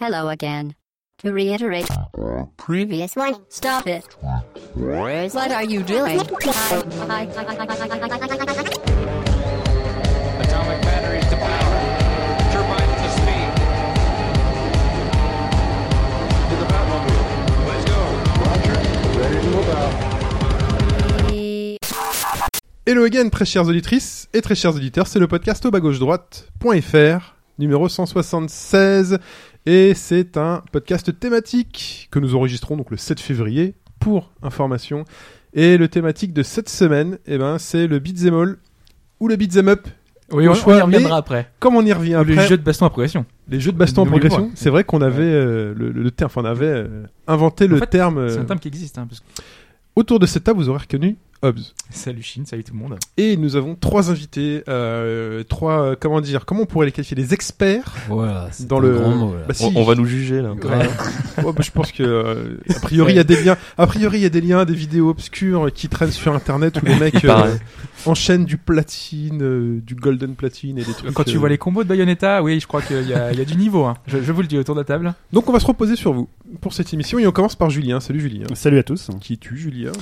Hello again. To reiterate, previous one, stop it. What are you doing? Atomic batteries to power. Turbines to speed. To the Batmobile. Let's go. Hello again, très chères auditrices et très chers auditeurs, c'est le podcast au bas gauche droite.fr, numéro 176, et c'est un podcast thématique que nous enregistrons donc le 7 février pour information. Et le thématique de cette semaine, eh ben, c'est le beat'em all ou le beat'em up. Oui, Au on, choix, on y reviendra mais- après. Comme on y revient après, Le jeu de baston à progression. les jeux de baston en N'oublie pas. progression, c'est vrai qu'on avait euh, le, le- le terme, enfin, on avait euh, inventé le fait, terme, C'est un euh, terme qui existe. Hein, parce que... Autour de cette table, vous aurez reconnu Hobbes. Salut Chine, salut tout le monde. Et nous avons trois invités, euh, trois, euh, comment dire, comment on pourrait les qualifier Des experts Voilà, c'est dans un le. grand mot, là. Bah, si, On, on va nous juger là. Ouais. Ouais, bah, je pense que euh, a priori il y a des liens, a priori il y a des liens, des vidéos obscures qui traînent sur internet où les mecs Il paraît. euh, enchaînent du platine, euh, du golden platine et des trucs. Quand tu euh. vois les combos de Bayonetta, oui, je crois qu'il y, a- il y a du niveau. hein. Je, je vous le dis autour de la table. Donc on va se reposer sur vous pour cette émission et on commence par Julien. Salut Julien. Salut à tous. Qui tu Julien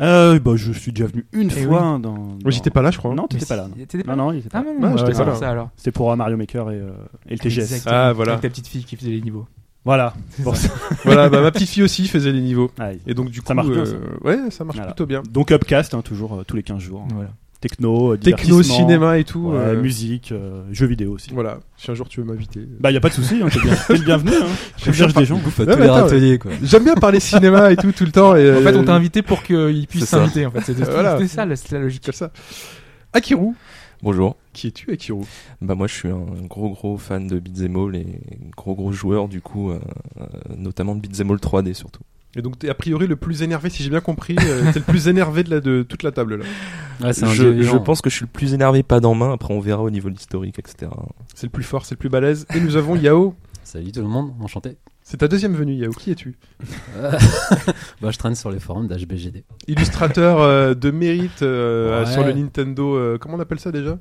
Euh, bah, je suis déjà venu une Eh fois oui. hein, dans. dans- Oh, J'étais pas là je crois. Non, Mais t'étais pas si, là. Non, t'étais pas non, non, il était Ah pas. non, Ouais, non, j'étais c'est pas pour là. ça alors. C'était pour euh, Mario Maker et, euh, et le TGS. Exactement. Ah, voilà. Avec ta petite fille qui faisait les niveaux. Voilà. Pour ça. voilà, bah, ma petite fille aussi faisait les niveaux. Aïe. Et donc du coup, Ça marche bien, euh, ça. ouais, ça marche Voilà. plutôt bien. Donc Upcast, hein, toujours euh, tous les 15 jours. Voilà. Techno, euh, Techno, divertissement, cinéma et tout. ouais, euh, musique, euh, jeux vidéo aussi. Voilà, si un jour tu veux m'inviter. Bah, y a pas de souci, hein, t'es bien- t'es le bienvenu. Hein. Je cherche des gens. Bouffe à Ouais, tous mais les attends, râteliers, quoi. J'aime bien parler cinéma et tout tout le temps. Et, En fait, on euh, t'a invité pour qu'il puisse c'est ça. s'inviter. En fait, c'était Voilà. c'était ça, la- c'est la logique. comme ça. Akiru, Bonjour. qui es-tu Akiru Bah moi je suis un gros gros fan de Beat'em All et gros gros joueur du coup, euh, euh, notamment de Beat'em All 3D surtout. Et donc t'es a priori le plus énervé, si j'ai bien compris, euh, t'es le plus énervé de, la, de toute la table là. Ouais, c'est un je, dieu je vivant. pense que je suis le plus énervé pas dans main. Après on verra au niveau de l'historique etc. C'est le plus fort, c'est le plus balèze. Et nous avons Yao. Salut tout le monde, enchanté. C'est ta deuxième venue, Yao. Qui es-tu Euh, bah, je traîne sur les forums d'HBGD. Illustrateur euh, de mérite euh, Ouais. sur le Nintendo. euh, comment on appelle ça déjà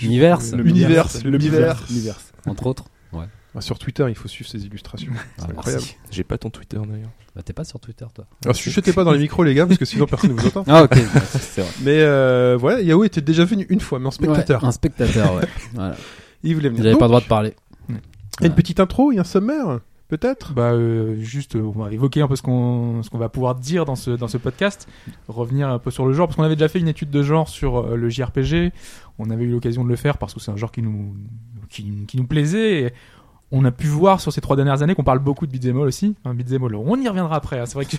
Univers, Univers. L'univers. L'univers. L'univers. entre autres. Ouais. Ah, Sur Twitter, il faut suivre ses illustrations. Ah, C'est merci. incroyable. J'ai pas ton Twitter d'ailleurs. Bah, t'es pas sur Twitter, toi. Alors chuchotez pas dans les micros les gars, parce que sinon personne ne vous entend. Ah, ok, bah, c'est c'est vrai. Mais euh, voilà, Yao était déjà venu une fois, mais en spectateur. Ouais, un spectateur, ouais. Voilà. Il voulait venir. J'avais Donc, pas le droit de parler. il y a Une petite intro et un sommaire, peut-être Bah, euh, juste, euh, on va évoquer un peu ce qu'on ce qu'on va pouvoir dire dans ce dans ce podcast, revenir un peu sur le genre parce qu'on avait déjà fait une étude de genre sur euh, le JRPG. On avait eu l'occasion de le faire parce que c'est un genre qui nous qui, qui nous plaisait. Et on a pu voir sur ces trois dernières années qu'on parle beaucoup de beat'em all aussi. Hein, beat'em all. On y reviendra après. hein, C'est vrai que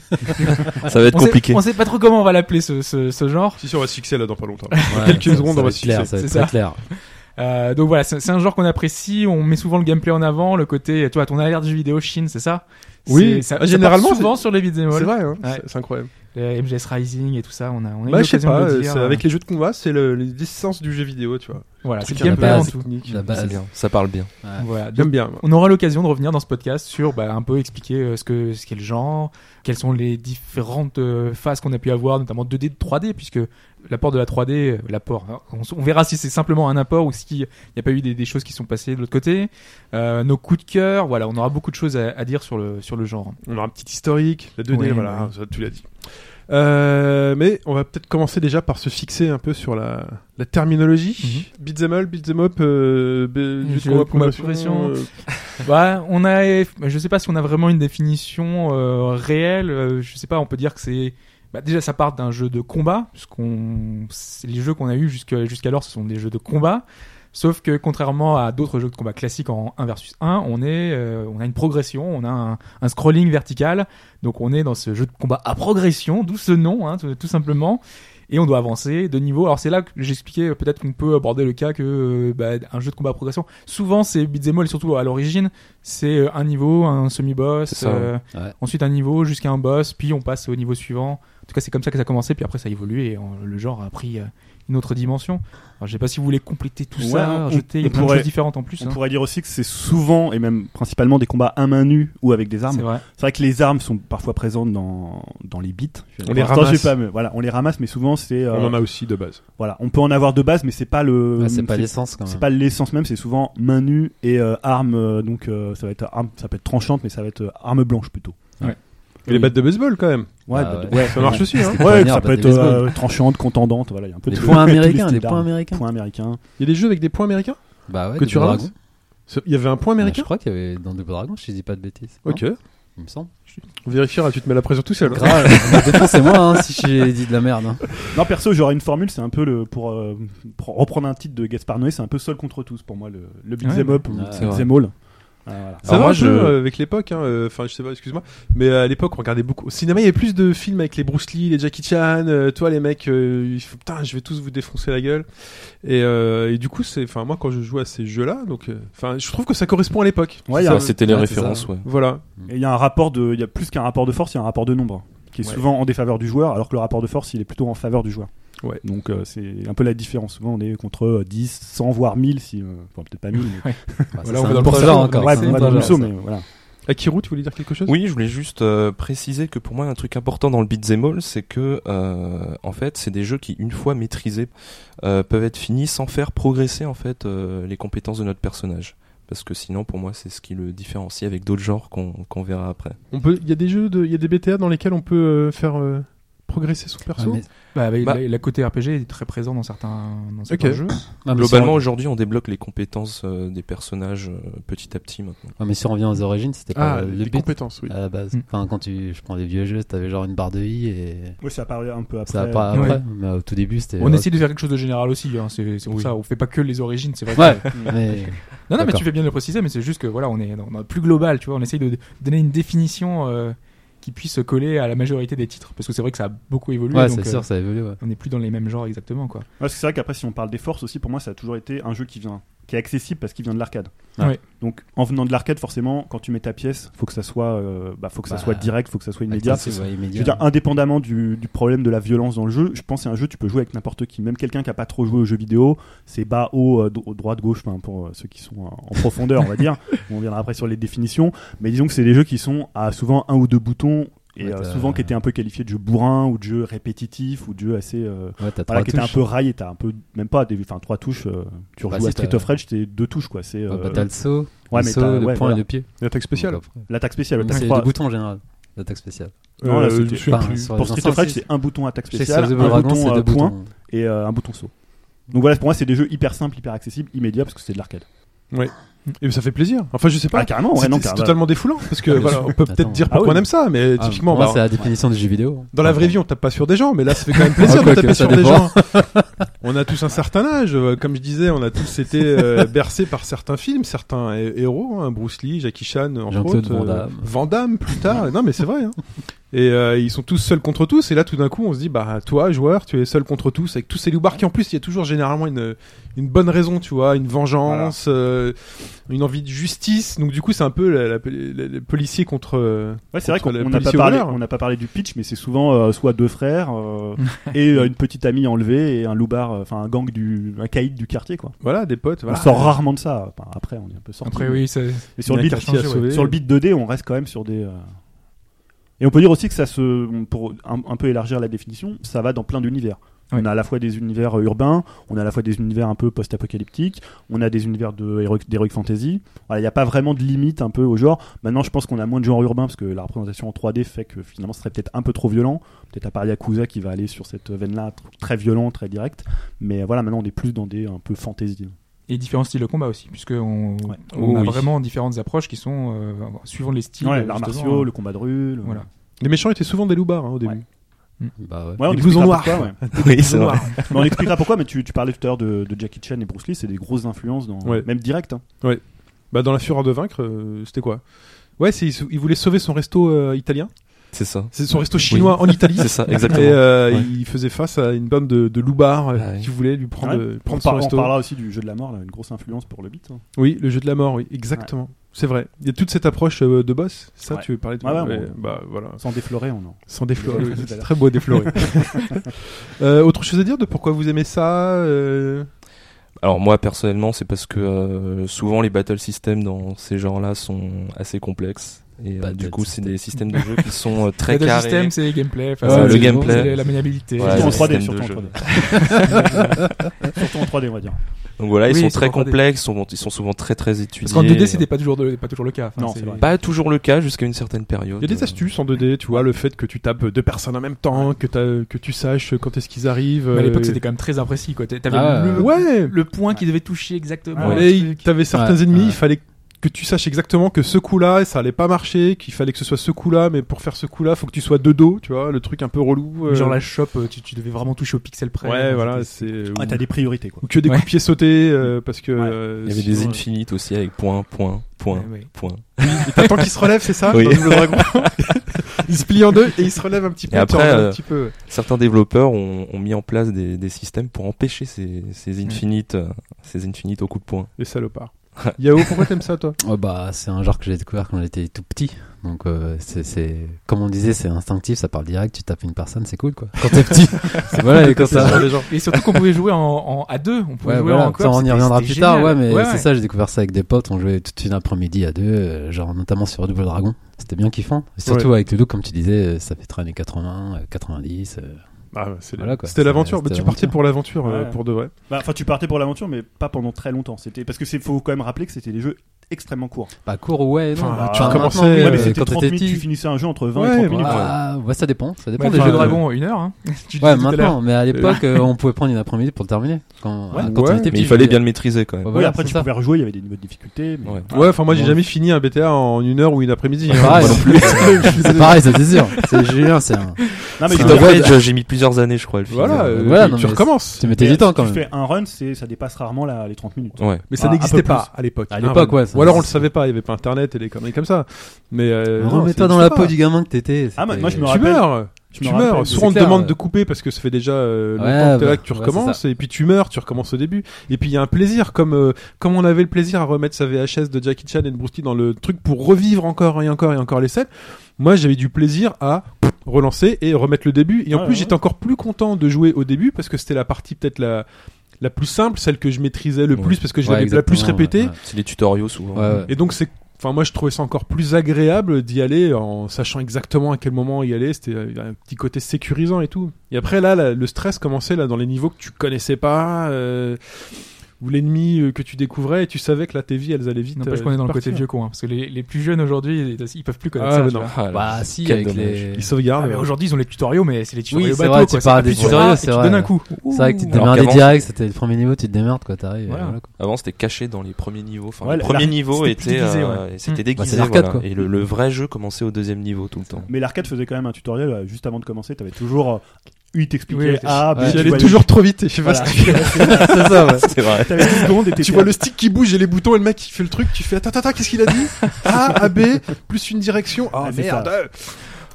Ça va être on sait- compliqué. on sait pas trop comment on va l'appeler ce, ce ce genre. Si, si, on va se fixer là dans pas longtemps. Ouais, Quelques ça- secondes, ça on va va être se clair, fixer. ça va être C'est très ça. clair. Euh, donc voilà, c'est c'est un genre qu'on apprécie. On met souvent le gameplay en avant, le côté. Toi, ton alerte jeu vidéo Chine, c'est ça Oui, C'est- ça, ah, ça généralement, part souvent sur les beat'em C'est all. vrai, hein, Ouais. c'est- c'est incroyable. Les MGS Rising et tout ça, on a, on a eu Bah, je sais l'occasion pas, de le euh, dire. c'est avec les jeux de combat, c'est le- l'essence du jeu vidéo, tu vois. Voilà, Ah, c'est le à la gameplay en base. tout. La C'est base. bien. Ça parle bien. Ouais. Voilà. J'aime Donc, bien. moi. on aura l'occasion de revenir dans ce podcast sur bah, un peu expliquer euh, ce que ce qu'est le genre, quelles sont les différentes euh, phases qu'on a pu avoir, notamment 2D, 3D, puisque l'apport de la 3D, euh, l'apport, hein, on, s- on verra si c'est simplement un apport ou s'il n'y a pas eu des, des choses qui sont passées de l'autre côté, Euh, nos coups de cœur, voilà, on aura beaucoup de choses à, à dire sur le sur le genre. On aura un petit historique, la 2D, Oui, voilà, oui. ça, tu l'as dit. Euh, mais on va peut-être commencer déjà par se fixer un peu sur la, la terminologie. Beat'em all, beat'em up, euh, be- Jeu jeu de combat, de combat, progression, progression. euh, Bah, on a, je sais pas si on a vraiment une définition euh, réelle. euh, je sais pas, on peut dire que c'est. Bah, déjà, ça part d'un jeu de combat, puisqu'on, c'est les jeux qu'on a eus jusque- jusqu'alors, ce sont des jeux de combat. Sauf que contrairement à d'autres jeux de combat classiques en 1 versus 1, on est, euh, on a une progression, on a un, un scrolling vertical. Donc on est dans ce jeu de combat à progression, d'où ce nom, hein, tout, tout simplement. Et on doit avancer de niveau. Alors c'est là que j'expliquais euh, peut-être qu'on peut aborder le cas que euh, bah, un jeu de combat à progression. Souvent c'est beat'em all, et surtout à l'origine, c'est euh, un niveau, un semi-boss, C'est ça, euh, ouais. ensuite un niveau jusqu'à un boss, puis on passe au niveau suivant. En tout cas c'est comme ça que ça a commencé, puis après ça a évolué et euh, le genre a pris euh, une autre dimension. Alors, je sais pas si vous voulez compléter tout Ouais, ça, on- rajouter on il y a plein de pourrait- choses différentes en plus. On hein. pourrait dire aussi que c'est souvent, et même principalement, des combats à main nue ou avec des C'est armes. vrai. C'est vrai que les armes sont parfois présentes dans, dans les bits. On les Pour l'instant, je ramasse. sais pas, mais voilà, on les ramasse, mais souvent c'est euh, On en a aussi de base. voilà, on peut en avoir de base, mais c'est pas le Ah, c'est pas l'essence quand c'est même. pas l'essence même, c'est souvent main nue et euh, arme, euh, donc euh, ça va être arme, ça peut être tranchante, mais ça va être euh, arme blanche plutôt. Et les battes de baseball quand même. Ouais, Ah bah, ouais. ouais. Ça marche aussi. Hein. C'était pas Ouais, une ça herbe, peut être des baseball. euh, tranchante, contendante, voilà, il y a un peu Des de- points tous les américains, des styles points d'armes. américains. Points américains. Il y a des jeux avec des points américains Bah ouais, Que Double tu ramasses Dragon. Ce- Il y avait un point Bah, Je américain crois qu'il y avait dans Double Dragon, je dis pas de bêtises. non Ok. Il me semble. On vérifiera, tu te mets la pression tout seul. hein. Grave, bah, défoncez-moi hein, si j'ai dit de la merde. hein. Non, perso, j'aurais une formule, c'est un peu le pour, euh, pour reprendre un titre de Gaspard Noé, c'est un peu seul contre tous pour moi le, le beat'em Ouais. up ou Ouais, le c'est beat'em all. Ah, voilà. bah, Ça Alors va moi, un je- peu, euh, avec l'époque, hein, euh, enfin je sais pas, excuse-moi, mais à l'époque on regardait beaucoup. Au cinéma, il y avait plus de films avec les Bruce Lee, les Jackie Chan, euh, toi les mecs, euh, il faut- putain, je vais tous vous défoncer la gueule. Et, euh, et du coup, c'est, enfin moi quand je joue à ces jeux-là, donc, euh, enfin je trouve que ça correspond à l'époque. Ouais, il y a Ça, un- c'était les ouais, c'est références, ça. ouais. Voilà. Et il y a un rapport de, il y a plus qu'un rapport de force, il y a un rapport de nombre qui est Ouais. souvent en défaveur du joueur, alors que le rapport de force il est plutôt en faveur du joueur. Ouais. Donc euh, c'est un peu la différence. Souvent on est contre euh, 10, 100 voire 1000 si, euh, enfin peut-être pas 1000. Mais... Bah, ça, Voilà, on va c'est dans un le autre prochain, genre on encore. Ouais, c'est on un va autre dans le genre, saut, ça. mais voilà. Akirou, tu voulais dire quelque chose Oui, je voulais juste euh, préciser que pour moi un truc important dans le beat'em all, c'est que euh, en fait, c'est des jeux qui une fois maîtrisés euh, peuvent être finis sans faire progresser en fait euh, les compétences de notre personnage. Parce que sinon, pour moi, c'est ce qui le différencie avec d'autres genres qu'on qu'on verra après. Ah, On peut, il y a des jeux, de, il y a des BTA dans lesquels on peut euh, faire euh, progresser son Ah, perso. mais- Bah, avec Bah. la, la côté RPG est très présent dans certains, dans certains Ok. jeux. Ah, mais si on- Globalement, aujourd'hui, on débloque les compétences euh, des personnages euh, petit à petit maintenant. Ouais, mais si on revient aux origines, c'était pas Ah, le les but compétences, oui. à la base. Mm. Enfin, quand tu, je prends des vieux jeux, t'avais genre une barre de vie et Ouais, ça apparaît un peu après. ça va pas Ouais. après. Mais au tout début, c'était. On essaie de faire quelque chose de général aussi. hein, C'est c'est pour Oui. ça, on fait pas que les origines. C'est vrai. que- Ouais, mais Non, non, mais D'accord. tu fais bien de le préciser, mais c'est juste que voilà, on est dans, dans le plus global. Tu vois, on essaye de, de donner une définition euh, qui puisse coller à la majorité des titres, parce que c'est vrai que ça a beaucoup évolué. ouais, donc, c'est euh, sûr, ça évolue. Ouais. on n'est plus dans les mêmes genres exactement, quoi. Parce que c'est vrai qu'après, si on parle des forces aussi, pour moi, ça a toujours été un jeu qui vient, qui est accessible parce qu'il vient de l'arcade. Ouais. Donc, en venant de l'arcade, forcément, quand tu mets ta pièce, faut que ça soit, euh, bah, faut que ça Bah, soit direct, faut que ça soit immédiat. Accessible, ouais, Je immédiat. veux dire, indépendamment du, du problème de la violence dans le jeu, je pense que c'est un jeu tu peux jouer avec n'importe qui, même quelqu'un qui a pas trop joué aux jeux vidéo. C'est bas, haut, euh, dro- droite, gauche, enfin pour euh, ceux qui sont euh, en profondeur, on va dire. On viendra après sur les définitions, mais disons que c'est des jeux qui sont à souvent un ou deux boutons et Ouais, euh, t'as- souvent qui étaient un peu qualifiés de jeux bourrins ou de jeux répétitifs ou de jeux assez euh, Ouais, t'as voilà, trois qui était un touches. peu rail et t'as un peu même pas des enfin trois touches euh, tu Bah, rejoues si, à Street t'as- of Rage t'es deux touches quoi c'est euh, Ouais, bah, t'as le saut, ouais, le, mais saut, t'as- le ouais, point voilà. et le pied. L'attaque spéciale. Donc, après. l'attaque spéciale l'attaque C'est froide. le bouton en général, l'attaque spéciale. Non, là, Euh, c'était- je sais Enfin, plus. sur les pour Street of anciens, Rage si. c'est un bouton attaque Je sais que spéciale sur un Double Dragon, bouton c'est euh, deux point boutons. et euh, un bouton saut donc voilà pour moi c'est des jeux hyper simples hyper accessibles immédiats parce que c'est de l'arcade Et ça fait plaisir. Enfin, je sais pas. ah carrément ouais c'est non c'est carrément totalement défoulant parce que Ah, bien voilà, sûr. on peut peut-être Attends. dire Ah pourquoi oui. on aime ça, mais Ah, typiquement, moi, bah, c'est la définition du jeu vidéo. Dans la vraie vie, on tape pas sur des gens, mais là, ça fait quand même plaisir Ah, de quoi taper que, ça sur des dépend. gens. On a tous un certain âge, euh, comme je disais, on a tous été euh, bercés par certains films, certains hé- héros, hein, Bruce Lee, Jackie Chan, entre autres, Jean-Claude euh, Van Damme. Van Damme, plus tard. non, mais c'est vrai. hein. Et euh, ils sont tous seuls contre tous, et là, tout d'un coup, on se dit, bah, toi, joueur, tu es seul contre tous, avec tous ces loupards qui, en plus, il y a toujours généralement une une bonne raison, tu vois, une vengeance, euh, une envie de justice. Donc, du coup, c'est un peu la- la- la- le policier contre. euh, ouais c'est vrai contre qu'on le on n'a pas policier au parlé voleur. on n'a pas parlé du pitch mais c'est souvent euh, soit deux frères euh, et euh, une petite amie enlevée et un loupard euh, enfin un gang du un caïd du quartier quoi Voilà, des potes. on Voilà. sort rarement de ça Enfin, après on est un peu sorti Après, oui, c'est mais sur Il y a le un beat quartier à changé, ouais. sauver. Sur le beat 2D, on reste quand même sur des. euh, Et on peut dire aussi que ça se. Pour un, un peu élargir la définition, ça va dans plein d'univers. Ouais. On a à la fois des univers euh, urbains, on a à la fois des univers un peu post-apocalyptiques, on a des univers de heroic, d'heroic fantasy. Voilà, il n'y a pas vraiment de limite un peu au genre. Maintenant, je pense qu'on a moins de genre urbain parce que la représentation en 3D fait que finalement, ce serait peut-être un peu trop violent. Peut-être à part Yakuza qui va aller sur cette veine-là, tr- très violent, très direct. Mais voilà, maintenant, on est plus dans des un peu fantasy. et différents styles de combat aussi, puisque on, Ouais. on a Oh oui. vraiment différentes approches qui sont euh, suivant les styles. Ouais, euh, l'art justement, martiaux, euh, le combat de rue. le- Voilà. Les méchants étaient souvent des loupards hein, au début. Ouais. Bah ouais. Ouais, on Les expliquera blousons noirs. pourquoi, ouais. Oui, c'est vrai. Noir. Mais on expliquera pourquoi, mais tu, tu parlais tout à l'heure de, de Jackie Chan et Bruce Lee, c'est des grosses influences, dans, Ouais. même direct. hein. Bah dans la fureur de vaincre, euh, c'était quoi Ouais, c'est il, sou- il voulait sauver son resto euh, italien. C'est ça. C'est son resto chinois en Italie. C'est ça, Et exactement. euh, Ouais. il faisait face à une bande de, de loupards euh, Ah oui. qui voulaient lui prendre, Ouais. euh, On, prendre son par- on resto. parlera aussi du jeu de la mort, là, une grosse influence pour le beat. hein. Oui, le jeu de la mort, oui, exactement. C'est vrai. Il y a toute cette approche euh, de boss. Ça, Ouais. tu veux parler de Ouais, ouais, Ouais, bon. bah voilà. Sans déflorer, on en. Sans déflorer. Tout à oui, c'est l'heure. très beau à déflorer. Euh, autre chose à dire de pourquoi vous aimez ça euh, Alors moi personnellement, c'est parce que euh, souvent les battle systems dans ces genres-là sont assez complexes et euh, Battle du coup c'est system. des systèmes de jeu qui sont euh, très Le carrés. système, c'est le gameplay. enfin, Ouais, c'est- le c'est- gameplay. c'est la maniabilité. Ouais, surtout en le 3D, système surtout en de 3D. surtout en 3D, on va dire. Donc voilà, ils Oui, sont ils sont très en 3D. complexes, sont- ils sont souvent très très Parce étudiés. Euh, qu'en 2D, c'était pas toujours, de- pas toujours le cas. Enfin, Non, c'est vrai. pas toujours le cas jusqu'à une certaine période. Il y a des Euh, astuces en 2D, tu vois, le fait que tu tapes deux personnes en même temps, que, t'as- que tu saches quand est-ce qu'ils arrivent. Mais à l'époque, euh, c'était quand même très imprécis. quoi. T'a- T'avais Ah, le, Ouais, le point qui devait toucher exactement. Ouais. le Et truc. il- t'avais certains Ouais, ennemis, ouais. il fallait que tu saches exactement que ce coup-là, ça allait pas marcher, qu'il fallait que ce soit ce coup-là, mais pour faire ce coup-là, faut que tu sois de dos, tu vois, le truc un peu relou. euh, Genre la shop, euh, tu, tu devais vraiment toucher au pixel près. Ouais, Enfin, voilà, c'était- c'est. Ouais, Ah, t'as des priorités, quoi. Ou que des Ouais. coups de pied sautés, euh, parce que. Ouais. euh, Il y avait sinon, des euh, infinites aussi avec point, point, hein. point, Ouais, Ah, ouais. point. T'attends qu'il se relève, c'est ça Oui. Dans Double Dragon. il se plie en deux et il se relève un petit peu. Et tu après, regardes un euh, petit peu. Certains développeurs ont, ont mis en place des, des systèmes pour empêcher ces, ces infinites, euh, ces infinites au coup de poing. Les salopards. Yao, pourquoi t'aimes ça, toi Oh bah, c'est un genre que j'ai découvert quand j'étais tout petit. Donc, euh, c'est, c'est- comme on disait, c'est instinctif, ça part direct, tu tapes une personne, c'est cool quoi. Quand t'es petit, c'est voilà, et quand ça. Et surtout qu'on pouvait jouer en, en- à deux. On pouvait Ouais, jouer voilà, en coop, ça, on y c'était- reviendra c'était plus tard, ouais, génial. mais c'est ouais. ça, j'ai découvert ça avec des potes, on jouait toute une après-midi à deux, euh, genre notamment sur Double Dragon, c'était bien kiffant. Et surtout avec le look, comme tu disais, euh, ça fait très années 80, euh, 90. euh, Ah, c'est- Voilà, quoi. C'était l'aventure. C'était Bah, tu partais l'aventure. pour l'aventure, euh, Ouais. pour de vrai. Bah, Enfin, tu partais pour l'aventure, mais pas pendant très longtemps. C'était parce que c'est faut quand même rappeler que c'était des jeux extrêmement courts. Pas court, ouais, non. Enfin, bah, tu maintenant, commençais, oui, ouais, mais mais euh, c'était quand 30 t'étais minutes, tu petit. finissais un jeu entre 20 Ouais, et 30 voilà. minutes. quoi. Ah, ouais, ça dépend, ça dépend Ouais, des Jeux jeux. de dragon, une heure. hein. Tu le Ouais, disais tout à l'heure. maintenant, mais à l'époque, euh, on pouvait prendre une après-midi pour le terminer. Quand, Ouais. ah, quand Ouais. on était Mais petit, il fallait je veux bien dire. le maîtriser quand Ouais, même. Oui, voilà, après, c'est tu ça. pouvais rejouer, il y avait des niveaux de difficulté. mais- Ouais. Ouais, enfin, moi, j'ai bon. jamais fini un BTA en une heure ou une après-midi. hein. Pareil, Moi non plus. c'est pareil, ça c'est sûr. C'est Julien, c'est un. Non, mais C'est tu un vrai- dois- Street ouais, of Rage, j'ai mis plusieurs années, je crois, à le finir. Voilà, Euh, euh, Voilà, tu- non, tu mais recommences. Tu mettais mais du temps si quand tu même. fais un run, c'est ça dépasse rarement la- les 30 minutes. Ouais. Mais Ah, ça un n'existait peu pas à l'époque. À l'époque, Ah, ouais, ça- Ou alors on le savait pas, il y avait pas internet et des conneries comme ça. Mais euh, non, ça Remets-toi dans la n'existait peau pas. du gamin que t'étais. Ah, mais c'était- moi, je me Tu rappelle. meurs, Je me tu rappelle meurs. de- Souvent on te clair, demande ouais. de couper parce que ça fait déjà euh, longtemps Ouais, que t'es là bah, que tu ouais, recommences c'est et puis tu meurs, tu recommences au début. Et puis il y a un plaisir comme euh, comme on avait le plaisir à remettre sa VHS de Jackie Chan et de Bruce Lee dans le truc pour revivre encore et encore et encore les scènes. Moi j'avais du plaisir à relancer et remettre le début. Et en Ouais, plus ouais, j'étais encore plus content de jouer au début parce que c'était la partie peut-être la la plus simple, celle que je maîtrisais le Ouais. plus parce que je Ouais, l'avais la plus exactement, répétée. ouais, C'est les tutoriaux souvent. ouais. Ouais, ouais. Et donc c'est Enfin, moi, je trouvais ça encore plus agréable d'y aller en sachant exactement à quel moment y aller. C'était euh, un petit côté sécurisant et tout. Et après, là, la- le stress commençait là dans les niveaux que tu connaissais pas, euh, ou l'ennemi euh, que tu découvrais, et tu savais que là, tes vies, elles allaient vite. N'empêche euh, qu'on est dans le côté partir. vieux con, hein, parce que les, les plus jeunes aujourd'hui, ils ils peuvent plus connaître Ah, ça. mais tu non. vois. Ah, là. Bah, si, Quel avec dommage. les. Ils sauvegardent. Ah, mais ouais. aujourd'hui, ils ont les tutoriaux, mais c'est les tutoriaux Oui, c'est bateaux. vrai, quoi. c'est pas t'appuies des sur tutoriaux, A et c'est tu vrai. donnes un coup. C'est vrai que tu te Alors démerdais qu'avant- direct, c'était le premier niveau, tu te démerdes quoi, t'arrives. et Voilà. voilà, quoi. Avant, c'était caché dans les premiers niveaux. Enfin, Ouais, le la- premier la- niveau c'était plus était, déguisé, euh, c'était déguisé. Bah, c'est l'arcade, voilà. quoi. Et le, le vrai jeu commençait au deuxième niveau tout le temps. Mais l'arcade faisait quand même un tutoriel euh, juste avant de commencer. T'avais toujours. euh, Il Oui, t'expliquait oui, A, B. ouais. tu J'y allais voyais- toujours trop vite. Et je sais pas Voilà. ce que tu fais. C'est ça, ouais. C'est vrai. T'avais une seconde et t'étais- tu vois le stick qui bouge et les boutons et le mec qui fait le truc. Tu fais attends, attends, attends, qu'est-ce qu'il a dit A, A, B, plus une direction. Ah Ah, c'est merde. ça. euh.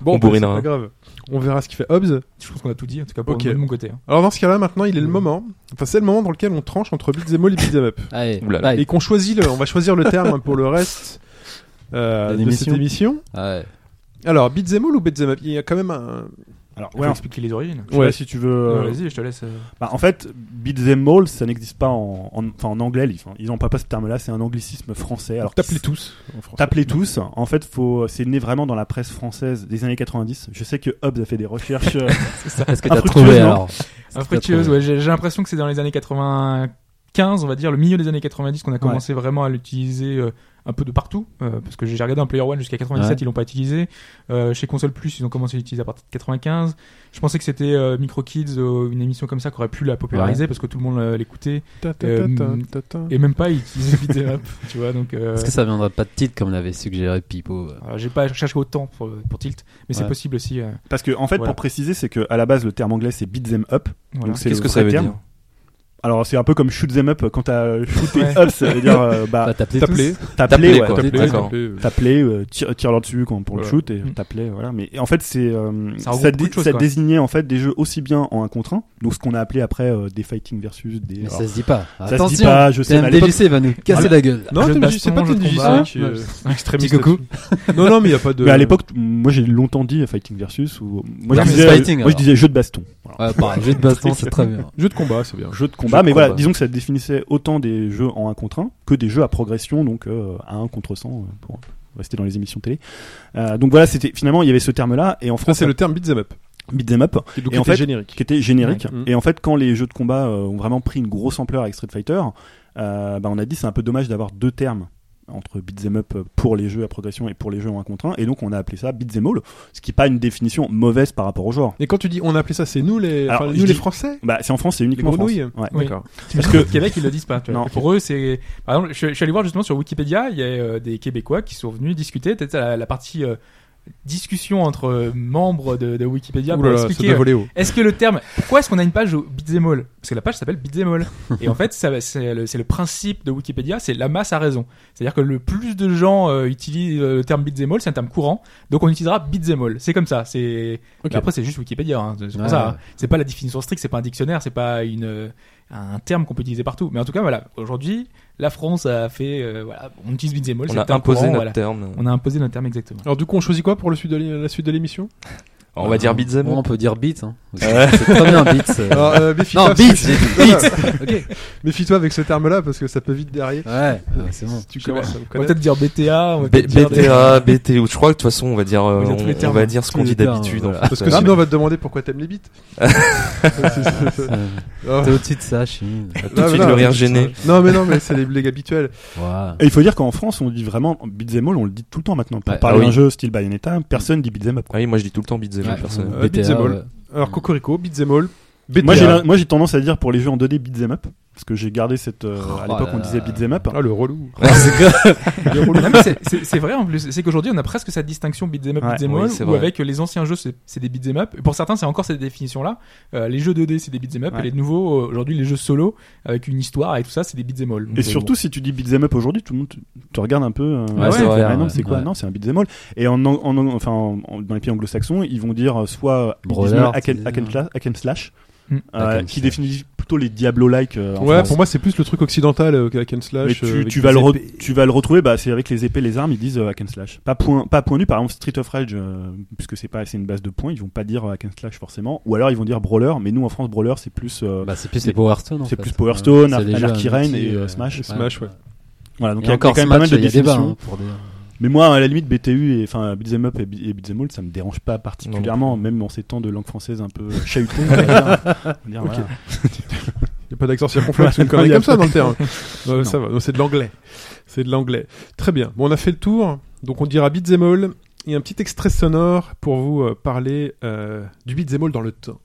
Bon, On bah, c'est hein. bourrinera. pas grave. On verra ce qu'il fait Hobbs. Je pense qu'on a tout dit, en tout cas pour Ok. de mon côté. hein. Alors dans ce cas-là, maintenant, il est le moment. Enfin, c'est le moment dans lequel on tranche entre beat'em all et beat'em up, Allez, Oulala. bye. et qu'on choisit le, on va choisir le terme pour le reste euh, De de cette l'émission. émission. Ah Ouais. Alors beat'em all ou beat'em up, il y a quand même un. Alors, Faut ouais, expliquer les origines. je sais pas si tu veux. euh, Non, Vas-y, je te laisse. euh, Bah, en fait, beat them all, ça n'existe pas en, en, enfin, en anglais. Ils, enfin, ils ont pas pas ce terme-là, c'est un anglicisme français. Alors, Tape-les qu'ils- tous. en français. Tape-les tous. En fait, faut, c'est né vraiment dans la presse française des années 90. Je sais que Hobbes a fait des recherches. euh, Est-ce que t'as Infructueuse, trouvé non alors Infructueuse, ouais, j'ai j'ai l'impression que c'est dans les années 95, on va dire, le milieu des années 90, qu'on a commencé vraiment à l'utiliser euh, un peu de partout. euh, parce que j'ai j'ai regardé un Player One jusqu'à 97, Ouais. ils l'ont pas utilisé. Euh, chez Console Plus, ils ont commencé à l'utiliser à partir de 95. Je pensais que c'était euh, Micro Kids, euh, une émission comme ça qui aurait pu la populariser parce que tout le monde euh, l'écoutait. Ta, ta, Euh, ta, ta, ta, ta. Et même pas, ils utilisaient Beat'em Up, tu vois. Donc, euh, Est-ce que ça viendrait pas de titre comme l'avait suggéré Pipo euh alors, j'ai pas cherché autant pour, pour Tilt, mais c'est Ouais. possible aussi. euh, Parce que, en fait, Voilà. pour préciser, c'est que à la base, le terme anglais, c'est beat them up. voilà. Donc, c'est le Qu'est-ce que ça vrai veut terme. dire Alors c'est un peu comme shoot them up quand t'as shoot et Ouais. up, ça veut dire euh, bah Bah, t'appelais T'appelais. tous. t'appeler, ouais, quoi. T'appelais, D'accord. t'appelais, euh, t'appeler, euh, tire, tire leur dessus quoi, pour Voilà. le shoot et Mm. t'appeler, voilà. Mais et en fait c'est euh, Ça ça, regroupe beaucoup dé- de choses, ça quoi. désignait en fait des jeux aussi bien en 1 contre 1, donc ce qu'on a appelé après euh, des fighting versus des. Mais alors, ça se dit pas. se dit Attention, pas, je sais, mais à l'époque- TMDJC va nous casser Voilà. la gueule. Non, Jeu de TMDJC, c'est pas baston, jeu de combat. TMDJC qui Ouais. est extrémiste. Petit coucou. là-dessus. Non, non, mais il n'y a pas de. Mais à l'époque, moi j'ai longtemps dit fighting versus ou moi, je Versus disais, fighting, moi je alors. disais jeu de baston. Voilà. Ouais, pareil, jeu de baston, c'est très bien. Jeu de combat, c'est bien. jeu de combat, Jeu de mais voilà, combat. disons que ça définissait autant des jeux en 1 contre 1 que des jeux à progression, donc euh, à 1 contre 100 euh, pour rester dans les émissions télé. Euh, donc voilà, c'était finalement il y avait ce terme-là et en Ça, France c'est le terme beat'em up. beat'em up Et donc, Et en était fait- générique. qui était générique. Ouais. Mm. Et en fait, quand les jeux de combat euh, ont vraiment pris une grosse ampleur avec Street Fighter, euh, bah, on a dit c'est un peu dommage d'avoir deux termes entre beat'em up pour les jeux à progression et pour les jeux en 1 contre 1 et donc on a appelé ça beat'em all, ce qui n'est pas une définition mauvaise par rapport au genre. Et quand tu dis on a appelé ça, c'est nous les, Alors, enfin, je nous les dis- Français Bah c'est en France, c'est uniquement en France. grenouilles Ouais. Oui. D'accord. Parce que que- les Québec, ils le disent pas. tu vois. Non. Et Pour eux, c'est. Par exemple, je, je suis allé voir justement sur Wikipédia, il y a euh, des Québécois qui sont venus discuter. Peut-être la, la partie euh, discussion entre euh, membres de, de Wikipédia Ouh pour là là, ça expliquer. doit euh, voler haut. Est-ce que le terme. Pourquoi est-ce qu'on a une page au Beat'em All Parce que la page s'appelle Beat'em All. Et en fait, ça, c'est, le, c'est le principe de Wikipédia, c'est la masse a raison. C'est-à-dire que le plus de gens euh, utilisent euh, le terme Beat'em All, c'est un terme courant. Donc on utilisera Beat'em All. C'est comme ça. C'est... Ok. Mais Après, c'est juste Wikipédia. hein, C'est, c'est pour Ouais, ça. ouais. hein. C'est pas la définition stricte, c'est pas un dictionnaire, c'est pas une, euh, un terme qu'on peut utiliser partout. Mais en tout cas, voilà. Aujourd'hui, la France a fait. euh, voilà, on utilise Beat'em All. c'est On le a terme imposé courant, notre voilà. terme. On a imposé notre terme exactement. Alors, du coup, on choisit quoi pour le suite de l'é- la suite de l'émission On va dire beat'em. Ouais, On peut dire beat. Hein. C'est très bien beat. euh. Alors, euh, méfie-toi, Non, parce beat, que- j'ai dit beat. Ok. Méfie-toi avec ce terme-là parce que ça peut vite derrière. Ah Ouais, ouais, c'est bon. Tu commences à me On va connaître. peut-être dire BTA. On va B- peut-être dire des- BTA, BT, ou je crois que de toute façon on va dire, On euh, va dire tous on, les on termes. va dire ce qu'on Tous dit les termes, d'habitude. voilà. en fait. Parce que Euh, sinon, on va te demander pourquoi t'aimes les bites. Euh, Oh. T'es au-dessus de ça, Chine. tout de Ah, suite voilà. le rire gêné. Non, mais non, mais c'est les blagues habituelles. Ouah. Et il faut dire qu'en France, on dit vraiment beat'em all, on le dit tout le temps maintenant. Pour Ouais, parler ah oui. d'un jeu style Bayonetta, personne dit beat'em up. Ah oui, moi je dis tout le temps beat'em Ouais, personnellement. Euh, beat'em BTA, all. ouais. Alors, Cocorico, Beat'em All, BTA. Moi j'ai, la- moi j'ai tendance à dire pour les jeux en 2D beat'em up, parce que j'ai gardé cette. euh, Oh à l'époque là on disait là. beat'em up. Ah, le relou. Non, mais c'est- c'est c'est vrai en plus, c'est qu'aujourd'hui on a presque cette distinction beat'em up, Ouais, beat'em oui, all, c'est où vrai. avec les anciens jeux c'est c'est des beat'em up. Pour certains c'est encore cette définition là. les jeux 2D c'est des beat'em up Ouais. et les nouveaux euh, aujourd'hui les jeux solo avec une histoire et tout ça c'est des beat'em all. Donc, Et euh, surtout, si tu dis beat'em up aujourd'hui, tout le monde te, te regarde un peu. euh, Ouais, tu c'est te vrai, dis, ah non, ouais. c'est quoi Ouais. Non, c'est un beat'em all. Et en, ang- en ang- enfin, en- en- dans les pays anglo-saxons, ils vont dire euh, soit euh, beat'em Brawler, all, hack and, tu hack and dis, sla- hack and slash, Hmm. euh, Hack and qui slash. définit plutôt les Diablo-like. euh, en Ouais, France. pour moi, c'est plus le truc occidental euh, qu'Hack and Mais Slash. euh, tu, avec tu vas des le re- épées. tu vas le retrouver, bah, c'est avec les épées, les armes, ils disent euh, hack and slash. Pas point, pas point nu, par exemple Street of Rage, euh, puisque c'est pas, c'est une base de points, ils vont pas dire euh, hack and slash forcément. Ou alors ils vont dire brawler, mais nous en France brawler c'est plus, euh, Bah, c'est plus les Power Stone. en c'est fait. plus Power Stone, C'est Ar- les jeux Anarchy Reign multi, et euh, euh, Smash. Smash, ouais. Voilà, donc il y Et a encore quand même Smash, pas mal de il y a débat, définitions. hein, pour des- Mais moi, à la limite, BTU et enfin beat'em up et Be- et beat'em all, ça me dérange pas particulièrement, même en ces temps de langue française un peu chahutée. on va dire. On va dire, voilà. Il n'y a pas d'accent circonflexe, une Ouais, connerie y a comme ça pas- dans le terrain. Non, ça va. Non, c'est de l'anglais. C'est de l'anglais. Très bien. Bon, on a fait le tour. Donc, on dira beat'em all. Et un petit extrait sonore pour vous euh, parler euh, du beat'em all dans le temps.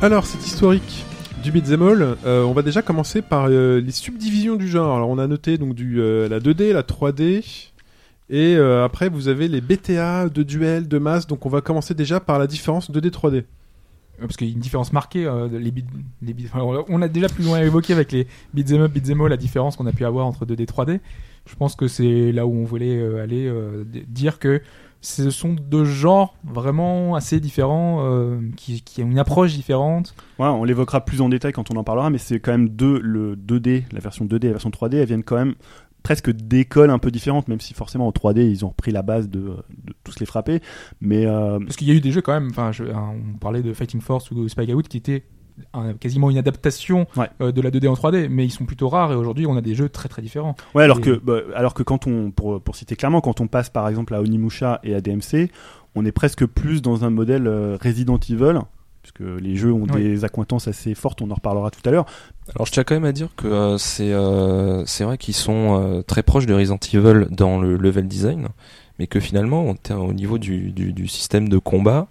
Alors, c'est historique du beat'em all. Euh, on va déjà commencer par euh, les subdivisions du genre. Alors, on a noté donc du, euh, la 2D, la 3D. Et euh, après, vous avez les BTA de duel, de masse. Donc, on va commencer déjà par la différence 2D, 3D. euh, parce qu'il y a une différence marquée euh, de- les beat- les beat- alors, on a déjà plus loin évoqué avec les beat'em up beat'em all la différence qu'on a pu avoir entre 2D et 3D. Je pense que c'est là où on voulait euh, aller euh, d- dire que ce sont deux genres vraiment assez différents euh, qui, qui ont une approche différente. Voilà, on l'évoquera plus en détail quand on en parlera, mais c'est quand même deux, le 2D, la version 2D et la version 3D, elles viennent quand même presque d'écoles un peu différentes, même si forcément en 3D ils ont repris la base de, de tous les frapper. Mais euh, Parce qu'il y a eu des jeux quand même, enfin, je- hein, on parlait de Fighting Force ou Spy Out qui étaient un- quasiment une adaptation Ouais. euh, de la 2D en 3D, mais ils sont plutôt rares et aujourd'hui on a des jeux très très différents. Ouais, alors Et- que, bah, alors que quand on, pour, pour citer clairement, quand on passe par exemple à Onimusha et à DMC, on est presque plus dans un modèle euh, Resident Evil, puisque les jeux ont Oui. des accointances assez fortes, on en reparlera tout à l'heure. Alors je tiens quand même à dire que euh, c'est euh, c'est vrai qu'ils sont euh, très proches de Resident Evil dans le level design, mais que finalement en ter- au niveau du, du, du système de combat,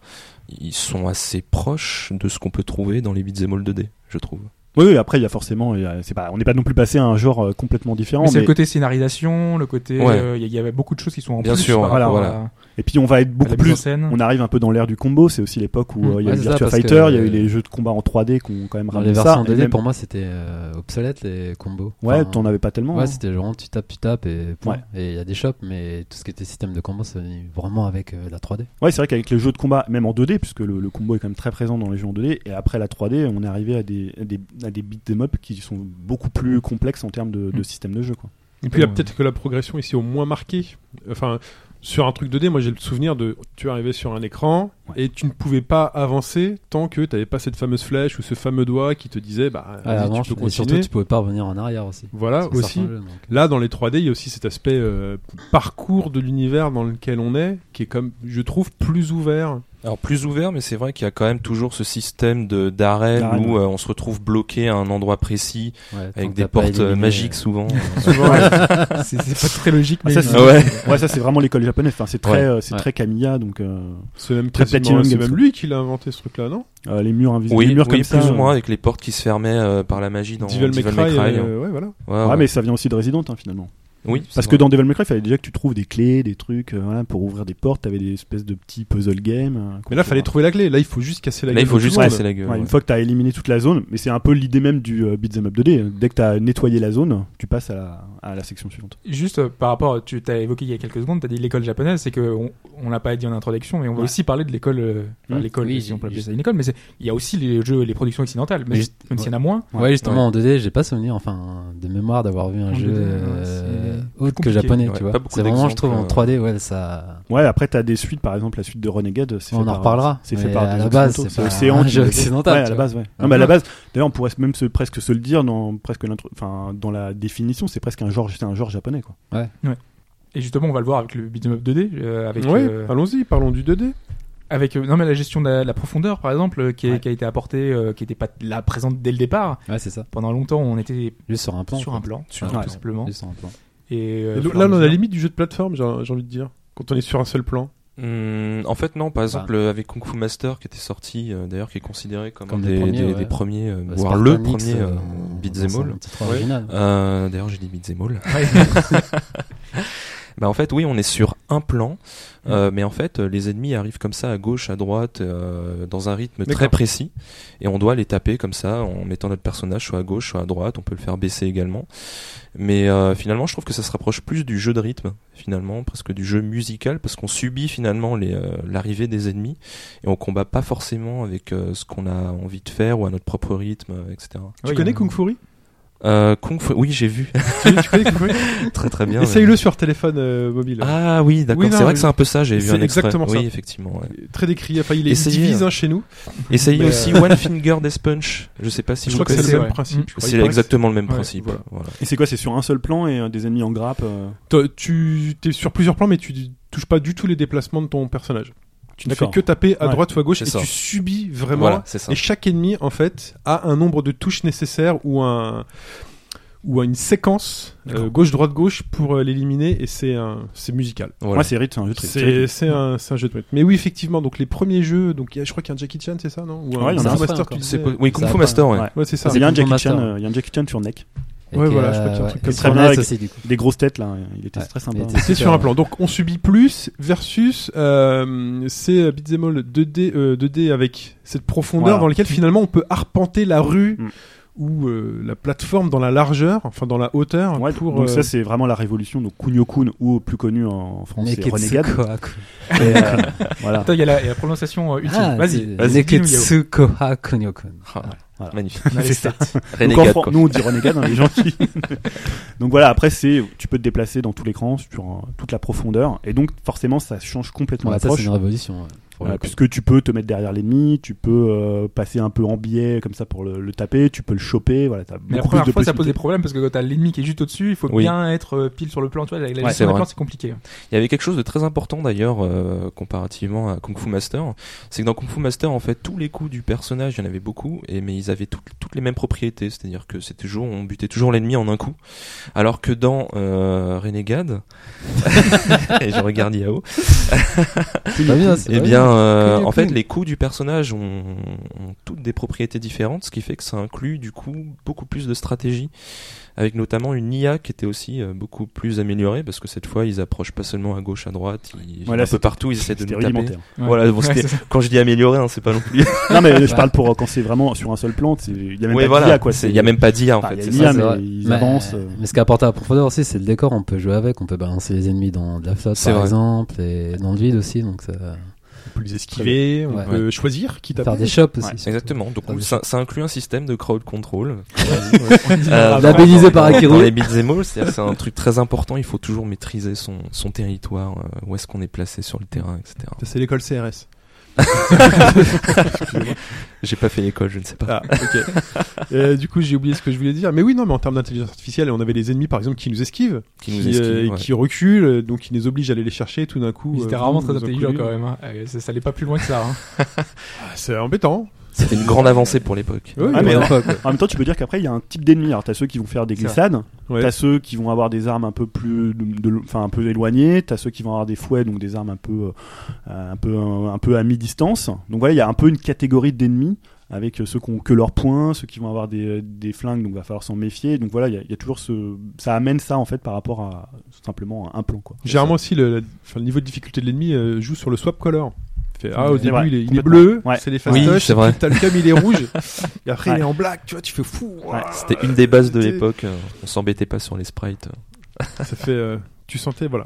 ils sont assez proches de ce qu'on peut trouver dans les beat'em all 2D, je trouve. Oui, oui, après, il y a forcément, il y a- c'est pas, on n'est pas non plus passé à un genre euh, complètement différent. Mais c'est mais- le côté scénarisation, le côté. euh, Ouais. Il y, a- il y avait beaucoup de choses qui sont en Bien plus sûr, par voilà, rapport voilà. à- Et puis on va être à la beaucoup mise en plus. scène. On arrive un peu dans l'ère du combo, c'est aussi l'époque où Mm. euh, il y a Ouais, eu c'est ça, Virtua parce que, Fighter, il y a eu euh, les jeux de combat en 3D qu'on quand même Dans les ramené versions ça. 2D, et même- pour moi, c'était euh, obsolète les combos. Ouais, Enfin, t'en avais pas tellement. Ouais, hein. c'était genre tu tapes, tu tapes et point. Ouais. Et il y a des shops, mais tout ce qui était système de combat, c'est venu vraiment avec euh, la 3D. Ouais, c'est vrai qu'avec les jeux de combat, même en 2D, puisque le, le combo est quand même très présent dans les jeux en 2D, et après la 3D, on est arrivé à des, à des, à des beat'em up qui sont beaucoup plus complexes en termes de, de Hmm. Mm. système de jeu. Quoi. Et puis là, Ouais. peut-être que la progression ici au moins marquée. Enfin, sur un truc 2D, moi j'ai le souvenir de tu arrivais sur un écran Ouais. et tu ne pouvais pas avancer tant que tu n'avais pas cette fameuse flèche ou ce fameux doigt qui te disait bah vas-y, À la tu manche, peux Ah, et surtout, continuer. tu pouvais pas revenir en arrière aussi. Voilà Sur certains Ah, aussi. jeux, donc. Là, dans les 3D, il y a aussi cet aspect euh, parcours de l'univers dans lequel on est, qui est comme, je trouve, plus ouvert. Alors plus ouvert, mais c'est vrai qu'il y a quand même toujours ce système de d'arène D'arène, où euh, on se retrouve bloqué à un endroit précis Ouais, tant avec que des t'as pas portes euh, éliminé, magiques euh, souvent. C'est c'est pas très logique, Ah, mais. ça, c'est- euh, ouais. Ouais, ça c'est vraiment l'école japonaise, enfin, c'est très, Ouais, euh, c'est ouais. très Camilla, donc euh, C'est même, Très quasiment- Platinum c'est Games, même quoi. lui qui l'a inventé ce truc-là, non euh, les murs invisibles, Oui, les murs oui, comme plus ça. ou moins euh, avec les portes qui se fermaient euh, par la magie dans Devil May Cry, hein. euh, ouais, voilà. Ouais, Ah, ouais. mais ça vient aussi de Resident hein, finalement. oui, Parce c'est que dans Devil May Cry, il fallait déjà que tu trouves des clés, des trucs euh, voilà, pour ouvrir des portes, t'avais des espèces de petits puzzle games. euh, qu'on Mais là, pouvait- fallait trouver la clé. Là, il faut juste casser la Là, gueule il faut de juste tout le monde. casser la gueule. Ouais, ouais. Une fois que t'as éliminé toute la zone, mais c'est un peu l'idée même du euh, beat'em up 2D. Dès que t'as nettoyé la zone, tu passes à la, à la section suivante. Juste euh, par rapport, à- tu t'as évoqué il y a quelques secondes, t'as dit l'école japonaise, c'est que on, on l'a pas dit en introduction, mais on va Ouais. aussi parler de l'école, euh, enfin, Mmh. l'école, Oui, si on peut j'ai- appeler ça une école, mais c'est- il y a aussi les jeux, les productions occidentales, mais Mais juste- même s'il y en a moins. Ouais, justement, en 2D, j'ai pas souvenir, enfin, de mémoire d'avoir vu un En jeu 2D, ouais, euh, c'est autre que compliqué. japonais, Ouais, tu vois. pas beaucoup C'est vraiment, je trouve, d'exemples, en euh. 3D, ouais, ça. Ouais, après, t'as des suites, par exemple, la suite de Renegade. c'est On fait en par- reparlera. C'est fait mais par à des Euh, la base, occidentaux, c'est pas un qui jeu l'a fait. occidental, Ouais, à tu la vois. Ah base, ouais. Non, mais à la base, d'ailleurs, on pourrait même se, presque se le dire dans, presque l'intro- enfin, dans la définition, c'est presque un genre, c'est un genre japonais, quoi. Et justement, on va le voir avec le beat'em up 2D, euh, avec Ouais, euh, allons-y, parlons du 2D. avec euh, non mais la gestion de la, la profondeur par exemple euh, qui, est- Ouais. qui a été apportée euh, qui n'était pas là présente dès le départ Ouais, c'est ça. pendant longtemps on était Juste sur un plan. sur quoi. un plan Sur un tout plan. simplement Juste sur un plan. et Et euh, donc, faut là, leur on a la dire. limite du jeu de plateforme, j'ai j'ai envie de dire. Quand on est sur un seul plan. Hum, en fait, non. Par exemple, euh, avec Kung Fu Master qui était sorti, euh, d'ailleurs, qui est considéré comme, Comme un le des, premier, des- ouais. des premiers, euh, Bah, voire le Spartanix, premier euh, euh, dans beat'em son all. titre original. Euh, d'ailleurs, j'ai dit beat'em all. bah, en fait, oui, on est sur un plan, euh, mais en fait, euh, les ennemis arrivent comme ça à gauche, à droite, euh, dans un rythme très D'accord. précis, et on doit les taper comme ça en mettant notre personnage soit à gauche, soit à droite. On peut le faire baisser également, mais euh, finalement, je trouve que ça se rapproche plus du jeu de rythme, finalement, presque du jeu musical, parce qu'on subit finalement les, euh, l'arrivée des ennemis et on combat pas forcément avec euh, ce qu'on a envie de faire ou à notre propre rythme, euh, etc. tu Ouais, connais il y a- Kung Fury Euh, Kung Fu, oui, j'ai vu. tu, tu connais Kung Fury très très bien. Essaye-le sur téléphone euh, mobile. Ah oui, d'accord. Oui, non, c'est vrai mais- que c'est un peu ça. J'ai vu C'est un extrait. exactement oui, ça. effectivement. ouais. Très décrié, enfin il est Essayez, divise hein. hein, chez nous. Essayez Mais, euh, aussi One Finger Death Punch. Je sais pas si je vous crois que c'est connaissez. le même ouais. principe. Mm. je crois. C'est Il paraît que exactement le même Ouais, principe. voilà. voilà. Et c'est quoi C'est sur un seul plan et euh, des ennemis en grappe euh, T'as- Tu es sur plusieurs plans, mais tu touches pas du tout les déplacements de ton personnage. Tu ne fais D'accord. que taper à Ouais. droite ou à gauche et C'est ça. tu subis vraiment. Voilà, c'est ça. Et chaque ennemi, en fait, a un nombre de touches nécessaires ou un ou une séquence D'accord. euh, gauche droite gauche pour euh, l'éliminer et c'est un c'est musical. Voilà. Ouais, c'est rythme, c'est un jeu très C'est c'est un, c'est un jeu de rythme. Mais oui, effectivement, donc les premiers jeux, donc il y a- je crois qu'il y a un Jackie Chan, c'est ça, non Ou Ouais, il y en a Kung un, Fu Master, encore. tu C'est disais. po- oui, Kung Fu Ça a Master. ouais. pas- Ouais, c'est ça. C'est Il y a un Kung Fu Jackie Chan, Master. euh, il y a un Jackie Chan sur Neck. Et Ouais, qui, voilà, je crois qu'il y a un ouais, truc qui comme se ça. promenait Avec- aussi, du coup. Des grosses têtes là, il était Ouais, très sympa. il était- hein. C'est sur un plan. Donc on subit plus versus euh, c'est euh, Beat'em All 2D, euh, 2D avec cette profondeur Voilà. dans laquelle finalement on peut arpenter la rue Mm. ou euh, la plateforme dans la largeur, enfin dans la hauteur. Ouais, pour, donc euh, ça c'est vraiment la révolution donc Kunio Kun ou plus connu en français Renegade Neketsukohaku. Et, euh, voilà Attends, il y a la, il y a la prononciation euh, utile Ah, vas-y c'est- vas-y, dis-nous, Yao. Neketsukohaku Nyokun. Ah, Voilà. Magnifique. On a les C'est ça. stats. Donc en Renegade, Fran- quoi. nous on dit Renegade, hein, les gens qui. donc voilà, après c'est, tu peux te déplacer dans tout l'écran sur euh, toute la profondeur, et donc forcément ça change complètement Ouais, Ça, c'est l'approche. une révolution. ouais. pour Euh, le coup. puisque tu peux te mettre derrière l'ennemi, tu peux euh, passer un peu en biais comme ça pour le, le taper, tu peux le choper, voilà, t'as Mais la beaucoup plus première de fois, ça pose des possibilités. problèmes parce que quand t'as l'ennemi qui est juste au-dessus, il faut Oui. bien être euh, pile sur le plan. Tu vois, avec la Ouais, gestion c'est de la vrai. corde, c'est compliqué. Il y avait quelque chose de très important d'ailleurs euh, comparativement à Kung Fu Master, c'est que dans Kung Fu Master en fait tous les coups du personnage, il y en avait beaucoup, et mais ils avaient toutes, toutes les mêmes propriétés, c'est-à-dire que c'était toujours on butait toujours l'ennemi en un coup, alors que dans euh, Renegade, et je regarde Yao, C'est pas bien, c'est eh pas bien euh, Que du en fait coup. les coups du personnage ont, ont toutes des propriétés différentes, ce qui fait que ça inclut du coup beaucoup plus de stratégie avec notamment une IA qui était aussi euh, beaucoup plus améliorée parce que cette fois ils approchent pas seulement à gauche à droite, ils Voilà, un peu c'était- partout ils essaient de C'était nous taper. rudimentaire. Ouais. Voilà, bon, Ouais, c'était- c'est ça. quand je dis améliorer, hein, c'est pas non plus. non mais je parle pour euh, quand c'est vraiment sur un seul plan, c'est- il y a même Ouais, pas voilà, d'IA, quoi. c'est- il y a même pas d'IA en Ah, fait. il y a c'est une ça. IA, c'est mais vrai. ils Mais- avancent, euh. Mais ce qui apporte à la profondeur aussi, c'est le décor. On peut jouer avec, on peut balancer les ennemis dans de la flotte, C'est par vrai. exemple, et dans le vide aussi. Donc ça... On peut les esquiver, on Ouais. peut choisir qui faire taper. des shops aussi. Ouais, surtout. Exactement. Donc Ah, on- oui. ça, ça inclut un système de crowd control. Ah, Euh, bah, Labellisé par dans- Dans Akiru. les beats and all, c'est-à-dire que c'est un truc très important. Il faut toujours maîtriser son, son territoire, euh, où est-ce qu'on est placé sur le terrain, etc. Ça, C'est l'école CRS. J'ai pas fait l'école, je ne sais pas. Ah, ok. Euh, du coup, j'ai oublié ce que je voulais dire. Mais oui, non, mais en termes d'intelligence artificielle, on avait les ennemis, par exemple, qui nous esquivent, Qui nous esquive, euh, ouais. qui reculent, euh, donc qui les obligent à aller les chercher. Tout d'un coup, Ils étaient euh, rarement vous très vous en intelligents collez. quand même. hein. Euh, Ça, ça allait pas plus loin que ça. hein. Ah, C'est embêtant. C'était une grande avancée pour l'époque. Oui, Ah, oui, mais voilà. En même temps, tu peux dire qu'après il y a un type d'ennemi. Alors t'as ceux qui vont faire des C'est vrai. glissades, Ouais. t'as ceux qui vont avoir des armes un peu plus, de- de- enfin un peu éloignées, t'as ceux qui vont avoir des fouets, donc des armes un peu, euh, un peu, un, peu à mi-distance. Donc voilà, il y a un peu une catégorie d'ennemis avec euh, ceux qui ont que leurs poings, ceux qui vont avoir des, des flingues, donc va falloir s'en méfier. Donc voilà, il y, a- il y a toujours ce, ça amène ça en fait par rapport à simplement à un plan quoi. Généralement aussi, le, la- enfin, le niveau de difficulté de l'ennemi euh, joue sur le swap color. Il fait, ah, au C'est début, vrai, il est, il est complètement. bleu, Ouais. c'est les Oui, fastoches, c'est vrai. puis t'as le cam, il est rouge, et après, Ouais. il est en black, tu vois, tu fais fou. ouah. C'était une des bases de C'était- l'époque. euh, On s'embêtait pas sur les sprites. Ça fait. euh, tu sentais, voilà.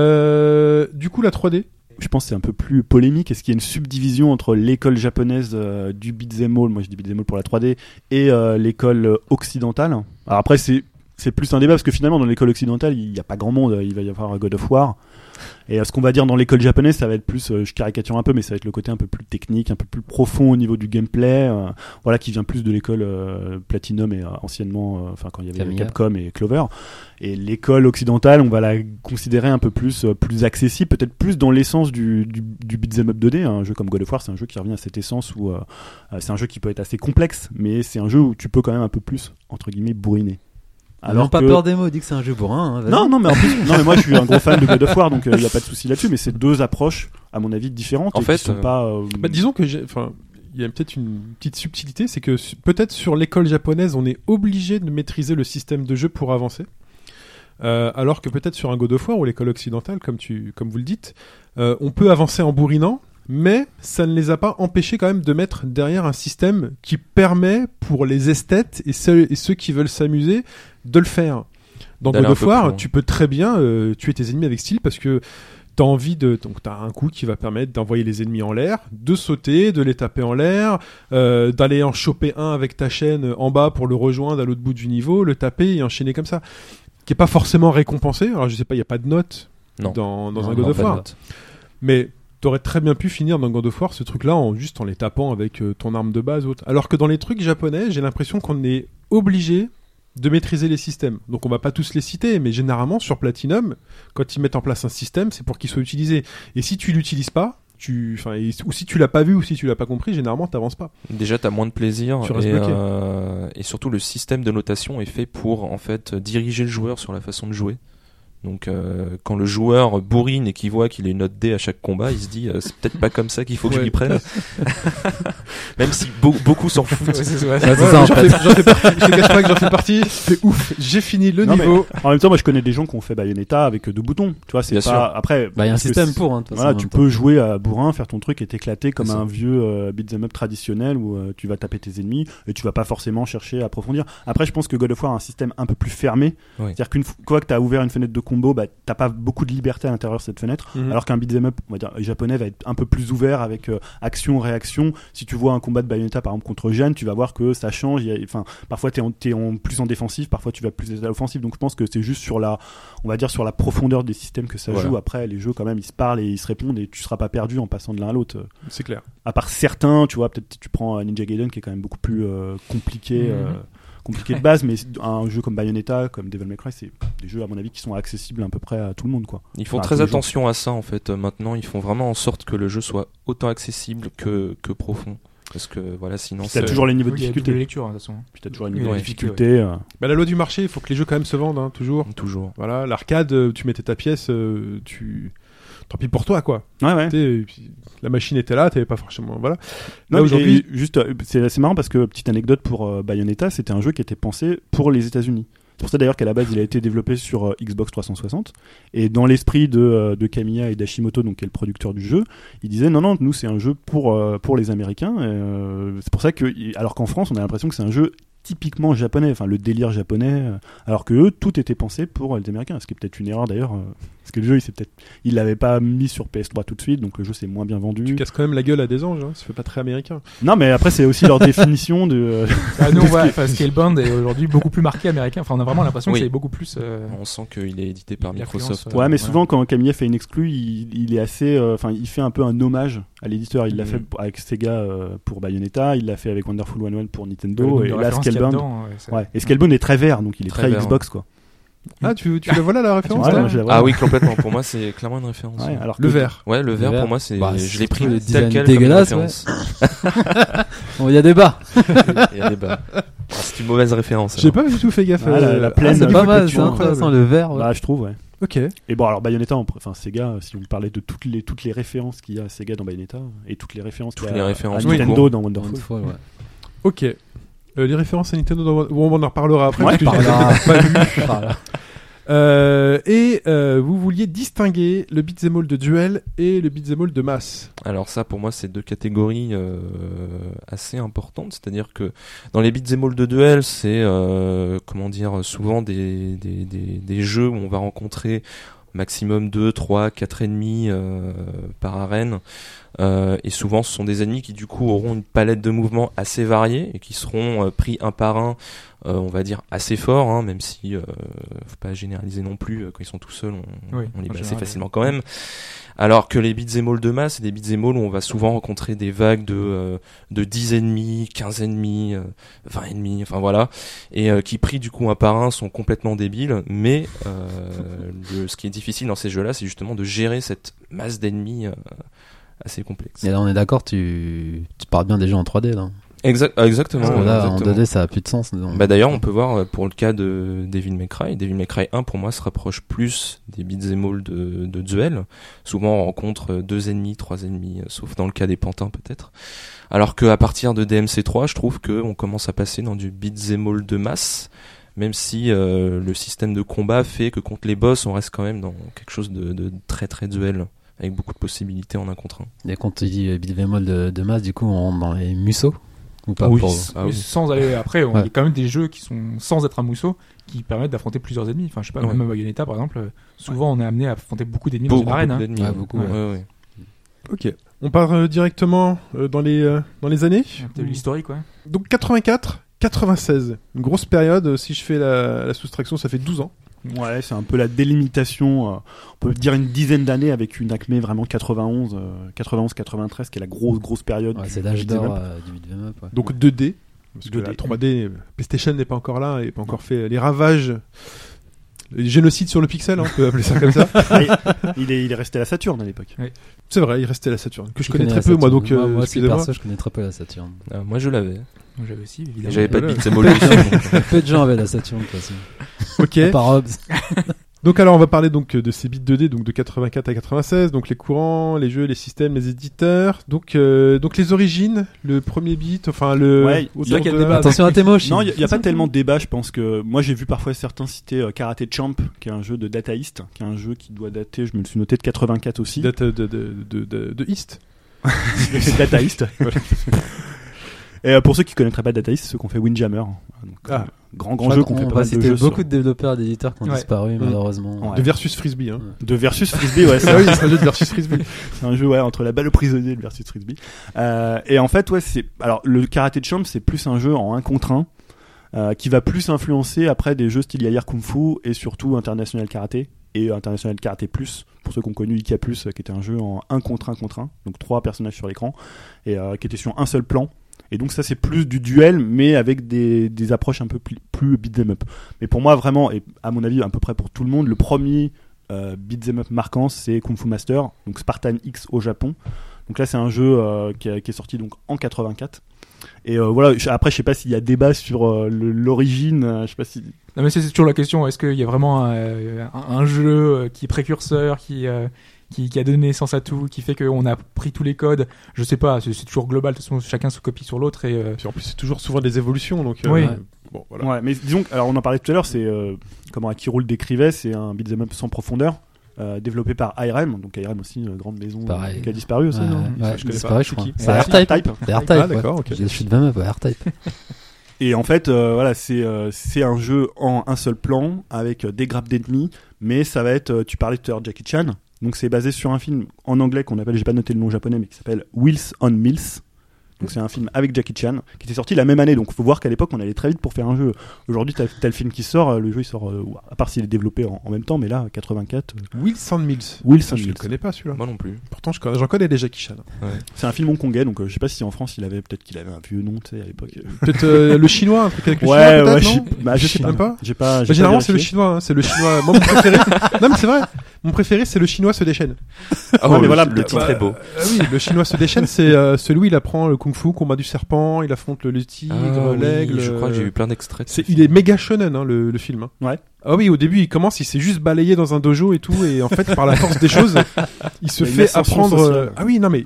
Euh, du coup, la 3D. je pense que c'est un peu plus polémique. Est-ce qu'il y a une subdivision entre l'école japonaise euh, du beat'em all, moi je dis beat'em all pour la 3D, et euh, l'école euh, occidentale Alors après, c'est c'est plus un débat parce que finalement dans l'école occidentale il n'y a pas grand monde. Il va y avoir God of War. Et euh, ce qu'on va dire dans l'école japonaise, ça va être plus, euh, je caricature un peu, mais ça va être le côté un peu plus technique, un peu plus profond au niveau du gameplay, euh, voilà, qui vient plus de l'école euh, Platinum et euh, anciennement, euh, enfin quand il y avait Camilla. Capcom et Clover. Et l'école occidentale, on va la considérer un peu plus, euh, plus accessible, peut-être plus dans l'essence du, du, du beat'em up 2D. Un jeu comme God of War, c'est un jeu qui revient à cette essence où euh, euh, c'est un jeu qui peut être assez complexe, mais c'est un jeu où tu peux quand même un peu plus, entre guillemets, bourriner. Alors, Ah, pas que- peur des mots, dit que c'est un jeu bourrin. hein, vas-y. non, non, mais en plus, non, mais moi je suis un gros fan de God of War, donc il n'y a pas de souci là-dessus, mais c'est deux approches, à mon avis, différentes. En et fait, qui sont euh, pas. euh, Bah, disons que j'ai- enfin, il y a peut-être une petite subtilité, c'est que su- peut-être sur l'école japonaise, on est obligé de maîtriser le système de jeu pour avancer. Euh, alors que peut-être sur un God of War ou l'école occidentale, comme, tu, comme vous le dites, euh, on peut avancer en bourrinant, mais ça ne les a pas empêchés quand même de mettre derrière un système qui permet pour les esthètes et ceux, et ceux qui veulent s'amuser de le faire. Dans D'aller God un of peu plus War, loin. tu peux très bien euh, tuer tes ennemis avec style parce que t'as envie de donc t'as un coup qui va permettre d'envoyer les ennemis en l'air, de sauter, de les taper en l'air, euh, d'aller en choper un avec ta chaîne en bas pour le rejoindre à l'autre bout du niveau, le taper et enchaîner comme ça, qui est pas forcément récompensé. Alors je sais pas, il y a pas de note Non. dans, dans Non, un God non, of pas de War, note. mais t'aurais très bien pu finir dans God of War ce truc-là en juste en les tapant avec euh, ton arme de base ou autre. Alors que dans les trucs japonais, j'ai l'impression qu'on est obligé de maîtriser les systèmes. Donc on va pas tous les citer, mais généralement sur Platinum, quand ils mettent en place un système, c'est pour qu'il soit utilisé. Et si tu l'utilises pas, tu, enfin, et- ou si tu l'as pas vu ou si tu l'as pas compris, généralement t'avances pas. Déjà, t'as moins de plaisir Tu restes et, bloqué. euh, et surtout le système de notation est fait pour en fait diriger le joueur sur la façon de jouer. Donc, euh, quand le joueur bourrine et qu'il voit qu'il est une note D à chaque combat, il se dit euh, c'est peut-être pas comme ça qu'il faut que je Ouais. m'y prenne. Même si beau- beaucoup s'en Ouais, foutent. c'est- ouais, Ouais, c'est- c'est ça, en j'en fait. fais, j'en fais partie. Je te cache pas que j'en fais partie. C'est ouf. J'ai fini le Non, mais- niveau. En même temps, moi je connais des gens qui ont fait Bayonetta avec euh, deux boutons, tu vois, c'est Bien pas. sûr. Après. Bah, il y a un parce que système c'est- pour, hein, de toute façon, Voilà, en tu même temps. peux jouer à bourrin, faire ton truc et t'éclater comme C'est ça. un vieux euh, beat'em up traditionnel où euh, tu vas taper tes ennemis et tu vas pas forcément chercher à approfondir. Après, je pense que God of War a un système un peu plus fermé. Oui. C'est-à-dire qu'une fois que t'as ouvert une fenêtre de combo, bah, t'as pas beaucoup de liberté à l'intérieur de cette fenêtre. Mm. Mhm. Alors qu'un beat'em up, on va dire, japonais va être un peu plus ouvert avec euh, action, réaction. Si tu vois un combat de Bayonetta par exemple contre Jeanne, tu vas voir que ça change. Il y a- Enfin, parfois t'es en, t'es en plus en défensif, parfois tu vas plus à l'offensive. Donc je pense que c'est juste sur la, on va dire sur la profondeur des systèmes que ça Voilà. joue. Après, les jeux quand même, ils se parlent et ils se répondent et tu seras pas perdu en passant de l'un à l'autre. C'est clair. À part certains, tu vois, peut-être tu prends euh, Ninja Gaiden qui est quand même beaucoup plus euh, compliqué, euh, Mhm. compliqué de base, mais un jeu comme Bayonetta, comme Devil May Cry, c'est des jeux à mon avis qui sont accessibles à peu près à tout le monde, quoi. Ils font Enfin, très tous les jours. attention à ça en fait. euh, Maintenant, ils font vraiment en sorte que le jeu soit autant accessible que, que profond. Parce que voilà, sinon Puis T'as c'est- toujours les niveaux de Oui, il y a double difficulté. lecture, hein, de toute façon. Puis t'as toujours les Oui, niveaux de ouais. difficulté. euh. Bah, la loi du marché, il faut que les jeux quand même se vendent, hein, toujours. toujours. Voilà, l'arcade, euh, tu mettais ta pièce, euh, tu. Tant pis pour toi, quoi. euh. Ouais, ouais. Tu sais, et puis, la machine était là, t'avais pas forcément. Voilà. Là, Non, mais aujourd'hui- et juste, euh, c'est assez marrant parce que petite anecdote pour euh, Bayonetta, c'était un jeu qui était pensé pour les États-Unis. C'est pour ça d'ailleurs qu'à la base, il a été développé sur euh, Xbox 360. Et dans l'esprit de, euh, de Kamiya et d'Hashimoto, donc qui est le producteur du jeu, il disait non, non, nous c'est un jeu pour euh, pour les Américains. Et, euh, c'est pour ça que, alors qu'en France, on a l'impression que c'est un jeu typiquement japonais, enfin le délire japonais, euh, alors que eux, tout était pensé pour euh, les Américains. Ce qui est peut-être une erreur d'ailleurs, euh, parce que le jeu, il s'est peut-être, il l'avait pas mis sur PS3 tout de suite, donc le jeu s'est moins bien vendu. Tu casses quand même la gueule à des anges, hein, ça fait pas très américain. Non, mais après, c'est aussi leur définition de. euh, Ah, nous, Parce voilà, que- enfin, Scalebound est aujourd'hui beaucoup plus marqué américain. Enfin, on a vraiment l'impression Oui. que c'est beaucoup plus. euh, On sent qu'il est édité par L'influence, Microsoft. euh, Ouais, mais voilà. souvent, quand Camille fait une exclue, il, il est assez. euh, Enfin, il fait un peu un hommage à l'éditeur. Il l'a Mhm. fait avec Sega euh, pour Bayonetta, il l'a fait avec Wonderful 101 pour le Nintendo, nombre et de là, références qu'il y a Scalebound. dedans, ouais, c'est- Ouais, et Scalebound est très vert, donc il est Très très, vert, Xbox, quoi. Ah, tu, tu la voilà la tu référence vois, là moi, je la vois. Ah oui, complètement. Pour moi, c'est clairement une référence. Ouais, alors Le que- vert. Ouais, le vert, vert. pour moi, c'est Bah, je l'ai surtout pris le tel design quel dégueulasse, comme référence. Bon, il y a débat. Il y a des bas. Ah, C'est une mauvaise référence. J'ai alors. pas du tout fait gaffe Ah, à la- la Ah, plaine, c'est C'est du pas coup, mal, tu c'est vois, intéressant incroyable. le vert. ouais. Bah, je trouve, ouais. Ok. Et bon, alors Bayonetta, on pr- enfin Sega, si on parlait de toutes les, toutes les références qu'il y a à Sega dans Bayonetta, et toutes les références, Toutes qu'il y a les références, à oui. Nintendo dans Dans une Wonderful. fois, ouais. Ok. Euh, les références à Nintendo, dans- bon, on en reparlera après. parce que je par les ai là. peut-être pas vues. Par là. Euh, et euh, vous vouliez distinguer le beat'em all de duel et le beat'em all de masse. Alors ça, pour moi, c'est deux catégories euh, assez importantes. C'est-à-dire que dans les beats et all de duel, c'est euh, comment dire souvent des, des, des, des jeux où on va rencontrer maximum 2, 3, 4 ennemis euh, par arène. Euh, et souvent, ce sont des ennemis qui du coup auront une palette de mouvements assez variée et qui seront euh, pris un par un, euh, on va dire assez fort, hein, même si euh, faut pas généraliser non plus. euh, Quand ils sont tout seuls, on, Oui, on les en bat assez général, facilement oui. quand même. Alors que les beats et all de masse, c'est des beats et all où on va souvent rencontrer des vagues de euh, de 10 ennemis, 15 ennemis, euh, 20 ennemis, enfin voilà, et euh, qui pris du coup un par un sont complètement débiles, mais euh, le- ce qui est difficile dans ces jeux-là, c'est justement de gérer cette masse d'ennemis euh, assez complexe. Et là, on est d'accord, tu... tu parles bien des jeux en 3D là. Exact- ah, exactement. Parce que là, en exactement. 2D, ça a plus de sens. donc. Bah d'ailleurs, on peut voir euh, pour le cas de Devil May Cry. Devil May Cry 1, pour moi, se rapproche plus des beat'em all de, de duel. Souvent, on rencontre euh, deux ennemis, trois ennemis, euh, sauf dans le cas des pantins peut-être. Alors que à partir de DMC3, je trouve que on commence à passer dans du beat'em all de masse, même si euh, le système de combat fait que contre les boss, on reste quand même dans quelque chose de, de très très duel, avec beaucoup de possibilités en un contre un. Et quand tu dis bit bémol de, de masse, du coup, on rentre dans les musso ou pas oui, pour- ah Mais oui. sans aller après, on- il y Ouais. a quand même des jeux qui sont sans être un mousseau qui permettent d'affronter plusieurs ennemis. Enfin, je sais pas, Ouais. même à Bayonetta par exemple, euh, souvent on est amené à affronter beaucoup d'ennemis dans Beaucoup, une arène. beaucoup hein. d'ennemis. Ouais, beaucoup, Ouais, ouais. ouais, ouais. Ok. On part euh, directement euh, dans les euh, dans les années. C'est un peu l'historique, ouais. Donc 84, 96, une grosse période. euh, Si je fais la, la soustraction, ça fait 12 ans. Ouais, c'est un peu la délimitation. euh, on peut dire une dizaine d'années avec une acmé vraiment 91, euh, 91, 93, qui est la grosse grosse période. Ouais, du- c'est l'âge du beat'em d'or up. euh, du beat'em up. ouais. Donc 2D. Parce que 2D. la 3D, euh, PlayStation n'est pas encore là et pas encore fait euh, les ravages. Les génocides sur le pixel, hein, on peut appeler ça comme ça. Il est il est resté à la Saturne à l'époque. C'est vrai, il restait la Saturne, que je Tu connais, la très peu moi, Saturn. donc euh, moi, aussi, excusez-moi. perso, je connais très peu la Saturne. Euh, moi, je l'avais. Moi, J'avais aussi, Et évidemment. J'avais pas de voilà. beat'em all dessus. donc. peu de gens avaient la Saturne, de toute façon. Ok. À part Hobbes. Donc alors on va parler donc euh, de ces bits 2D donc de 84 à 96 donc les courants, les jeux, les systèmes, les éditeurs donc euh, donc les origines, le premier bit enfin le Ouais, autour c'est vrai qu'il y a de- le débat. Attention à tes moches. Non, il n'y a, pas tellement de débat, je pense que moi j'ai vu parfois certains citer euh, Karate Champ, qui est un jeu de Data East, qui est un jeu qui doit dater, je me le suis noté, de 84 aussi. date de de de, de, de East. C'est Data East. Et euh, pour ceux qui connaîtraient pas Data East, ceux qui ont fait Windjammer. Donc, euh, Ah. grand grand jeu qu'on fait on pas va mal de citer jeux beaucoup de développeurs d'éditeurs qui ont Ouais. disparu malheureusement. Ouais. De versus frisbee. Hein. sur- de versus frisbee ouais c'est Ah oui, c'est un jeu de versus frisbee. C'est un jeu ouais, entre la balle au prisonnier et le versus frisbee. Euh, et en fait, ouais, c'est alors le karaté de champ, c'est plus un jeu en 1 contre 1 euh, qui va plus influencer après des jeux style Yair Kung Fu et surtout International Karaté et International Karaté Plus pour ceux qui ont connu Ika Plus euh, qui était un jeu en 1 contre 1 contre 1 donc trois personnages sur l'écran et euh, qui était sur un seul plan. Et donc ça c'est plus du duel mais avec des, des approches un peu pli- plus beat them up. Mais pour moi vraiment et à mon avis à peu près pour tout le monde, le premier euh, beat'em up marquant, c'est Kung Fu Master, donc Spartan X au Japon. Donc là, c'est un jeu euh, qui, a- qui est sorti donc en 84. Et euh, voilà, je- après, je sais pas s'il y a débat sur euh, le- l'origine, euh, je sais pas si. Non, mais c'est c'est toujours la question. Est-ce qu'il y a vraiment euh, un, un jeu euh, qui est précurseur, qui, euh, qui, qui a donné naissance à tout, qui fait qu'on a pris tous les codes Je sais pas. C'est c'est toujours global. De toute façon, chacun se copie sur l'autre. Et euh, Puis en plus, c'est toujours souvent des évolutions. Donc, euh, Oui. bon, voilà. Ouais, mais disons, que- alors on en parlait tout à l'heure, c'est euh, comment Akiro le décrivait, c'est un beat'em up sans profondeur, euh, développé par IRM, donc IRM aussi, une grande maison euh, Pareil. qui a disparu aussi, Ouais, non ouais, je connais c'est pas. pareil, je crois. Chucky. C'est Ouais. R-Type. R-Type. C'est R-Type. Ah, ouais. d'accord, ok. Je suis de même, ouais, R-Type. Et en fait, euh, voilà, c'est euh, c'est un jeu en un seul plan avec euh, des grappes d'ennemis, mais ça va être, euh, tu parlais tout à l'heure de Jackie Chan, donc c'est basé sur un film en anglais qu'on appelle, j'ai pas noté le nom japonais, mais qui s'appelle Wheels on Mills. Donc c'est un film avec Jackie Chan qui était sorti la même année, donc faut voir qu'à l'époque on allait très vite pour faire un jeu. Aujourd'hui t'as t'as le film qui sort, euh, le jeu il sort, euh, à part s'il est développé en, en même temps, mais là 84, euh, Will Sandmills. Wheels Putain, Ah, on Je ne Mills. le connais pas celui-là. Moi non plus. Pourtant, je connais- j'en connais déjà Kishan. C'est un film hongkongais, donc euh, je sais pas si en France il avait peut-être qu'il avait un vieux nom, tu sais, à l'époque. Peut-être euh, le chinois, un truc avec le Ouais, chinois, ouais, peut-être, je, non bah, je sais Même pas. pas. J'ai pas. Bah, j'ai pas généralement, c'est le vérifié. chinois. hein, c'est le chinois. Moi, mon préféré. non, mais c'est vrai. Mon préféré, c'est le chinois se déchaîne. Ah ouais, mais le- voilà, le titre bah, est beau. Ah oui, le chinois se déchaîne, c'est euh, celui il apprend le kung-fu, combat du serpent, il affronte le, le tigre, Ah oui, l'aigle. je crois que j'ai euh, vu plein d'extraits. de ce C'est, film. il est méga shonen, hein, le, le film. hein. Ouais. Ah oui, au début, il commence, il s'est juste balayé dans un dojo et tout, et en fait, par la force des choses, il se Il y a une fait ascension apprendre. sociale. euh, Ah oui, non mais.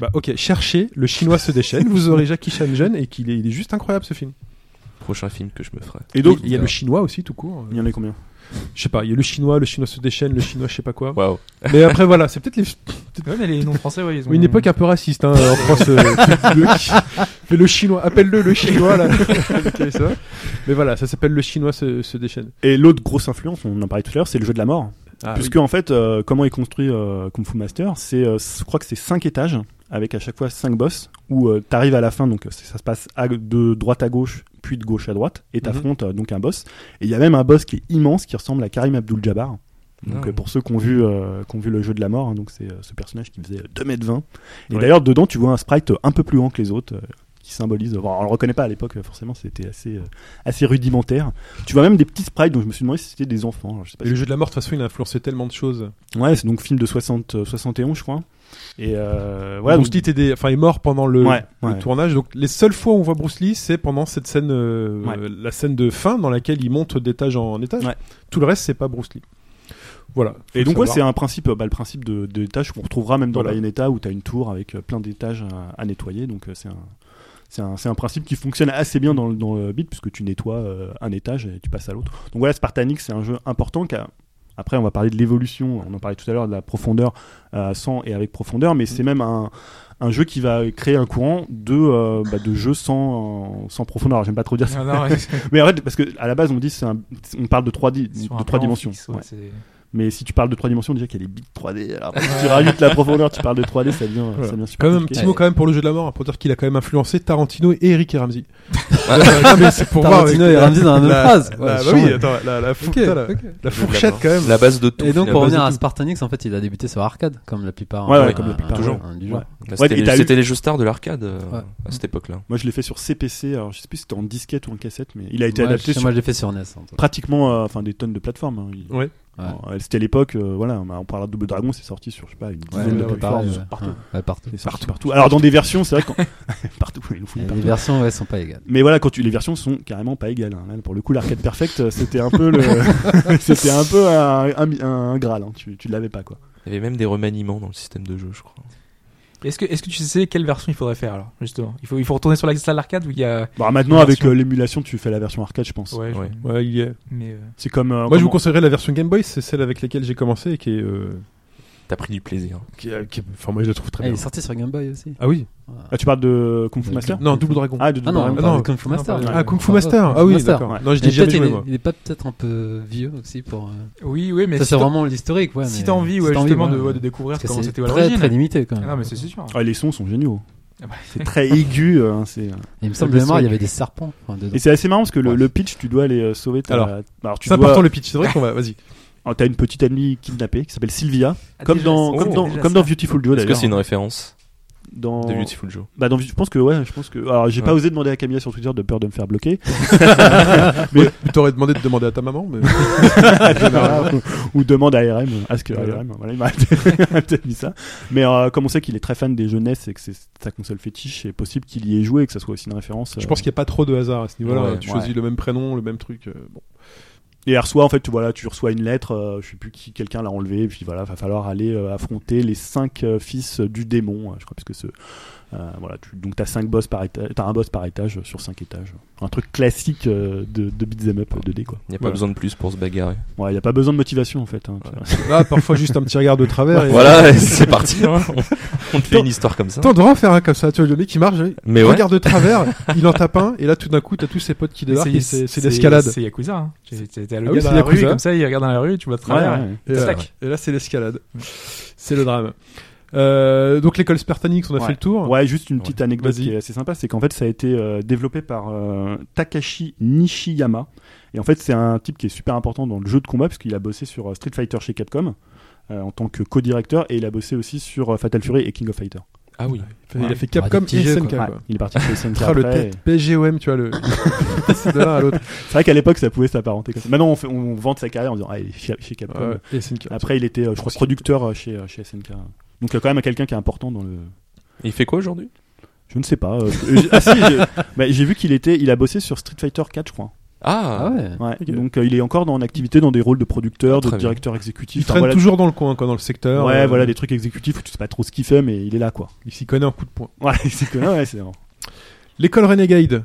Bah ok, cherchez, le chinois se déchaîne, vous aurez Jackie Chan jeune, et qu'il est, il est juste incroyable ce film. Prochain film que je me ferai. Et Et donc donc, il y a le chinois aussi, tout court. euh, il y en a combien Je sais pas, il y a le chinois, le chinois se déchaîne, le chinois, je sais pas quoi. Waouh. Mais après, voilà, c'est peut-être les- ouais, mais les noms français, ouais, ils ont une époque un peu raciste hein, en France. euh, le- mais le chinois, appelle-le le chinois là. Ok, ça. Mais voilà, ça s'appelle le chinois se, se déchaîne. Et l'autre grosse influence, on en parlait tout à l'heure, c'est le jeu de la mort. Ah puisque en fait, euh, comment est construit euh, Kung Fu Master C'est, euh, je crois que c'est cinq étages avec à chaque fois cinq boss où tu t'arrives à la fin, donc euh, ça se passe à- de droite à gauche, puis de gauche à droite, et t'affrontes euh, donc un boss. Et il y a même un boss qui est immense qui ressemble à Karim Abdul-Jabbar. Donc, Ah. euh, pour ceux qui ont vu, euh, qui ont vu le jeu de la mort, hein, donc c'est euh, ce personnage qui faisait 2m20. Et Ouais. d'ailleurs, dedans, tu vois un sprite euh, un peu plus grand que les autres, euh, qui symbolise. bon, on le reconnaît pas à l'époque, euh, forcément, c'était assez, euh, assez rudimentaire. Tu vois même des petits sprites, donc je me suis demandé si c'était des enfants. alors je sais pas Et le jeu de la mort, de toute façon, il a influencé tellement de choses. si- Ouais, c'est donc film de 60, euh, 71, je crois. Et euh, voilà, Bruce donc- Lee était des- enfin, est mort pendant le, Ouais, euh, le ouais. tournage. Donc les seules fois où on voit Bruce Lee, c'est pendant cette scène, euh, Ouais. euh, la scène de fin dans laquelle il monte d'étage en étage. Ouais. Tout le reste, c'est pas Bruce Lee. Voilà. Et Faut donc, le ouais, savoir. c'est un principe, euh, bah, le principe de, de tâches qu'on retrouvera même dans Voilà. Bayonetta où tu as une tour avec euh, plein d'étages à, à nettoyer. Donc, euh, c'est un. C'est un, c'est un principe qui fonctionne assez bien dans, le- dans le beat puisque tu nettoies euh, un étage et tu passes à l'autre. Donc voilà, Spartanix, c'est un jeu important. qui a- Après, on va parler de l'évolution, on en parlait tout à l'heure, de la profondeur euh, sans et avec profondeur, Mm. mais c'est même un, un jeu qui va créer un courant de, euh, bah, de jeux sans, sans profondeur. Alors, J'aime pas trop dire ça. Non, Ah, non, ouais, Mais en fait, parce qu'à la base, on dit c'est un- on parle de 3D, sur de un trois plan dimensions. fixe, ouais, Ouais. c'est- Mais si tu parles de 3 dimensions, déjà qu'il y a les bits 3D, alors après, si tu rajoutes la profondeur, tu parles de 3D, ça devient, Voilà. ça devient super. Quand même un compliqué. petit mot quand même pour le jeu de la mort, hein, pour dire qu'il a quand même influencé Tarantino et Eric et Ramsey. Non, mais c'est pour voir Tarantino avec- et Ramsey dans la même la- phrase. la- Ouais, bah c'est oui, chiant. attends, la, la fou- Ok, putain, la- ok. la fourchette quand même. La base de tout. Et donc, finalement. pour revenir à tout. Spartanix, en fait, il a débuté sur arcade, comme la plupart. Ouais, ouais, euh, comme la euh, plupart, toujours. ouais. hein, du genre. Bah, Ouais, C'était et t'as les, eu- c'était les jeux stars de l'arcade euh, Ouais. à cette époque-là. Moi, je l'ai fait sur CPC, alors je sais plus si c'était en disquette ou en cassette, mais il a été Moi, je adapté sais, sur Moi, je l'ai fait sur NES. en tout cas. pratiquement euh, enfin, des tonnes de plateformes. hein. Il- Ouais. Ouais. Bon, euh, C'était l'époque, euh, voilà, on on parlera de Double Dragon, c'est sorti sur, je sais pas, une Ouais, dizaine de ouais, plateformes. pareil, ouais. partout. Ouais, partout. C'est sorti partout. Alors, dans des versions, c'est vrai, quand... partout, ils nous foutent Et partout. Les versions, ouais, sont pas égales. Mais voilà, quand tu, les versions sont carrément pas égales. hein. Là, pour le coup, l'arcade perfect, euh, c'était un peu le, c'était un peu un, un, un graal. hein. Tu, tu l'avais pas quoi. Il y avait même des remaniements dans le système de jeu, je crois. Est-ce que, est-ce que tu sais quelle version il faudrait faire alors justement Il faut, il faut retourner sur la salle d'arcade où il y a. Bon, alors maintenant Une avec version. euh, l'émulation, tu fais la version arcade, je pense. Ouais. je- Ouais. Ouais, il y est. Mais euh, C'est comme. euh, Moi, je comment- vous conseillerais la version Game Boy, c'est celle avec laquelle j'ai commencé et qui est euh, T'as pris du plaisir. Qui- euh, qui- Enfin, moi, je le trouve très Ah, il est bien. sorti sur Game Boy aussi. Ah oui Ah, tu parles de Kung Fu Master Euh, Non, Double Dragon. Ah, de Ah non, Dragon. on non, parle de Kung Fu non, Master. pas- Ah, Kung Fu Ah, Master Kung Ah Fu oui, Master. d'accord. ouais. Non, je Il l'ai est, jamais peut-être- joué, il est- moi. il est pas peut-être un peu vieux aussi pour. euh, Oui, oui, mais ça si c'est t'as- vraiment l'historique, ouais. si mais- t'as envie, si ouais, t'as justement, de, ouais, ouais, de découvrir parce que comment c'est c'était à très, l'origine. très limité quand même. Ah non, mais c'est c'est sûr. Ah, les sons sont géniaux. Ah bah. C'est très aigu. hein, c'est- Il me semble Le de mémoire, il y swing. avait des serpents. enfin, dedans. Et c'est assez marrant parce que le, Ouais. le pitch, tu dois aller euh, sauver ta. Alors, alors tu C'est important dois. le pitch, c'est vrai qu'on va. Vas-y. Ah, T'as une petite amie kidnappée qui s'appelle Sylvia, comme dans ça, comme Ah, c'est dans déjà comme dans ça. Beautiful Joe Est-ce que d'ailleurs. c'est une référence Dans de Beautiful Joe bah dans je pense que ouais, je pense que alors j'ai pas osé demander à Camilla sur Twitter de peur de me faire bloquer Mais t'aurais demandé de demander à ta maman, mais. Ah, ou, ou demande à RM à ce que Voilà. RM voilà, il m'a peut-être dit ça. Mais euh, comme on sait qu'il est très fan des jeunesses et que c'est sa console fétiche, c'est possible qu'il y ait joué et que ça soit aussi une référence. Je euh, pense qu'il n'y a pas trop de hasard à ce niveau-là. Ouais, tu ouais. choisis le même prénom, le même truc. euh, bon. Et elle reçoit, en fait, tu, voilà, tu reçois une lettre, euh, je sais plus qui, quelqu'un l'a enlevée, et puis voilà, va falloir aller euh, affronter les cinq euh, fils du démon, euh, je crois, parce que ce. euh, voilà, tu, donc t'as cinq boss par étage, t'as un boss par étage euh, sur cinq étages. Un truc classique euh, de, de beat'em up euh, 2D, quoi. Il n'y a pas Voilà. besoin de plus pour se bagarrer. Ouais, y a pas besoin de motivation, en fait. hein, tu vois. Là, Ah, parfois, juste un petit regard de travers. et- Voilà, c'est parti. hein. On, on te fait une histoire comme ça. Attends, on devrait en faire un comme ça. Tu vois, le mec qui marche, il Mais ouais. regarde de travers, il en tape un, et là, tout d'un coup, t'as tous ses potes qui Mais débarquent, c'est- et c'est c'est c'est- l'escalade. C'est Yakuza. hein. T'es- T'es t'es le Ah oui, gars c'est dans la rue, Yakuza. comme ça, il regarde dans la rue, tu vois de Ouais, travers. ouais. Et, là, Tac. et là, c'est l'escalade. C'est le drame. Euh, donc, l'école Spartanix, on a Ouais. fait le tour. Ouais, juste une petite anecdote Vas-y. qui est assez sympa, c'est qu'en fait ça a été euh, développé par euh, Takashi Nishiyama. Et en fait c'est un type qui est super important dans le jeu de combat parce qu'il a bossé sur euh, Street Fighter chez Capcom euh, en tant que co-directeur et il a bossé aussi sur euh, Fatal Fury et King of Fighter. Ah oui. Il a Ouais. fait Il y aura Capcom des petits et jeux, SNK. Ouais, quoi. il est parti chez SNK Ah, le après, et- tête PGOM, tu vois, le. c'est de l'un à l'autre. C'est vrai qu'à l'époque ça pouvait s'apparenter comme ça. Maintenant on, fait, on vante sa carrière en disant ah il est chez, chez Capcom. Ouais, et SNK. Après il était euh, je crois producteur euh, chez, euh, chez SNK. Donc euh, quand même quelqu'un qui est important dans le Il fait quoi aujourd'hui je ne sais pas. euh, j'ai- ah si, j'ai bah, j'ai vu qu'il était, il a bossé sur Street Fighter 4 je crois. Ah Ah, ouais. Ouais, Ok. donc euh, il est encore dans, en activité dans des rôles de producteur, Ah, très de bien. directeur exécutif. Il Enfin, traîne voilà, toujours dans le coin, quoi, dans le secteur. Ouais, euh, voilà des trucs exécutifs où tu sais pas trop ce qu'il fait, mais il est là quoi. Il s'y connaît un coup de poing. Ouais, c'est que ouais, c'est marrant. L'école Renegade.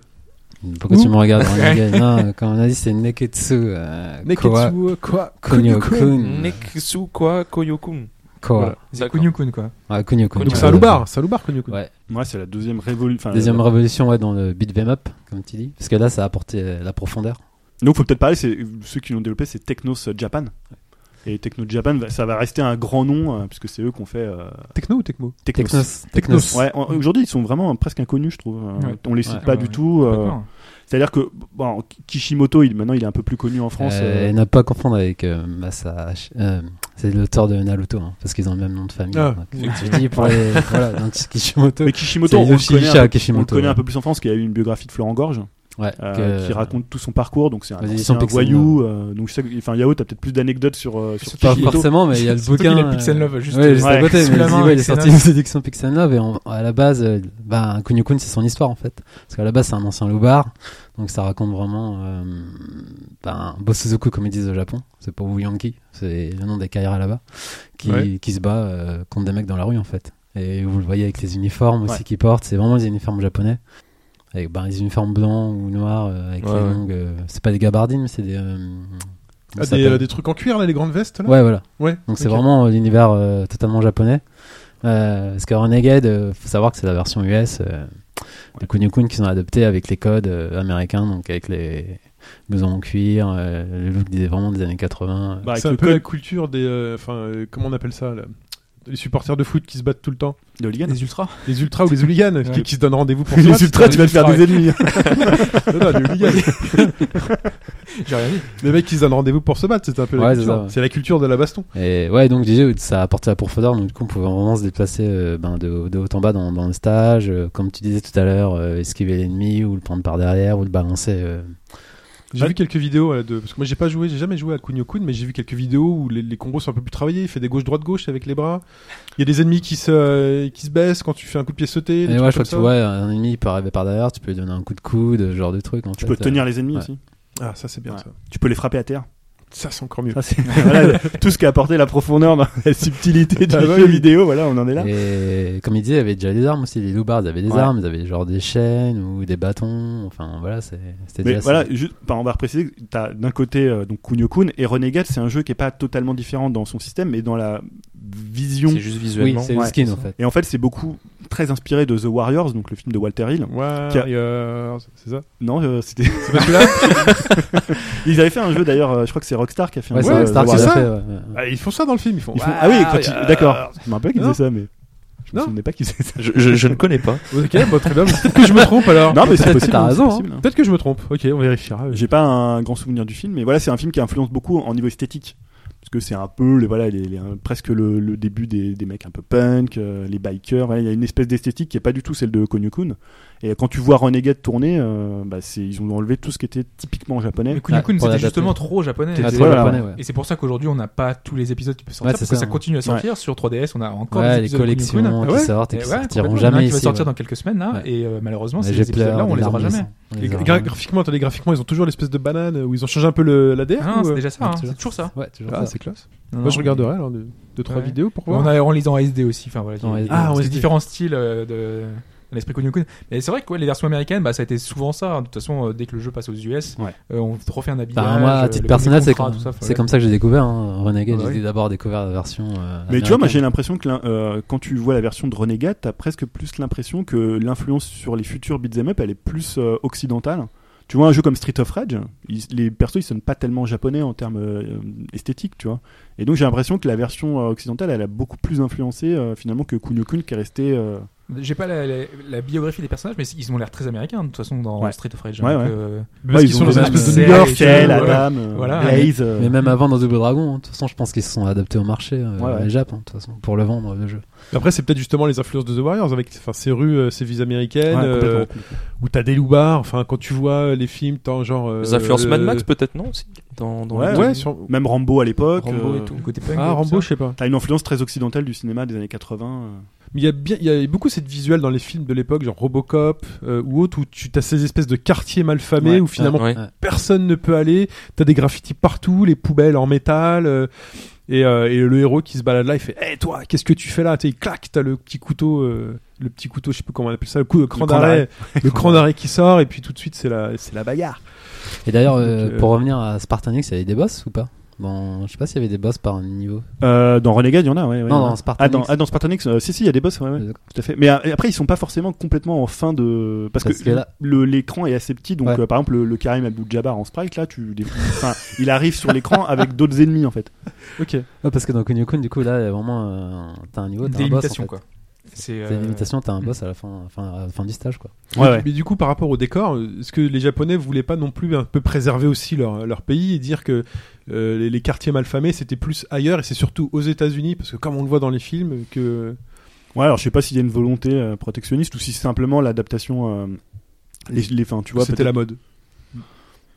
Pourquoi Ouh. tu me regardes en anglais Non, comme on a dit, c'est Neketsu. euh, Koa- Neketsu, quoi, Konyoku. Konyo-kun. Neksu quoi Koyokun. Koa. C'est Kunyukun, quoi. Ouais, Konyo-kun. Donc c'est un loupard, c'est un loupard, Konyoku. Ouais. Ouais, c'est la deuxième révolution. Deuxième euh, révolution ouais, dans le beat 'em up, comme tu dis. Parce que là, ça a apporté euh, la profondeur. Donc faut peut-être parler, c'est ceux qui l'ont développé, c'est Technos Japan. Et Technos Japan, va- ça va rester un grand nom euh, puisque c'est eux qu'on fait euh, Techno ou Techmo Technos. Technos. Technos. Ouais, en- aujourd'hui ils sont vraiment euh, presque inconnus, je trouve. euh, Ouais. On les cite Ouais. pas Ouais, du ouais. tout. euh, Complètement. C'est-à-dire que bon, Kishimoto, il, maintenant il est un peu plus connu en France. Euh, euh, et ne pas confondre avec euh, Masashi. euh, c'est l'auteur de Naruto, hein, parce qu'ils ont le même nom de famille. Ah. Donc, je dis pour les. voilà, donc c'est Kishimoto. Mais Kishimoto, on le Hiroshi connaît un peu On le Kishimoto. connaît un ouais. peu plus en France, qui a eu une biographie de Florent Gorge, Ouais, euh, que- qui raconte tout son parcours. Donc c'est un, Vas-y, ancien ils sont pixel voyou. euh, donc je sais que, enfin, Yao, t'as peut-être plus d'anecdotes sur, euh, sur Pas Kishimoto. forcément, mais il y a le Surtout qu'il bouquin. euh, est Pixel Love, juste- ouais, juste à ouais, côté. sous mais la il main dit, ouais, avec il est ses sorti notes. une séduction Pixel Love et on- à la base, euh, bah, Kunio-kun, c'est son histoire en fait. Parce qu'à la base, c'est un ancien loupard. Donc ça raconte vraiment euh, ben, Bosuzoku, comme ils disent au Japon. C'est pour vous Yankee, c'est le nom des Kaira là-bas. Qui, Ouais. qui se bat euh, contre des mecs dans la rue en fait. Et vous le voyez avec les uniformes aussi Ouais. qu'ils portent. C'est vraiment les uniformes japonais. Avec ben, les uniformes blancs ou noirs euh, avec Ouais, les ouais. longues. euh, c'est pas des gabardines, mais c'est des. euh, comment Ah, ça des, s'appelle euh, des trucs en cuir, là, les grandes vestes, là Ouais, voilà. Ouais, Donc c'est ok. vraiment euh, l'univers euh, totalement japonais. Euh, parce que Renegade, euh, faut savoir que c'est la version US euh, de Kunio-kun qu'ils ont adopté avec les codes euh, américains, donc avec les blousons en cuir, euh, le look des, vraiment des années 80. Bah, avec C'est un le peu code la culture des. euh, Enfin, euh, comment on appelle ça là Les supporters de foot qui se battent tout le temps. de Ligan. Les ultras. Les ultras ou les hooligans qui, Ouais. qui se donnent rendez-vous pour se battre. Les ultras, tu vas te faire des Ouais. ennemis. hein. Non, non, les hooligans. J'ai rien dit. Les mecs qui se donnent rendez-vous pour se battre, c'est un peu la Ouais, c'est culture. ça, ouais. C'est la culture de la baston. Et ouais, donc déjà, ça a apporté la profondeur, donc du coup, on pouvait vraiment se déplacer euh, ben, de, de haut en bas dans, dans le stage, euh, comme tu disais tout à l'heure, euh, esquiver l'ennemi ou le prendre par derrière ou le balancer. euh. J'ai Ouais. vu quelques vidéos euh, de. Parce que moi, j'ai pas joué, j'ai jamais joué à Kunio Kun, mais j'ai vu quelques vidéos où les, les combos sont un peu plus travaillés. Il fait des gauche-droite-gauche avec les bras. Il y a des ennemis qui se, euh, qui se baissent quand tu fais un coup de pied sauté. Et des trucs ouais, je crois que tu comme vois, un ennemi il peut arriver par derrière, tu peux lui donner un coup de coude, ce genre de truc. En Tu fait, peux euh. tenir les ennemis ouais. aussi. ça. Ah, ça, c'est bien Ouais. ça. Tu peux les frapper à terre. Ça, c'est encore mieux. Ça, c'est- voilà, tout ce qui a apporté la profondeur dans la subtilité du Ah bah jeu oui. vidéo. Voilà, on en est là. Et comme il disait, il y avait déjà des armes aussi, les loupards, ils avaient des Ouais. armes, ils avaient genre des chaînes ou des bâtons, enfin voilà, c'est- c'était Mais déjà voilà, ça. juste, enfin, on va repréciser que t'as d'un côté euh, donc Kunio Kun et Renegade, c'est un jeu qui est pas totalement différent dans son système, mais dans la vision. C'est juste Oui, visuellement. c'est ouais, skin c'est en ça. fait. Et en fait, c'est beaucoup très inspiré de The Warriors, donc le film de Walter Hill. Warriors, c'est ça Non, euh, c'était. C'est parce que là, Ils avaient fait un jeu d'ailleurs, euh, je crois que c'est Rockstar qui a fait un Ouais, jeu. c'est euh, Rockstar The qui l'a Warriors. ça. fait. ouais, ouais. Ah, ils font ça dans le film. Ils font. Ils font- Ah oui, quand il- d'accord. Je me rappelle qu'ils Non. faisaient ça, mais. Je me Non. souvenais pas qu'ils faisaient ça. Je, je- je ne connais pas. Ok, bah, très bien. Peut-être que je me trompe alors. Non, mais peut-être que c'est possible. t'as hein, c'est raison, possible, hein. Peut-être que je me trompe. Ok, on vérifiera. J'ai pas un grand souvenir du film, mais voilà, c'est un film qui influence beaucoup en niveau esthétique. Parce que c'est un peu, les, voilà, les, les- un- presque le, le début des, des mecs un peu punk, euh, les bikers. voilà, Il y a une espèce d'esthétique qui est pas du tout celle de Konyukun. Et quand tu vois Renegade tourner, euh, bah, c'est- ils ont enlevé tout ce qui était typiquement japonais. Mais Kunikun, pour c'était l'adapter. justement trop japonais. Ah, Et- trop voilà. japonais, ouais. Et c'est pour ça qu'aujourd'hui, on n'a pas tous les épisodes qui peuvent sortir, Ouais, c'est parce que ça, ça hein. continue à sortir. Sur 3DS, on a encore Ouais, des les épisodes de Kunikun. collections Ah qui ouais sortent et Eh qui ouais, sortiront complètement. Il y en jamais a qui va ici. sortir ouais. dans quelques semaines, là, Ouais. et euh, malheureusement, Mais ces J'ai épisodes-là, pleuré. on les aura jamais. Et gra- graphiquement, attendez, graphiquement, ils ont toujours l'espèce de banane où ils ont changé un peu le, la Ah, non, ou, c'est euh, déjà ça, ah, hein, c'est c'est toujours ça. Ouais, toujours Ah, ça. c'est classe. Non, Moi, je non, regarderai alors deux, deux trois Ouais. vidéos pour On voir. a, on les en SD aussi, enfin voilà. il y a- En il y a SD. parce Ah, en que SD. différents styles euh, de dans l'esprit Kunikun. Mais c'est vrai que ouais, les versions américaines, bah, ça a été souvent ça. hein. De toute façon, euh, dès que le jeu passe aux US, Ouais. euh, on te refait un habillage. Enfin, Bah, moi, à euh, titre le personnel, c'est contrat, comme, tout ça, c'est ouais. comme ça que j'ai découvert hein, Renegade. Ah, j'ai oui. d'abord découvert la version. euh, Ah, Mais tu vois, moi j'ai américaine. l'impression que l'in- euh, quand tu vois la version de Renegade, t'as presque plus l'impression que l'influence sur les futurs beat'em up, elle est plus euh, occidentale. Tu vois un jeu comme Street of Rage, ils- les persos ils sonnent pas tellement japonais en termes euh, esthétiques, tu vois. Et donc j'ai l'impression que la version euh, occidentale, elle a beaucoup plus influencé euh, finalement que Kunio-kun qui est resté. euh, J'ai pas la, la- la biographie des personnages, mais ils ont l'air très américains de toute façon dans Ouais. Street of Rage. Ouais, hein, ouais. donc, euh, Parce ouais, qu'ils ils sont ont dans les une mêmes, espèce de séries, euh, New York. tu vois, Shell, la- voilà. Adam, euh, Voilà. Blaze. euh, Mais même avant dans Double Dragon, hein, de toute façon, je pense qu'ils se sont adaptés au marché, euh, Ouais, ouais. les Jap, hein, de toute façon, pour le vendre le jeu. Après, c'est peut-être justement les influences de The Warriors avec enfin, ces rues, euh, ces villes ouais, américaines, complètement. euh, où t'as des loupards. Enfin, quand tu vois euh, les films, tant genre. euh, Les influences le- Mad Max, peut-être, non aussi dans, dans Ouais, le- Ouais, sur- Même Rambo à l'époque. Rambo euh, et tout. du côté punk, Ah, tout Rambo, ça. je sais pas. T'as une influence très occidentale du cinéma des années 80. euh. Mais il y a bien, il y a beaucoup cette visuelle dans les films de l'époque, genre Robocop euh, ou autre, où tu as ces espèces de quartiers mal famés Ouais. où finalement Ouais. personne ne peut aller. T'as des graffitis partout, les poubelles en métal. euh, et, euh, et le héros qui se balade là, il fait Hé toi, qu'est-ce que tu fais là Tu sais, Il claque, t'as le petit couteau, euh, le petit couteau, je sais plus comment on appelle ça, le, coup, le cran Le cran d'arrêt. d'arrêt, le cran d'arrêt qui sort, et puis tout de suite, c'est la, c'est la bagarre. Et d'ailleurs, Donc, euh, euh, pour revenir à Spartan X, il y avait des boss ou pas Bon, je sais pas s'il y avait des boss par niveau. Euh, dans Renegade, il y en a, ouais. Non, ouais, il y en a. dans Spartan Ah, dans, X. ah, dans Spartan X, euh, si, si, il y a des boss, ouais, ouais, D'accord. tout à fait. Mais euh, et après, ils sont pas forcément complètement en fin de. Parce, Parce que, que là- le- l'écran est assez petit, donc Ouais. euh, par exemple, le, le Karim Abdul-Jabbar en sprite, là, tu. des- enfin, il arrive sur l'écran avec d'autres ennemis, en fait. Ok. Ouais, parce que dans Kunio Kun, du coup, là, il y a vraiment, euh, t'as un niveau, t'as Des un boss. en limitations, fait. quoi. C'est T'as euh, une limitation, t'as un boss à la fin, fin, à la fin du stage, quoi. Ouais, ouais. Mais du coup, par rapport au décor, euh, est-ce que les Japonais voulaient pas non plus un peu préserver aussi leur, leur pays et dire que euh, les, les quartiers malfamés c'était plus ailleurs et c'est surtout aux États-Unis parce que comme on le voit dans les films que Ouais, alors je sais pas s'il y a une volonté euh, protectionniste ou si c'est simplement l'adaptation. euh, les, les, enfin, tu vois, c'était peut-être- la mode.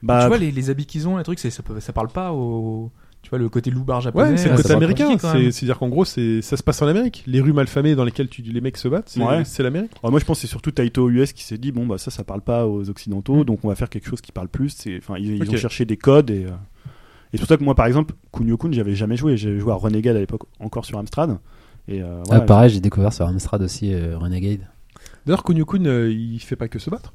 Bah, tu vois les, les habits qu'ils ont, les trucs, c'est- ça, peut- ça parle pas au. Tu vois le côté loupard japonais. euh, Ouais, c'est ouais, le ça côté va américain. quand même. C'est- C'est-à-dire qu'en gros, c'est ça se passe en Amérique. Les rues malfamées dans lesquelles tu, les mecs se battent, c'est Ouais. c'est l'Amérique. alors moi, je pense que c'est surtout Taito US qui s'est dit, bon, bah ça, ça parle pas aux Occidentaux, donc on va faire quelque chose qui parle plus. C'est- Enfin, ils, ils Ok. ont cherché des codes et. euh, Et c'est pour ça que moi, par exemple, Kunio-kun, j'avais jamais joué. J'avais joué à Renegade à l'époque, encore sur Amstrad. Et euh, Ah, voilà, pareil, j'ai découvert sur Amstrad aussi euh, Renegade. D'ailleurs, Kunio-kun, euh, il fait pas que se battre.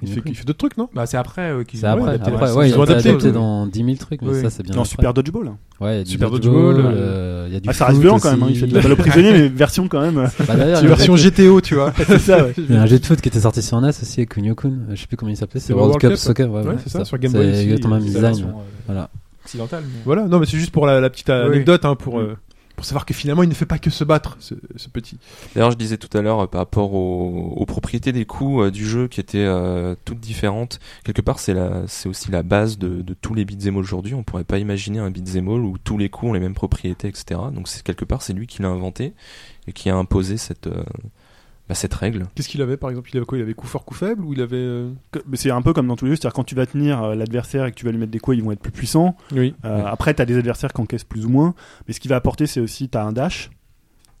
Il Kunio fait, Kun. il fait d'autres trucs, non Bah, c'est après euh, qu'ils C'est ont après, adapté, euh, après, ouais, ouais, ils ont adapté, adapté ouais. dans 10 000 trucs, mais Oui. ça c'est bien. dans après. Super Dodgeball. hein. Ouais, il y a du Super dodgeball, dodgeball, euh, il y a du Ah, ça reste foot violent quand même, hein, aussi. il fait de la balle au prisonnier, mais version quand même. euh, Bah, d'ailleurs, C'est il y a- version GTO, tu vois. c'est ça, ouais. Il y a un jeu de foot qui était sorti sur NES aussi, Kunio Kun, Euh, je sais plus comment il s'appelait, c'est World, Cup, Soccer. Ouais, Ouais, voilà, c'est ça, sur Game Boy C'est aussi, exactement le même c'est C'est la design. version, ouais. euh, Voilà. Occidentale. mais- Voilà, non, mais c'est juste pour la, la petite Oui. anecdote, hein, pour, euh, pour savoir que finalement, il ne fait pas que se battre, ce, ce petit. D'ailleurs, je disais tout à l'heure euh, par rapport aux, aux propriétés des coups euh, du jeu qui étaient euh, toutes différentes. Quelque part, c'est la, c'est aussi la base de, de tous les beat'em all aujourd'hui. On pourrait pas imaginer un beat'em all où tous les coups ont les mêmes propriétés, etc. Donc, c'est quelque part, c'est lui qui l'a inventé et qui a imposé cette, euh, bah, cette règle. Qu'est-ce qu'il avait, par exemple Il avait quoi Il avait coup fort, coup faible, ou il avait euh, Que- mais C'est un peu comme dans tous les jeux, c'est-à-dire quand tu vas tenir euh, l'adversaire et que tu vas lui mettre des coups, ils vont être plus puissants. Oui. Euh, Après, t'as des adversaires qui encaissent plus ou moins. Mais ce qui va apporter, c'est aussi t'as un dash.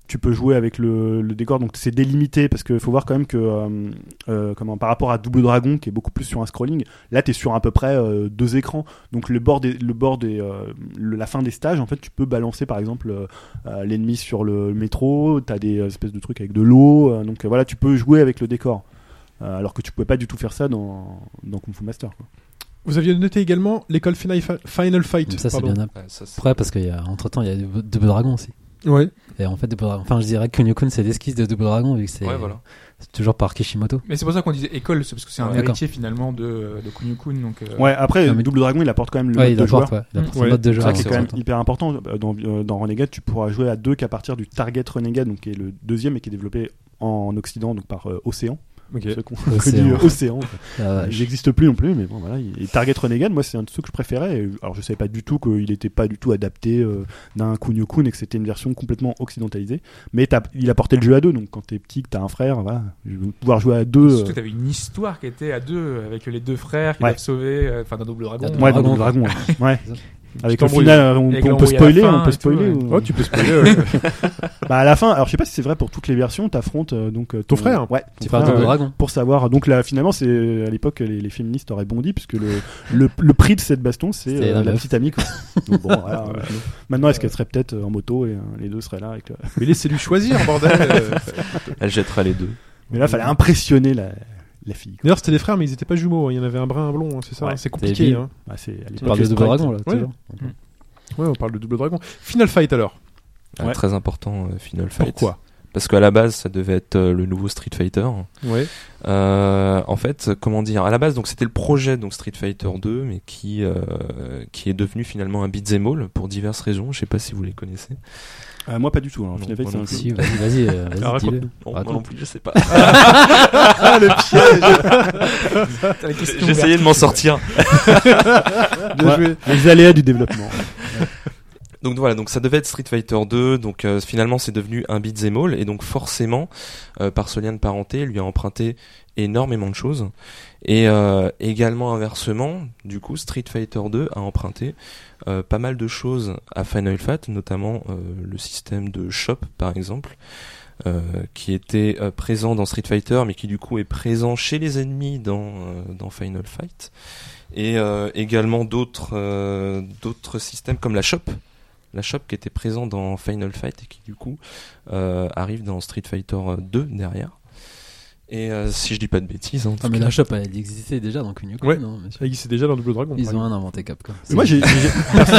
Tu peux jouer avec le, le décor, donc c'est délimité parce qu'il faut voir quand même que euh, euh, comment, par rapport à Double Dragon, qui est beaucoup plus sur un scrolling, là t'es sur à peu près euh, deux écrans. Donc le bord, des, le bord des, euh, le- la fin des stages, en fait, tu peux balancer par exemple euh, euh, l'ennemi sur le métro. T'as des euh, espèces de trucs avec de l'eau. euh, donc euh, voilà, tu peux jouer avec le décor. Euh, alors que tu pouvais pas du tout faire ça dans, dans Kung Fu Master. quoi. Vous aviez noté également l'école Final, Final Fight. Donc ça c'est pardon. bien après parce qu'il y a entre temps il y a Double Dragon aussi. Ouais. Et en fait, Double Dragon- enfin, je dirais que Kunio-kun, c'est l'esquisse de Double Dragon, vu que c'est Ouais, voilà. c'est toujours par Kishimoto. Mais c'est pour ça qu'on disait école, c'est parce que c'est un Ouais, d'accord. héritier finalement de, de Kunio-kun. Donc, euh, Ouais, après, Non, mais- Double Dragon, il apporte quand même le Ouais, il mode de joueur. apporte, ouais. Il apporte son Ouais. mode de C'est jeu. ça en qui est quand sortant. même hyper important. Dans, euh, dans Renegade, tu pourras jouer à deux qu'à partir du Target Renegade, donc qui est le deuxième et qui est développé en Occident, donc par euh, Océan. Ok. Ceux qu'on Océan. connu euh, Océan. Ah, ouais. Il n'existe plus non plus, mais bon voilà. il- Et Target Renegade, moi, c'est un de ceux que je préférais. Et, Alors, je savais pas du tout qu'il n'était pas du tout adapté euh, d'un Kunio-kun et que c'était une version complètement occidentalisée. Mais t'as- il apportait le jeu à deux, donc quand t'es petit, que t'as un frère, voilà, je vais pouvoir jouer à deux. Surtout, t'avais une histoire qui était à deux, avec les deux frères qui euh. Ouais. doivent sauver, euh, enfin, d'un double dragon. Ouais, Ah, euh, ouais, dans Dragon. le dragon. ouais. Ouais. Avec le t'embrouilles. final, euh, on, Avec peut- on peut l'embrouille à la spoiler, fin on peut et tout, spoiler. ouais. ou- Oh, tu peux spoiler. ouais. Bah à la fin, alors je sais pas si c'est vrai pour toutes les versions, t'affrontes euh, donc euh, ton, frère ouais, ton Tu parles de frère, Double euh, Dragon. pour savoir. Donc là, finalement, c'est euh, à l'époque les, les féministes auraient bondi puisque le, le, le prix de cette baston, c'est C'est euh, la la meuf. petite amie. Quoi. Donc bon, voilà, euh, maintenant, est-ce qu'elle serait peut-être euh, en moto et euh, les deux seraient là avec le- Mais laissez-lui choisir, bordel. euh. Elle jettera les deux. Mais là, fallait impressionner la, la fille. Quoi. D'ailleurs, c'était des frères, mais ils étaient pas jumeaux. hein. Il y en avait un brun, un blond. hein, C'est ça. Ouais. hein. C'est compliqué. Débile. hein. Bah, c'est à Tu l'époque, parles de les Double sprites. Dragon, là, Ouais. toujours. Ouais, on parle de Double Dragon. Final Fight alors. Ah, Ouais. Très important, euh, Final Fight. Pourquoi Parce qu'à la base, ça devait être euh, le nouveau Street Fighter. Ouais. Euh, en fait, comment dire À la base, donc c'était le projet donc Street Fighter 2, mais qui euh, qui est devenu finalement un beat'em all pour diverses raisons. Je sais pas si vous les connaissez. Euh, moi, pas du tout. hein. Final Non, Fight, moi c'est non un plus. Si, vas-y, vas-y, euh, Alors, vas-y, raconte- dis-le. Non, Raconte. moi non plus, je sais pas. T'as la question J'ai essayé de m'en sortir. Bien Ouais. joué. Les aléas du développement. Donc voilà, donc ça devait être Street Fighter 2, donc euh, finalement c'est devenu un beat'em all, et donc forcément, euh, par ce lien de parenté, lui a emprunté énormément de choses, et euh, également inversement, du coup Street Fighter 2 a emprunté euh, pas mal de choses à Final Fight, notamment euh, le système de shop par exemple, euh, qui était euh, présent dans Street Fighter, mais qui du coup est présent chez les ennemis dans, euh, dans Final Fight, et euh, également d'autres euh, d'autres systèmes comme la shop la shop qui était présent dans Final Fight et qui du coup euh, arrive dans Street Fighter 2 derrière. Et euh, si je dis pas de bêtises, en tout Ah, mais cas. la shop, elle existait déjà dans Kunio-kun, Ouais. non, monsieur Ça existait déjà dans Double Dragon. Ils par ont un inventé Capcom. Mais moi, j'ai, j'ai-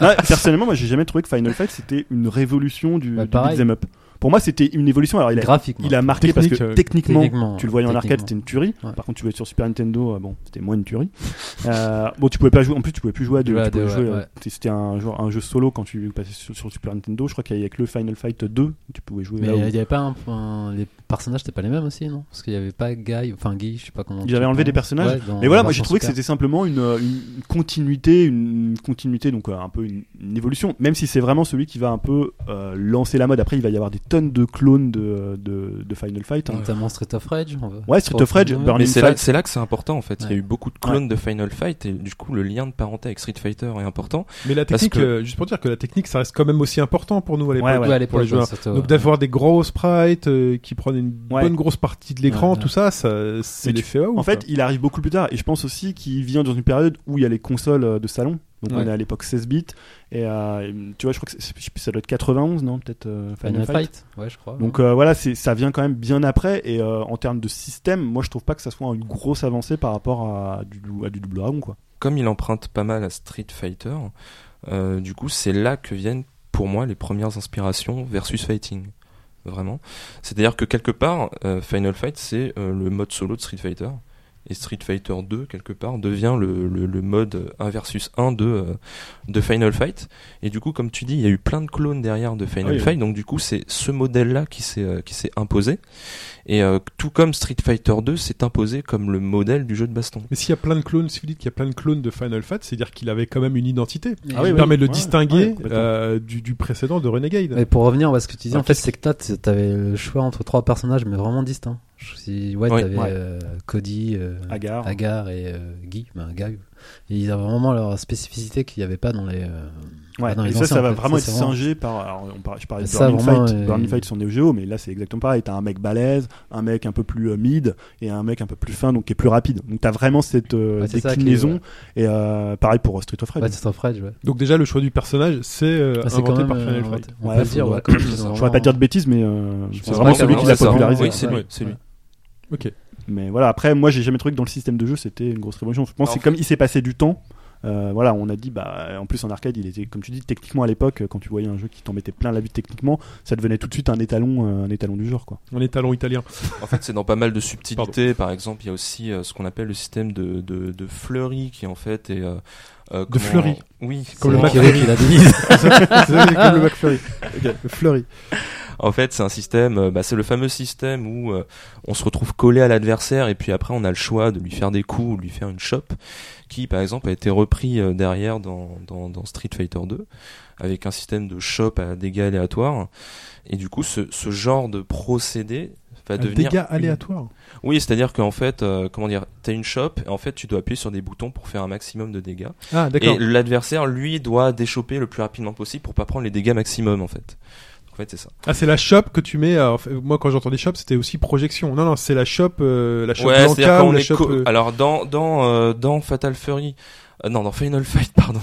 Ouais, personnellement, moi, j'ai jamais trouvé que Final Fight c'était une révolution du, Bah, du pareil. beat'em up. Pour moi, c'était une évolution. Alors, il a, graphiquement. il a marqué parce que Technique, euh, techniquement, Techniquement, tu le voyais en arcade, techniquement. c'était une tuerie. Ouais. Par contre, tu voyais sur Super Nintendo, euh, bon, c'était moins une tuerie. Euh, bon, tu pouvais pas jouer. En plus, tu pouvais plus jouer à deux. Ouais, tu pouvais deux, jouer, ouais, euh, ouais. t- C'était un, genre, un jeu solo quand tu passais sur, sur Super Nintendo. Je crois qu'il y avait que le Final Fight 2 où tu pouvais jouer. Mais là il où- y avait pas un, un- les personnages n'étaient pas les mêmes aussi, non Parce qu'il y avait pas Guy, enfin Guy, je sais pas comment. Ils avaient enlevé des personnages. Mais voilà, moi j'ai trouvé que c'était simplement une, euh, une continuité, une continuité, donc euh, un peu une, une évolution, même si c'est vraiment celui qui va un peu euh, lancer la mode. Après, il va y avoir des tonnes de clones de, euh, de, de Final Fight. hein. Notamment Street of Rage. on va- Ouais, Street of Rage, Ouais. Burning Mais c'est là, Fight. c'est là que c'est important en fait. Il y Ouais. a eu beaucoup de clones de Final Fight et du coup le lien de parenté avec Street Fighter est important. Mais la Parce technique, que- euh, juste pour dire que la technique, ça reste quand même aussi important pour nous à l'époque. Ouais, bah, Ouais, à l'époque, pour les ouais, joueurs. surtout, Donc ouais. d'avoir des gros sprites euh, qui prenaient une Ouais. bonne grosse partie de l'écran, Ouais, ouais. tout ça, ça c'est Mais tu- l'effet hein. waouh. En fait, hein. quoi. il arrive beaucoup plus tard, et je pense aussi qu'il vient dans une période où il y a les consoles euh, de salon. Donc on Ouais. est à l'époque 16 bits, et euh, tu vois, je crois que c'est- je sais plus, ça doit être 91, non Peut-être euh, Final Fight, ouais, je crois. Donc euh, voilà, c'est ça vient quand même bien après. Et euh, en termes de système, moi je trouve pas que ça soit une grosse avancée par rapport à du, à du double dragon quoi. Comme il emprunte pas mal à Street Fighter, euh, du coup c'est là que viennent pour moi les premières inspirations versus fighting. Vraiment. C'est-à-dire que quelque part, euh, Final Fight c'est euh, le mode solo de Street Fighter. Et Street Fighter 2, quelque part, devient le, le, le mode 1 versus 1 de, euh, de Final Fight. Et du coup, comme tu dis, il y a eu plein de clones derrière de Oui, Final oui. Fight. Donc du coup, c'est ce modèle-là qui s'est euh, qui s'est imposé. Et euh, tout comme Street Fighter 2 s'est imposé comme le modèle du jeu de baston. Mais s'il y a plein de clones, si vous dites qu'il y a plein de clones de Final Fight, c'est dire qu'il avait quand même une identité. Mais- Ah oui, Il oui. permet de le Ouais, ouais, distinguer complètement. euh, du, du précédent de Renegade. euh, Mais pour revenir à ce que tu disais, Ah, en fait, qu'est-ce c'est que toi, t- t'avais le choix entre trois personnages, mais vraiment distincts. Je- Si, ouais, Oui, t'avais ouais. euh, Cody, euh, Agar. Agar et euh, Guy, ben, Guy. Et ils avaient vraiment leur spécificité qu'il n'y avait pas dans les. euh, Ouais. Ah non, et les ça, anciens, ça en va fait, vraiment ça, c'est être vraiment- singé par. Alors, on par- je parlais de Ça, Burning vraiment, Fight. euh, Burning Fight sur Neo Geo, mais là c'est exactement pareil. T'as un mec balèze, un mec un peu plus euh, mid et un mec un peu plus fin, donc qui est plus rapide. Donc t'as vraiment cette euh, Ouais, c'est ça qui est- déclinaison. ouais. Et euh, pareil pour euh, Street of Rage. Ouais, Street of Rage, Euh, ouais. Donc déjà, le choix du personnage, c'est euh, Ah, c'est quand inventé même. par euh, Final Fight. inventé. On Ouais, peut le hein. faut- dire, ouais, ouais. quand même, ils ont Je pourrais pas vraiment- dire de bêtises, mais euh, Je c'est pense vraiment pas celui qu'avant, qui l'a c'est ça. popularisé. Oui, c'est lui, Ouais. c'est lui. Ok. Mais voilà, après, moi, j'ai jamais trouvé que dans le système de jeu, c'était une grosse révolution. Je pense que Alors, c'est comme il s'est passé du temps. Euh, voilà, on a dit, bah, en plus en arcade, il était, comme tu dis, techniquement à l'époque, quand tu voyais un jeu qui t'en mettait plein la vue techniquement, ça devenait tout de suite un étalon, euh, un étalon du genre, quoi. On est talon italien. En fait, c'est dans pas mal de subtilités. Par exemple, il y a aussi euh, ce qu'on appelle le système de, de, de fleurie qui en fait est. euh, euh, De comment- fleurie. Oui. C'est le comment- Kiro qui l'a dit. c'est comme le McFlurry. Le Flurry. En fait, c'est un système, euh, bah, c'est le fameux système où euh, on se retrouve collé à l'adversaire et puis après on a le choix de lui faire des coups ou de lui faire une chope, qui par exemple a été repris euh, derrière dans, dans, dans Street Fighter 2 avec un système de chope à dégâts aléatoires. Et du coup, ce, ce genre de procédé va Un devenir dégât une- aléatoire. Oui, c'est-à-dire qu'en fait, euh, comment dire, t'as une chope et en fait tu dois appuyer sur des boutons pour faire un maximum de dégâts. Ah, Et d'accord. l'adversaire, lui, doit déchoper le plus rapidement possible pour pas prendre les dégâts maximum en fait. En fait, c'est ça. Ah, c'est la chope que tu mets. euh, en fait, moi, quand j'entendais chope, c'était aussi projection. Non, non, c'est la chope, euh, la chope Ouais, Blanca c'est-à-dire ou qu'on la est chope. co- Ah, euh, alors dans dans euh, dans Fatal Fury euh, non, dans Final Fight, pardon.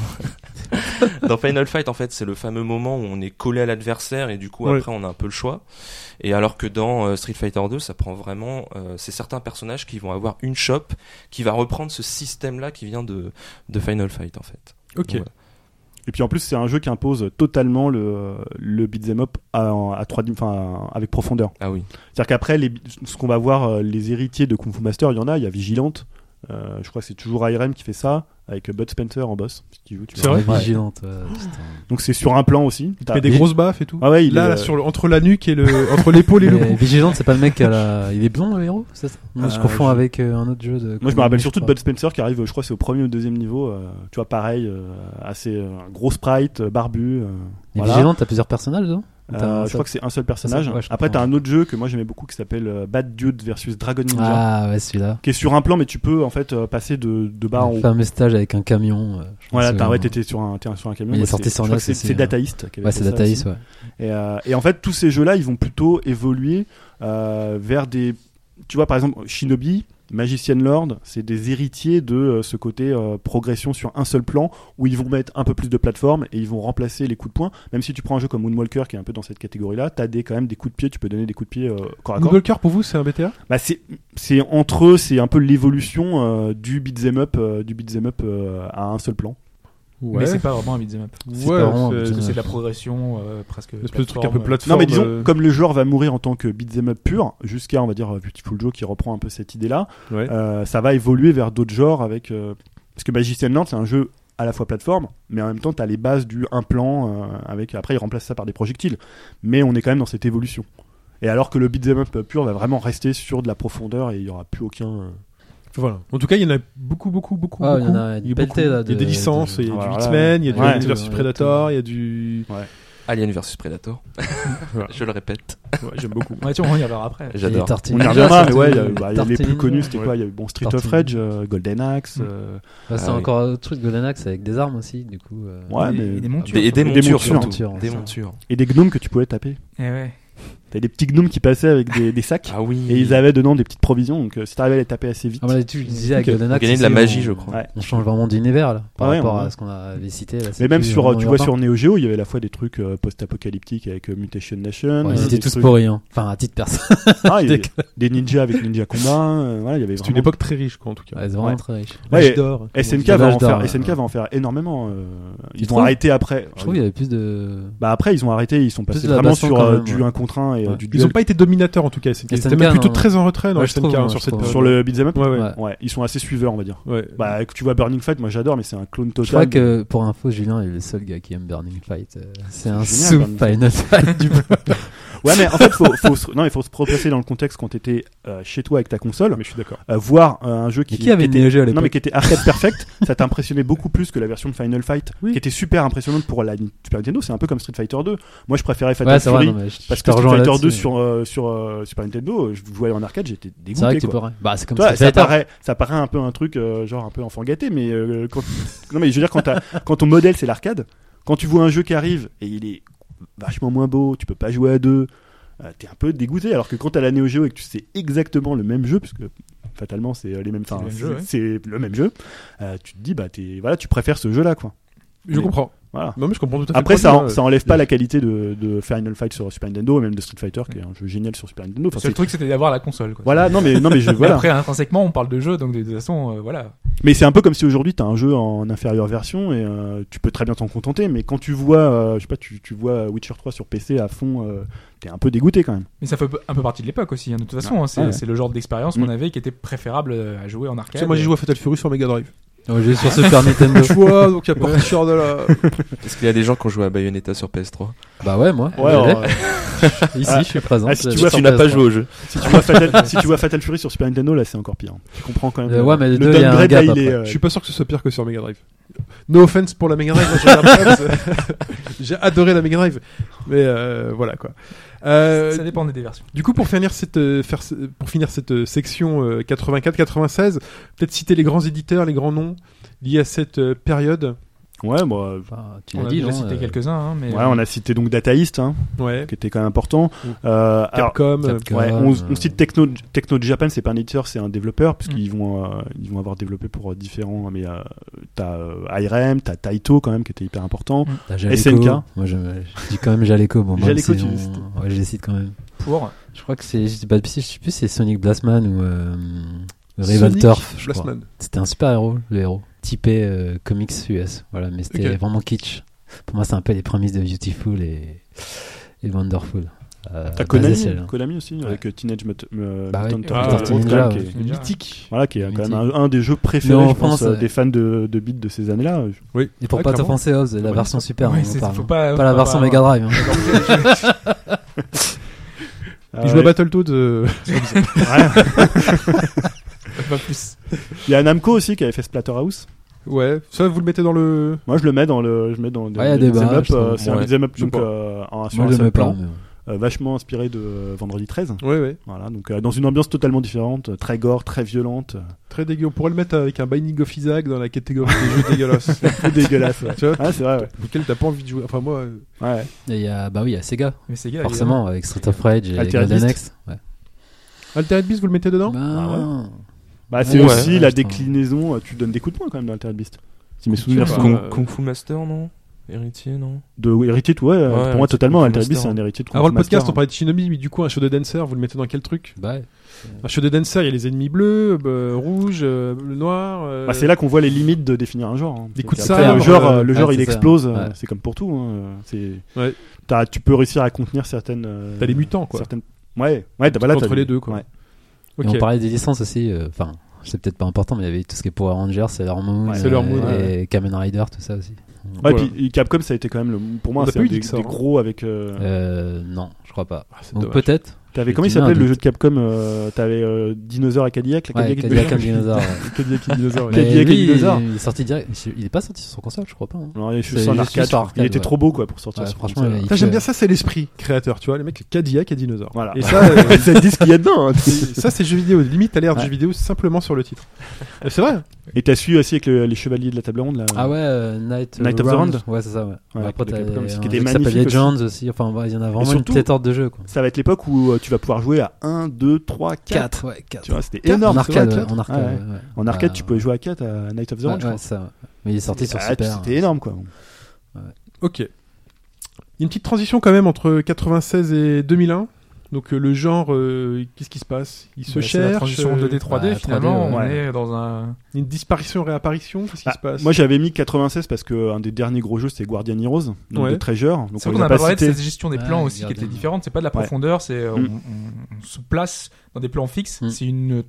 dans Final Fight, en fait, c'est le fameux moment où on est collé à l'adversaire et du coup Ouais. après on a un peu le choix. Et alors que dans euh, Street Fighter 2, ça prend vraiment, euh, c'est certains personnages qui vont avoir une chope qui va reprendre ce système-là qui vient de de Final Fight en fait. Ok. Donc, Et puis en plus, c'est un jeu qui impose totalement le, le beat'em up à, à trois dim- enfin, avec profondeur. Ah oui. C'est-à-dire qu'après, les- ce qu'on va voir, euh, les héritiers de Kung Fu Master, il y en a, il y a Vigilante, euh, je crois que c'est toujours ARM qui fait ça, avec Bud Spencer en boss. si tu veux, tu C'est vois. vrai Ouais, Vigilante. ouais, putain. Donc c'est sur un plan aussi. T'as- Mais des grosses baffes et tout. Ah ouais, il là, est, là, euh, sur le- entre la nuque et le, entre l'épaule et le Mais cou. Vigilante, c'est pas le mec qui a la... Il est blond le héros c'est ça Moi je Euh, confonds je- avec euh, un autre jeu de. Moi, je me rappelle surtout de crois. Bud Spencer qui arrive, je crois, c'est au premier ou deuxième niveau. euh, tu vois, pareil, euh, assez euh, gros sprite, euh, barbu. euh, Et voilà. Vigilante, t'as plusieurs personnages dedans Ou t'as Euh, un je seul crois que c'est un seul personnage. ouais, je Après, comprends. t'as un autre jeu que moi j'aimais beaucoup qui s'appelle euh, Bad Dude versus Dragon Ninja, Ah ouais, celui-là. qui est sur un plan, mais tu peux en fait euh, passer de, de bas en le haut. fameux stage avec un camion. euh, je Voilà, pense, t'as euh, ouais, t'étais sur un, t'es sur un camion. Mais il est Moi, sorti c'est- sur je crois NES que c'est- aussi, C'est euh. Dataist. qui avait Ouais, fait c'est ça aussi. Dataïs, ouais. Et, euh, et en fait, tous ces jeux-là, ils vont plutôt évoluer euh, vers des. Tu vois, par exemple, Shinobi, Magician Lord, c'est des héritiers de euh, ce côté euh, progression sur un seul plan où ils vont mettre un peu plus de plateforme et ils vont remplacer les coups de poing. Même si tu prends un jeu comme Moonwalker qui est un peu dans cette catégorie-là, t'as des, quand même des coups de pied, tu peux donner des coups de pied euh, corps à corps. Google Car pour vous, c'est un BTA Bah, c'est c'est entre eux, c'est un peu l'évolution euh, du beat'em up, euh, du beat'em up euh, à un seul plan. Mais c'est pas vraiment un beat'em up. c'est pas vraiment c'est- un Parce que beat'em c'est de la progression euh, presque. Une espèce de truc un peu plateforme. plateforme. Non mais disons, euh, comme le genre va mourir en tant que beat'em up pur, jusqu'à on va dire euh, Beautiful Joe qui reprend un peu cette idée-là, ouais. euh, ça va évoluer vers d'autres genres avec euh, parce que Magician Land c'est un jeu à la fois plateforme, mais en même temps t'as les bases du un plan euh, avec après il remplace ça par des projectiles, mais on est quand même dans cette évolution. Et alors que le beat'em up pur va vraiment rester sur de la profondeur et il y aura plus aucun. euh, Voilà. En tout cas, il y en a beaucoup, beaucoup, beaucoup. Ah, il y en beaucoup. a une Il y a pelletée, beaucoup. là, Il y a de- des licences, de- il y a du Voilà. X-Men, il y a du Ouais. Alien versus Ouais. Predator, il y a du. Alien versus Predator. Je le répète. Ouais, J'aime beaucoup. Ouais, tu vois, on y reviendra après. Et les J'adore. Tartines On y Ninja, reviendra, mais surtout, ouais, il y a- euh, bah, il y a les Tartines plus connus, Ninja. c'était quoi Il y a eu bon Street Tartine. of Rage, euh, Golden Axe. Mm. euh, Bah, C'est Ah oui. encore un autre truc Golden Axe avec des armes aussi, du coup. euh, ouais, Et- mais- et des montures. Des, et des Des montures, montures, surtout. montures, des ça. montures. et des gnomes que tu pouvais taper. Eh ouais. T'avais des petits gnomes qui passaient avec des, des sacs. Ah oui. Et ils avaient dedans des petites provisions, donc euh, si t'arrivais à les taper assez vite. Ah, mais tu le disais avec Ok. Golden Vous Axe. gagnez de c'est- la on- magie, je crois. Ouais. On change vraiment d'univers là, par Ah ouais, rapport on- à ce qu'on avait cité. Là, c'est Mais même plus sur, euh, vraiment tu vois, urbain. sur Neo Geo, il y avait à la fois des trucs euh, post-apocalyptiques avec euh, Mutation Nation. Ouais, euh, Ils étaient des tous trucs- pourris, hein. enfin à titre perso. Ah, il y avait des ninjas avec Ninja Combat. euh, voilà, il y avait C'est une vraiment... époque très riche, quoi, en tout cas. Ouais, c'est vraiment Ouais. très riche. Ouais, L'âge et- d'or. L'âge SNK, bah, va en d'or, faire, ouais. SNK va en faire énormément. euh, ils vont hein. trouves arrêter après. Je trouve qu'il y avait plus de. Bah après, ils ont arrêté, ils sont passés de la vraiment baston sur quand euh, même, du ouais. 1 contre 1 et euh, Ouais. du Ils duel. ont pas été dominateurs en tout cas, SNK. C'était SNK, même plutôt non. très en retrait dans Ouais, je SNK trouve, hein, ouais, sur je cette trouve. période. euh, Sur le beat'em up, Ouais, ouais. Ouais. ouais, ils sont assez suiveurs, on va dire. ouais. Bah, que tu vois Burning Fight, moi j'adore, mais c'est un clone total. Je crois que pour info, Julien est le seul gars qui aime Burning Fight. euh, C'est un génial, sous Burning Final Fight. Fight du Ouais, mais en fait, faut, faut se... non, il faut se progresser dans le contexte quand t'étais euh, chez toi avec ta console. Mais je suis d'accord. Euh, voir euh, un jeu qui, Mais qui avait était... une jeu à non mais l'époque qui était arcade perfect, ça t'impressionnait beaucoup plus que la version de Final Fight, Oui. qui était super impressionnante pour la Ni- Super Nintendo. C'est un peu comme Street Fighter 2. Moi, je préférais Fatal Ouais, c'est vrai, Fury non, mais je, je parce que te Street rejoins Fighter là-dessus. 2 sur euh, sur euh, Super Nintendo, euh, je jouais en arcade, j'étais dégoûté. C'est vrai que tu quoi. pourrais. Bah, c'est comme Toi, Street ça, Fighter. paraît, ça paraît un peu un truc euh, genre un peu enfant gâté, mais euh, quand... non mais je veux dire quand, t'as- quand ton modèle c'est l'arcade, quand tu vois un jeu qui arrive et il est vachement moins beau, tu peux pas jouer à deux, euh, t'es un peu dégoûté. Alors que quand t'as la Neo Geo et que tu sais exactement le même jeu, puisque fatalement c'est euh, les mêmes, enfin, le même c'est jeu, ouais. c'est le même jeu, euh, tu te dis bah t'es voilà tu préfères ce jeu là quoi. Je Mais- comprends. Voilà. Non, mais je comprends tout à fait. Après, le ça, problème, en- euh, ça enlève pas la qualité de, de Final Fight sur Super Nintendo et même de Street Fighter, qui est un jeu génial sur Super Nintdo. Enfin, Le seul c'est- truc, c'était d'avoir la console. Quoi. Voilà, non mais non mais je Mais voilà. Après, intrinsèquement, on parle de jeu, donc de toute façon, euh, voilà. Mais c'est un peu comme si aujourd'hui tu as un jeu en inférieure version et euh, tu peux très bien t'en contenter, mais quand tu vois, euh, je sais pas, tu, tu vois Witcher 3 sur PC à fond, euh, t'es un peu dégoûté quand même. Mais ça fait un peu partie de l'époque aussi. hein, de toute façon, hein, c'est Ouais, ouais. c'est le genre d'expérience qu'on Mm. avait qui était préférable euh, à jouer en tu arcade. sais, moi, j'ai joué à Fatal Fury sur Mega Drive. Donc, juste sur Super Nintendo. Tu vois, donc à partir de là. Est-ce qu'il y a des gens qui ont joué à Bayonetta sur PS3 bah ouais, moi. Ouais, je alors, l'ai. euh, Ici, ah, je suis présent. ah, je si tu l'ai vois, sur Tu n'as pas PS3. joué au jeu. si, tu vois Fatal, si tu vois Fatal Fury sur Super Nintendo, là c'est encore pire. Tu comprends quand même. Euh, ouais, mais les le deux, il y a un downgrade, gap là, il est, après. euh, Je suis pas sûr que ce soit pire que sur Mega Drive. No offense pour la Mega Drive, moi, je regarde pas, parce que j'ai adoré la Mega Drive, mais euh, voilà quoi. Euh, Ça dépendait des versions. du coup, pour finir cette, euh, faire ce- pour finir cette euh, section 84-96, peut-être citer les grands éditeurs, les grands noms liés à cette euh, période. Ouais, bon, euh, Enfin, tu On l'as a dit, déjà non, cité euh, quelques-uns, hein, mais ouais, on a cité donc Data East, hein, Ouais. qui était quand même important. Mm. Euh, alors, Capcom. euh, Capcom. Ouais, Euh, on, on euh, cite Techno, Techno Japan, c'est pas un éditeur, c'est un développeur, Mm. puisqu'ils vont, euh, ils vont avoir développé pour euh, différents. Mais euh, t'as euh, IRM, t'as Taito quand même, qui était hyper important. T'as Jaleco. SNK. Moi, je, je dis quand même Jaleco. Bon, même Jaleco, si tu on- les cites. Ouais, je les cite quand même. pour. Je crois que c'est, je dis pas de bêtises, je sais plus si c'est Sonic Blastman ou euh, Rival Turf. je crois. Blastman. C'était un super héros, le héros. Typé euh, comics US. Voilà, mais c'était Ok. vraiment kitsch. Pour moi, c'est un peu les prémices de Beautiful et, et Wonderful. Euh, T'as basé Konami, sur- Konami aussi, avec euh, Teenage Mut- euh, Bah ouais, Mutant Ah, Turtles, Teenage Road Ninja, Clan, qui ouais. est- Ninja. Mythique. Voilà, qui est quand même un, un des jeux Mais préférés, en je pense, France, euh, ouais. des fans de, de beat de ces années-là. Oui. Et pour Ouais, pas clairement. t'offenser, Hobbs, la Ouais, version super, Ouais, on en c'est- parle, faut hein. pas, Pas la version Mega Drive. hein. Ah Il joue à Battletoads. euh, Ah Ouais. Pas plus. Il y a Namco aussi qui avait fait Splatterhouse. ouais. Ça, vous le mettez dans le. Moi, je le mets dans le, je mets dans le Ouais, il y a le des beat'em bas, up, je euh, trouve. c'est un Ouais. beat'em up donc Je sais pas. euh, en- sur Moi, un je seul l'aimais pas, plan, mais bon. euh, vachement inspiré de euh, Vendredi 13. Ouais, ouais. Voilà, donc euh, dans une ambiance totalement différente, euh, très gore, très violente, euh, Très dégueu. On pourrait le mettre avec un Binding of Isaac dans la catégorie des jeux dégueulasses. un peu dégueulasse. ouais. tu vois, Ah, c'est vrai, ouais. auquel t'as pas envie de jouer. Enfin, moi. euh, Ouais. Et il y a, bah oui, il y a Sega, Mais c'est gars, forcément, avec Street of Rage et Altered Golden Beast. Axe. Ouais. Altered Beast, vous le mettez dedans Bah, Bah, c'est Ouais, aussi ouais, la putain. déclinaison, euh, tu donnes des coups de poing quand même dans Altered Beast. Si mes Bien souvenirs sûr, sont. ouais. Kung, Kung Fu Master, non Héritier, non De oui, héritier, tout, ouais, euh, pour moi Héritier totalement. Kung Fu Altered Beast, c'est Master. un héritier de Kung Avant Fu le podcast, Master. hein. on parlait de Shinobi, mais du coup, un show de dancer, vous le mettez dans quel truc bah ouais. Un show de dancer, il y a les ennemis bleus, euh, rouges, euh, le noir. euh, Bah, c'est là qu'on voit les limites de définir un genre. hein. Des coups de Après, sabre, le genre, euh, euh, le ouais, genre, il c'est ça. explose. euh, Ouais. C'est comme pour tout. hein, C'est. Ouais. t'as- Tu peux réussir à contenir certaines. euh, T'as les mutants, quoi. Certaines. Ouais, ouais. T'as, voilà, Entre t'as- les deux, quoi. ouais. Ok. Et on parlait des licences aussi, euh, enfin, c'est peut-être pas important, mais il y avait tout ce qui est Power Rangers, Sailor Moon, Ouais, Sailor euh, Moon, et Kamen Rider, tout ça aussi. Ouais, Voilà. puis Capcom, ça a été quand même, le, pour moi, On a c'est pas un eu des, Dixon, des hein. gros avec. euh, Euh, non, je crois pas. Ah, c'est Donc dommage. peut-être. T'avais comment il J'ai mis un s'appelle le doute. jeu de Capcom euh, T'avais euh, Dinosaure et Cadillac, la Ouais, Cadillac, Cadillac and Dinosaur. Dinosaure. ouais. Cadillac et Dinosaure, ouais. Mais- Cadillac et lui, Dinosaur. Il est sorti direct. Il est pas sorti sur son console, je crois pas. hein. Non, il est juste C'est en juste arcade. sur arcade, Il était ouais. trop beau quoi pour sortir Ouais, sur franchement, console. il- Putain, J'aime bien ça, c'est l'esprit créateur, tu vois, les mecs Cadillac et dinosaure. Voilà. Et ça, euh, ça dit ce qu'il y a dedans. hein. c'est- ça c'est jeu vidéo. Limite, t'as l'air de Ouais. jeu vidéo simplement sur le titre. Et C'est vrai. Et t'as su aussi avec le- les chevaliers de la table ronde là. Ah ouais, euh, Night, Night of the Round. Round. Ouais, c'est ça. Ouais. Bah, Ouais, Après, de t'as Capcom, un ce qui jeu était qui s'appelle magnifique Legends aussi. Enfin, ouais, il y en a vraiment surtout- une pléthore de jeux. Quoi. Ça va être l'époque où euh, tu vas pouvoir jouer à 1, 2, 3, 4. ouais, 4. Tu vois, c'était en énorme. c'est arcade, vrai, ouais, quatre. en arcade. Ouais, ouais. ouais, ouais. En arcade, Bah, tu pouvais jouer à 4 à Night of the ouais, Round, je ouais, crois. c'est ça. ouais. Mais il est sorti sur Ah, Super. C'était énorme quoi. Ok. Une petite transition quand même entre 96 et 2001. Donc euh, le genre, euh, qu'est-ce qui se passe Il se Bah, c'est cherche. la transition euh, de D3D bah, finalement 3D, on ouais. est dans un Une disparition, réapparition, qu'est-ce qui Ah, se passe Moi j'avais mis 96 parce que un des derniers gros jeux c'était Guardian Heroes, donc Ouais. de Treasure. Donc c'est on vrai les qu'on a a pas pas parlé de cités. cette gestion des Ouais, plans aussi qui regardez. était différente c'est pas de la Ouais. profondeur c'est euh, Mm. on, on- on se place dans des plans fixes Mm. c'est une tr-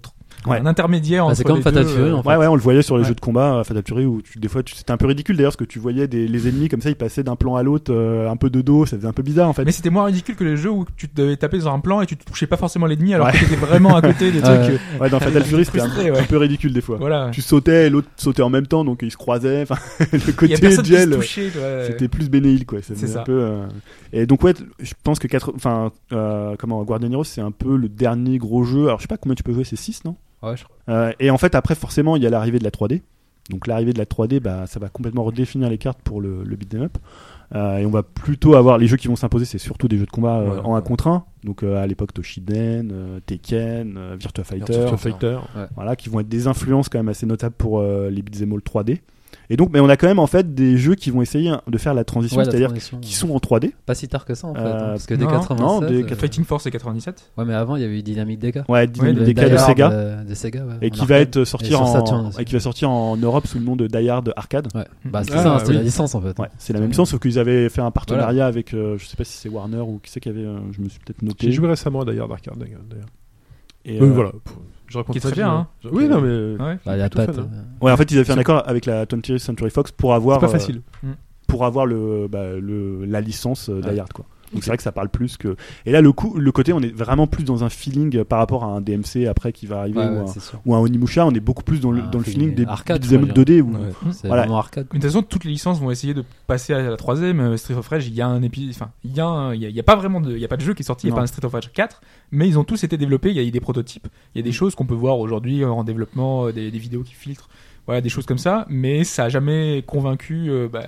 Ouais. un intermédiaire Bah, entre c'est comme les Fatal deux, Fury, euh, en fait. Ouais, ouais, on le voyait sur les Ouais. jeux de combat à Fatal Fury où tu- des fois tu- c'était un peu ridicule d'ailleurs parce que tu voyais des, les ennemis comme ça, ils passaient d'un plan à l'autre, euh, un peu de dos, ça faisait un peu bizarre en fait. mais c'était moins ridicule que les jeux où tu devais taper dans un plan et tu te touchais pas forcément l'ennemi alors Ouais. que t'étais vraiment à côté des Ouais. trucs euh, Ouais, dans Fatal Fury c'était un, Frustré, ouais. un peu ridicule des fois. voilà Tu sautais et l'autre sautait en même temps donc ils se croisaient, enfin le il y a côté personne qui se duel. touchait ouais. C'était plus Bénéil quoi. Ça C'est faisait ça. Un peu, euh, Et donc ouais, t- je pense que quatre... enfin, euh, comment Guardian Heroes c'est un peu le dernier gros jeu. Alors je sais pas combien tu peux jouer, c'est 6 non Ouais, je crois. Euh, Et en fait après forcément il y a l'arrivée de la 3D. Donc l'arrivée de la 3D bah, ça va complètement redéfinir les cartes pour le, le beat'em up. Euh, et on va plutôt avoir les jeux qui vont s'imposer, c'est surtout des jeux de combat euh, Ouais, en 1 ouais. contre 1. Donc euh, à l'époque Toshiden, euh, Tekken, euh, Virtua Fighter, Virtua Street Fighter. voilà, qui vont être des influences quand même assez notables pour euh, les beat'em all 3D. Et donc, mais on a quand même en fait des jeux qui vont essayer de faire la transition, Ouais, la c'est-à-dire transition, qui sont en 3D. Pas si tard que ça en fait. hein, Euh, parce que dès non, 96. non, dès euh, 80. Fighting Force et 97 Ouais, mais avant il y avait eu Dynamic Dega. Ouais, des, Oui, Le Die des cas de Hard, Sega. euh, de Sega, ouais, et en qui arcade. va être Et sorti sur Saturn en aussi. et qui va sortir en Europe sous le nom de Die Hard Arcade. Ouais. Bah, c'est Ah, ça, c'était oui. la licence en fait. Ouais, c'est la même sens, sauf qu'ils avaient fait un partenariat avec, euh, je sais pas si c'est Warner ou qui c'est qui avait, euh, je me suis peut-être noté. J'ai joué récemment d'ailleurs d'arcade d'ailleurs. Et, Euh, euh, voilà. Pff, Je raconte Qui est très ça, bien, mais- hein. Oui, non, mais. Ouais. Bah, la Plutôt patte. fun, hein. euh, Ouais, en fait, ils avaient fait un accord avec la 20th Century Fox pour avoir, C'est pas euh, facile. pour avoir le, bah, le, la licence euh, Die Ouais. Hard, quoi. Donc c'est vrai que ça parle plus que. Et là, le coup, le côté, on est vraiment plus dans un feeling euh, par rapport à un DMC après qui va arriver ouais, ou, ouais, un, c'est sûr. ou un Onimusha, on est beaucoup plus dans le, Ah, dans le c'est feeling des arcade, beat'em quoi, up 2D où Ouais. C'est Voilà. vraiment arcade. Mais de toute façon, toutes les licences vont essayer de passer à la troisième. euh, Street of Rage, il y a un épisode, enfin, il y a, un- il y a, il y a pas vraiment de, il y a pas de jeu qui est sorti, il y a Non. pas un Street of Rage 4, mais ils ont tous été développés. Il y a eu des prototypes, il y Mm. a des choses qu'on peut voir aujourd'hui euh, en développement, euh, des, des vidéos qui filtrent, voilà, des choses comme ça. Mais ça a jamais convaincu euh, bah,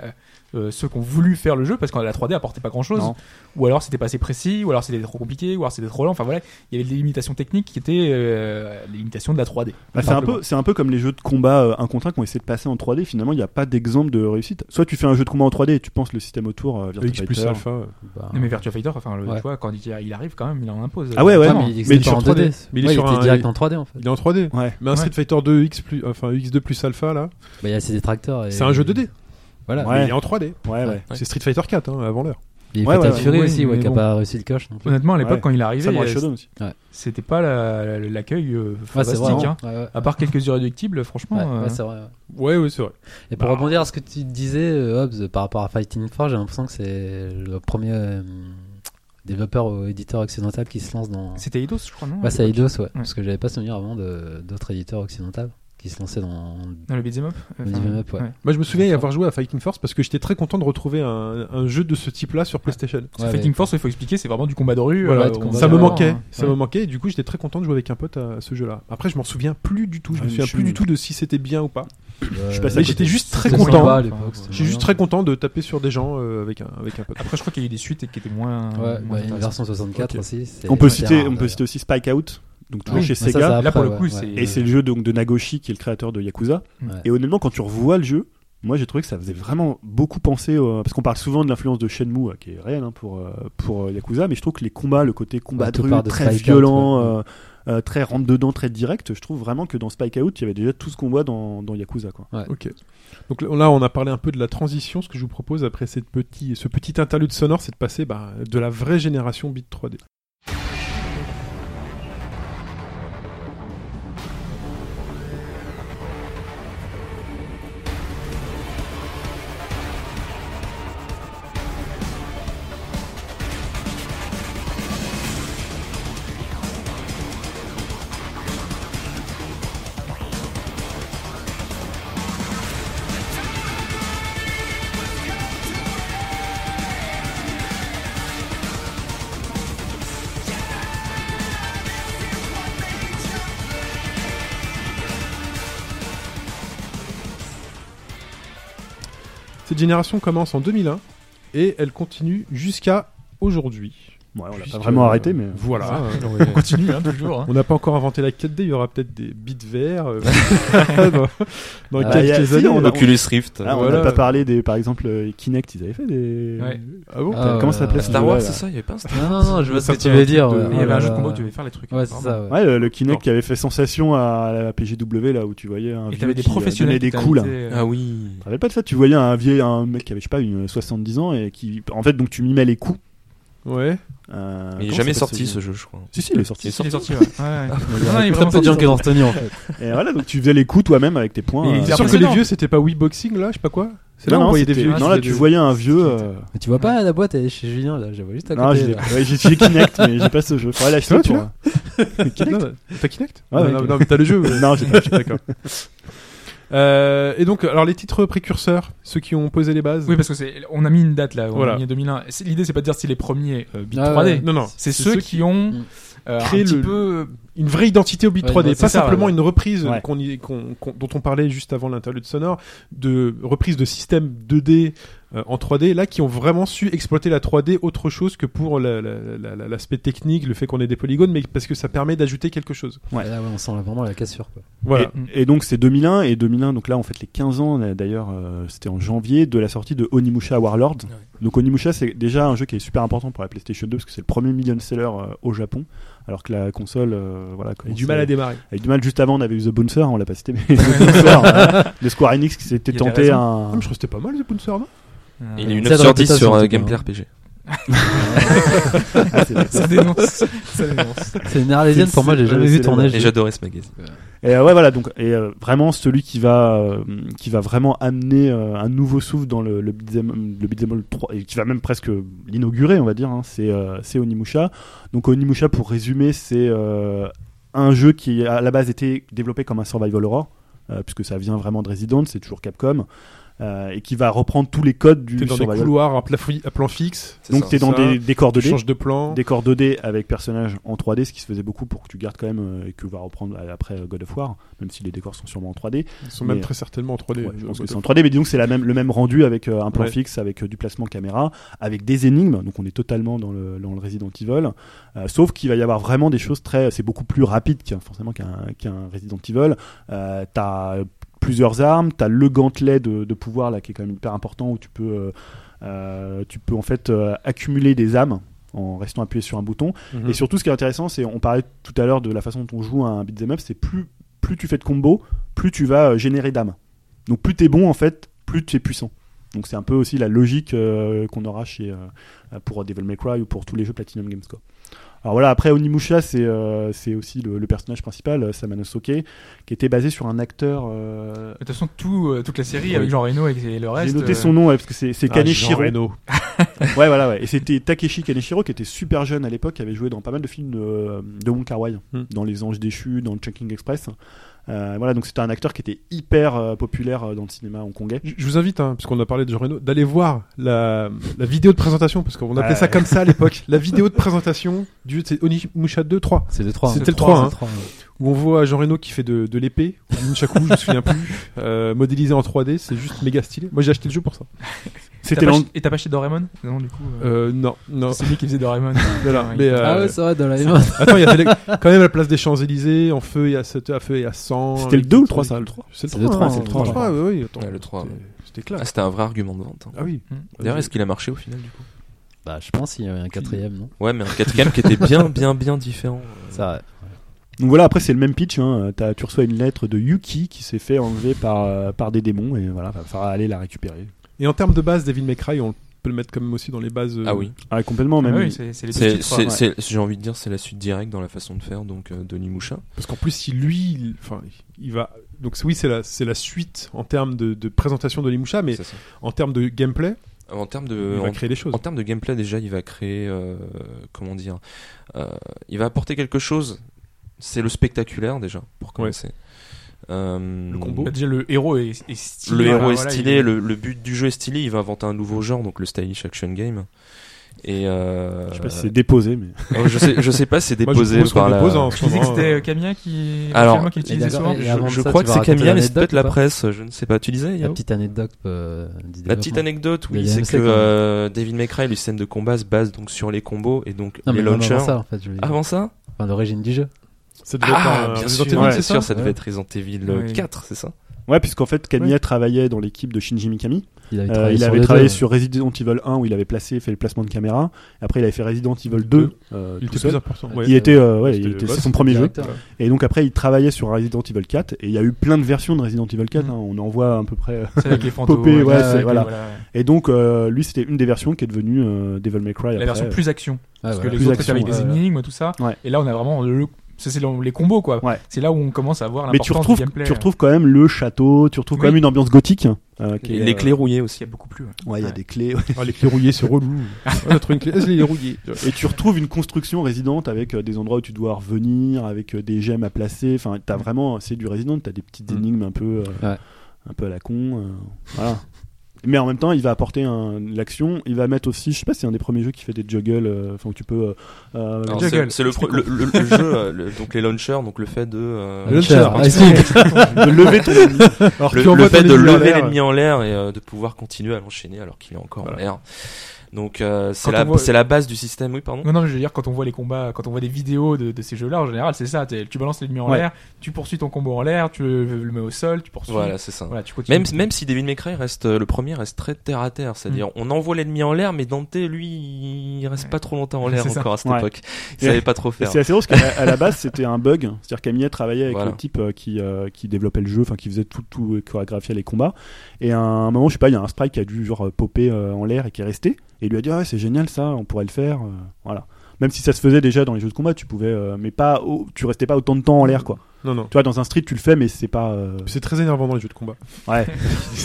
euh, ceux qui ont voulu faire le jeu parce que la 3D apportait pas grand chose, Non. ou alors c'était pas assez précis, ou alors c'était trop compliqué, ou alors c'était trop lent. Enfin voilà, il y avait des limitations techniques qui étaient euh, des limitations de la 3D. Bah, c'est un peu, c'est un peu comme les jeux de combat euh, un contre un qui ont essayé de passer en 3D. Finalement, il n'y a pas d'exemple de réussite. Soit tu fais un jeu de combat en 3D et tu penses le système autour, euh, Virtua X plus Fighter. alpha. euh. Bah, Non, mais Virtua Fighter, enfin, le, Ouais. tu vois, quand il, il arrive quand même, il en impose. Ah ouais, ouais, ouais, non. mais il Mais il existe est en sur 3D. 3D. Mais il est Ouais, sur était un- direct en 3D en fait. Il est en 3D. Ouais. Mais un Ouais. Street Fighter 2 X plus, enfin X 2 plus alpha là, Bah, il y a ses détracteurs. et- c'est un jeu 2D. Voilà. Ouais. Mais il est en 3D. Ouais, ouais. C'est Street Fighter 4 hein, avant l'heure. Il y a Ouais, Fatal ouais, Fury ouais, aussi, ouais, mais qui a bon. pas réussi le coche. non plus. Honnêtement, à l'époque, Ouais. quand il est arrivé, Samurai euh, Shodown aussi. c'était pas la- la- l'accueil euh, Ouais, c'est fantastique. vrai. hein. Ouais, ouais. À part quelques irréductibles, franchement. Ouais, euh, ouais, c'est vrai. ouais. Ouais, ouais, c'est vrai. Et pour Oh, Bah. rebondir à ce que tu disais, euh, Hobbs, par rapport à Fighting Forge, j'ai l'impression que c'est le premier euh, développeur ou éditeur occidental qui se lance dans. C'était Eidos, je crois, non Ouais, c'est Eidos, ouais. Parce que j'avais pas souvenir avant de- d'autres éditeurs occidentaux qui se lançaient dans. Dans le beat'em up. Le beat'em up, ouais. Moi, je me souviens y avoir joué à Fighting Force parce que j'étais très content de retrouver un, un jeu de ce type-là sur PlayStation. Ouais, Fighting Force, il faut expliquer, c'est vraiment du combat de rue. Voilà, euh, du on- combat Ça me Ouais, manquait, ça ouais. me manquait, et du coup, j'étais très content de jouer avec un pote à ce jeu-là. Après, je m'en souviens plus du tout, je Ah, me mais souviens je plus suis- du tout de si c'était bien ou pas. Ouais, suis passé ouais. à Mais j'étais juste très C'était content. sympa à l'époque, c'était Je suis juste vraiment- très content de taper sur des gens euh, avec un avec un pote. Après, je crois qu'il y a eu des suites et qui étaient moins. Ouais, moins bah, il y a une intéressantes. version 64 Ok. aussi. c'est- On peut c'est citer, rare, on peut d'ailleurs. citer aussi Spike Out, donc toujours Ouais, chez mais ça, Sega. c'est après, Là, pour le ouais, coup, ouais. c'est- Et c'est le jeu donc de Nagoshi qui est le créateur de Yakuza. Ouais. Et honnêtement, quand tu revois le jeu, moi j'ai trouvé que ça faisait vraiment beaucoup penser, euh, parce qu'on parle souvent de l'influence de Shenmue euh, qui est réelle hein, pour euh, pour euh, Yakuza, mais je trouve que les combats, le côté combat Ouais, tout de rue, part de très Spike Out, violent, ouais. euh, euh, très rentre dedans, très direct, je trouve vraiment que dans Spike Out, il y avait déjà tout ce qu'on voit dans, dans Yakuza quoi. Ok. Donc là, on a parlé un peu de la transition. Ce que je vous propose après cette petit, ce petit interlude sonore, c'est de passer bah, de la vraie génération bit 3D. Cette génération commence en 2001 et elle continue jusqu'à aujourd'hui. Ouais, on l'a Puisque, pas vraiment euh, arrêté, mais Voilà. euh, On continue, hein, toujours. hein. On n'a pas encore inventé la 4D, il y aura peut-être des bits verts euh, dans, dans Ah, quelques y a- si, années. on a- Oculus Rift. Ah, on Voilà. n'a pas parlé des, par exemple, euh, Kinect, ils avaient fait des. Ouais. Ah bon Ah, Comment ça s'appelait euh, ce Star jeu-là, Wars, là c'est ça Il y avait pas un Star Non, non, non, je vois ce Ça que tu fait un veux truc dire. de- ouais. Mais Il y avait un jeu de Euh, combat où bah, tu devais faire les trucs. hein, Ouais, c'est apparemment. ça, ouais. Ouais, le, le Kinect qui avait fait sensation à la PGW là où tu voyais un Et vieux t'avais des qui, euh, professionnels. donnait qui des coups là. t'invitaient, euh, Ah oui. Tu te rappelles pas de ça Tu voyais un vieil, un mec qui avait je sais pas une 70 ans et qui, en fait, donc tu mimais les coups. Ouais. Euh, Mais il comment est jamais s'appelle Ah. sorti ce jeu, je crois. Si si, il est Il sorti. est Il est sorti, ouais. Ouais, ouais. Ah, Il y a Non, il est très vraiment peu de sorti. gens qui l'ont retenu en fait. Et voilà, donc tu faisais les coups toi-même avec tes points. Mais il euh, C'est est sûr que les impressionnant. vieux, c'était pas Wii Boxing là, je sais pas quoi. C'est là où non, on non, voyait des c'était- vieux. non, qui là faisaient tu des- voyais un vieux. euh, Mais tu vois pas la boîte, elle est chez Julien là, je la vois juste à Non, côté. j'ai là. ouais, j'ai j'ai Kinect, mais j'ai pas ce jeu. Faudrait l'acheter vrai, Ah, tu pour- Non, non, T'as Kinect Ouais, non, ouais, non, Kinect. non, mais t'as le jeu. ouais. Non, j'ai pas. D'accord. Euh, et donc, alors les titres précurseurs, ceux qui ont posé les bases. Oui, parce que c'est, on a mis une date là, on Voilà. a mis 2001. C'est- L'idée, c'est pas de dire si les premiers euh, bits Ah ouais. 3D. Non, non. C'est ceux, qui ont Mm. euh, un Créé petit le- peu une vraie identité au beat Ouais, 3D, ouais, pas c'est ça, simplement ouais. une reprise Ouais. qu'on y- qu'on- qu'on- dont on parlait juste avant l'interlude sonore, de reprise de systèmes 2D euh, en 3D, là qui ont vraiment su exploiter la 3D autre chose que pour la- la- la- la- l'aspect technique, le fait qu'on ait des polygones, mais parce que ça permet d'ajouter quelque chose. Ouais. Là, ouais, on sent vraiment la cassure. Quoi. Voilà. Et, et donc c'est 2001 et 2001 donc là on fait les 15 ans là, d'ailleurs euh, c'était en janvier de la sortie de Onimusha Warlord. Donc Onimusha c'est déjà un jeu qui est super important pour la PlayStation 2 parce que c'est le premier million seller euh, au Japon alors que la console euh, voilà Et commençait- du mal à démarrer. avec du mal juste avant on avait eu The Bouncer hein, on l'a pas cité mais The Bouncer euh, de Square Enix qui s'était Il y avait tenté raison. un Ah, mais je trouve que c'était pas mal, The Bouncer, non Euh, Il est une Ça, dans 9 la sur 10 sur présentation, euh, en tout cas, Gameplay hein. RPG. Ah, c'est- Ça dénonce. Ça dénonce. C'est une arlésienne, pour moi, j'ai jamais c'est- vu c'est- tourner. Et j'adorais ce magazine. Et euh, ouais, voilà, donc, et euh, vraiment celui qui va, euh, qui va vraiment amener euh, un nouveau souffle dans le, le beat'em le beat'em all 3, et qui va même presque l'inaugurer, on va dire, hein, c'est euh, c'est Onimusha. Donc Onimusha, pour résumer, c'est euh, un jeu qui à la base était développé comme un survival horror, euh, puisque ça vient vraiment de Resident, c'est toujours Capcom, euh, et qui va reprendre tous les codes du T'es dans des survival. couloirs à pla- à plan fixe, C'est donc ça. t'es dans ça. des décors tu 2D changes de plan. décor 2D avec personnages en 3D, ce qui se faisait beaucoup pour que tu gardes quand même euh, et que va reprendre euh, après euh, God of War, même si les décors sont sûrement en 3D. Ils sont même mais- très certainement en 3D. Ouais, je pense Donc, que c'est en 3D, mais disons que c'est la même, le même rendu avec euh, un plan Ouais. fixe, avec euh, du placement caméra, avec des énigmes, donc on est totalement dans le, dans le Resident Evil. Euh, sauf qu'il va y avoir vraiment des choses très. C'est beaucoup plus rapide qu'un, forcément qu'un, qu'un Resident Evil. Euh, t'as plusieurs armes, t'as le gantelet de, de pouvoir là qui est quand même hyper important où tu peux, euh, euh, tu peux en fait euh, accumuler des âmes en restant appuyé sur un bouton. Mhm. Et surtout, ce qui est intéressant, c'est on parlait tout à l'heure de la façon dont on joue à un beat'em up, c'est plus plus tu fais de combos, plus tu vas euh, générer d'âmes. Donc plus t'es bon en fait, plus tu es puissant. Donc c'est un peu aussi la logique euh, qu'on aura chez euh, pour Devil May Cry ou pour tous les jeux Platinum Games quoi. Alors voilà, après Onimusha, c'est euh, c'est aussi le, le personnage principal, euh, Samano Soke, qui était basé sur un acteur. euh, De toute façon, tout, euh, toute la série Oui. avec Jean Reno et et le J'ai reste. noté euh, son nom ouais, parce que c'est c'est Ah, Jean Kaneshiro. Reno. ouais voilà ouais. Et c'était Takeshi Kaneshiro qui était super jeune à l'époque, qui avait joué dans pas mal de films de, de Wong Kar Wai, Hmm. dans Les Anges déchus, dans Chunking Express. Euh, voilà, donc c'était un acteur qui était hyper euh, populaire euh, dans le cinéma hongkongais. Hmm. Je je vous invite, hein, puisqu'on a parlé de Jean Reno, d'aller voir la, la vidéo de présentation, parce qu'on appelait Ouais. ça comme ça à l'époque. la vidéo de présentation du c'est Onimusha 2, 3, C'est de 3. C'était le 3, hein. où on voit Jean Reno qui fait de, de l'épée, ou du nunchaku, je me souviens plus, euh, modélisé en 3D, c'est juste méga stylé. Moi j'ai acheté le jeu pour ça. t'as C'était pas l'an- ach- Et t'as pas acheté Doraemon Non, du coup. euh, Euh, non, non. C'est lui qui faisait Doraemon. Voilà. Ouais. Mais, euh, Ah ouais, c'est vrai, dans la attends, il y a télé- quand même la place des Champs-Élysées, en feu, il y a sept- à feu et à 100. C'était le 2 ou le 3 ça Le 3 C'est C'est le le 3, trois, hein, c'est le trois. trois, ouais, ouais, attends. Ouais, le trois, C'était- ouais. C'était Ah, classe. c'était un vrai argument de vente. hein. Ah oui. D'ailleurs, est-ce qu'il a marché au final du coup Bah, je pense qu'il y avait un quatrième, non Ouais, mais un quatrième qui était bien, bien, bien différent. Ça, Donc voilà, après c'est le même pitch. Hein. T'as- tu reçois une lettre de Yuki qui s'est fait enlever par, euh, par des démons et voilà, va falloir aller la récupérer. Et en termes de base, David McRae, on peut le mettre quand même aussi dans les bases. euh, Ah oui. Ah, complètement, Ah même. oui, c'est c'est les deux C'est, titres, c'est- ouais. c'est- j'ai envie de dire, c'est la suite directe dans la façon de faire donc euh, de Nimoucha. Parce qu'en plus, si lui, il- enfin, il va. Donc oui, c'est la, c'est la suite en termes de, de présentation de Limusha, mais Bah, C'est ça. en termes de gameplay, Euh, En termes il de, va en, créer des choses. en termes de gameplay déjà, il va créer, euh, comment dire, euh, il va apporter quelque chose. C'est le spectaculaire déjà pour commencer. Euh, Le combo. Bah, déjà, le héros est, est stylé. Le Enfin, héros est voilà, stylé, il- le, le but du jeu est stylé, il va inventer un nouveau genre, donc le stylish action game. Et euh, Je sais pas si c'est déposé, mais. oh, je, sais, je sais pas, c'est Moi, déposé je propose qu'on par la... dépose en ce Tu disais que moment, c'était euh, euh, Camilla qui, Alors, actuellement, qui utilisait et d'accord, souvent. et Je, avant je ça, crois tu que vas c'est raconter Camilla, mais l'anecdote c'est peut-être ou la pas presse, je ne sais pas. Tu disais la Yao petite anecdote. euh, du La développement. petite anecdote, oui, Des c'est DMC, que quoi. euh, Devil May Cry, le système de combat se base donc sur les combos et donc Non, mais les même launchers. avant ça, en fait. je voulais dire. Avant ça Enfin, l'origine du jeu. Ça devait Ah, être un bien Resident sûr, Evil, ouais, c'est c'est ça sûr, ça devait Ouais. être Resident Evil Oui. 4, c'est ça Ouais, puisqu'en fait, Kamiya Ouais. travaillait dans l'équipe de Shinji Mikami. Il avait Euh, travaillé, il sur, avait les deux, travaillé ouais. sur Resident Evil 1 où il avait placé, fait le placement de caméra. Après, il avait fait Resident Evil 2. euh, Il tout était seul. plus important. ouais. Il était, euh, ouais, C'était il le était- boss, c'est son premier jeu. Directeur. Ah Et donc après, il travaillait sur Resident Evil 4. Et il y a eu plein de versions de Resident Evil 4. Mhm. hein, on en voit à peu près. euh. C'est avec les fantômes. euh, Popé, ouais, c'est- avec les- voilà. Et donc, euh, lui, c'était une des versions qui est devenue euh, Devil May Cry. La après. version plus action. Ouais, Parce que voilà. les Plus autres, c'était avec action, des ouais. énigmes, tout ça. Ah Ouais. Et là, on a vraiment le. ça, C'est dans les combos, quoi. Ouais. C'est là où on commence à voir euh. Mais tu l'importance retrouves, du gameplay. euh. hein. tu retrouves quand même le château, tu retrouves Oui. quand même une ambiance gothique. euh, qui Et est, les euh, clés rouillées Qui aussi. a beaucoup plu. ouais. Ouais, il y a Ouais. des clés. Ah, les clés rouillées, c'est relou. Ah, Ouais, notre une clé, est-ce les rouillées Et tu retrouves une construction résidente avec euh, des endroits où tu dois revenir, avec euh, des gemmes à placer. Enfin, t'as vraiment, c'est du résident. T'as des petites Mm. énigmes un peu, euh, Ouais. un peu à la con. euh, voilà. Mais en même temps, il va apporter un- l'action. Il va mettre aussi, je sais pas, si c'est un des premiers jeux qui fait des juggles. euh, Enfin, que tu peux. euh, euh, Alors, Juggle. c'est- C'est le, pro- le, le- le jeu, euh, le- donc les launchers, donc le fait de euh, Le launcher. Ah, si. de lever ton ennemi. Alors, le, tu le envoies ton fait ennemi de en lever l'air. l'ennemi en l'air et euh, de pouvoir continuer à l'enchaîner alors qu'il est encore en l'air. Donc euh, Quand c'est la on voit- c'est la base du système. Oui, pardon. Non, non, je veux dire, quand on voit les combats, quand on voit des vidéos de, de ces jeux-là, en général, c'est ça. t'es- Tu balances l'ennemi en Ouais. l'air, tu poursuis ton combo en l'air, tu le, le mets au sol, tu poursuis. Voilà, c'est ça. Voilà, tu continues. Même, même si Devil May Cry reste euh, le premier reste très terre à terre, c'est-à-dire on envoie l'ennemi en l'air, mais Dante lui il reste pas trop longtemps en l'air C'est ça. encore à cette Ouais. époque. Il Et- savait pas trop Et faire. C'est assez drôle parce qu'à à la base c'était un bug, c'est-à-dire qu'Amiya travaillait avec Voilà. le type euh, qui, euh, qui développait le jeu, enfin qui faisait tout, tout qui chorégraphiait les combats. Et à un moment, je sais pas, il y a un sprite qui a dû genre euh, popper euh, en l'air et qui est resté. Et il lui a dit ah ouais, c'est génial ça, on pourrait le faire, euh, voilà. Même si ça se faisait déjà dans les jeux de combat, tu pouvais, euh, mais pas, au- tu restais pas autant de temps en l'air quoi. Non, non. Tu vois, dans un street tu le fais, mais c'est pas. euh, C'est très énervant dans les jeux de combat. Ouais.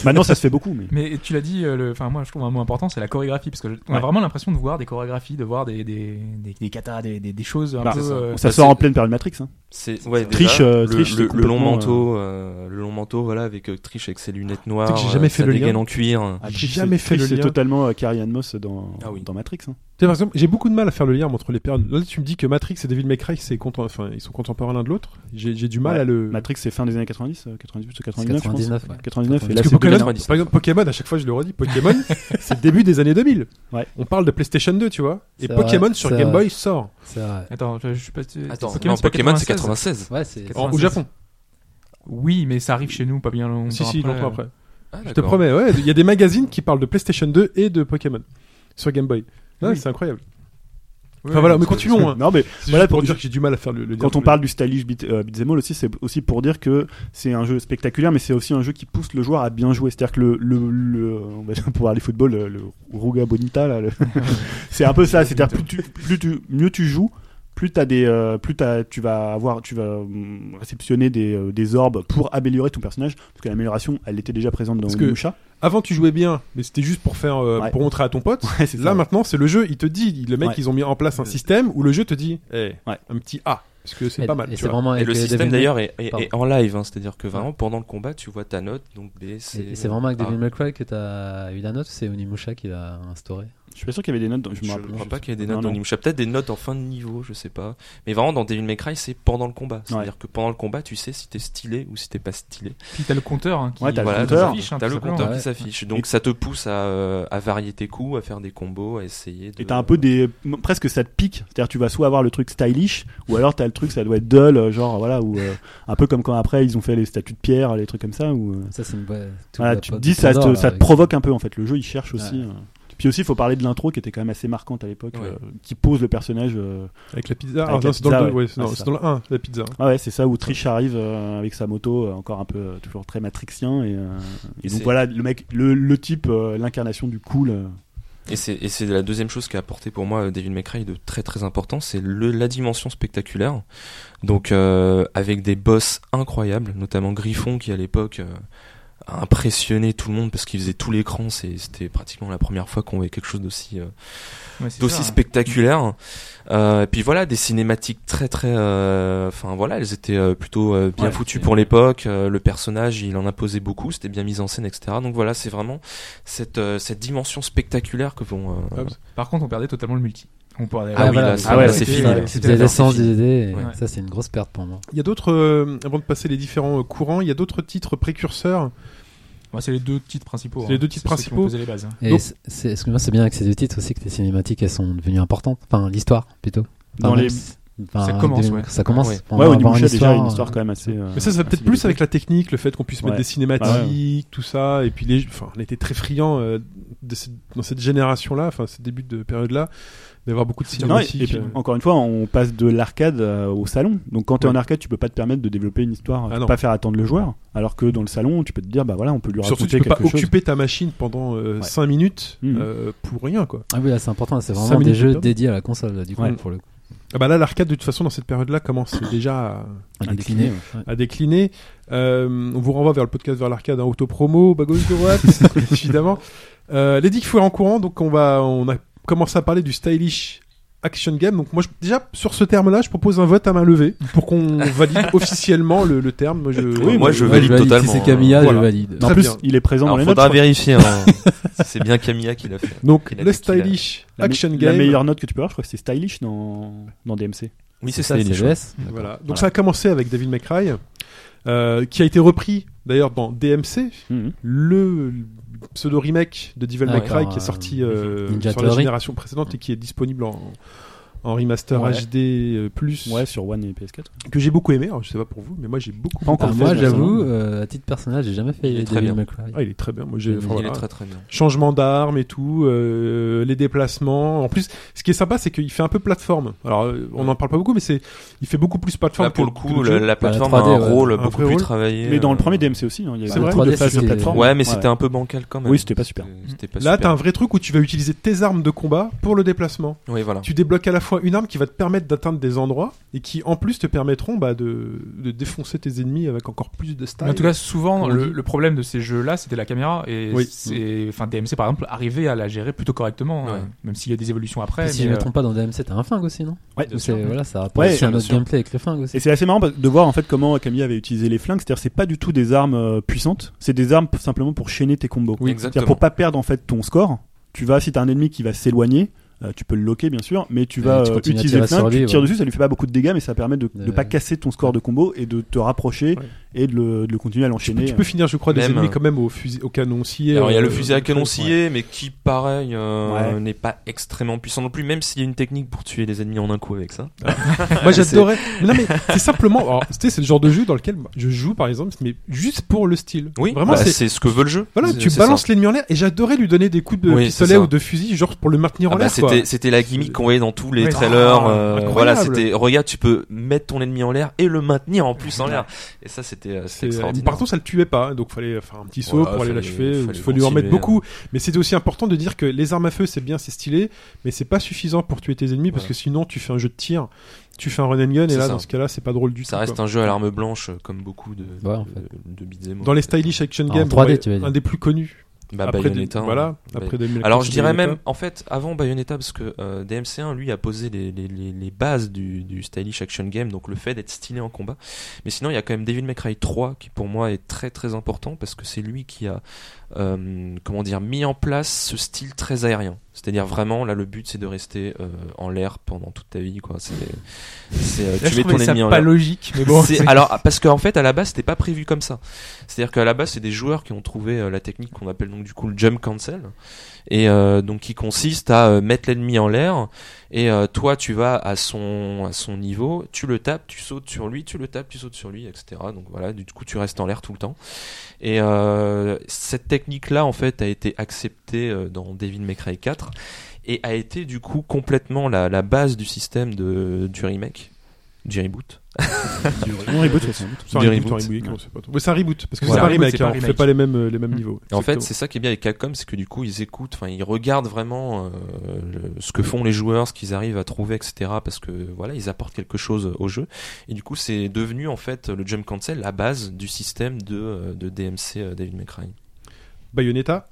Maintenant ça se fait beaucoup, mais. Mais tu l'as dit, euh, le- enfin moi je trouve un mot important, c'est la chorégraphie, parce que je- on a Ouais. vraiment l'impression de voir des chorégraphies, de voir des des des, des katas, des, des, des choses un Bah, peu. c'est ça. euh, Ça Bah, sort en c'est- pleine période Matrix. Hein. C'est ouais, déjà, Triche, euh, le, Triche, le- c'est le long complètement, manteau, euh, le long manteau, voilà, avec euh, Triche avec ses lunettes noires, Tu sais que j'ai jamais euh, fait sa le dégaine lien. en cuir. J'ai jamais fait le C'est lien. totalement euh, Carrie Ann Moss dans, Ah oui. dans Matrix. hein. Tu sais, par exemple, j'ai beaucoup de mal à faire le lien entre les périodes. Là, tu me dis que Matrix et Devil May Cry, c'est contem- enfin, ils sont contemporains l'un de l'autre. J'ai j'ai du mal Ouais. à le. Matrix c'est fin des années 90, euh, 98 ou C'est 99 je pense. 99, ouais. 99 et là Parce c'est que Pokémon, 2001. 99. par exemple, Pokémon, à chaque fois je le redis, Pokémon, c'est le début des années 2000. Ouais. On parle de PlayStation 2, tu vois. Et C'est Pokémon vrai, sur c'est Game vrai. Boy sort. C'est vrai. Attends, je, je suis pas. c'est- Attends, c'est non, Pokémon c'est 96. 96. Ouais, c'est. En- Au 96. Japon. Oui, mais ça arrive chez nous pas bien longtemps. si, si, longtemps après. Ah, Je te d'accord. promets, ouais. Il y a des magazines qui parlent de PlayStation 2 et de Pokémon sur Game Boy. Non, Oui. C'est incroyable. Ouais, Enfin voilà, mais parce que- continuons. hein. Non mais C'est Voilà, juste pour pour- dire que j'ai du mal à faire le, le lien. quand on parle du stylish beat, euh, beat'em all aussi, c'est aussi pour dire que c'est un jeu spectaculaire, mais c'est aussi un jeu qui pousse le joueur à bien jouer. C'est-à-dire que le, le, le- on va dire pour parler football, le, le Ruga Bonita, là, le- c'est un peu ça. C'est-à-dire plus tu, plus tu, mieux tu joues, plus t'as des, euh, plus t'as- tu vas avoir, tu vas hum, réceptionner des, euh, des orbes pour améliorer ton personnage, parce que l'amélioration, elle était déjà présente dans Parce que- Onimusha. Avant, tu jouais bien, mais c'était juste pour faire, euh, Ouais. pour montrer à ton pote. Ouais, c'est Là ça. maintenant, c'est le jeu. Il te dit, le mec, Ouais. Euh, ils ont mis en place un système où le jeu te dit, eh, Ouais. un petit A, parce que c'est Et- pas mal. Et tu c'est vois. vraiment Et avec le euh, système Devil- d'ailleurs est, est- Pardon. est en live, hein, c'est-à-dire que vraiment pendant le combat tu vois ta note, donc B, C. Et et c'est vraiment avec Devil Ah. May Cry que t'as eu la note ou c'est Onimusha qui l'a instauré Je suis pas sûr qu'il y avait des notes. Dans, je me Je ne rappelle crois je- pas qu'il y ait des non, notes non. dans Onimusha. Peut-être des notes en fin de niveau, je sais pas. Mais vraiment, dans Devil May Cry, c'est pendant le combat. C'est-à-dire que pendant le combat, tu sais si t'es stylé ou si t'es pas stylé. Puis t'as le compteur hein, qui Ouais, t'as le qui compteur. s'affiche, hein, T'as tout le simplement. compteur ouais. qui s'affiche. Donc ça te pousse à, euh, à varier tes coups, à faire des combos, à essayer de. Et t'as un peu des. Presque ça te pique. C'est-à-dire, tu vas soit avoir le truc stylish, ou alors t'as le truc, ça doit être dull, euh, genre, voilà, ou euh, un peu comme quand après ils ont fait les statues de pierre, les trucs comme ça, ou. euh, Ça, c'est une boîte. voilà, tu te dis, ça te, ça te provoque un peu, en fait. Le jeu, il cherche aussi. euh. Puis aussi, il faut parler de l'intro qui était quand même assez marquante à l'époque, Ouais. euh, qui pose le personnage. euh, Avec la pizza. Avec Ah, la non, c'est dans pizza, le deux, ouais. ouais, c'est- non, Ah, c'est c'est dans le 1, la pizza. Ah ouais, c'est ça, où Trish arrive euh, avec sa moto, euh, encore un peu, euh, toujours très matrixien, et, euh, et Et donc c'est- voilà, le mec, le, le type, euh, l'incarnation du cool. euh. Et c'est et c'est la deuxième chose qui a apporté pour moi euh, Devil May Cry de très très important, c'est le la dimension spectaculaire. Donc euh, avec des boss incroyables, notamment Griffon qui à l'époque euh, a impressionné tout le monde parce qu'il faisait tout l'écran, c'est- c'était pratiquement la première fois qu'on voyait quelque chose d'aussi euh, Ouais, c'est hein. d'aussi ça. spectaculaire. Euh, et puis voilà, des cinématiques très très, euh, enfin voilà, elles étaient euh, plutôt euh, bien Ouais, foutues c'est- pour l'époque. Euh, le personnage, il en imposait beaucoup, c'était bien mis en scène, etc. Donc voilà, c'est vraiment cette euh, cette dimension spectaculaire que vont. euh, Hop. Par contre, on perdait totalement le multi. On perdait- Ah oui, voilà, là, c'est- ça- ouais, là, c'est c'était- fini. là. c'était C'était la l'essence sortie. des idées. et Ouais. Ça, c'est une grosse perte pour moi. Il y a d'autres, euh, avant de passer les différents euh, courants, il y a d'autres titres précurseurs. Ouais, c'est les deux titres principaux. hein. C'est les deux titres ceux qui principaux. ont posé les bases. hein. Et Donc- c'est- c'est- excuse-moi, c'est bien avec ces deux titres aussi que les cinématiques elles sont devenues importantes. Enfin, l'histoire plutôt. Dans Enfin, les- si- enfin, Ça commence, Devil- ouais. Ça commence. Ouais. Enfin, Ouais, on va avoir Onimusha, déjà, euh, une histoire quand même assez. euh, Mais ça, ça va peut-être assez plus développée. avec la technique, le fait qu'on puisse mettre Ouais. des cinématiques, Bah tout ça. Et puis, les, enfin, on était très friands euh, de cette- dans cette génération-là, enfin, ce début de période-là, d'avoir beaucoup de Ah, Non, et- et cinématiques. puis, euh. encore une fois, on passe de l'arcade euh, au salon. Donc quand t'es Ouais. en arcade, tu peux pas te permettre de développer une histoire, Ah tu peux non. pas faire attendre le joueur. Alors que dans le salon, tu peux te dire, bah voilà, on peut lui raconter Surtout, tu peux pas quelque chose. occuper ta machine pendant Ouais. 5 minutes Mhm. euh, pour rien, quoi. Ah oui, là, c'est important. C'est Cinq vraiment des minutes jeux dedans. dédiés à la console, là, du coup, Ouais. pour le coup. Ah bah là, l'arcade, de toute façon, dans cette période-là, commence déjà à, À À décliner. ouais. à décliner. Euh, on vous renvoie vers le podcast vers l'arcade, un auto-promo, bas gauche, droite, évidemment. Euh, les dix fouets en courant, donc on va, on a commencé à parler du stylish action game. Donc moi, je- déjà sur ce terme-là, je propose un vote à main levée pour qu'on valide officiellement le, le terme. Moi, je, moi, je valide totalement, Si c'est Camilla, voilà. je valide. En Très plus, bien. il est présent dans Alors, les notes. faudra je crois. vérifier. hein. Si c'est bien Camilla qui l'a fait. Donc Il a le dit qu'il a- stylish La me- action La game. meilleure note que tu peux avoir, je crois que c'est stylish dans, dans DMC. Oui, c'est ça. C'est c'est DGS. Voilà. Donc ça a commencé avec David McRae, euh, qui a été repris d'ailleurs dans DMC, Mhm. le pseudo remake de Devil Ah May ouais. Cry Alors, qui est sorti euh, euh, Ninja sur la Theory. génération précédente et qui est disponible en, en remaster Ouais. HD euh, plus Ouais, sur One et PS4. que j'ai beaucoup aimé. Alors, je sais pas pour vous, mais moi j'ai beaucoup. Pas encore Alors fait, moi, je j'avoue, euh, à titre personnel, j'ai jamais fait Il est très Devil bien. May Cry. Ah, il est très bien. Moi j'ai. Il enfin, Il voilà. est très très bien. Changement d'armes et tout, euh, les déplacements. En plus, ce qui est sympa, c'est qu'il fait un peu plateforme. Alors, euh, on n'en parle pas beaucoup, mais c'est, il fait beaucoup plus plateforme. Là, pour que- le que coup, jeu. la, la plateforme Bah, la a un 3D, ouais. rôle Un beaucoup vrai plus rôle. travaillé. Mais dans le euh, premier DMC aussi, non, il y C'est avait vrai. beaucoup de 3D, phases de c'est- plateforme. Ouais, mais c'était un peu bancal quand même. Oui, c'était pas super. C'était pas Là, super. t'as un vrai truc où tu vas utiliser tes armes de combat pour le déplacement. Oui, voilà. Tu débloques à la fois une arme qui va te permettre d'atteindre des endroits et qui en plus te permettront bah, de, de défoncer tes ennemis avec encore plus de style. Mais en tout cas, souvent, on le, dit. le problème de ces jeux-là, c'était la caméra. Et Oui. c'est, enfin, DMC, par exemple, arrivait à la gérer plutôt correctement, Ouais. euh, même s'il y a des évolutions Et après. si mais, je ne euh, me trompe pas, dans DMC, t'as un flingue aussi, non Ouais, Ou euh, c'est- Voilà, ça rapporte Ouais, aussi un bien autre sûr. gameplay avec le flingue aussi. Et c'est assez marrant parce- de voir en fait comment Camille avait utilisé les flingues, c'est-à-dire c'est pas du tout des armes euh, puissantes, c'est des armes p- simplement pour chaîner tes combos. Oui, C'est-à-dire exactement. pour pas perdre en fait ton score, tu vas si t'as un ennemi qui va s'éloigner, euh, tu peux le loquer bien sûr, mais tu Et vas tu euh, continues à utiliser tirer le sur flingue, lui, tu tires ouais. dessus, ça lui fait pas beaucoup de dégâts, mais ça permet de, de Euh. pas casser ton score de combo et de te rapprocher Ouais. et de le, de le continuer à tu, peux- l'enchaîner. tu peux finir, je crois, des Même, ennemis euh, quand même au, fusil, au canon scié. Alors il y a le euh, fusil à canon ouais. scié, mais qui pareil euh, Ouais. n'est pas extrêmement puissant non plus, même s'il y a une technique pour tuer les ennemis en un coup avec ça. Moi j'adorais. Mais non mais c'est simplement. Alors tu sais, c'est le genre de jeu dans lequel je joue par exemple, mais juste pour le style. Oui, Vraiment bah, c'est. c'est ce que veut le jeu. Voilà, C'est- tu c'est balances ça. l'ennemi en l'air et j'adorais lui donner des coups de Oui, c'est pistolet ça. ou de fusil, genre pour le maintenir en Ah bah, l'air. quoi. c'était c'était la gimmick qu'on voyait dans tous les Ouais. trailers. Ah, euh, incroyable. voilà, c'était regarde, tu peux mettre ton ennemi en l'air et le maintenir en plus en l'air. Et ça, c'était euh, C'est- c'était extraordinaire. Par contre, ça le tuait pas, hein, donc fallait faire un petit saut Voilà, pour aller fallait- l'achever. Il fallait faut lui en mettre continuer, hein. beaucoup, mais c'était aussi important de dire que les armes à feu c'est bien, c'est stylé, mais c'est pas suffisant pour tuer tes ennemis parce Voilà. que sinon tu fais un jeu de tir, tu fais un run and gun et C'est là ça. dans ce cas-là c'est pas drôle du tout. ça reste quoi. un jeu à l'arme blanche euh, comme beaucoup de Ouais, en fait. de, de beat'em up. Dans les stylish action En games, 3D, ouais, tu veux dire. un des plus connus. Bah, après Bayonetta, des- voilà, hein. Bay- après 2000, Alors je dirais même, Bayonetta. en fait, avant Bayonetta, parce que euh, DMC1, lui, a posé les, les, les, les bases du, du stylish action game, donc le fait d'être stylé en combat. Mais sinon, il y a quand même Devil May Cry 3, qui pour moi est très très important, parce que c'est lui qui a, euh, comment dire, mis en place ce style très aérien. C'est-à-dire vraiment, là, le but, c'est de rester euh, en l'air pendant toute ta vie, quoi. C'est, c'est, euh, là, je tu mets ton trouvais ça ennemi en pas l'air. logique, mais bon. C'est- c'est- alors parce qu'en fait à la base c'était pas prévu comme ça. C'est-à-dire qu'à la base c'est des joueurs qui ont trouvé euh, la technique qu'on appelle donc du coup le jump cancel et euh, donc qui consiste à euh, mettre l'ennemi en l'air et euh, toi tu vas à son à son niveau, tu le tapes, tu sautes sur lui, tu le tapes, tu sautes sur lui, etc. Donc voilà, du coup tu restes en l'air tout le temps. Et euh, cette technique là en fait a été acceptée euh, dans Devil May Cry 4 et a été du coup complètement la, la base du système de du remake, du reboot. Non, Euh, reboot, ouais, c'est un reboot. C'est un du reboot, reboot. c'est un reboot, on sait pas trop. Ouais, c'est un reboot parce que c'est Voilà. pas un Reboot, remake, c'est pas hein, un on fait remake. pas les mêmes euh, les mêmes niveaux. Hum. Et En fait, Exactement. c'est ça qui est bien avec Capcom, c'est que du coup, ils écoutent, enfin, ils regardent vraiment euh, le- ce que font les joueurs, ce qu'ils arrivent à trouver, etc. Parce que voilà, ils apportent quelque chose au jeu. Et du coup, c'est devenu en fait le jump cancel, la base du système de, euh, de DMC euh, David McRae. Bayonetta,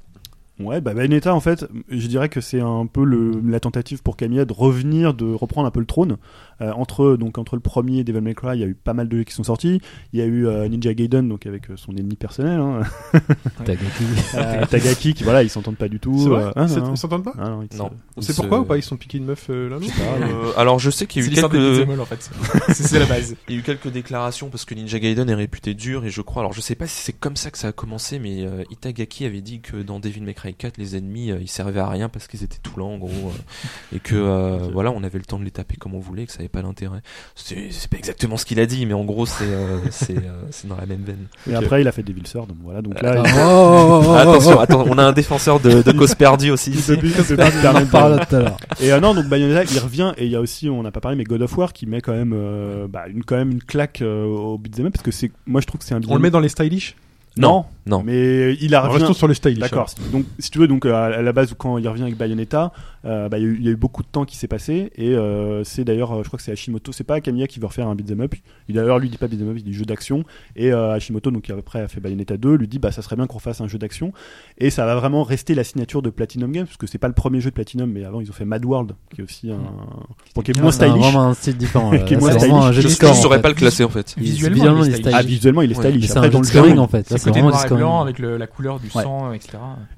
Ouais, bah Bayonetta, en fait, je dirais que c'est un peu le, la tentative pour Camilla de revenir, de reprendre un peu le trône. Euh, entre, donc, entre le premier et Devil May Cry, il y a eu pas mal de jeux qui sont sortis. Il y a eu euh, Ninja Gaiden, donc avec euh, son ennemi personnel, hein, T'as Goku. euh, Tagaki, qui voilà, ils s'entendent pas du tout. Ah. c'est euh, vrai, ah, non, C'est- non. ils s'entendent pas. Ah, non, ils se- Non. On Ils sait se- pourquoi ou pas ils sont piqués une meuf euh, l'un l'autre Euh, alors, je sais qu'il y C'est a eu l'histoire de quelques, Beat'em All, en fait. C'est c'est la base. il y a eu quelques déclarations parce que Ninja Gaiden est réputé dur et je crois, alors je sais pas si c'est comme ça que ça a commencé, mais euh, Itagaki avait dit que dans Devil May Cry 4, les ennemis euh, ils servaient à rien parce qu'ils étaient tout lents en gros euh, et que euh, voilà, on avait le temps de les taper comme on voulait et que ça avait pas d'intérêt. C'est c'est pas exactement ce qu'il a dit, mais en gros c'est euh, c'est euh, c'est dans la même veine. Et après, il a fait Devil Sword, donc voilà. Donc là, Ah, il- oh, oh, oh, attention, oh, attends, on a un défenseur de, de cause perdue aussi. il ici. débute- il oh. débute On par en même pas. parle tout à l'heure. Et euh, non, donc Bayonetta, il revient et il y a aussi, on n'a pas parlé, mais God of War qui met quand même, euh, bah, une, quand même une claque euh, au beat'em up parce que c'est, moi je trouve que c'est un On le met dans les stylish Non, Non. mais il a revient. Restons sur le style. D'accord. Donc, si tu veux, donc euh, à à la base, quand il revient avec Bayonetta, euh, bah, il y, a eu- il y a eu beaucoup de temps qui s'est passé. Et euh, c'est d'ailleurs, euh, je crois que c'est Hashimoto, c'est pas Kamiya qui veut refaire un beat'em up. Il d'ailleurs, lui dit pas beat'em up, il dit jeu d'action. Et euh, Hashimoto, donc qui après a fait Bayonetta 2, lui dit bah ça serait bien qu'on fasse un jeu d'action. Et ça va vraiment rester la signature de Platinum Games, parce que c'est pas le premier jeu de Platinum, mais avant ils ont fait Mad World, qui est aussi un. bon, qui est moins C'est stylish. vraiment un style différent. là. Qui est Là, moins c'est vraiment un stylish. jeu Je de le ne score. score, saurais en pas fait. le classer en fait. Visuellement, il est Ah, stylish. visuellement, il est Ouais. Mais stylish. C'est Après, un dans jeu le de scoring scoring, en fait. Là, C'est c'est côté Ah, vraiment du noir et blanc scoring. avec le- la couleur du Ouais. sang, etc.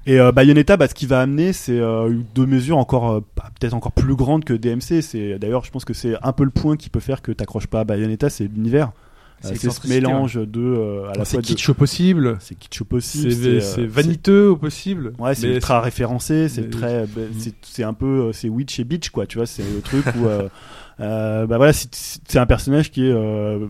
Et euh, Bayonetta, bah, ce qui va amener, c'est euh, deux mesures encore euh, bah, peut-être encore plus grandes que DMC. C'est d'ailleurs, je pense que c'est un peu le point qui peut faire que t'accroches pas à Bayonetta, c'est l'univers, C'est Euh, c'est ce l'excentricité, mélange de euh, à la C'est fois de kitsch au possible. c'est kitsch au possible, C'est euh, c'est vaniteux au possible. c'est- Ouais, c'est mais ultra référencé, c'est mais- Mm. très, bah, c'est- c'est un peu, euh, c'est witch et bitch quoi, tu vois, c'est le truc où, euh, euh, bah voilà, c'est- c'est un personnage qui est euh,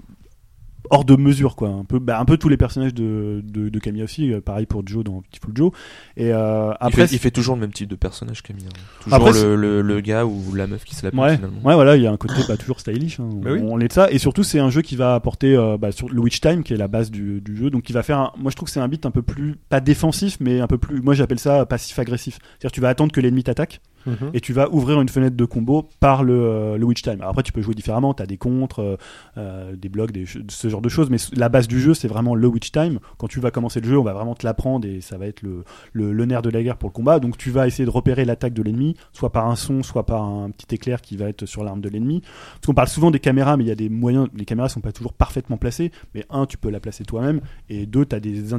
hors de mesure quoi, un peu, bah, un peu tous les personnages de de, de Camille aussi, euh, pareil pour Joe dans Beautiful Joe, et euh, Il après fait- il, fait, toujours le même type de personnage Camille. hein. Toujours Après, c'est- le, le- le gars ou la meuf qui se la pète, Ouais, finalement. ouais, voilà, il y a un côté bah, toujours stylish. hein. Bah oui. On l'est de ça. Et surtout, c'est un jeu qui va apporter euh, bah, sur le Witch Time, qui est la base du, du jeu. Donc, qui va faire. un- Moi, je trouve que c'est un beat un peu plus. Pas défensif, mais un peu plus. Moi, j'appelle ça passif-agressif. C'est-à-dire, tu vas attendre que l'ennemi t'attaque Mhm. et tu vas ouvrir une fenêtre de combo par le, euh, le Witch Time. Alors, après, tu peux jouer différemment. Tu as des contres, euh, euh, des blocs, des, ch- ce genre de choses. Mais la base du jeu, c'est vraiment le Witch Time. Quand tu vas commencer le jeu, on va vraiment te l'apprendre et ça va être le, le, le nerf de la guerre pour le combat. Donc tu vas essayer de repérer l'attaque de l'ennemi, soit par un son, soit par un petit éclair qui va être sur l'arme de l'ennemi. Parce qu'on parle souvent des caméras, mais il y a des moyens. Les caméras sont pas toujours parfaitement placées, mais un, tu peux la placer toi-même, et deux, tu as, des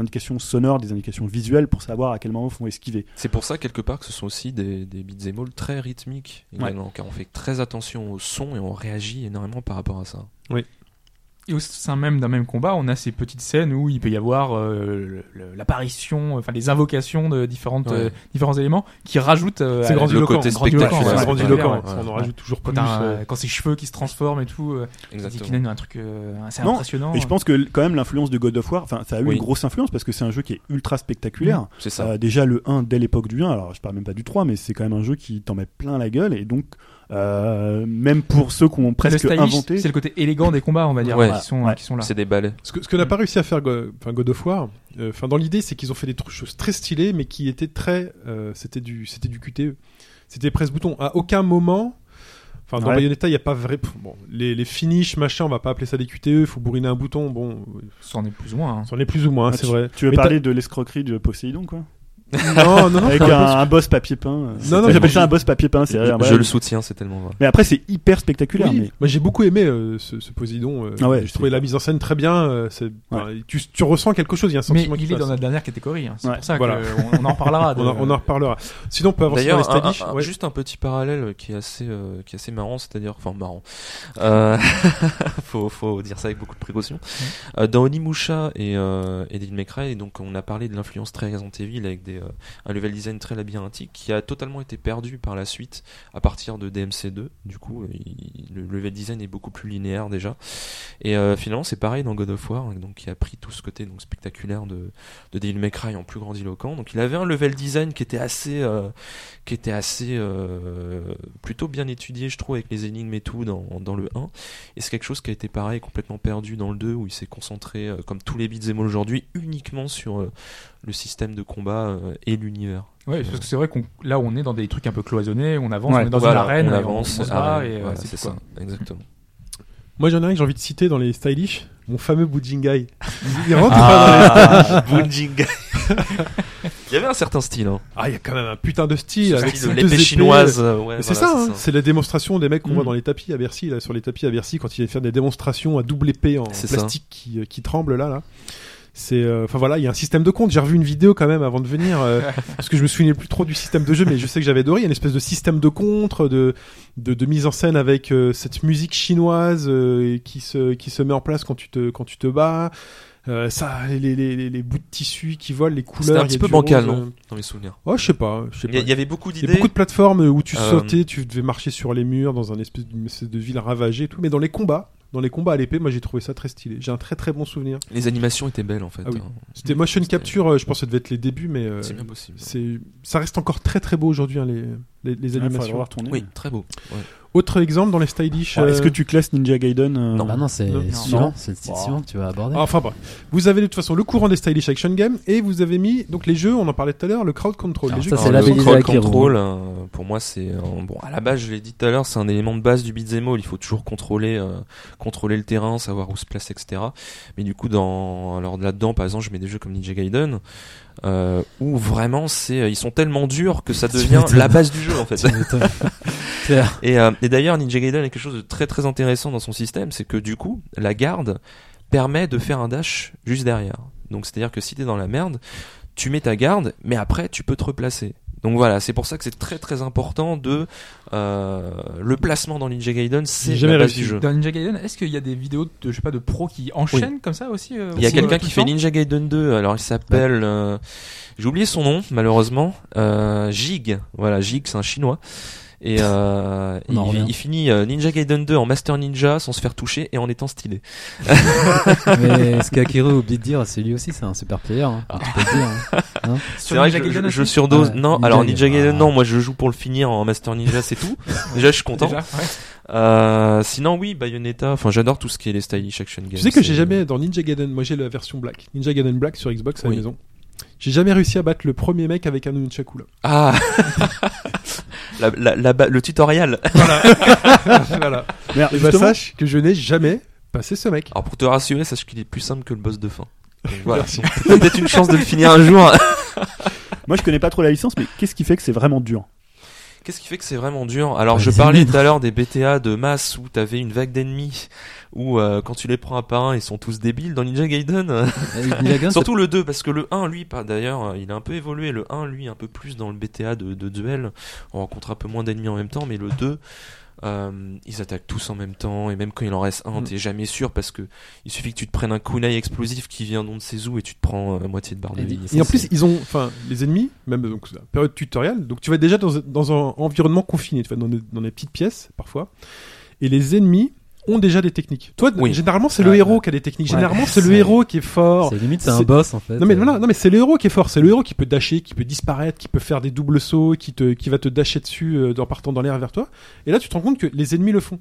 indications sonores, des indications visuelles pour savoir à quel moment faut esquiver. C'est pour ça, quelque part, que ce sont aussi des, des beats and all très rythmiques également, car on fait très attention au son et on réagit énormément par rapport à ça. Et au sein même d'un même combat, on a ces petites scènes où il peut y avoir euh, le- le- l'apparition, enfin les invocations de différentes, Ouais. euh, différents éléments qui rajoutent. euh, C'est à- grand- grandiloquent. côté Grandiloquent, spectaculaire. C'est grandiloquent. Ouais. ça, On en Ouais. rajoute toujours quand plus. t'as un- euh, quand ses cheveux qui se transforment et tout, euh, il dit qu'il a Exactement. une- un truc euh, assez Non, impressionnant. Et je pense que l- quand même l'influence de God of War, enfin, ça a eu Oui. une grosse influence parce que c'est un jeu qui est ultra spectaculaire. C'est ça. Euh, déjà le 1 dès l'époque du 1, alors je parle même pas du 3, mais c'est quand même un jeu qui t'en met plein la gueule et donc euh, même pour ceux qui ont le presque stylish, inventé, c'est le côté élégant des combats, on va dire, Ouais. qui, sont, Ouais. qui sont là. C'est des balais. Ce que, ce que n'a pas réussi à faire Go- enfin, God of War, euh, enfin, dans l'idée, c'est qu'ils ont fait des tr- choses très stylées, mais qui étaient très. euh, c'était du, c'était du QTE. C'était presse-bouton. À aucun moment. Enfin, dans Ouais. Bayonetta, il n'y a pas vrai. pff, Bon, les, les finishes, machin, on va pas appeler ça des QTE, faut bourriner un bouton. Bon, C'en est plus ou moins. hein. on en est plus ou moins, Ah, c'est tu, vrai. tu veux Mais t'as- parler de l'escroquerie de Poséidon quoi Non, non, non, Avec c'est un, un peu ce- un boss papier peint. euh, non, c'est- mais j'appelle je- ça un boss papier peint, c'est vrai, Je voilà. le soutiens, c'est tellement vrai. Mais après c'est hyper spectaculaire. Oui, Mais... Moi j'ai beaucoup aimé euh, ce, ce Posidon. Ah ouais, je trouvais c'est- la mise en scène très bien. euh, c'est- enfin, tu, tu ressens quelque chose, il y a un Mais sentiment qui il est passe. dans euh. la dernière catégorie. hein. C'est Ouais. pour ça Voilà. qu'on en reparlera. de- On, en, on en reparlera. Sinon, on peut avancer dans les D'ailleurs, un- stylish. un- un- Ouais. juste un petit parallèle qui est assez, euh, qui est assez marrant, c'est-à-dire, enfin marrant. Euh, faut, faut dire ça avec beaucoup de précaution. Euh, dans Onimusha et, euh, et Devil May Cry, donc on a parlé de l'influence très Resident Evil avec des, euh, un level design très labyrinthique qui a totalement été perdu par la suite à partir de DMC2. Du coup, euh, il- le level design est beaucoup plus linéaire déjà. Et euh, finalement, c'est pareil dans God of War, hein, donc qui a pris tout ce côté donc spectaculaire de, de Devil May Cry en plus grandiloquent. Donc il avait un level design qui était assez euh, qui était assez euh, plutôt bien étudié, je trouve, avec les énigmes et tout dans, dans le 1. Et c'est quelque chose qui a été pareil, complètement perdu dans le 2, où il s'est concentré, euh, comme tous les beat'em all aujourd'hui, uniquement sur euh, le système de combat euh, et l'univers. Ouais, parce que c'est vrai qu'on là on est dans des trucs un peu cloisonnés, on avance, Ouais. on est dans Voilà, une arène, on et avance, on, se bat arène, et euh, voilà, c'est c'est tout, ça, quoi. exactement. Moi j'en ai un que j'ai envie de citer dans les stylish. Mon fameux Bujingai. Il rentre Ah. Ah. Bunjing. Ah, Il y avait un certain style, hein. Ah, il y a quand même un putain de Ce style avec style ces de deux l'épée épées. chinoise. euh, ouais, Mais c'est voilà, ça, hein, c'est la démonstration des mecs qu'on Mm. voit dans les tapis à Bercy, là, sur les tapis à Bercy, quand ils viennent faire des démonstrations à double épée en C'est ça. plastique qui, euh, qui tremble là, là. C'est, euh, enfin voilà, il y a un système de compte. J'ai revu une vidéo quand même avant de venir, euh, parce que je me souvenais plus trop du système de jeu, mais je sais que j'avais adoré. Il y a une espèce de système de contre, de, de, de mise en scène avec euh, cette musique chinoise euh, qui se, qui se met en place quand tu te, quand tu te bats. Euh, ça, les, les, les, les bouts de tissu qui volent, les couleurs. un il y a petit peu du bancal, rose, non Dans mes souvenirs. euh. Oh, je sais pas, je sais Il y, a- pas. il y avait beaucoup Il y a d'idées. beaucoup de plateformes où tu Euh, sautais, tu devais marcher sur les murs dans un espèce, d'une espèce de ville ravagée et tout. Mais dans les combats, dans les combats à l'épée, moi j'ai trouvé ça très stylé. J'ai un très très bon souvenir. Les animations étaient belles, en fait. Ah oui. hein. C'était motion C'était- capture, euh, je pense que ça devait être les débuts, mais euh, C'est bien possible. c'est ça reste encore très très beau aujourd'hui hein, les, les, les Ouais, faudrait le animations. voir tourner. Oui, très beau. Ouais. Autre exemple dans les stylish. Ah, Est-ce euh, que tu classes Ninja Gaiden euh, Bah non, c'est Non. le Non. suivant, c'est le style Wow. suivant que tu vas aborder. Ah, Enfin bref. Vous avez de toute façon le courant des stylish action games et vous avez mis donc les jeux, on en parlait tout à l'heure, le crowd control. Alors les jeux ça, c'est qui- Alors, labellisé le crowd Akiro. control, euh, pour moi, c'est un- bon. À la base, je l'ai dit tout à l'heure, c'est un élément de base du beat'em all. Il faut toujours contrôler, euh, contrôler le terrain, savoir où se place, etc. Mais du coup, dans alors là-dedans, par exemple, je mets des jeux comme Ninja Gaiden, euh, où vraiment c'est, euh, ils sont tellement durs que ça Tu devient m'étonnes. la base du jeu en fait. Tu m'étonnes. Claire. Et, euh, et d'ailleurs, Ninja Gaiden a quelque chose de très très intéressant dans son système, c'est que du coup, la garde permet de faire un dash juste derrière. Donc c'est-à-dire que si t'es dans la merde, tu mets ta garde, mais après tu peux te replacer. Donc voilà, c'est pour ça que c'est très très important de euh, le placement dans Ninja Gaiden, c'est jamais la base réussi. du jeu. Dans Ninja Gaiden, est-ce qu'il y a des vidéos de, je sais pas, de pros qui enchaînent comme ça aussi euh, Il y a aussi, euh, quelqu'un tout qui le fait temps Ninja Gaiden 2, alors il s'appelle... euh, J'ai oublié son nom, malheureusement. Euh, Jig, voilà, Jig, c'est un chinois. Et euh, On en il, revient. il finit euh, Ninja Gaiden 2 en Master Ninja sans se faire toucher et en étant stylé. Mais ce qu'Akiru oublie de dire, c'est lui aussi, c'est un super player. hein. Tu peux le dire, hein. Hein C'est Sur vrai Ninja que je- Gaiden je, je aussi surdose. Ouais, non, Ninja alors Ninja Gaiden. Gaiden, non, moi je joue pour le finir en Master Ninja, c'est tout. Déjà, je suis content. Déjà, ouais. Euh, sinon, oui, Bayonetta. Enfin, j'adore tout ce qui est les stylish action games. Tu sais que C'est- j'ai jamais dans Ninja Gaiden, moi j'ai la version Black, Ninja Gaiden Black sur Xbox à la Oui. maison. J'ai jamais réussi à battre le premier mec avec un nunchaku là. Ah. La- la- la ba- le tutoriel. voilà. Merde, Et bah justement, sache que je n'ai jamais passé ce mec. Alors pour te rassurer, sache qu'il est plus simple que le boss de fin. Donc, voilà. Merci. Donc, T'as peut-être une chance de le finir un jour. moi je connais pas trop la licence, mais qu'est-ce qui fait que c'est vraiment dur Qu'est-ce qui fait que c'est vraiment dur Alors je Vas-y. parlais tout à l'heure des BTA de masse où t'avais une vague d'ennemis où euh, quand tu les prends un par un ils sont tous débiles dans Ninja Gaiden. euh, Et Ninja Gaiden, Surtout le 2 parce que le 1 lui pas d'ailleurs euh, il a un peu évolué le 1 lui un peu plus dans le BTA de, de duel on rencontre un peu moins d'ennemis en même temps mais le 2 euh, ils attaquent tous en même temps et même quand il en reste un Mm. t'es jamais sûr parce que il suffit que tu te prennes un kunai explosif qui vient d'on ne sait où et tu te prends euh, la moitié de barre de Et vie. dis- Et en plus, ils ont, enfin, les ennemis, même donc c'est la période tutoriel, donc tu vas déjà dans, dans un environnement confiné, tu vas dans des, dans des petites pièces parfois, et les ennemis ont déjà des techniques. Toi, Oui. généralement, c'est le Ouais. héros qui a des techniques. Ouais. Généralement, c'est le C'est- héros qui est fort. C'est limite, c'est un c'est- boss en fait. Non mais Euh, voilà, non mais c'est le héros qui est fort, c'est le héros qui peut dasher, qui peut disparaître, qui peut faire des doubles sauts, qui te, qui va te dasher dessus euh, en partant dans l'air vers toi. Et là, tu te rends compte que les ennemis le font.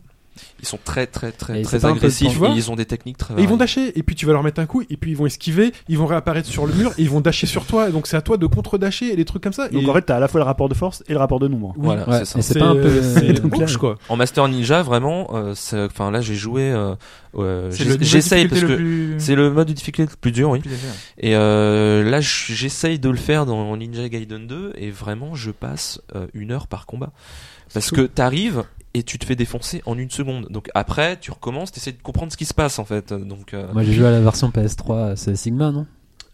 ils sont très très Et très c'est très pas un peu le agressifs temps, tu et vois ils ont des techniques très Et ils vont variées. dasher, et puis tu vas leur mettre un coup, et puis ils vont esquiver, ils vont réapparaître sur le mur, et ils vont dasher sur toi. Et donc c'est à toi de contre-dasher et des trucs comme ça. Donc et... en fait, t'as à la fois le rapport de force et le rapport de nombre. oui. Voilà, Ouais, c'est ça. et c'est pas un peu. c'est euh, une bouche, quoi. En Master Ninja, vraiment, euh, c'est- enfin là j'ai joué, euh, euh, C'est le j'ess- niveau de j'essaye parce difficulté que le plus- c'est le mode de difficulté le plus dur, oui. plus léger. Et euh, là je- j'essaye de le faire dans Ninja Gaiden 2 et vraiment je passe euh, une heure par combat parce que t'arrives et tu te fais défoncer en une seconde. Donc après tu recommences, t'essayes de comprendre ce qui se passe en fait. Donc euh, Moi j'ai joué à la version PS3, euh, c'est Sigma non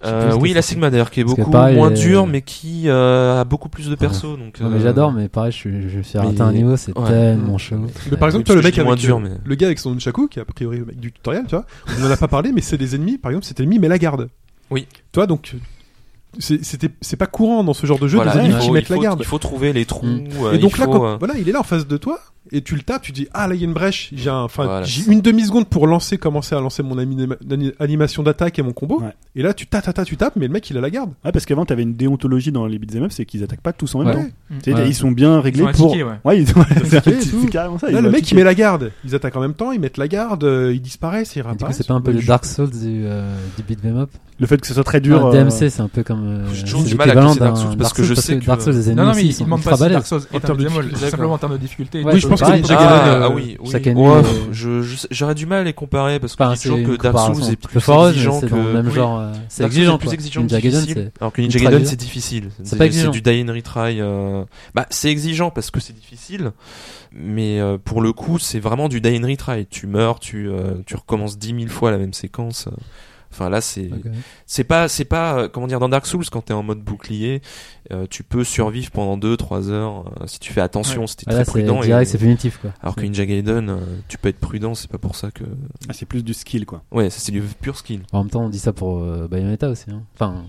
euh, plus, oui, c'était la ça. Sigma d'ailleurs qui est Parce que beaucoup pareil, moins euh, dure mais qui euh, a beaucoup plus de persos. Donc Non mais euh, j'adore, mais pareil, je suis, je suis raté mais- à un niveau, c'est ouais. tellement chaud. Mais par Oui, exemple, parce toi, le que je mec dis avec moins dur, euh, mais- le gars avec son nunchaku, qui est a priori le mec du tutoriel, tu vois, on en a pas parlé, mais c'est des ennemis. Par exemple, cet ennemi met la garde. Oui. Toi, donc, c'est c'était- c'est pas courant dans ce genre de jeu voilà, des il ennemis faut, qui il mettent la faut- garde. il faut trouver les trous. Mm. euh, Et donc il là, faut, quand, euh, voilà, il est là en face de toi et tu le tapes, tu dis ah là il y a une brèche, j'ai un, enfin Voilà. j'ai une demi seconde pour lancer, commencer à lancer mon anima- ani- animation d'attaque et mon combo. Ouais. Et là tu tapes, tapes, tapes, tu tapes, mais le mec il a la garde. Ouais, parce qu'avant, t'avais une déontologie dans les beat'em up, c'est qu'ils attaquent pas tous en même Ouais. temps. Mm. Tu sais, Ouais. Ils sont bien réglés Ils sont pour. indiqués, ouais. Ouais, ils sont c'est un indiqués et petit- tout. c'est carrément ça. là ils le vont mec il indiquer. met la garde, ils attaquent en même temps, ils mettent la garde, euh, ils disparaissent, ils Et Du coup, réapparaissent. c'est pas un peu Ouais, le je- Dark Souls du, euh, du beat'em up Le fait que ce soit très dur. Dur, euh, DMC, c'est un peu comme. euh, J'ai toujours c'est du mal à l'équivalent classer Dark d'un Souls parce que je sais que- Dark Souls, les ennemis Non, non, mais aussi, il sont demande ultra pas si balèzes. Dark Souls est En un termes de beat'em all, difficulté. c'est simplement en termes de difficulté. Ouais, Oui, je pense que pareil, Ninja chaque Gaiden, année, euh, ah, euh, oui, oui. chaque année, Ouais, euh, pff, je- je sais- j'aurais du mal à les comparer parce que enfin, je dis toujours une que Dark Souls comparaison. est Le plus Forest, exigeant c'est que dans le même oui. genre. euh, C'est Dark Souls est exigeant, plus quoi. exigeant, Ninja Gaiden, difficile. c'est. Alors que Ninja ultra Gaiden, dur. c'est difficile. C'est pas exigeant. du die and retry. euh, Bah, c'est exigeant parce que c'est difficile, mais euh, pour le coup, c'est vraiment du die and retry. Tu meurs, tu, euh, tu recommences dix mille fois la même séquence. euh. Enfin là, c'est Ok. c'est pas c'est pas euh, comment dire dans Dark Souls quand t'es en mode bouclier, euh, tu peux survivre pendant 2-3 heures euh, si tu fais attention, si t'es Ah, Là, très c'est prudent. et- direct, c'est punitif, quoi. alors que Ninja Gaiden, euh, tu peux être prudent, c'est pas pour ça que. Ah, c'est plus du skill, quoi. Ouais, ça c'est du pur skill. En même temps, on dit ça pour euh, Bayonetta aussi. hein. Enfin,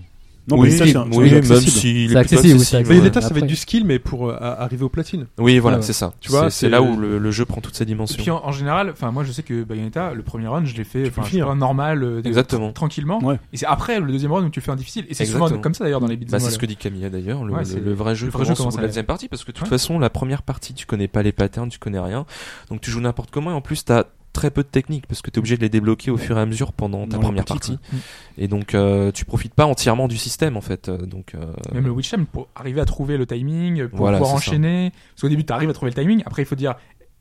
Non, oui, mais ça, c'est un- c'est un oui, jeu même accessible. s'il est C'est accessible, oui, plutôt accessible, c'est Mais les ouais. ça va Après. être du skill, mais pour euh, à- arriver au platine. Oui, voilà, Ouais. c'est ça. Tu vois, c'est- C'est- c'est là où le, le jeu prend toute sa Et dimension. puis en, en général, enfin moi je sais que Bayonetta, le premier run, je l'ai fait Tu peux enfin je sais finir. pas, normal, euh, Exactement. tranquillement. Ouais. Et c'est après le deuxième run où tu fais un difficile. Et c'est souvent Exactement. comme ça d'ailleurs dans les beat'em Bah, c'est all. ce que dit Camilla d'ailleurs. Le, Ouais, le- c'est- le vrai jeu le vrai commence, jeu au bout commence de à- la deuxième partie parce que de toute Ouais. façon, la première partie, tu connais pas les patterns, tu connais rien. Donc tu joues n'importe comment et en plus, t'as très peu de techniques parce que t'es obligé de les débloquer au fur et à mesure pendant ta Dans la première partie, partie. Et donc, euh, tu profites pas entièrement du système en fait. Euh, Donc, euh, Même le Witchem pour arriver à trouver le timing, pour Voilà, pouvoir c'est ça. enchaîner. Parce qu'au début, tu arrives à trouver le timing. Après, il faut dire,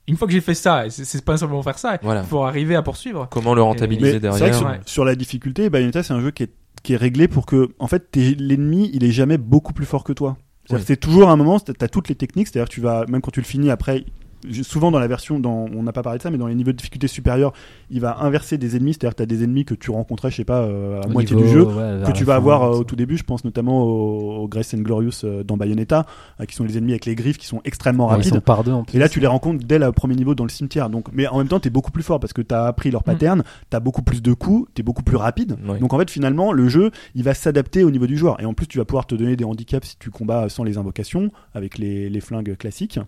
une fois que j'ai fait ça, et c'est- c'est pas simplement faire ça, il Ah. voilà. faut arriver à poursuivre. Comment le rentabiliser Mais c'est vrai derrière euh, que sur, Ouais. sur la difficulté, Bayonetta, c'est un jeu qui est, qui est réglé pour que, en fait, t'es- l'ennemi, il est jamais beaucoup plus fort que toi. C'est-à-dire Oui. que c'est toujours un moment, t'as- t'as toutes les techniques, c'est-à-dire que tu vas, même quand tu le finis après, je- souvent dans la version, dans, on n'a pas parlé de ça, mais dans les niveaux de difficulté supérieurs, il va inverser des ennemis, c'est-à-dire que t'as des ennemis que tu rencontrais, je sais pas, euh, à Au moitié niveau, du jeu, ouais, vers que la tu vas fin, avoir comme euh, ça. au tout début, je pense notamment au, au Grace and Glorious euh, dans Bayonetta, euh, qui sont les ennemis avec les griffes qui sont extrêmement Bon, Ils rapides. sont par deux en plus. Et là, tu les rencontres dès le premier niveau dans le cimetière. Donc, mais en même temps, t'es beaucoup plus fort parce que t'as appris leur pattern, t'as beaucoup plus de coups, t'es beaucoup plus rapide. Mm. Ouais. Donc, en fait, finalement, le jeu, il va s'adapter au niveau du joueur. Et en plus, tu vas pouvoir te donner des handicaps si tu combats sans les invocations, avec les, les flingues classiques.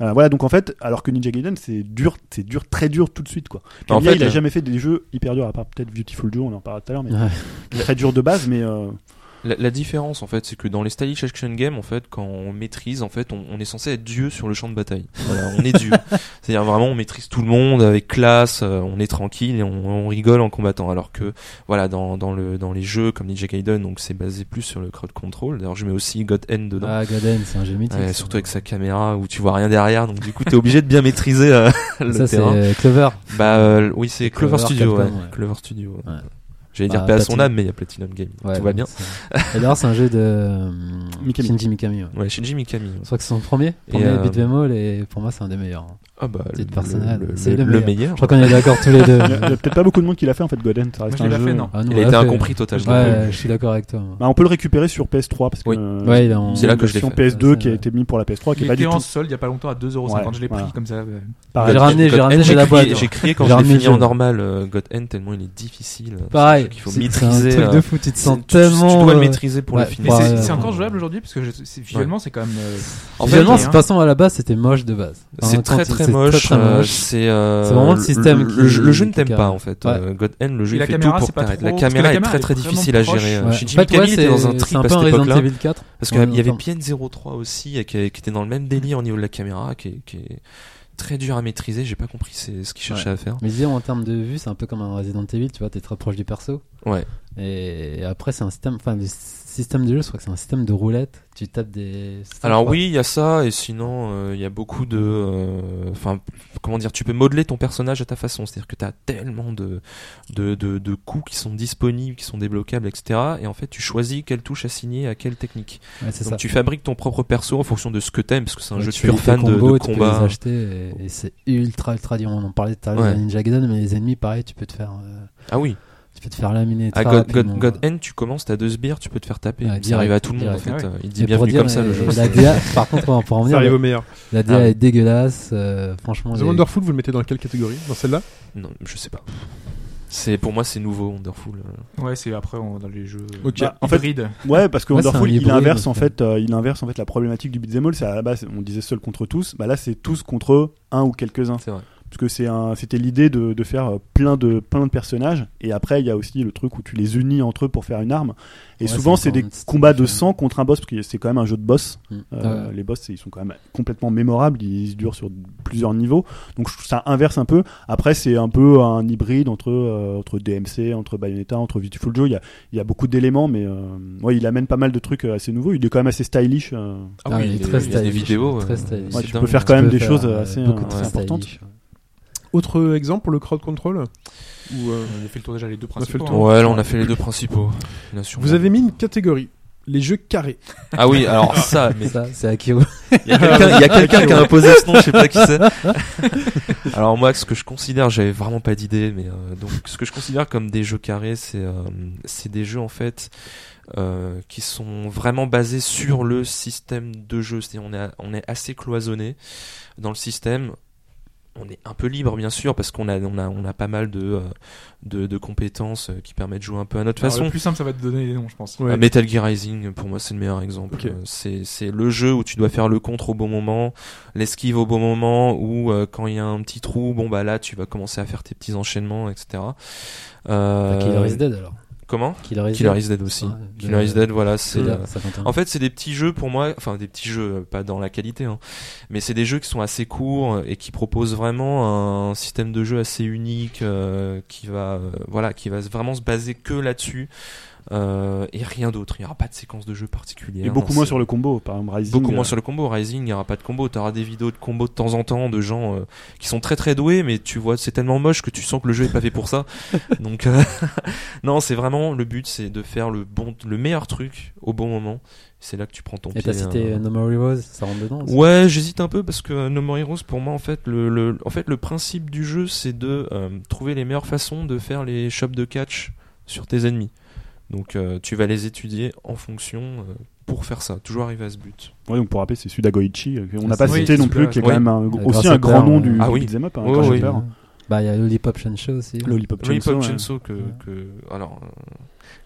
Euh, voilà, donc en fait, alors que Ninja Gaiden, c'est dur, c'est dur, très dur tout de suite, quoi. Bah, En Camilla, fait, euh, il a le- jamais fait des jeux hyper durs, à part peut-être Beautiful Joe, on en parlera tout à l'heure, mais Ouais. qui est très dur de base, mais euh, La, la différence en fait, c'est que dans les stylish action games, en fait, quand on maîtrise, en fait, on, on est censé être dieu sur le champ de bataille. Voilà, on est dieu. C'est-à-dire vraiment, on maîtrise tout le monde avec classe, euh, on est tranquille et on, on rigole en combattant. Alors que voilà, dans, dans le dans les jeux comme Ninja Gaiden, donc c'est basé plus sur le crowd control. D'ailleurs, je mets aussi God End dedans. Ah, Gaden, c'est un jeu mythique. Ouais, ça. surtout avec sa caméra où tu vois rien derrière, donc du coup t'es obligé de bien maîtriser euh, le Ça, c'est terrain. euh, Clover. Bah euh, oui, c'est Clover, Clover Studio. Capcom, ouais. ouais. Clover Studio. Ouais. J'allais dire Bah, pas à son Platinum. âme, mais il y a Platinum Game. Ouais, Tout va donc bien. c'est- Et d'ailleurs, c'est un jeu de euh, Mikami. Shinji Mikami. ouais. Ouais, Shinji Mikami. ouais. Je crois que c'est son premier. Et, Premier euh, beat'em all et pour moi, c'est un des meilleurs. Ah bah, Titre le- personnel, le- c'est le- le le meilleur. meilleur. Je crois qu'on est d'accord tous les deux. il y a, il y a peut-être pas beaucoup de monde qui l'a fait, en fait, Godend. Ça Moi, reste je l'ai un pas jeu- fait, non. Ah, nous, Il on a l'a été fait. incompris totalement. Ouais, je suis d'accord avec toi. moi. Bah, on peut le récupérer sur PS3 parce que Oui. euh, Ouais, il est en- C'est là que je l'ai version fait. PS2 Ouais, qui a c'est- été mis pour la PS3 qui Il est pas du était en tout solde il y a pas longtemps à 2,50€. je l'ai Ouais, pris comme ça. euh, pareil. J'ai ramené- j'ai God ramené Hand, chez la crié- boîte. J'ai crié quand J'ai je l'ai ramené fini le en jeu. normal euh, God Hand tellement il est difficile. Pareil, Il faut c'est- maîtriser. C'est un euh, truc de fou, tu te c'est- sens tu- tellement. Tu dois le euh, maîtriser pour le ouais, Mais finir. Ouais, c'est- ouais, c'est ouais. encore jouable aujourd'hui, parce que je- c'est- visuellement, c'est quand même. euh, En fait, Finalement, hein. c'est- de toute façon, à la base, c'était moche de base. C'est Enfin, très quand très c'est moche. très, très euh, moche. C'est euh, C'est vraiment le le- système Le, qui- le jeu ne t'aime qui- pas en fait. Ouais. Euh, God Hand, le jeu Et il la fait tout caméra, pour c'est pas t'arrêter. La trop- parce que la caméra est caméra très est très difficile à vraiment proche. gérer. Ouais. euh, Shinji En fait, ouais, Mikami était c'est- dans un c'est trip un à peu un cette Resident époque-là. Evil 4. Parce Ouais, qu'il y avait enfin, PN03 aussi, euh, qui, qui était dans le même délire au niveau de la caméra, qui est, qui est très dur à maîtriser. J'ai pas compris c'est ce qu'ils cherchaient à faire. Mais disons, en termes de vue, c'est un peu comme un Resident Evil, tu vois, t'es très proche du perso. Ouais. Et après, c'est un système, enfin, le système de jeu, je crois que c'est un système de roulette. Tu tapes des. Alors Enfin, oui, il y a ça, et sinon euh, il y a beaucoup de, euh, enfin comment dire, tu peux modeler ton personnage à ta façon, c'est-à-dire que tu as tellement de de, de de coups qui sont disponibles, qui sont débloquables, etc. Et en fait, tu choisis quelle touche assigner à quelle technique. ouais, c'est Donc ça. tu fabriques ton propre perso en fonction de ce que t'aimes, parce que c'est un Ouais, jeu tu fais pur des fan de, de combos, tu peux les combat. acheter et, et c'est ultra ultra dur. On en parlait tout à l'heure Ouais. de Ninja Gaiden, mais les ennemis, pareil, tu peux te faire, euh, Ah oui, tu peux te faire laminer. à très Ah, God, God, rapidement. God Hand, tu commences, t'as deux sbires, tu peux te faire taper. euh, Ouais, ça direct, arrive à tout le monde en direct. Ah fait. Euh, Il dit Et pour bienvenue dire, comme ça le euh, jeu. La DA, par contre, on pourra en Ça venir. arrive au La, meilleur. la DA Ah ouais. est dégueulasse. euh, franchement, The les- Wonderful, vous le mettez dans quelle catégorie Dans celle-là Non, je sais pas. C'est pour moi c'est nouveau euh, Wonderful. Ouais, c'est après on- dans les jeux. Ok. Bah, en en fait, hybrides. Ouais, parce que Ouais, c'est un Wonderful, il hybride, inverse en donc, fait, euh, il inverse en fait la problématique du beat'em all. C'est à la base, on disait seul contre tous. Bah là, c'est tous contre un ou quelques uns. C'est vrai. Parce que c'est un, c'était l'idée de, de faire euh, plein de plein de personnages. Et après, il y a aussi le truc où tu les unis entre eux pour faire une arme. Et Ouais, souvent, c'est c'est des encore un petit combats de truc, sang contre un boss, parce que c'est quand même un jeu de boss. Mm. Euh, Ouais. Les boss, c'est- ils sont quand même complètement mémorables. Ils durent sur plusieurs niveaux. Donc je- ça inverse un peu. Après, c'est un peu un hybride entre euh, entre DMC, entre Bayonetta, entre Beautiful Joe. Il y a il y a beaucoup d'éléments, mais euh, ouais, il amène pas mal de trucs euh, assez nouveaux. Il est quand même assez stylish. euh. Ah oui, il est très il y a des stylish, vidéos. très euh, stylish. c'est Ouais, tu dingue. peux faire quand même peut des faire, choses euh, assez beaucoup euh, de assez importantes. stylish, ouais. Autre exemple pour le crowd control Ou, euh, On a fait le tour déjà les deux a fait le principaux. tour. hein. Ouais, là on a fait les deux principaux. Bien sûr. Vous avez mis une catégorie les jeux carrés. Ah oui, alors ça, mais Ça, c'est Akio. il y a quelqu'un il y a quelqu'un qui a imposé ce nom, je sais pas qui c'est. Alors moi, ce que je considère, j'avais vraiment pas d'idée, mais euh, donc ce que je considère comme des jeux carrés, c'est euh, c'est des jeux en fait euh, qui sont vraiment basés sur le système de jeu. C'est-à-dire on est on est assez cloisonné dans le système. on est un peu libre bien sûr parce qu'on a on a on a pas mal de euh, de, de compétences euh, qui permettent de jouer un peu à notre Alors, façon. le plus simple, ça va te donner les noms, je Ah, pense. Ouais. Euh, Metal Gear Rising pour moi c'est le meilleur exemple. Ok. Euh, C'est c'est le jeu où tu dois faire le contre au bon moment, l'esquive au bon moment ou euh, quand il y a un petit trou bon bah là tu vas commencer à faire tes petits enchaînements etc. Euh, Killer is Dead alors. Comment? Killer is Killer Dead. is Dead aussi. Ouais, Killer is de- Dead voilà c'est de euh, 51. en fait, c'est des petits jeux pour moi, enfin des petits jeux, euh, pas dans la qualité, hein, mais c'est des jeux qui sont assez courts euh, et qui proposent vraiment un système de jeu assez unique, euh, qui va, euh, voilà, qui va vraiment se baser que là-dessus euh, et rien d'autre. Il n'y aura pas de séquence de jeu particulière. hein, Et beaucoup moins sur le combo, par exemple Rising. Beaucoup euh, moins sur le combo. Rising, il n'y aura pas de combo. Tu auras des vidéos de combo de temps en temps de gens euh, qui sont très très doués, mais tu vois, c'est tellement moche que tu sens que le jeu est pas fait pour ça. Donc, euh, non, c'est vraiment le but, c'est de faire le bon, le meilleur truc au bon moment. C'est là que tu prends ton Et pied. t'as cité euh, euh, No More Heroes, ça rentre dedans aussi. Ouais, j'hésite un peu parce que euh, No More Heroes, pour moi, en fait, le, le- en fait, le principe du jeu, c'est de euh, trouver les meilleures façons de faire les shops de catch sur tes ennemis. Donc, euh, tu vas les étudier en fonction euh, pour faire ça, toujours arriver à ce but. Ouais, donc pour rappeler, c'est Sudagoichi. euh, qu'on n'a pas Oui, cité c'est non plus, celui-là, qui est ouais. quand même un- Euh, aussi Grasshopper, un grand nom du, euh, Ah oui. du beat'em up, hein, Oui, Grasshopper, oui. hein. Bah, il y a Lollipop Chainsaw aussi. Lollipop Chainsaw. Lollipop ouais. Chainsaw que, Ouais. que alors euh,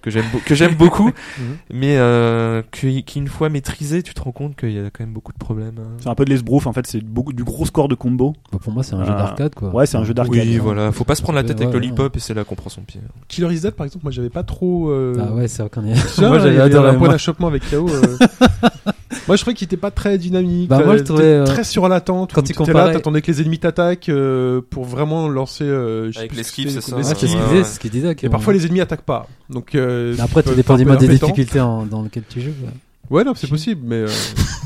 que j'aime beau- que j'aime beaucoup, Mhm. mais euh, que- qu'une fois maîtrisé, tu te rends compte qu'il y a quand même beaucoup de problèmes. hein. C'est un peu de l'esbrouf, en fait, c'est beaucoup du gros score de combo. Bah, pour moi, c'est un Ah. jeu d'arcade quoi. Ouais, c'est un jeu d'arcade. Oui, hein. voilà, faut pas se prendre la tête Ouais, avec ouais. Lollipop et c'est là qu'on prend son pied. hein. Killer is Dead, par exemple, moi j'avais pas trop. euh, Ah ouais, c'est vrai qu'on est. tu vois, Moi, j'avais il y avait adoré, un point moi. d'achoppement avec KO. euh. moi je trouvais qu'il était pas très dynamique. Bah, moi, je euh, trouvais, t'étais euh, Très sur l'attente. quand où il t'étais là, comparait- t'attendais que les ennemis t'attaquent euh, pour vraiment lancer. euh, je sais Avec plus les ce que skips, c'était, c'est ça, les Ah, ouais. c'est skips. ce qu'il disait, c'est ce qu'il disait. Et qu'on- parfois les ennemis attaquent pas. Donc euh, Mais Après, tu peux- tout dépend c'est du un peu mode des impétent. difficultés en- dans lequel tu joues. quoi. Ouais, non, c'est possible, mais. euh,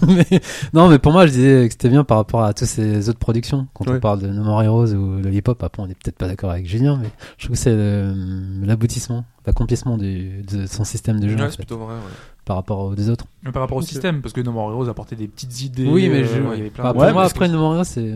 mais, non, mais pour moi, je disais que c'était bien par rapport à toutes ces autres productions. Quand Ouais. on parle de No More Heroes ou Lollipop, après, on n'est peut-être pas d'accord avec Julien, mais je trouve que c'est euh, l'aboutissement, l'accomplissement du- de son système de jeu Ouais, en c'est fait, plutôt vrai. ouais. par rapport aux deux autres. Mais par rapport au Ok. système, parce que No More Heroes apportait des petites idées. Oui, mais euh, je- ouais, il y avait plein de- Enfin, Bah, pour Ouais, moi, parce que après No More Heroes, c'est.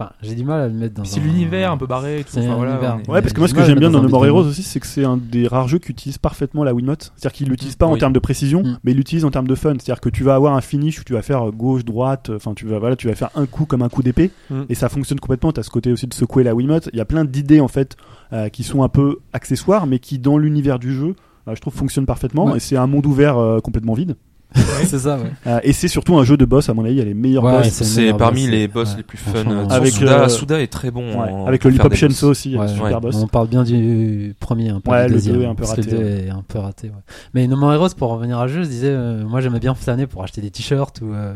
Enfin, j'ai du mal à le mettre dans. C'est un- l'univers un peu barré et tout. C'est Enfin, voilà, l'univers. on est- Ouais, parce que Ouais, moi, ce que ouais, j'aime bien dans dans un No More beat'em Heroes up. aussi, c'est que c'est un des rares jeux qui utilise parfaitement la Wiimote. C'est-à-dire qu'il l'utilise pas en Oui. termes de précision, Mm. mais il l'utilise en termes de fun. C'est-à-dire que tu vas avoir un finish où tu vas faire euh, gauche, droite, euh, enfin, tu vas, voilà, tu vas faire un coup comme un coup d'épée, Mm. et ça fonctionne complètement. T'as ce côté aussi de secouer la Wiimote. Il y a plein d'idées, en fait, euh, qui sont un peu accessoires, mais qui, dans l'univers du jeu, euh, je trouve fonctionnent parfaitement. Ouais. Et c'est un monde ouvert euh, complètement vide. c'est ça, ouais. Euh, et c'est surtout un jeu de boss, à mon avis, il y a les meilleurs Ouais, boss. C'est le C'est meilleur parmi boss, les c'est- boss ouais. les plus Enfin, fun. on- Avec Avec, Souda, euh, Souda est très bon. Ouais, en- Avec pour le Lollipop faire des boss. Chainsaw aussi, il y a Ouais, ce super ouais. boss. On parle bien du premier, hein, pas Ouais, du le deuxième. deux est un peu parce que raté, le deux ouais. est un peu raté. ouais. Mais No More Heroes, pour revenir à ce jeu, je disais, euh, moi j'aimais bien flâner pour acheter des t-shirts ou euh,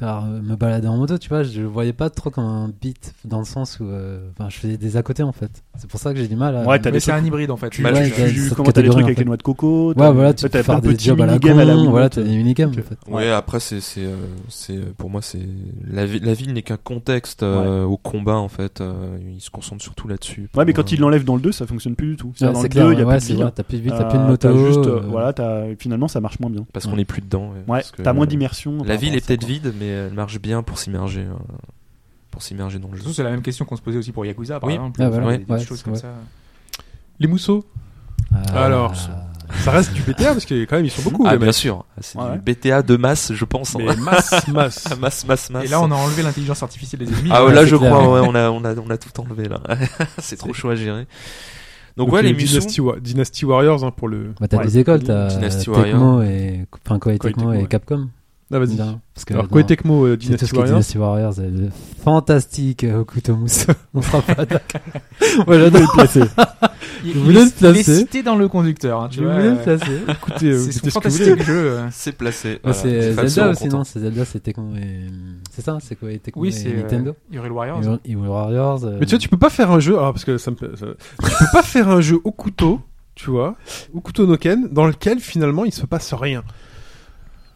faire, euh, me balader en moto, tu vois. Je le voyais pas trop comme un beat dans le sens où euh, enfin, je faisais des à côté en fait. C'est pour ça que j'ai du mal à. Ouais, t'as Mais des c'est trucs un hybride en fait. tu, Ouais, tu- il y a tu- une comment t'as des sous-catégorie, en trucs avec fait. les noix de coco t'as- Ouais, voilà, tu t'as peux plein faire de des petits jobs à la minigames à la con, voilà, Wiimote. t'as des minigames Ok. en fait. Ouais, après c'est c'est euh, c'est euh, pour moi c'est la, vi- la ville n'est qu'un contexte euh, au combat en fait. euh, il se concentre surtout là-dessus. Ouais, mais pour, quand euh, il l'enlève dans le 2, ça fonctionne plus du tout. C'est-à-dire Ouais, dans c'est le clair, 2, il y a ouais, plus de c'est ville. vrai, t'as plus de ville, t'as Euh, plus de moto. juste, euh, euh, voilà, t'as- finalement, ça marche moins bien. parce qu'on n'est plus dedans. ouais, Ouais, parce que, t'as moins euh, d'immersion. par La ville rapport à est ça, peut-être quoi. vide, mais elle marche bien pour s'immerger, euh, pour s'immerger dans le jeu. Surtout, c'est la même question qu'on se posait aussi pour Yakuza par Oui. exemple. Ah, voilà. Enfin, des- des Ouais, choses c'est comme vrai. ça. Les mousseaux, Ah, Alors, ça reste du BTA parce que quand même ils sont beaucoup. ah les bien mecs. sûr, Ah, c'est Ouais. du BTA de masse, je pense. hein. Mais masse, masse. Ah, masse, masse, masse. Et là, on a enlevé l'intelligence artificielle des ennemis. Ah ouais, Ouais, là c'est je clair, crois, ouais, on a on a on a tout enlevé là. c'est trop chaud à gérer. Donc, ouais, il y a les eu Musou. Dynasty, Wa- Dynasty Warriors hein, pour le. bah, t'as Ouais. des écoles, t'as Dynasty Tecmo et enfin Koei Koei Tecmo Tecmo, ouais. et Capcom. Ah vas-y. Non, parce que Alors dans- Koei Tecmo, euh, c'est tout Dynasty ce qui est Warriors. Dynasty Warriors, euh, le fantastique euh, Hokuto Muso. On sera pas d'accord. Moi j'adore le placer. Il, Je il voulais est- le placer. il est cité dans le conducteur. hein, tu vois, euh, Écoutez, euh, C'est c'était son ce que vous voulez. fantastique jeu. euh. C'est placé. Bah, Voilà. Les c'est fans Zelda seront aussi, contents. non C'est Zelda, c'est Tecmo et. C'est ça C'est quoi Tecmo Oui, et c'est euh, Nintendo Hyrule Warriors. Evil- Evil Warriors. euh, Mais tu vois, tu peux pas faire un jeu. Alors parce que ça me. ça- Tu peux pas faire un jeu au couteau, tu vois, au couteau Noken, dans lequel finalement il se passe rien.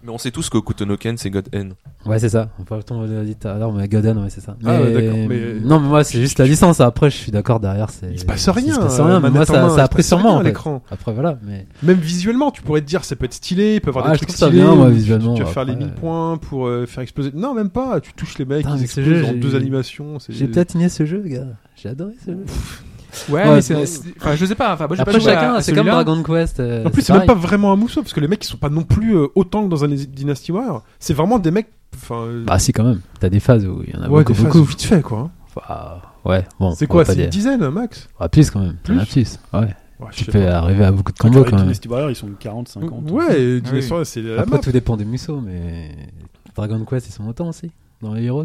Mais on sait tous que Kutonoken c'est God N. Ouais, c'est ça. On parle ton dit tout à l'heure, mais Godon, ouais, c'est ça. Ah, ouais, d'accord, Mais- mais- Non, mais moi c'est juste la licence. Après, je suis d'accord derrière. c'est- Il se passe rien. Il se passe euh, rien, mais manette moi en main, ça, il ça se a pris passe sur moi rien à en fait. l'écran. Après, voilà. Mais... Même visuellement, tu pourrais te dire, ça peut être stylé, il peut avoir Ah, des je trucs trouve ça stylés, bien, moi, tu- visuellement, Tu vas faire les après, 1000 euh. points pour euh, faire exploser. Non, même pas. Tu touches les mecs, Putain, ils mais ce explosent jeu, en j'ai- deux animations. c'est- J'ai platiné ce jeu, gars. J'ai adoré ce jeu. Ouais, Ouais, mais c'est. mais- c'est- Enfin, je sais pas. Enfin, moi, j'ai pas Après, joué à- chacun, à c'est comme celui-là. Dragon Quest. euh, En plus, c'est même pareil. pas vraiment un mousseau parce que les mecs ils sont pas non plus euh, autant que dans un Dynasty War. C'est vraiment des mecs. Enfin, euh, Bah si quand même, t'as des phases où il y en a ouais, beaucoup, des phases beaucoup. vite fait quoi. hein. bah, ouais, bon. C'est on quoi va pas C'est une dire. dizaine, max Ah, plus quand même. Plus Ah, plus. Ouais. Ouais, je Tu sais peux pas. arriver à beaucoup de combos Les quand même. Dynasty Warriors, ils sont 40, 50. Ouais, et Ah Dynasty oui. Warriors, c'est la Après, map. tout dépend des mousseaux, mais Dragon Quest, ils sont autant aussi. Dans les Heroes.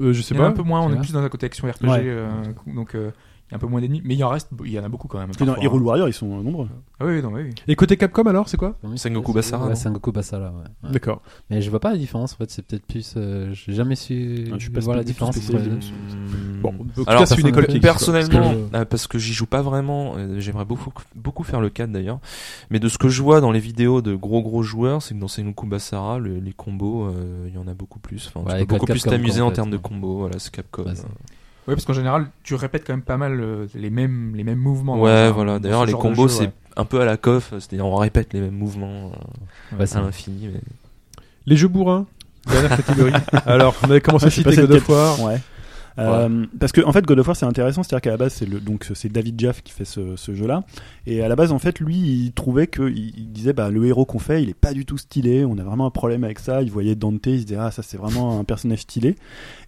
Euh, je sais Il y en a pas. un peu moins, on C'est est vrai. plus dans un côté action RPG, Ouais. euh, donc euh, il y a un peu moins d'ennemis, mais il y en reste, il y en a beaucoup quand même. Parce que dans parfois, Hero hein. Warrior, ils sont euh, nombreux. Ah oui, oui, non, oui, oui. Et côté Capcom, alors, c'est quoi Sengoku Basara, Ouais, non Sengoku Basara, ouais. ouais. D'accord. Mais je vois pas la différence, en fait. C'est peut-être plus. euh, J'ai jamais su Ah, je suis pas voir la différence spécialiste- entre les spécialiste Hmm. deux. Bon, Mm. en tout Alors, cas, c'est une école qui existe, quoi. personnellement, Parce que- euh, parce que j'y joue pas vraiment, euh, j'aimerais beaucoup, beaucoup faire le 4 d'ailleurs, mais de ce que je vois dans les vidéos de gros gros joueurs, c'est que dans Sengoku Basara, le- les combos, euh, il y en a beaucoup plus. Enfin, Ouais, tu les peux beaucoup codes plus Capcom, t'amuser quoi, en en fait. termes de combos, voilà, c'est Capcom. Ouais, c'est- Ouais, parce qu'en général, tu répètes quand même pas mal euh, les mêmes les mêmes mouvements. dans- ouais, dans voilà. ce D'ailleurs, les genre de combos, jeu, c'est ouais. un peu à la coff, c'est-à-dire on répète les mêmes mouvements euh, Ouais, c'est à vrai. l'infini. mais- Les jeux bourrins, dernière catégorie. alors, on avait commencé à Ah, Je suis citer passé God de of War. Ouais. Euh, parce que en fait God of War c'est intéressant c'est à dire qu'à la base c'est le donc c'est David Jaff qui fait ce, ce jeu là et à la base en fait lui il trouvait que il, il disait bah le héros qu'on fait il est pas du tout stylé on a vraiment un problème avec ça il voyait Dante il se disait ah ça c'est vraiment un personnage stylé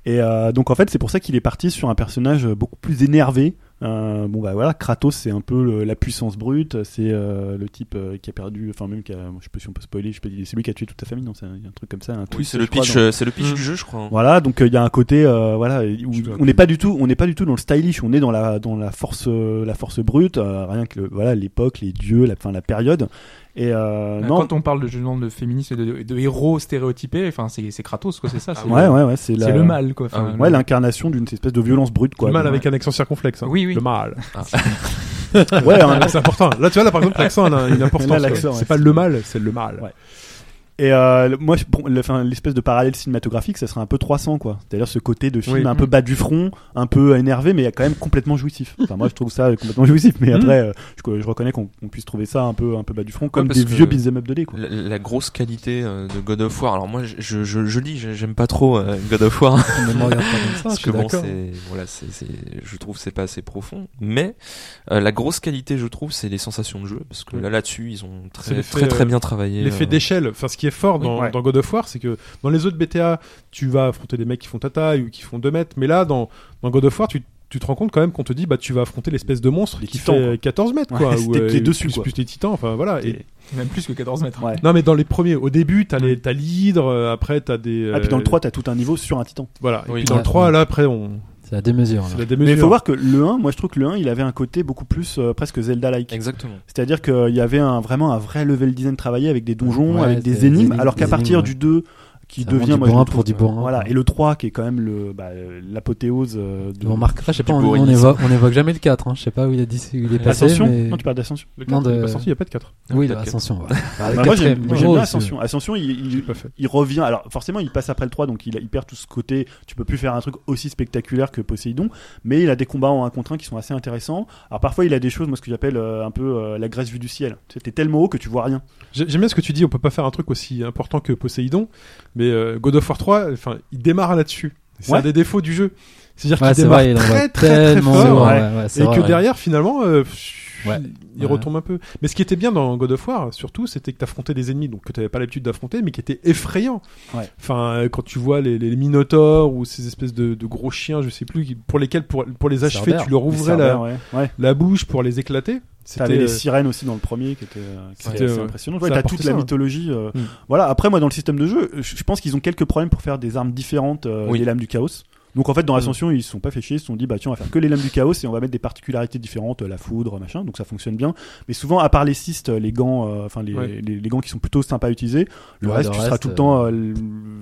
et euh, donc en fait c'est pour ça qu'il est parti sur un personnage beaucoup plus énervé Euh, bon bah voilà Kratos c'est un peu le- la puissance brute c'est euh, le type euh, qui a perdu enfin même qui a, je sais pas si on peut spoiler je sais pas c'est lui qui a tué toute sa famille non c'est un, un truc comme ça un Oui, twist, c'est le je crois, pitch, dans- euh, c'est le pitch Mm. du jeu, je crois. hein. voilà, donc euh, il y a un côté, euh, voilà, où Je dois on n'est pas du tout, on n'est pas du tout dans le stylish, on est dans la dans la force, euh, la force brute, euh, rien que le- voilà l'époque, les dieux, la fin, la période. Et euh, Euh, non, Quand on parle de je demande de féministes et de, de- de héros stéréotypés, enfin c'est c'est Kratos quoi, c'est ça. c'est ouais, le, ouais, ouais, c'est c'est la- le mal quoi. enfin, Ah Ouais, le- l'incarnation d'une espèce de violence brute, quoi. le hein, mal Donc, avec un accent circonflexe. hein. Oui, Ah. oui. Le mal. Ouais, un- c'est important. Là, tu vois, là, par exemple, l'accent, il a une importance. Il y en a quoi. l'accent, c'est ouais. pas le mal, c'est le mal. Ouais. Et euh, le- moi, je- bon, le- enfin, l'espèce de parallèle cinématographique, ça serait un peu 300, quoi. C'est-à-dire ce côté de film Oui. un peu bas du front, un peu énervé, mais quand même complètement jouissif. Enfin, moi, je trouve ça complètement jouissif, mais après, euh, je, je reconnais qu'on qu'on puisse trouver ça un peu, un peu bas du front, comme parce des que- vieux beat'em up 2D, quoi. La, la grosse qualité euh, de God of War. Alors moi, je, je, je, je lis, je- j'aime pas trop euh, God of War. Ne me regarde pas comme ça, je parce suis que bon, d'accord. c'est voilà, c'est, c'est- je trouve que c'est pas assez profond. Mais euh, la grosse qualité, je trouve, c'est les sensations de jeu, parce que Oui. là, là-dessus, ils ont C'est très, l'effet, très, très euh, bien travaillé. L'effet euh, d'échelle, enfin ce qui est fort dans, Oui, ouais. dans God of War, c'est que dans les autres BTA, tu vas affronter des mecs qui font ta taille ou qui font 2 mètres, mais là dans, dans God of War, tu, tu te rends compte quand même qu'on te dit bah tu vas affronter l'espèce de monstre Les qui titans, fait quoi. 14 mètres Ouais, quoi, c'était ou, qui est euh, dessus, plus, quoi. plus les titans, enfin voilà. Et- Et- Même plus que 14 mètres. hein. Ouais. Non mais dans les premiers, au début t'as les t'as l'hydre, euh, après t'as des. Mm. Ah, puis dans le euh, 3, t'as tout un niveau sur un titan. Voilà. Et Oui. puis dans le Ouais. 3 là après on. C'est la démesure. là. C'est la démesure. Mais il faut voir que le 1, moi je trouve que le 1, il avait un côté beaucoup plus euh, presque Zelda-like. Exactement. C'est-à-dire qu'il y avait un, vraiment un vrai level design travaillé avec des donjons, Ouais, avec des des énigmes, énigmes, alors qu'à des partir énigmes, du 2, qui C'est vraiment devient. du moi, je bourrin le pour trouve- du bourrin. Voilà, et le 3 qui est quand même le, bah, euh, l'apothéose euh, de. On remarquera, je sais Du pas, on, on bourrinisme. évoque, on évoque jamais le 4, hein. je sais pas où il, est, dis- où il est passé. Ascension mais... Non, tu parles d'Ascension. Le Non, 4 il est de- pas sorti, il y a pas de 4 Oui, Peut-être l'ascension. Bah, moi j'aime moi, j'aime bien Ascension. Ascension, il, il, J'ai pas fait. il revient. Alors forcément, il passe après le 3, donc il, il perd tout ce côté. Tu peux plus faire un truc aussi spectaculaire que Poséidon, mais il a des combats en 1 contre 1 qui sont assez intéressants. Alors parfois, il a des choses, moi ce que j'appelle euh, un peu euh, la graisse vue du ciel. Tu sais, T'es tellement haut que tu vois rien. J'ai- J'aime bien ce que tu dis, on peut pas faire un truc aussi important que Poséidon, mais euh, God of War 3, enfin, il démarre là-dessus. C'est Ouais. un des défauts du jeu. C'est-à-dire Ouais, qu'il c'est démarre vrai, il envoie très, très, très tellement fort, loin, ouais. ouais, ouais, c'est et vrai, que ouais. derrière, finalement, euh, pff, Ouais. il Ouais. retombe un peu. Mais ce qui était bien dans God of War, surtout, c'était que t'affrontais des ennemis donc que t'avais pas l'habitude d'affronter, mais qui étaient effrayants. Ouais. Enfin, euh, quand tu vois les, les minotaures ou ces espèces de, de gros chiens, je sais plus, qui- pour lesquels, pour, pour les achever, Cerbère. tu leur ouvrais Les la, Cerbères, ouais. ouais. la bouche pour les éclater. T'avais C'était les euh, sirènes aussi dans le premier qui était, euh, qui était C'était, assez euh, impressionnant. Ouais, ça T'as apportait toute la ça, hein. mythologie. euh, Mm. Voilà. Après, moi, dans le système de jeu, je je pense qu'ils ont quelques problèmes pour faire des armes différentes euh, Oui. des lames du chaos. Donc en fait, dans Ascension, ils se sont pas fait chier. Ils se sont dit, bah tiens, on va faire que les lames du chaos et on va mettre des particularités différentes, euh, la foudre, machin. Donc ça fonctionne bien. Mais souvent, à part les cystes, les gants, euh, enfin les, Ouais. les, les gants qui sont plutôt sympas à utiliser, le Ouais, reste, le tu seras reste, tout le temps, euh, le-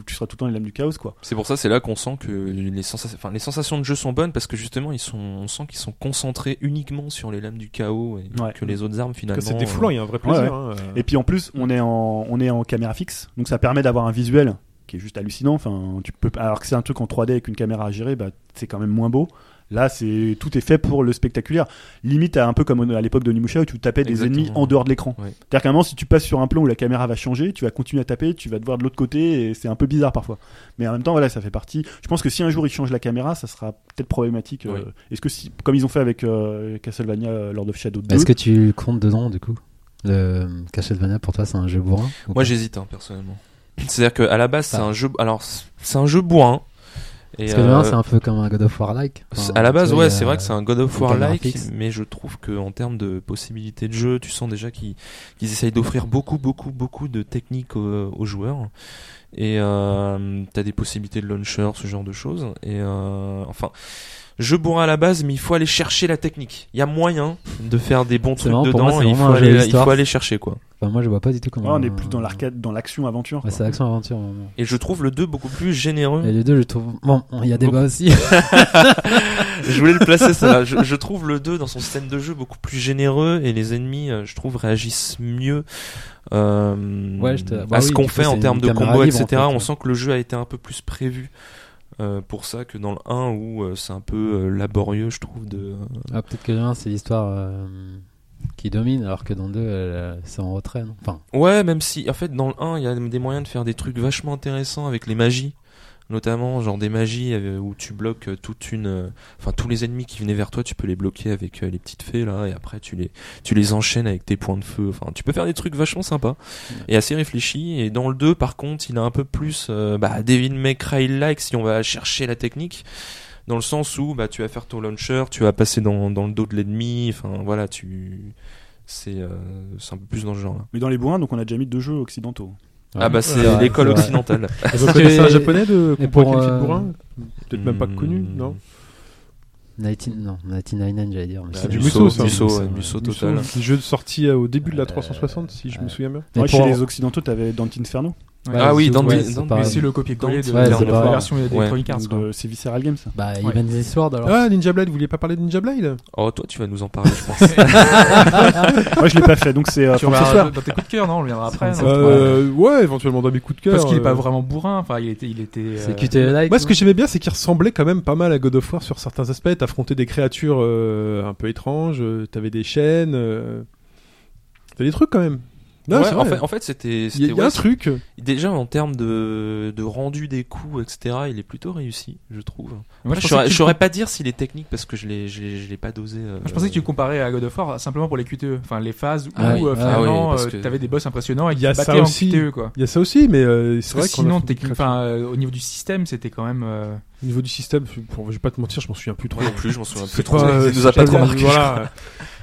tu seras tout le temps les lames du chaos, quoi. C'est pour ça, c'est là qu'on sent que les sensations, enfin, les sensations de jeu sont bonnes parce que justement, ils sont, on sent qu'ils sont concentrés uniquement sur les lames du chaos et Ouais. que les autres armes que finalement. c'était euh, foulant, il y a un vrai plaisir. Ouais, ouais. hein, euh. Et puis en plus, on est en, on est en caméra fixe, donc ça permet d'avoir un visuel qui est juste hallucinant. Enfin, tu peux, alors que c'est un truc en 3D avec une caméra à gérer, bah, c'est quand même moins beau. Là, c'est tout est fait pour le spectaculaire. Limite, à un peu comme à l'époque de Nimusha où tu tapais des Exactement. ennemis en dehors de l'écran. Ouais. C'est-à-dire qu'à un moment, si tu passes sur un plan où la caméra va changer, tu vas continuer à taper, tu vas te voir de l'autre côté et c'est un peu bizarre parfois. Mais en même temps, voilà, ça fait partie. Je pense que si un jour ils changent la caméra, ça sera peut-être problématique. euh, Oui. Est-ce que si, comme ils ont fait avec euh, Castlevania euh, Lord of Shadow 2, Est-ce que tu comptes dedans du coup Le Castlevania pour toi c'est un jeu bourrin ou Moi pas j'hésite hein, personnellement. C'est-à-dire qu'à la base c'est Ah. un jeu, alors c'est un jeu bourrin, Et, Parce que demain, euh, c'est un peu comme un God of War-like. c'est- Enfin, à la base, tu vois, ouais, il y a- c'est vrai que c'est un God of en termes War-like, graphiques. mais je trouve que en termes de possibilités de jeu, tu sens déjà qu'ils qu'ils essayent d'offrir beaucoup, beaucoup, beaucoup de techniques aux, aux joueurs. Et euh, t'as des possibilités de launcher, ce genre de choses. Et euh, enfin, jeu bourrin à la base, mais il faut aller chercher la technique. Il y a moyen de faire des bons trucs marrant, pour dedans. moi, c'est et il vraiment faut un jeu aller, il d'histoire. faut aller chercher quoi. Enfin, moi, je vois pas du tout comment. Ouais, Ah, on est plus dans l'arcade, dans l'action aventure. Mmh. Ouais, c'est action aventure. vraiment. Et je trouve le 2 beaucoup plus généreux. Et les deux, je trouve. Bon, il y a débat aussi. je voulais le placer ça. Je, je trouve le 2 dans son système de jeu beaucoup plus généreux et les ennemis, euh, je trouve, réagissent mieux euh, Ouais, je te- bah à oui, ce du qu'on coup, fait en c'est termes une de caméra combos, libre, en etc. fait, On ouais. sent que le jeu a été un peu plus prévu. euh, pour ça que dans le 1 où euh, c'est un peu euh, laborieux je trouve de Ah, peut-être que le 1, c'est l'histoire euh, qui domine, alors que dans le 2, euh, c'est en retrait. non enfin, ouais même si en fait dans le 1 il y a des moyens de faire des trucs vachement intéressants avec les magies notamment genre des magies euh, où tu bloques euh, toute une euh, enfin tous les ennemis qui venaient vers toi tu peux les bloquer avec euh, les petites fées là et après tu les tu les enchaînes avec tes points de feu enfin tu peux faire des trucs vachement sympas et assez réfléchis et dans le 2 par contre il a un peu plus euh, bah Devil May Cry like si on va chercher la technique dans le sens où bah tu vas faire ton launcher tu vas passer dans, dans le dos de l'ennemi enfin voilà tu c'est euh, c'est un peu plus dans ce genre là Mais dans les bourrins, donc on a déjà mis deux jeux occidentaux. ah bah c'est vrai, l'école c'est vrai. occidentale Parce Vous que- connaissez un japonais de qu'on et pourrait pour, qualifier de euh, bourrin Peut-être même pas Hmm. connu, non 19, non, 1999, j'allais dire. mais Bah, c'est- du Musso, ça. Musso, ouais, ouais. Musso Musou, total Petit jeu de sortie euh, au début de la Euh, 360, si je me euh, souviens bien. Mais Ouais, pour- Chez les occidentaux, t'avais Dante Inferno. Ouais, ah oui c'est- dans ouais, ouais, des- c'est dans- pas- Mais c'est le copier-coller de Ouais, la c'est dernière pas- version d'Electronic Arts. Donc, quoi. euh, C'est Visceral Games, ça. Bah, Ouais. Even this Sword, alors. Ah, Ninja Blade, vous vouliez pas parler de Ninja Blade oh toi tu vas nous en parler je pense Moi, je l'ai pas fait, donc c'est euh, Tu Francis reviendras Ware. dans tes coups de cœur, non On reviendra après. non Euh, Ouais, éventuellement dans mes coups de cœur. Parce qu'il est pas euh, vraiment bourrin. Enfin, il était, il était. euh, C'est QTE-like. Moi, ce que j'aimais bien, c'est qu'il ressemblait quand même pas mal à God of War sur certains aspects. T'affrontais des créatures euh, un peu étranges, euh, t'avais des chaînes, euh, t'as des trucs quand même. Non, Ouais, c'est en vrai. fait en fait c'était Il y a, c'était- il y a ouais, un truc. Déjà en termes de, de rendu des coups, etc., il est plutôt réussi, je trouve. Moi, je Après, je pensais saurais- que je tu- saurais pas dire s'il est technique parce que je l'ai je l'ai- je l'ai pas dosé. euh, Moi, je pensais que tu le comparais à God of War simplement pour les QTE, enfin les phases où Ah oui. euh, Ah finalement oui, parce euh, que- t'avais des boss impressionnants et Il qui y a se ça battaient en aussi. QTE quoi. Il y a ça aussi, mais euh, c'est vrai Parce que qu'on a sinon, fait des technique- créatures. enfin, euh, au niveau du système, c'était quand même. euh, au niveau du système, je- pour- je vais pas te mentir, je m'en souviens plus trop. Moi non plus, je m'en souviens C'est plus trop. pas, euh, Il nous a c'est pas trop bien, marqué. Voilà.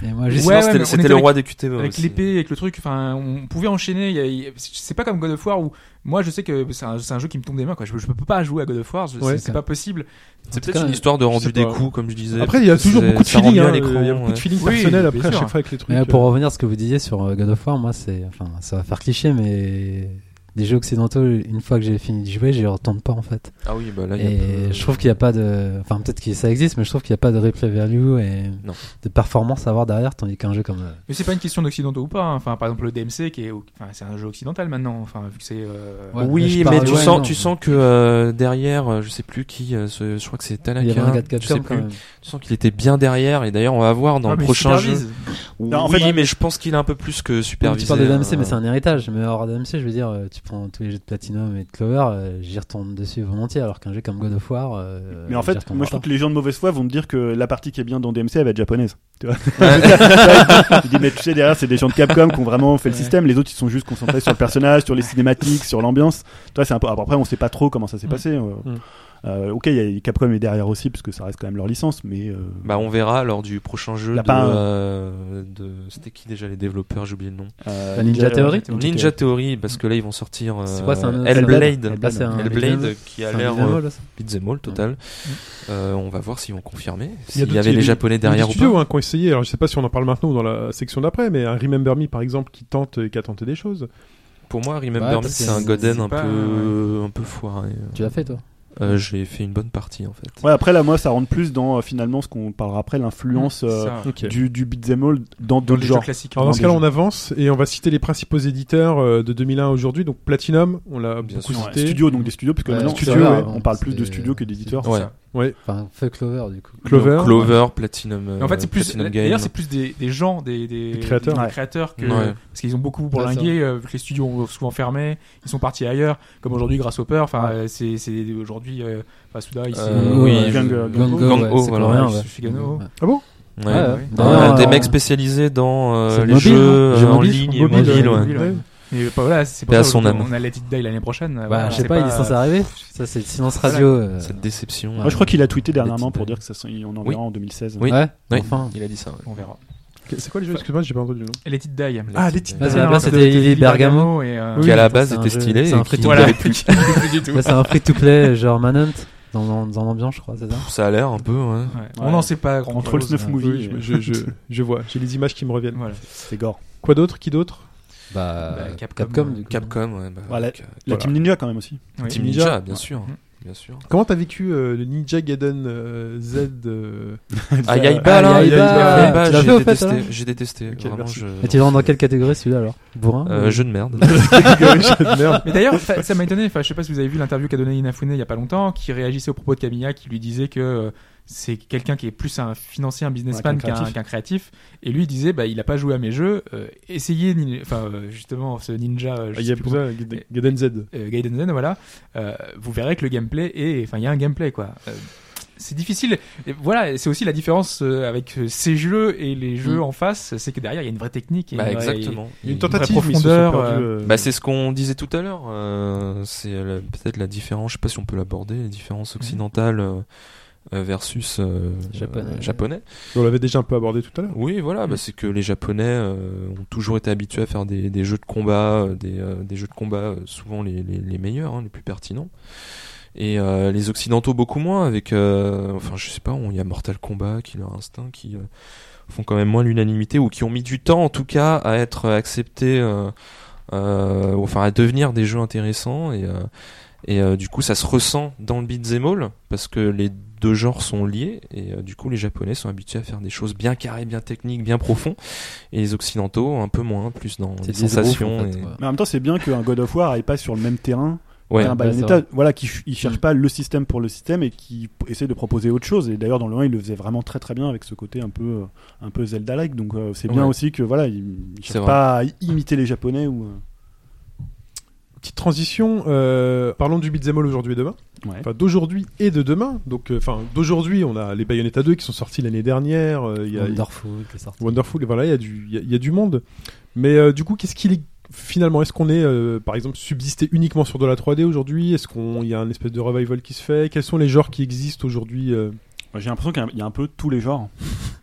Et moi, Mais j'ai- Ouais, sinon, ouais, c'était- mais on C'était était le avec- roi des QTE. avec aussi. l'épée, avec le truc, enfin, on pouvait enchaîner. il y a- il y a- C'est pas comme God of War où moi, je sais que c'est un, c'est un jeu qui me tombe des mains. Quoi. Je, je peux pas jouer à God of War, je- Ouais. c'est c'est pas possible. en C'est tout peut-être cas, une histoire de sais rendu des pas. coups, comme je disais. Après, il y a toujours C'est- beaucoup de ça rend feeling. bien hein, à l'écran, il y a beaucoup ouais. de feeling Oui, personnel bien après à sûr. chaque fois avec les trucs. euh, Mais pour revenir à ce que vous disiez sur euh, God of War, moi, c'est. Enfin, ça va faire cliché, mais. Des jeux occidentaux, une fois que j'ai fini de jouer, j'y retourne pas en fait. Ah oui, bah là, il y a Et peu- je trouve qu'il n'y a pas de. Enfin, peut-être que ça existe, mais je trouve qu'il n'y a pas de replay value et Non. de performance à avoir derrière, tandis qu'un jeu comme. euh, Mais c'est pas une question d'occidentaux ou pas. hein. Enfin, par exemple, le DMC, qui est, au- enfin, c'est un jeu occidental maintenant. Enfin, vu que c'est. euh, Ouais, là, oui, je mais parle- tu ouais, sens, non. tu sens que euh, derrière, euh, je sais plus qui, euh, ce- je crois que c'est Il y avait un gars Tanaka. de Je sais Capcom quand plus. même. Tu sens qu'il était bien derrière. Et d'ailleurs, on va voir dans ah, le mais prochain Supervise. jeu. Non, en oui, fait- mais je pense qu'il est un peu plus que Donc, supervisé. tu parles de DMC, hein. mais c'est un héritage. Mais hors DMC, je veux dire, euh, tu prends tous les jeux de Platinum et de Clover, euh, j'y retourne dessus volontiers, alors qu'un jeu comme God of War. euh, Mais en j'y fait, retourne pas. moi, je trouve que les gens de mauvaise foi vont me dire que la partie qui est bien dans DMC, elle va être japonaise. Tu vois Je dis, mais tu sais, derrière, c'est des gens de Capcom qui ont vraiment fait le Ouais. système. Les autres, ils sont juste concentrés sur le personnage, sur les cinématiques, sur l'ambiance. Tu vois, c'est un peu. Après, on sait pas trop comment ça s'est Mm. passé. euh. Mm. Euh, ok, il y a- Capcom est derrière aussi, parce que ça reste quand même leur licence, mais. euh, Bah on verra lors du prochain jeu Il y de, a pas un- euh, de- c'était qui déjà les développeurs j'ai oublié le nom euh, La Ninja Theory Ninja Theory parce que là ils vont sortir euh, C'est quoi, c'est un- Hellblade Hellblade, c'est un- Hellblade qui a C'est un l'air beat'em euh, all, ça. beat'em all total Euh, on va voir s'ils vont confirmer Il y a s'il y, d'autres- avait il y a les des- japonais Il y a des euh, derrière ou studios pas hein, qui ont essayé, alors je sais pas si on en parle maintenant ou dans la section d'après, mais un Remember Me par exemple qui tente et qui a tenté des choses. pour moi Ouais, Remember Me parce c'est que un c'est- Goden c'est un pas- peu un peu foiré Tu l'as fait, toi euh, je l'ai fait une bonne partie en fait Ouais, après, là, moi, ça rentre plus dans euh, finalement ce qu'on parlera après, l'influence euh, Ça, Ok. du, du beat'em all dans dans d'autres les jeux genres. classiques. Alors dans ce Dans cas-là, des on avance et on va citer les principaux éditeurs euh, de 2001 à aujourd'hui. Donc Platinum, on l'a Bien beaucoup sûr, Ouais, cité. studio, donc des studios, parce que Ouais, maintenant, studio, c'est vrai, ouais. on parle plus de C'est- studios que d'éditeurs. ouais ça. Enfin, feu Clover, du Euh, coup. Clover. Donc, Clover Platinum euh, Mais En fait, c'est plus. Platinum D'ailleurs, Game c'est plus des, des gens, des, des, Des créateurs. Ouais. créateurs que Ouais. parce qu'ils ont beaucoup Ouais, c'est bourlingué. euh, vu que les studios ont souvent fermé, ils sont partis ailleurs. Comme aujourd'hui, Grasshopper. Enfin, euh, c'est c'est aujourd'hui. euh, Enfin, Souda, ici. Euh, euh, oui, ouais, Gang- euh, Gang- Gango, Gango, ouais, c'est voilà, coréen, ouais, ouais. Sugano. Ouais. Ouais, ouais. ouais. Ouais, Ah, D'ailleurs, des euh, mecs spécialisés dans euh, c'est les mobile, jeux hein, jeux euh, en mobiles, ligne et mobile, mobile, euh, ouais. mobile, ouais. Mais bah, voilà, c'est pour Paix à ça son qu'on- âme. on a Let It Die l'année prochaine. Bah, Voilà, je c'est sais pas, il est censé arriver. Ça, c'est le silence radio. euh, Cette déception. Moi, je crois qu'il a tweeté dernièrement petites- pour dire que ça, sent- on en Oui. verra en 2016. Oui. Ouais, Oui. enfin. Il a dit ça. ouais. On verra. C'est quoi le jeu Excuse-moi, j'ai pas entendu le nom. Let It Die. Ah, les titres. Là, C'est à la un base, jeu c'était de Lily Lily Bergamo. et, euh, Qui à la attends, base c'est un était jeu- stylé c'est un et qui free-to-play. Voilà. n'avait plus. Plus du tout. Là, c'est un free-to-play, genre Manhunt, dans, dans, dans l'ambiance, je crois, c'est ça Ça a l'air un peu. ouais. Ouais. On n'en sait pas grand Entre le chose. snuff movie, Oui, je, je, euh, je, je vois, j'ai les images qui me reviennent. Voilà. c'est gore. Quoi d'autre Qui d'autre Bah, Bah, Capcom, Capcom, euh, du coup. Capcom, ouais, bah, Voilà. avec, euh, La voilà. Team Ninja quand même aussi. Oui. Team Ninja. Ninja, bien Ouais. sûr. Mhm. Bien sûr. Comment t'as vécu euh, le Ninja Gaiden euh, Z euh, Ah, Ah, Yaiba, là Yaiba, Yaiba, tu l'as j'ai fait, au fait, détesté. alors j'ai détesté. Ok, vraiment, merci. je... Et tu le rends dans quelle catégorie celui-là alors Bourrin Euh, ou- Jeu de merde. Ah Mais d'ailleurs, fa- ça m'a étonné. Enfin, je sais pas si vous avez vu l'interview qu'a donnée Inafune il y a pas longtemps, qui réagissait au propos de Camilla, qui lui disait que euh, c'est quelqu'un qui est plus un financier, un businessman Ouais, qu'un qu'un créatif. qu'un créatif. Et lui il disait, bah, il a pas joué à mes jeux. euh, essayez, nin- enfin, euh, justement, ce ninja. euh, je sais plus comment- Yakuza Gaiden- Gaiden Z euh, Gaiden Zen, voilà, euh, vous verrez que le gameplay est, enfin, il y a un gameplay quoi. Euh, c'est difficile. Et voilà, c'est aussi la différence euh, avec euh, ces jeux et les jeux Mm. en face, c'est que derrière il y a une vraie technique. Et euh, bah, une vraie- exactement. Il y a une Et- tentative, vraie mais ils se sont profondeur, perdus, euh, Bah, c'est ce qu'on disait tout à l'heure. euh, c'est la- peut-être la différence, je sais pas si on peut l'aborder, les différences occidentales euh, euh, versus euh, Japonais. euh, japonais. on l'avait déjà un peu abordé tout à l'heure. Oui, voilà, bah, c'est que les Japonais euh, ont toujours été habitués à faire des, des jeux de combat, euh, des, euh, des jeux de combat euh, souvent les, les, les meilleurs, hein, les plus pertinents. Et euh, les Occidentaux beaucoup moins, avec, euh, enfin, je sais pas, on- il y a Mortal Kombat, Killer Instinct, qui euh, font quand même moins l'unanimité ou qui ont mis du temps, en tout cas, à être acceptés, euh, euh, enfin, à devenir des jeux intéressants et euh, et euh, du coup, ça se ressent dans le beat'em all parce que les deux genres sont liés. Et euh, du coup, les Japonais sont habitués à faire des choses bien carrées, bien techniques, bien profond. Et les Occidentaux, un peu moins, plus dans C'est les des sensations. groupes, en fait, et- quoi. Mais en même temps, c'est bien qu'un God of War aille pas sur le même terrain Ouais. qu'un bah, c'est Bayonetta, vrai. voilà, qui ch- il cherche Mm. pas le système pour le système et qui p- essaie de proposer autre chose. Et d'ailleurs, dans le 1, il le faisait vraiment très très bien avec ce côté un peu, euh, un peu Zelda-like. Donc euh, c'est bien Ouais. aussi que voilà, il, il C'est cherche pas à imiter les Japonais ou. euh, Petite transition, euh, parlons du beat'em all aujourd'hui et demain. ouais. Enfin, d'aujourd'hui et de demain. Donc, euh, enfin, d'aujourd'hui, on a les Bayonetta 2 qui sont sortis l'année dernière. euh, Il y a Wonderful qui est sorti. Wonderful, et voilà, il y, a du- il y a- il y a du monde. Mais euh, du coup, qu'est-ce qu'il est finalement Est-ce qu'on est, euh, par exemple, subsisté uniquement sur de la 3D aujourd'hui Est-ce qu'il y a un espèce de revival qui se fait Quels sont les genres qui existent aujourd'hui euh Moi, J'ai l'impression qu'il y a- il y a un peu tous les genres.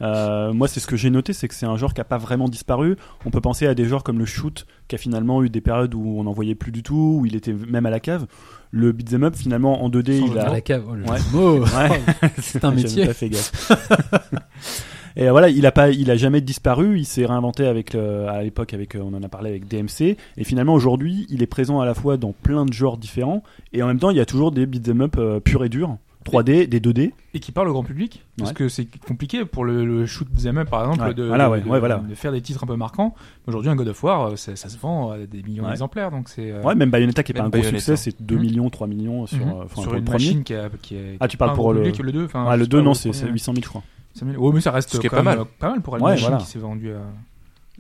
Euh, moi, c'est ce que j'ai noté, c'est que c'est un genre qui a pas vraiment disparu. On peut penser à des genres comme le shoot, qui a finalement eu des périodes où on n'en voyait plus du tout, où il était même à la cave. Le beat'em up, finalement, en 2D, Sans il le a. À la cave, oh, le Ouais. jeu de mots. Ouais. C'est un J'avais métier. pas fait gaffe. Et euh, voilà, il a pas, il a jamais disparu. Il s'est réinventé avec, euh, à l'époque, avec, euh, on en a parlé avec DMC. Et finalement, aujourd'hui, il est présent à la fois dans plein de genres différents. Et en même temps, il y a toujours des beat'em up euh, purs et durs, 3D, des 2D. Et qui parle au grand public, parce Ouais. que c'est compliqué pour le, le shoot them up par exemple Ouais, de, voilà, de- ouais, de- ouais, voilà. de faire des titres un peu marquants. Aujourd'hui, un God of War, euh, ça, ça se vend à des millions Ouais. d'exemplaires, donc c'est euh, Ouais, même Bayonetta qui est Même pas un gros Bayonetta. succès, c'est 2 Mhm. millions, 3 millions sur, Mhm. euh, enfin, sur pour le une premier. machine qui, a- qui est- Ah, qui tu est pas parles un pour gros le- public, le 2 enfin, Ah, je le sais 2, pas, non, le c'est c'est premier. 800 000, je crois. 5000. Ouais, mais ça reste Ce qui est quand pas même, mal. euh, pas mal pour une Ouais, machine voilà. qui s'est vendue à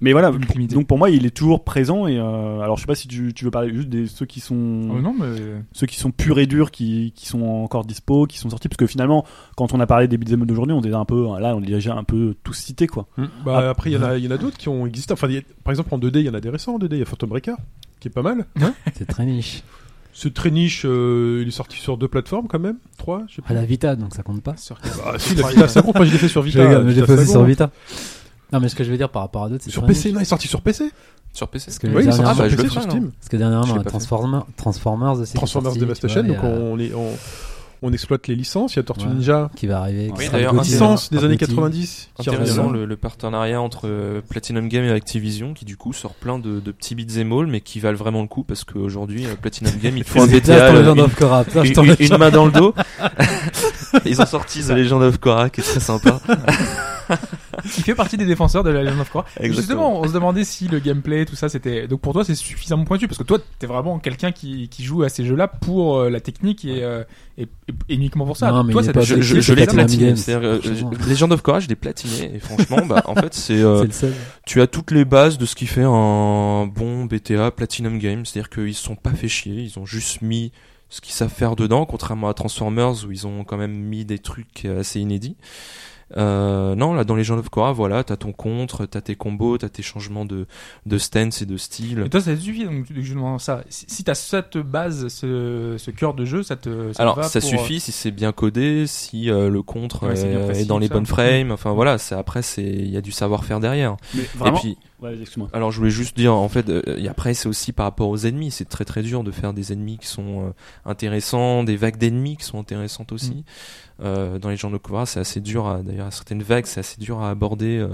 Mais voilà, Public pour- limité. donc pour moi, il est toujours présent. Et euh, alors, je sais pas si tu, tu veux parler juste des ceux qui sont. Oh non, mais euh, ceux qui sont purs et durs, qui, qui sont encore dispo, qui sont sortis, parce que finalement, quand on a parlé des beat'em up d'aujourd'hui, on était un peu, là, on est déjà un peu tous cités, quoi. Bah, Après, il y en a, il y en a d'autres qui ont existé. Enfin, il y a- par exemple, en 2D, il y en a des récents en 2D. Il y a Phantom Breaker, qui est pas mal. C'est très niche. C'est très niche. euh, il est sorti sur deux plateformes quand même. Trois, je sais À Ah, la Vita, donc ça compte pas. pas. Ah, si, la Vita, ça compte. Moi, je l'ai fait sur Je Vita. rigole, mais j'ai Vita, pas ça aussi sur compte. Vita. Non, mais ce que je veux dire par rapport à d'autres, c'est Sur très PC, niche. non, il est sorti sur PC. Sur PC Parce que Ah, les Oui, il est dernières- sorti bah, sur je PC le sur ferai, Steam. non Parce que dernièrement, Je l'ai il y a pas fait. Transformer- Transformers aussi. qui est Transformers hein. sorti, tu vois, Devastation, il y a- donc on, les- on, on exploite les licenses. Il y a Tortue Ouais. Ah, Ninja, Qui va arriver. qui Oui, sera d'ailleurs, le un Gauthier. licence des Gauthier. années 90. qui Intéressant revient. le, le partenariat entre euh, Platinum Game et Activision qui du coup sort plein de, de petits beat'em all mais qui valent vraiment le coup parce qu'aujourd'hui euh, Platinum Game il faut un Là, je GTA t'en euh, lève un une- doigt, Cora. Là, je une, t'en lève une main dans le dos. Ils ont sorti The Legend of Korra qui est très sympa. qui fait partie des défenseurs de la Legend of Korra. Exactement. Justement, on se demandait si le gameplay, tout ça, c'était. Donc pour toi, c'est suffisamment pointu parce que toi, t'es vraiment quelqu'un qui, qui joue à ces jeux-là pour euh, la technique et, euh, et, et uniquement pour ça. Non, mais toi, il est ça pas t'a- Je, je- je C'est l'ai Platinum platiné. Games, c'est-à-dire, euh, franchement. je- Legend of Korra, je l'ai platiné. Et franchement, bah, en fait, c'est euh, C'est le seul. tu as toutes les bases de ce qui fait un bon BTA Platinum Game, c'est-à-dire qu'ils se sont pas fait chier, ils ont juste mis ce qu'ils savent faire dedans, contrairement à Transformers où ils ont quand même mis des trucs assez inédits. Euh, non, là, dans les Legend of Korra, voilà, t'as ton contre, t'as tes combos, t'as tes changements de, de stance et de style. Et toi, ça te suffit, donc tu- je demande ça. Si, si t'as cette base, ce, ce cœur de jeu, ça te. te Alors, va ça pour, suffit si c'est bien codé, si euh, le contre Ouais, c'est bien est, précis, est dans les ça. bonnes frames. Enfin voilà, c'est après c'est il y a du savoir-faire derrière. Mais vraiment. Et puis Ouais, excuse-moi. alors je voulais juste dire en fait euh, et après c'est aussi par rapport aux ennemis, c'est très très dur de faire des ennemis qui sont euh, intéressants, des vagues d'ennemis qui sont intéressantes aussi. Euh, dans les genres de Korra, c'est assez dur à d'ailleurs à certaines vagues, c'est assez dur à aborder euh,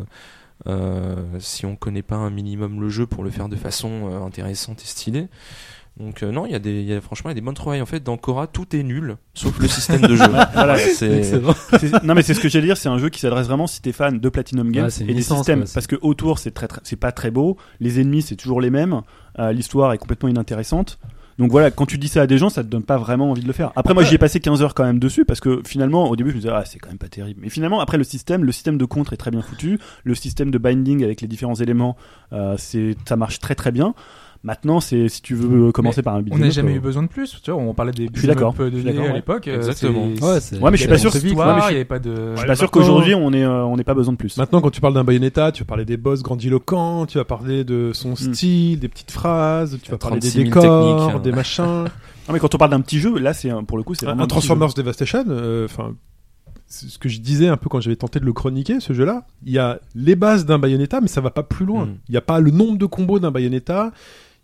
euh, si on connaît pas un minimum le jeu pour le faire de façon euh, intéressante et stylée. Donc euh, non, il y a des il y a- franchement il y a des bonnes trouvailles en fait dans Korra, tout est nul sauf le système de jeu. Voilà. c'est C'est- non mais c'est ce que j'allais dire, c'est un jeu qui s'adresse vraiment si t'es fan de Platinum Games Ouais, c'est une et des licence, systèmes, quoi, c'est- parce que autour c'est très, très- c'est pas très beau, les ennemis c'est toujours les mêmes, euh, l'histoire est complètement inintéressante. Donc voilà, quand tu dis ça à des gens, ça te donne pas vraiment envie de le faire. Après moi j'y ai passé 15 heures quand même dessus parce que finalement au début je me disais ah c'est quand même pas terrible. Mais finalement après le système, le système de contre est très bien foutu, le système de binding avec les différents éléments, euh, c'est ça marche très très bien. Maintenant c'est si tu veux commencer par un On beat'em n'a up, jamais euh, eu besoin de plus. Tu vois, on parlait des. Je suis d'accord, beat'em up je De suis d'accord, à ouais. l'époque. euh, Exactement. c'est- Ouais, c'est- Ouais, mais je suis pas sûr c'est que- victoire, ouais, mais je- il n'y avait pas de. Je suis pas sûr qu'aujourd'hui on est euh, on n'est pas besoin de plus. Maintenant, quand tu parles d'un Bayonetta, tu vas parler des boss grandiloquents, tu vas parler de son Hmm. style, des petites phrases, tu vas parler des 36 000 décors, techniques, hein. des machins. Non mais quand on parle d'un petit jeu, là c'est un- pour le coup c'est un, vraiment un un petit jeu. Transformers Devastation, euh, enfin, c'est ce que je disais un peu quand j'avais tenté de le chroniquer, ce jeu-là, il y a les bases d'un Bayonetta, mais ça va pas plus loin. Mm. Il n'y a pas le nombre de combos d'un Bayonetta,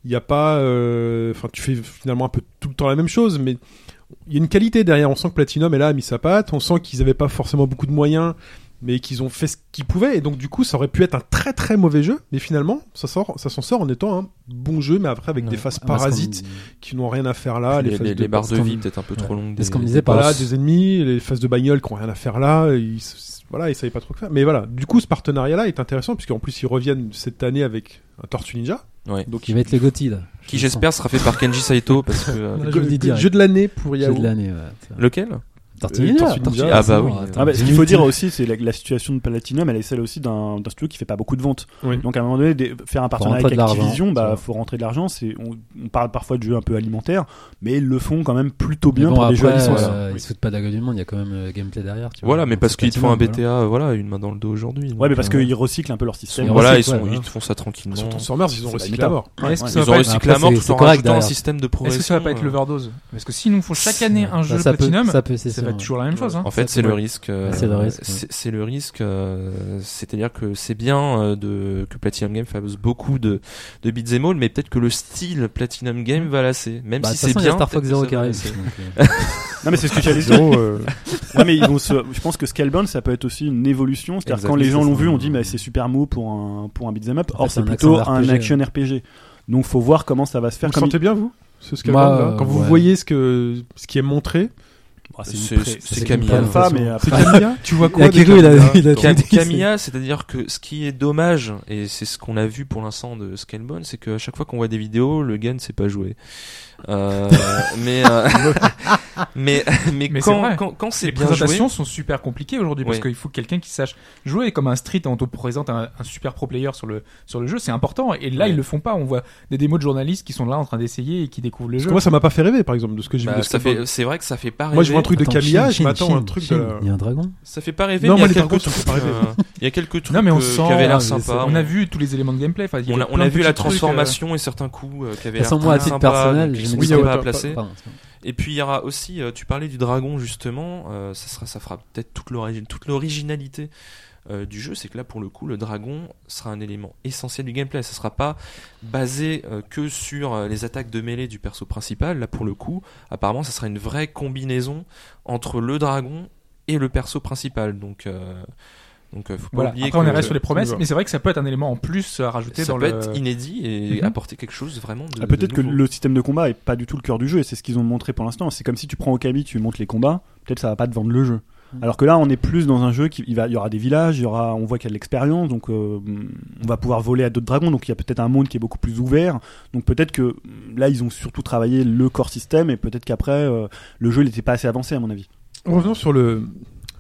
il n'y a pas. euh, Enfin, tu fais finalement un peu tout le temps la même chose, mais il y a une qualité derrière. On sent que Platinum est là, a mis sa patte, on sent qu'ils n'avaient pas forcément beaucoup de moyens. Mais qu'ils ont fait ce qu'ils pouvaient, et donc du coup, ça aurait pu être un très très mauvais jeu, mais finalement, ça sort, ça s'en sort en étant un bon jeu, mais après avec Ouais. des phases Ah, parce qu'on- parasites qui n'ont rien à faire là, Ah, les, les, phases les- de les barres de qu'on- vie peut-être un peu trop longues. Parce des- qu'on me des- disait par voilà, des ennemis, les phases de bagnole qui ont rien à faire là, ils, s- voilà, ils savaient pas trop quoi faire. Mais voilà, du coup, ce partenariat-là est intéressant, puisqu'en plus, ils reviennent cette année avec un Tortue Ninja. Ouais. Donc, qui va être le Gotti là. Je qui le sens. j'espère sera fait par Kenji Saito parce que euh, Voilà, je go- vous dis go- direct. jeu de l'année pour Jeu Yahoo. de l'année. ouais. lequel Tortue Euh, Ninja, Tortue Tortue Ninja, Ninja, ah bah c'est oui. bon, attends, Ah bah, ce qu'il Jimmy faut dire Kimmel. aussi, c'est la, la situation de Platinum, elle est celle aussi d'un d'un studio qui fait pas beaucoup de ventes. Oui. Donc à un moment donné, des- faire un partenariat rentrer avec de l'argent, Activision, tu bah vois. faut rentrer de l'argent. C'est on, on parle parfois de jeux un peu alimentaires, mais ils le font quand même plutôt Mais bien bon, pour après, des jeux à licence. euh, Oui. Ils se foutent pas de la gueule du monde, il y a quand même le gameplay derrière. tu vois. voilà mais Donc, parce c'est qu'ils te font un Platinum, BTA voilà. une main dans le dos aujourd'hui donc, Ouais, mais parce euh, qu'ils recyclent un peu leur ils système. sont- voilà recyclent, ils, sont- ouais, ils voilà. font ça tranquillement Sur Transformers, ils ont C'est recyclé la la mort. Ouais, Est-ce que Ouais. ça va ils ont pas être- recyclé la après, mort c'est- tout c'est en correct rajoutant un derrière. système de Est-ce progression que ça va pas être euh, l'overdose Parce que s'ils nous font chaque année un Bah, jeu ça peut- Platinum, ça peut, c'est ça sûr, va être ouais. toujours la même chose. hein. en fait, c'est le risque. euh, Ouais, c'est le risque, c'est- c'est le risque. euh, C'est-à-dire que c'est bien euh, de, que Platinum Game fasse beaucoup de, de beats all, mais peut-être que le style Platinum Game va lasser. Même Bah, de si toute façon, c'est il y a bien. Star Fox peut-être que 0 ça qui va arrive. lasser. donc, euh, Non mais c'est ce que j'allais dire. Zéro, euh, Ouais, mais ils vont se- Je pense que Scalebound, ça peut être aussi une évolution. C'est-à-dire quand Exactement, les gens c'est l'ont ça. vu, on dit mais c'est super mou pour un pour un beat'em up. En fait, Or c'est c'est un plutôt action un RPG. action RPG. Donc faut voir comment ça va se vous faire. le Comme sentez bien, vous ce scalable, Moi, là euh, Quand vous ouais. voyez ce, que, ce qui est montré, Ah, c'est C'est- une pré- c'est hein. c'est une Camilla. prépa, mais après- c'est Camilla Tu vois Il y quoi a Kirou, déjà, il a Camilla il a Cam- tout dit, c'est- Camilla, c'est-à-dire que ce qui est dommage, et c'est ce qu'on a vu pour l'instant de Scalebone, c'est qu'à chaque fois qu'on voit des vidéos, le gars ne sait pas jouer. Euh, mais, euh, mais, mais, Mais c'est quand, vrai. quand, quand c'est Les bien présentations joué, sont super compliquées aujourd'hui parce Oui. qu'il faut quelqu'un qui sache jouer comme un street on te présente un, un super pro player sur le sur le jeu c'est important et là Ouais. ils le font pas on voit des démos de journalistes qui sont là en train d'essayer et qui découvrent le Parce jeu que moi, ça m'a pas fait rêver, par exemple, de ce que j'ai bah, vu. de ça Scalebound. fait, c'est vrai que ça fait pas rêver. Moi, je vois un truc de Attends, Camilla, Chine, je m'attends Chine, à un truc Chine. de. Il y a un dragon Ça fait pas rêver, Non, mais moi, il les y a quelques dragons, ça trucs, fait pas rêver. euh, il y a quelques trucs non mais on euh, sent qui avaient hein, l'air mais c'est- sympas. on a vu tous les éléments de gameplay enfin, il y On a, on plein a de vu petits la trucs, euh, transformation et certains coups euh, qui avaient De toute façon, l'air moi, à très titre sympas, personnel, donc ils je sont me oui, dis il y a pas autant- à placer. Pardon, c'est bon. Et puis il y aura aussi, euh, tu parlais du dragon justement, euh, ça sera, ça fera peut-être toute l'origine, toute l'originalité euh, du jeu, c'est que là pour le coup le dragon sera un élément essentiel du gameplay. Ça sera pas basé euh, que sur euh, les attaques de mêlée du perso principal. Là pour le coup, apparemment ça sera une vraie combinaison entre le dragon et le perso principal. Donc euh, donc euh, faut pas voilà. oublier après on que est resté sur les on promesses y va. mais c'est vrai que ça peut être un élément en plus euh, à rajouter ça dans peut le être inédit et Mhm. apporter quelque chose vraiment. De, Ah, peut-être de que nouveau. le système de combat est pas du tout le cœur du jeu et c'est ce qu'ils ont montré pour l'instant. C'est comme si tu prends Okami, tu montes les combats, peut-être ça va pas te vendre le jeu. Mm. Alors que là, on est plus dans un jeu qui il va, il y aura des villages, il y aura, on voit qu'il y a de l'expérience, donc euh, on va pouvoir voler à d'autres dragons, donc il y a peut-être un monde qui est beaucoup plus ouvert. Donc peut-être que mm, là, ils ont surtout travaillé le core système et peut-être qu'après, euh, le jeu n'était pas assez avancé à mon avis. Revenons sur le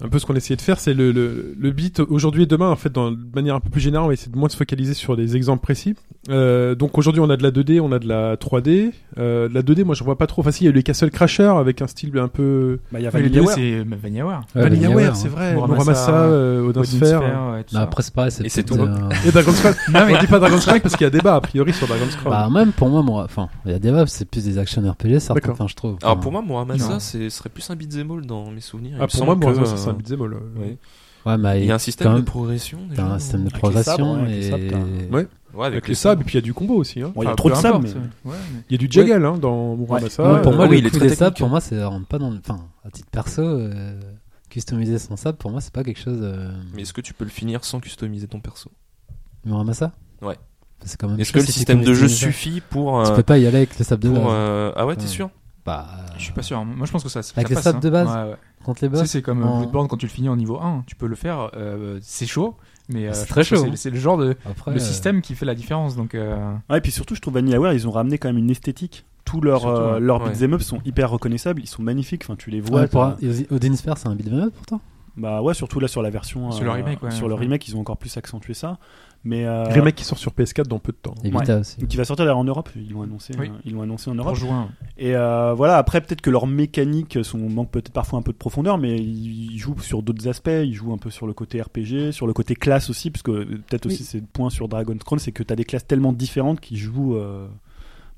un peu ce qu'on essayait de faire, c'est le, le, le beat aujourd'hui et demain en fait dans de manière un peu plus générale, on va essayer de moins se focaliser sur des exemples précis Euh, donc aujourd'hui, on a de la 2D, on a de la 3D. Euh, de la 2D, moi, je vois pas trop. Enfin, si, il y a eu les Castle Crasher avec un style un peu. Bah, il y a Mais les deux, Vanillaware. c'est Vanillaware. Ouais, Vanillaware, Vanillaware, c'est hein. vrai. Muramasa, Muramasa, euh, Odin Odin Sphere. Sphere, ouais, tout Bah, ça. après, c'est pareil, c'est Et c'est peut-être, tout. euh, Et Dragon's Crown. Non, mais- On dit pas Dragon's Crown parce qu'il y a débat a priori sur Dragon's Crown. Bah, même pour moi, moi, enfin, il y a des vibes, c'est plus des action RPG, certains, D'accord. enfin, je trouve. Alors Enfin, pour moi, Muramasa, Non. c'est serait plus un beat'em all dans mes souvenirs. Il ah, me pour moi, semble que, Muramasa, c'est euh, un beat'em all. euh. ouais. Ouais, mais Il y a un quand système de même- progression. t'as déjà, un système de Avec les sabres, progression ouais, avec les sabres, et. t'as- Ouais, Avec les sables, et puis il y a du combo aussi. hein. Bon, il y a Enfin, trop de peu sable, mais. importe, euh, ouais, mais- Il y a du juggle hein, dans Muramasa. Ouais, pour euh, moi, oui, le il est coup très des sables, technique. hein. pour moi, ça rentre pas dans. le- Enfin, à titre perso, euh, customiser son sable, pour moi, c'est pas quelque chose. euh, Mais est-ce que tu peux le finir sans customiser ton perso Muramasa Ouais. C'est quand même. Est-ce chaud que le si tu système de jeu customises ça. suffit pour. Tu euh, peux pas y aller avec le sable de pour, base. euh, Ah ouais, t'es Ouais. sûr Bah, Je suis pas sûr. hein. Moi, je pense que ça. ça Avec les passe, sables hein. de base. Ouais, ouais. Contre les Tu sais, boss. c'est comme euh, Bah, en- Bloodborne quand tu le finis en niveau 1. Tu peux le faire. euh, c'est chaud, mais euh, C'est je très pense que chaud, c'est- hein. C'est le genre de Après, le euh, système qui fait la différence. Donc, euh, Ouais, et puis surtout, je trouve Vanillaware, ils ont ramené quand même une esthétique. Tous leurs, Surtout, euh, ouais. leurs Ouais. beat'em up sont hyper reconnaissables, ils sont magnifiques. Enfin, tu les Ouais, vois. pour t'as- un- Odin Sphere, c'est un beat'em up pour toi Bah ouais, surtout là sur la version. euh, Sur le remake, ouais, Sur le enfin. remake, ils ont encore plus accentué ça. Mais. euh, Remake qui sort sur PS4 dans peu de temps. Et Vita aussi. Qui va sortir d'ailleurs en Europe, ils l'ont annoncé, Oui. euh, ils l'ont annoncé en pour Europe. juin. Et euh, voilà, après peut-être que leurs mécaniques sont, manquent peut-être parfois un peu de profondeur, mais ils jouent sur d'autres aspects, ils jouent un peu sur le côté RPG, sur le côté classe aussi, parce que euh, peut-être aussi c'est le point sur Dragon's Crown, c'est que tu as des classes tellement différentes qui jouent, euh,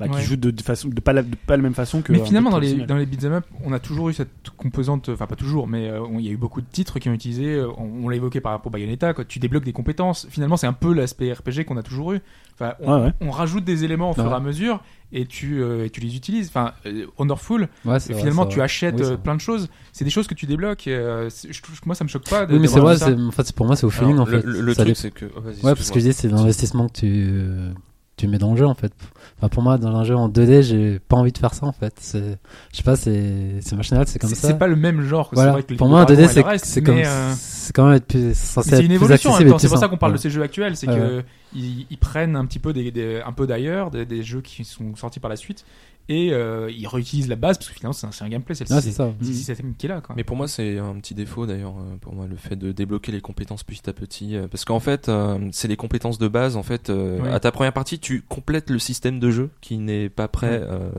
bah, qui Ouais. jouent de, de façon, de, pas la, de pas la même façon que... euh, un Mais peu finalement, dans les, traditionnel. dans les beat'em up, on a toujours eu cette composante, enfin pas toujours, mais euh, on- il y a eu beaucoup de titres qui ont utilisé, euh, on, on l'a évoqué par rapport à Bayonetta, quoi, tu débloques des compétences. Finalement, c'est un peu l'aspect RPG qu'on a toujours eu. Enfin, on, Ouais, ouais. on rajoute des éléments au fur et Ouais. à mesure et tu, euh, et tu les utilises. Enfin, euh, Wonderful, Ouais, et c'est vrai, finalement, c'est tu vrai. achètes Oui, c'est euh, vrai. plein de choses. C'est des choses que tu débloques. et, euh, c'est- je- je- moi, ça me choque pas. De, Oui, mais c'est d'avoir vrai, tout ça. c'est- en fait, c'est- pour moi, c'est au Alors, feeling en le, fait. le- le Ça truc, dé- c'est que. oh, vas-y, Ouais, parce que je excuse-moi. dis, c'est l'investissement que tu, tu mets dans le jeu en fait. Enfin, pour moi, dans un jeu en 2D, j'ai pas envie de faire ça en fait. C'est- Je sais pas, c'est c'est machinal, c'est comme C'est- ça. c'est pas le même genre. que c'est Voilà. vrai que les Pour moi, en 2D, Dragon et le c'est reste, c'est mais, comme euh, c'est quand même être plus censé Mais être c'est une plus évolution en même accessible temps, et c'est plus pour ça simple. qu'on parle de Voilà. ces jeux actuels, c'est Ouais, que ils, ils prennent un petit peu des, des- un peu d'ailleurs, des, des jeux qui sont sortis par la suite, et euh, ils réutilisent la base parce que finalement c'est un, c'est un gameplay, c'est le Ouais, c'est c'est- ça. Mm-hmm. c'est le système qui est là. Quoi. Mais pour moi, c'est un petit défaut d'ailleurs, euh, pour moi, le fait de débloquer les compétences petit à petit. euh, Parce qu'en fait, euh, c'est les compétences de base. En fait, euh, Ouais. à ta première partie, tu complètes le système de jeu qui n'est pas prêt euh,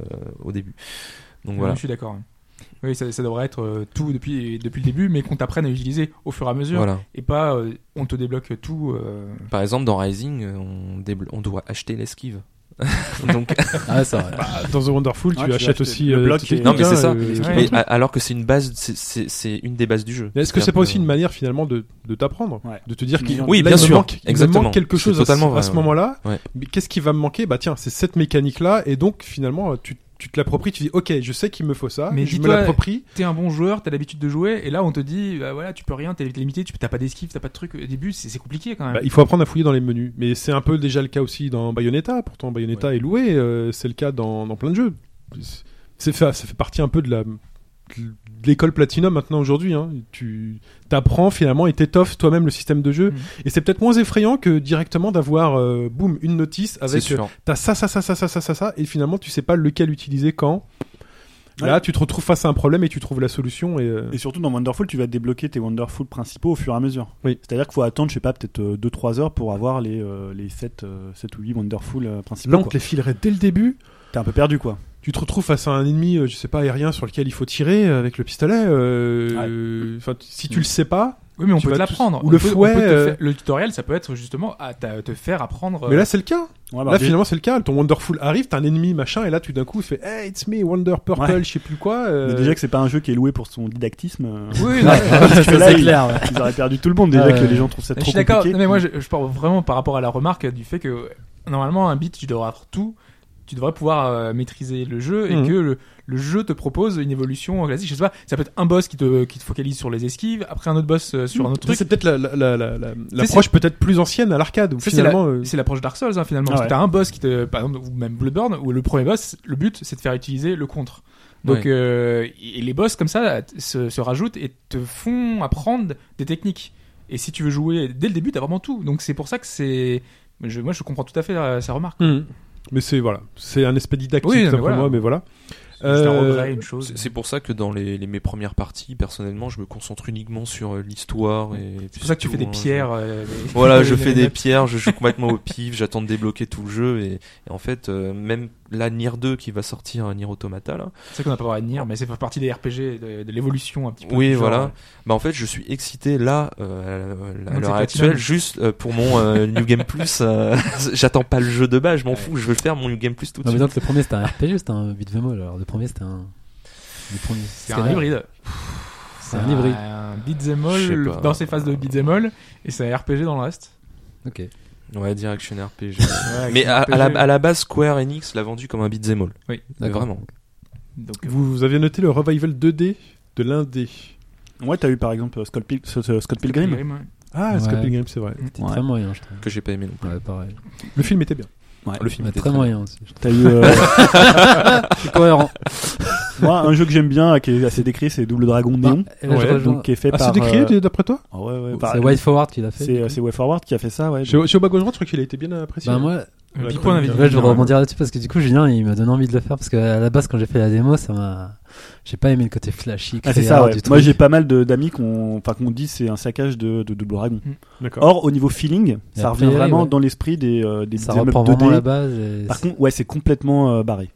au début. Donc voilà. Je suis d'accord. hein. Oui, ça, ça devrait être euh, tout depuis depuis le début, mais qu'on t'apprenne à utiliser au fur et à mesure, Voilà. et pas euh, on te débloque tout. euh, Par exemple, dans Rising, euh, on, déblo- on doit acheter l'esquive. Donc, Ah, c'est vrai. Bah, dans The Wonderful, Ouais, tu, tu achètes achètes aussi le euh, bloc tes et- techniques, Non, mais c'est ça. euh, Ouais. mais a- alors que c'est une base, c'est- c'est c'est une des bases du jeu. Mais Est-ce que c'est C'est-à-dire pas aussi une manière finalement de, de t'apprendre Ouais. De te dire qu'il Oui, là, bien il me sûr, manque, il me exactement. manque quelque C'est chose à ce- totalement à vrai, ce, ouais. moment-là. Ouais. Mais Qu'est-ce qui va me manquer Bah tiens, c'est cette mécanique-là. Et donc finalement, tu, tu te l'appropries, tu dis ok, je sais qu'il me faut ça, Mais je me dis-toi- l'approprie. T'es un bon joueur, t'as l'habitude de jouer, et là on te dit bah voilà, tu peux rien, t'es limité, tu t'as pas d'esquive, t'as pas de truc. Au début, c'est c'est compliqué quand même. Bah, il faut apprendre à fouiller dans les menus. Mais c'est un peu déjà le cas aussi dans Bayonetta. Pourtant, Bayonetta est loué. euh, c'est le cas dans, dans plein de jeux. C'est fait, ça fait partie un peu de la de l'école Platinum maintenant aujourd'hui. hein. Tu t'apprends finalement et t'étoffes toi-même le système de jeu. Mhm. Et c'est peut-être moins effrayant que directement d'avoir euh, boum une notice C'est avec euh, sûr. t'as ça ça ça ça ça ça ça ça et finalement tu sais pas lequel utiliser quand. Là, Ouais. tu te retrouves face à un problème et tu trouves la solution. Et, euh, Et surtout dans Wonderful, tu vas débloquer tes Wonderful principaux au fur et à mesure. Oui. C'est-à-dire qu'il faut attendre, je sais pas, peut-être 2-3 heures pour avoir les, euh, les 7, ou 8 Wonderful euh, là, principaux. on quoi. te les filerait dès le début. T'es un peu perdu quoi. tu te retrouves face à un ennemi, euh, je sais pas, aérien sur lequel il faut tirer euh, avec le pistolet. euh, enfin, t- si tu le Mm. sais pas, Oui, mais on Tu peut vas te l'apprendre. tous- ou On le peut- on fouet, peut te euh. faire- Le tutoriel, ça peut être justement à ta- te faire apprendre. mais euh, là c'est le cas. Ouais, bah, Là dé- finalement c'est le cas. Ton Wonderful arrive, t'as un ennemi machin, et là tout d'un coup il fait Hey, it's me, Wonder Purple, Ouais. je sais plus quoi. euh, Mais déjà que c'est pas un jeu qui est loué pour son didactisme. euh, Oui, non, parce que là, C'est ils- clair. ouais. Ils auraient perdu tout le monde déjà Ah, que ouais. les gens trouvent ça je trop suis d'accord. compliqué. Non, mais moi, je, je parle vraiment par rapport à la remarque du fait que normalement, un beat, tu devrais avoir tout. Tu devrais pouvoir euh, maîtriser le jeu et Mhm. que le, le jeu te propose une évolution classique. Je sais pas, ça peut être un boss qui te, qui te focalise sur les esquives, après un autre boss euh, sur un autre ça, truc. c'est peut-être la- la- la- la- la- l'approche peut-être plus ancienne à l'arcade. où Ça, c'est la- Finalement, euh, C'est l'approche Dark Souls, hein, finalement. Ah parce ouais. que t'as un boss qui te. Par exemple, ou même Bloodborne, où le premier boss, le but, c'est de faire utiliser le contre. Donc, Ouais. euh, et les boss comme ça t- se, se rajoutent et te font apprendre des techniques. Et si tu veux jouer dès le début, t'as vraiment tout. Donc, c'est pour ça que c'est. je- moi, je comprends tout à fait euh, sa remarque. Mhm. mais c'est Hmm. voilà, c'est un aspect didactique Oui, ça, mais pour voilà. moi, mais voilà. C'est juste un Euh, regret, une chose. C'est c'est pour ça que dans les, les- mes premières parties, personnellement, je me concentre uniquement sur euh, l'histoire. C'est pour ça que tu fais des pierres. euh, des- Voilà, hein, je fais des notes. pierres, je joue complètement au pif, j'attends de débloquer tout le jeu et, et en fait, euh, même la Nier 2 qui va sortir, euh, Nier Automata là. C'est qu'on n'a pas le droit de dire, mais c'est pas partie des RPG, de, de l'évolution un petit peu. Oh. Oui, du genre. euh, voilà. Bah en fait, je suis excité là euh, à la- à Multi-platinum. l'heure actuelle juste euh, pour mon euh, New Game Plus. euh, j'attends pas le jeu de base, je m'en fous, je veux faire mon New Game Plus tout de Non, mais suite. donc le premier c'était un RPG, c'était un beat them all. Alors le premier c'était un. le premier- C'est un hybride. C'est un hybride. Un beat'em Je sais all pas. dans ses phases de beat'em all et c'est un RPG dans le reste. Ok. Ouais, Direction RPG. Ouais, mais c'est un à, à RPG. la, à la base, Square Enix l'a vendu comme un beat'em all. Oui. Mais D'accord. Vraiment. Donc, euh, Vous, vous aviez noté le revival 2D de l'indé. Ouais, t'as eu par exemple euh, Scott, Pil- ce- ce- Scott Pilgrim. Pilgrim, ouais. Ah, Scott Ouais. Pilgrim, c'est vrai. C'était Ouais. très moyen, je trouve. Que j'ai pas aimé non plus. Ouais, pareil. Le film était bien. Le film Ouais, était très très moyen aussi. T'as eu euh, C'est cohérent. moi un jeu que j'aime bien, qui est assez décrit, c'est Double Dragon Néon, Et là, Bah, euh, je Ouais, rejoins- donc qui est fait Ah, par. c'est décrié euh, d- d'après toi ah ouais, ouais, par- C'est White Forward qui l'a fait. c'est c'est WayForward qui a fait ça, ouais. Chez, chez au bas gauche droit, je crois qu'il a été bien apprécié. Bah moi, Ouais, Le Pipo, on avait ouais, dit Ouais, je bien, vais rebondir là-dessus parce que du coup, Julien, il m'a donné envie de le faire parce qu'à la base, quand j'ai fait la démo, ça m'a. J'ai pas aimé le côté flashy. Ah, c'est créard ça, ouais. du truc. Moi, j'ai pas mal de- d'amis qu'on enfin, qu'on dit c'est un saccage de, de Double Dragon. D'accord. Or, au niveau feeling, Et ça a revient priori, vraiment ouais. dans l'esprit des, euh, des Ça beat'em up reprend vraiment 2D. la base. et Par c'est- contre, ouais, c'est complètement euh, barré.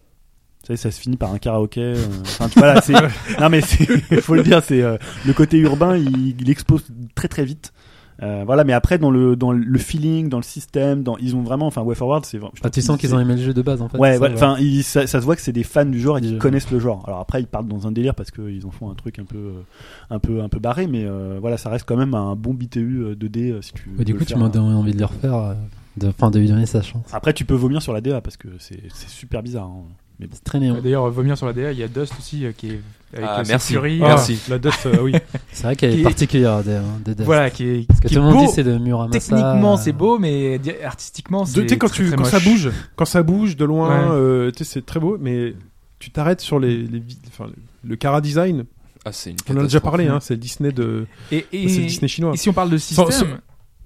Tu sais, ça se finit par un karaoké. euh, Enfin, tu vois, là, c'est. non, mais c'est. faut le dire, c'est. euh, le côté urbain, il, il expose très très vite. Euh, voilà, mais après, dans le, dans le feeling, dans le système, dans, ils ont vraiment. Enfin, WayForward, c'est. vra- je Ah, tu trouve sens que c'est- qu'ils ont aimé le jeu de base en fait. Ouais, c'est ça, ouais, enfin, ils- ça, ça se voit que c'est des fans du genre et Du qu'ils jeu. connaissent le genre. Alors après, ils partent dans un délire parce qu'ils en font un truc un peu, euh, un peu, un peu barré, mais euh, voilà, ça reste quand même un bon BTU euh, 2D euh, si tu. Ouais, du veux coup, le tu hein. faire. hein. m'as donné envie de le refaire. euh, de- Enfin, de lui donner sa chance. Après, tu peux vomir sur la DA parce que c'est c'est super bizarre. hein. C'est très néon. Euh, D'ailleurs, euh, vomir sur la DA, il y a Dust aussi euh, qui est avec Ah, euh, merci. Fury, Ah, euh, Merci. La dot, euh, oui. C'est vrai qu'elle Qui- est particulière, des, hein, des Dust. Voilà, qui est, Parce que qui tout est le monde beau. dit c'est de Muramasa. Techniquement, euh, c'est beau, mais di- artistiquement, De- c'est Tu sais, quand, très, tu- très quand ça moche. bouge, quand ça bouge de loin, Ouais. euh, tu sais, c'est très beau, mais tu t'arrêtes sur les, les vi- enfin, le Cara Design. Ah, c'est une On en a déjà catastrophe. parlé, hein, c'est le Disney de, Et, et, c'est le Disney chinois. et si on parle de système, sans-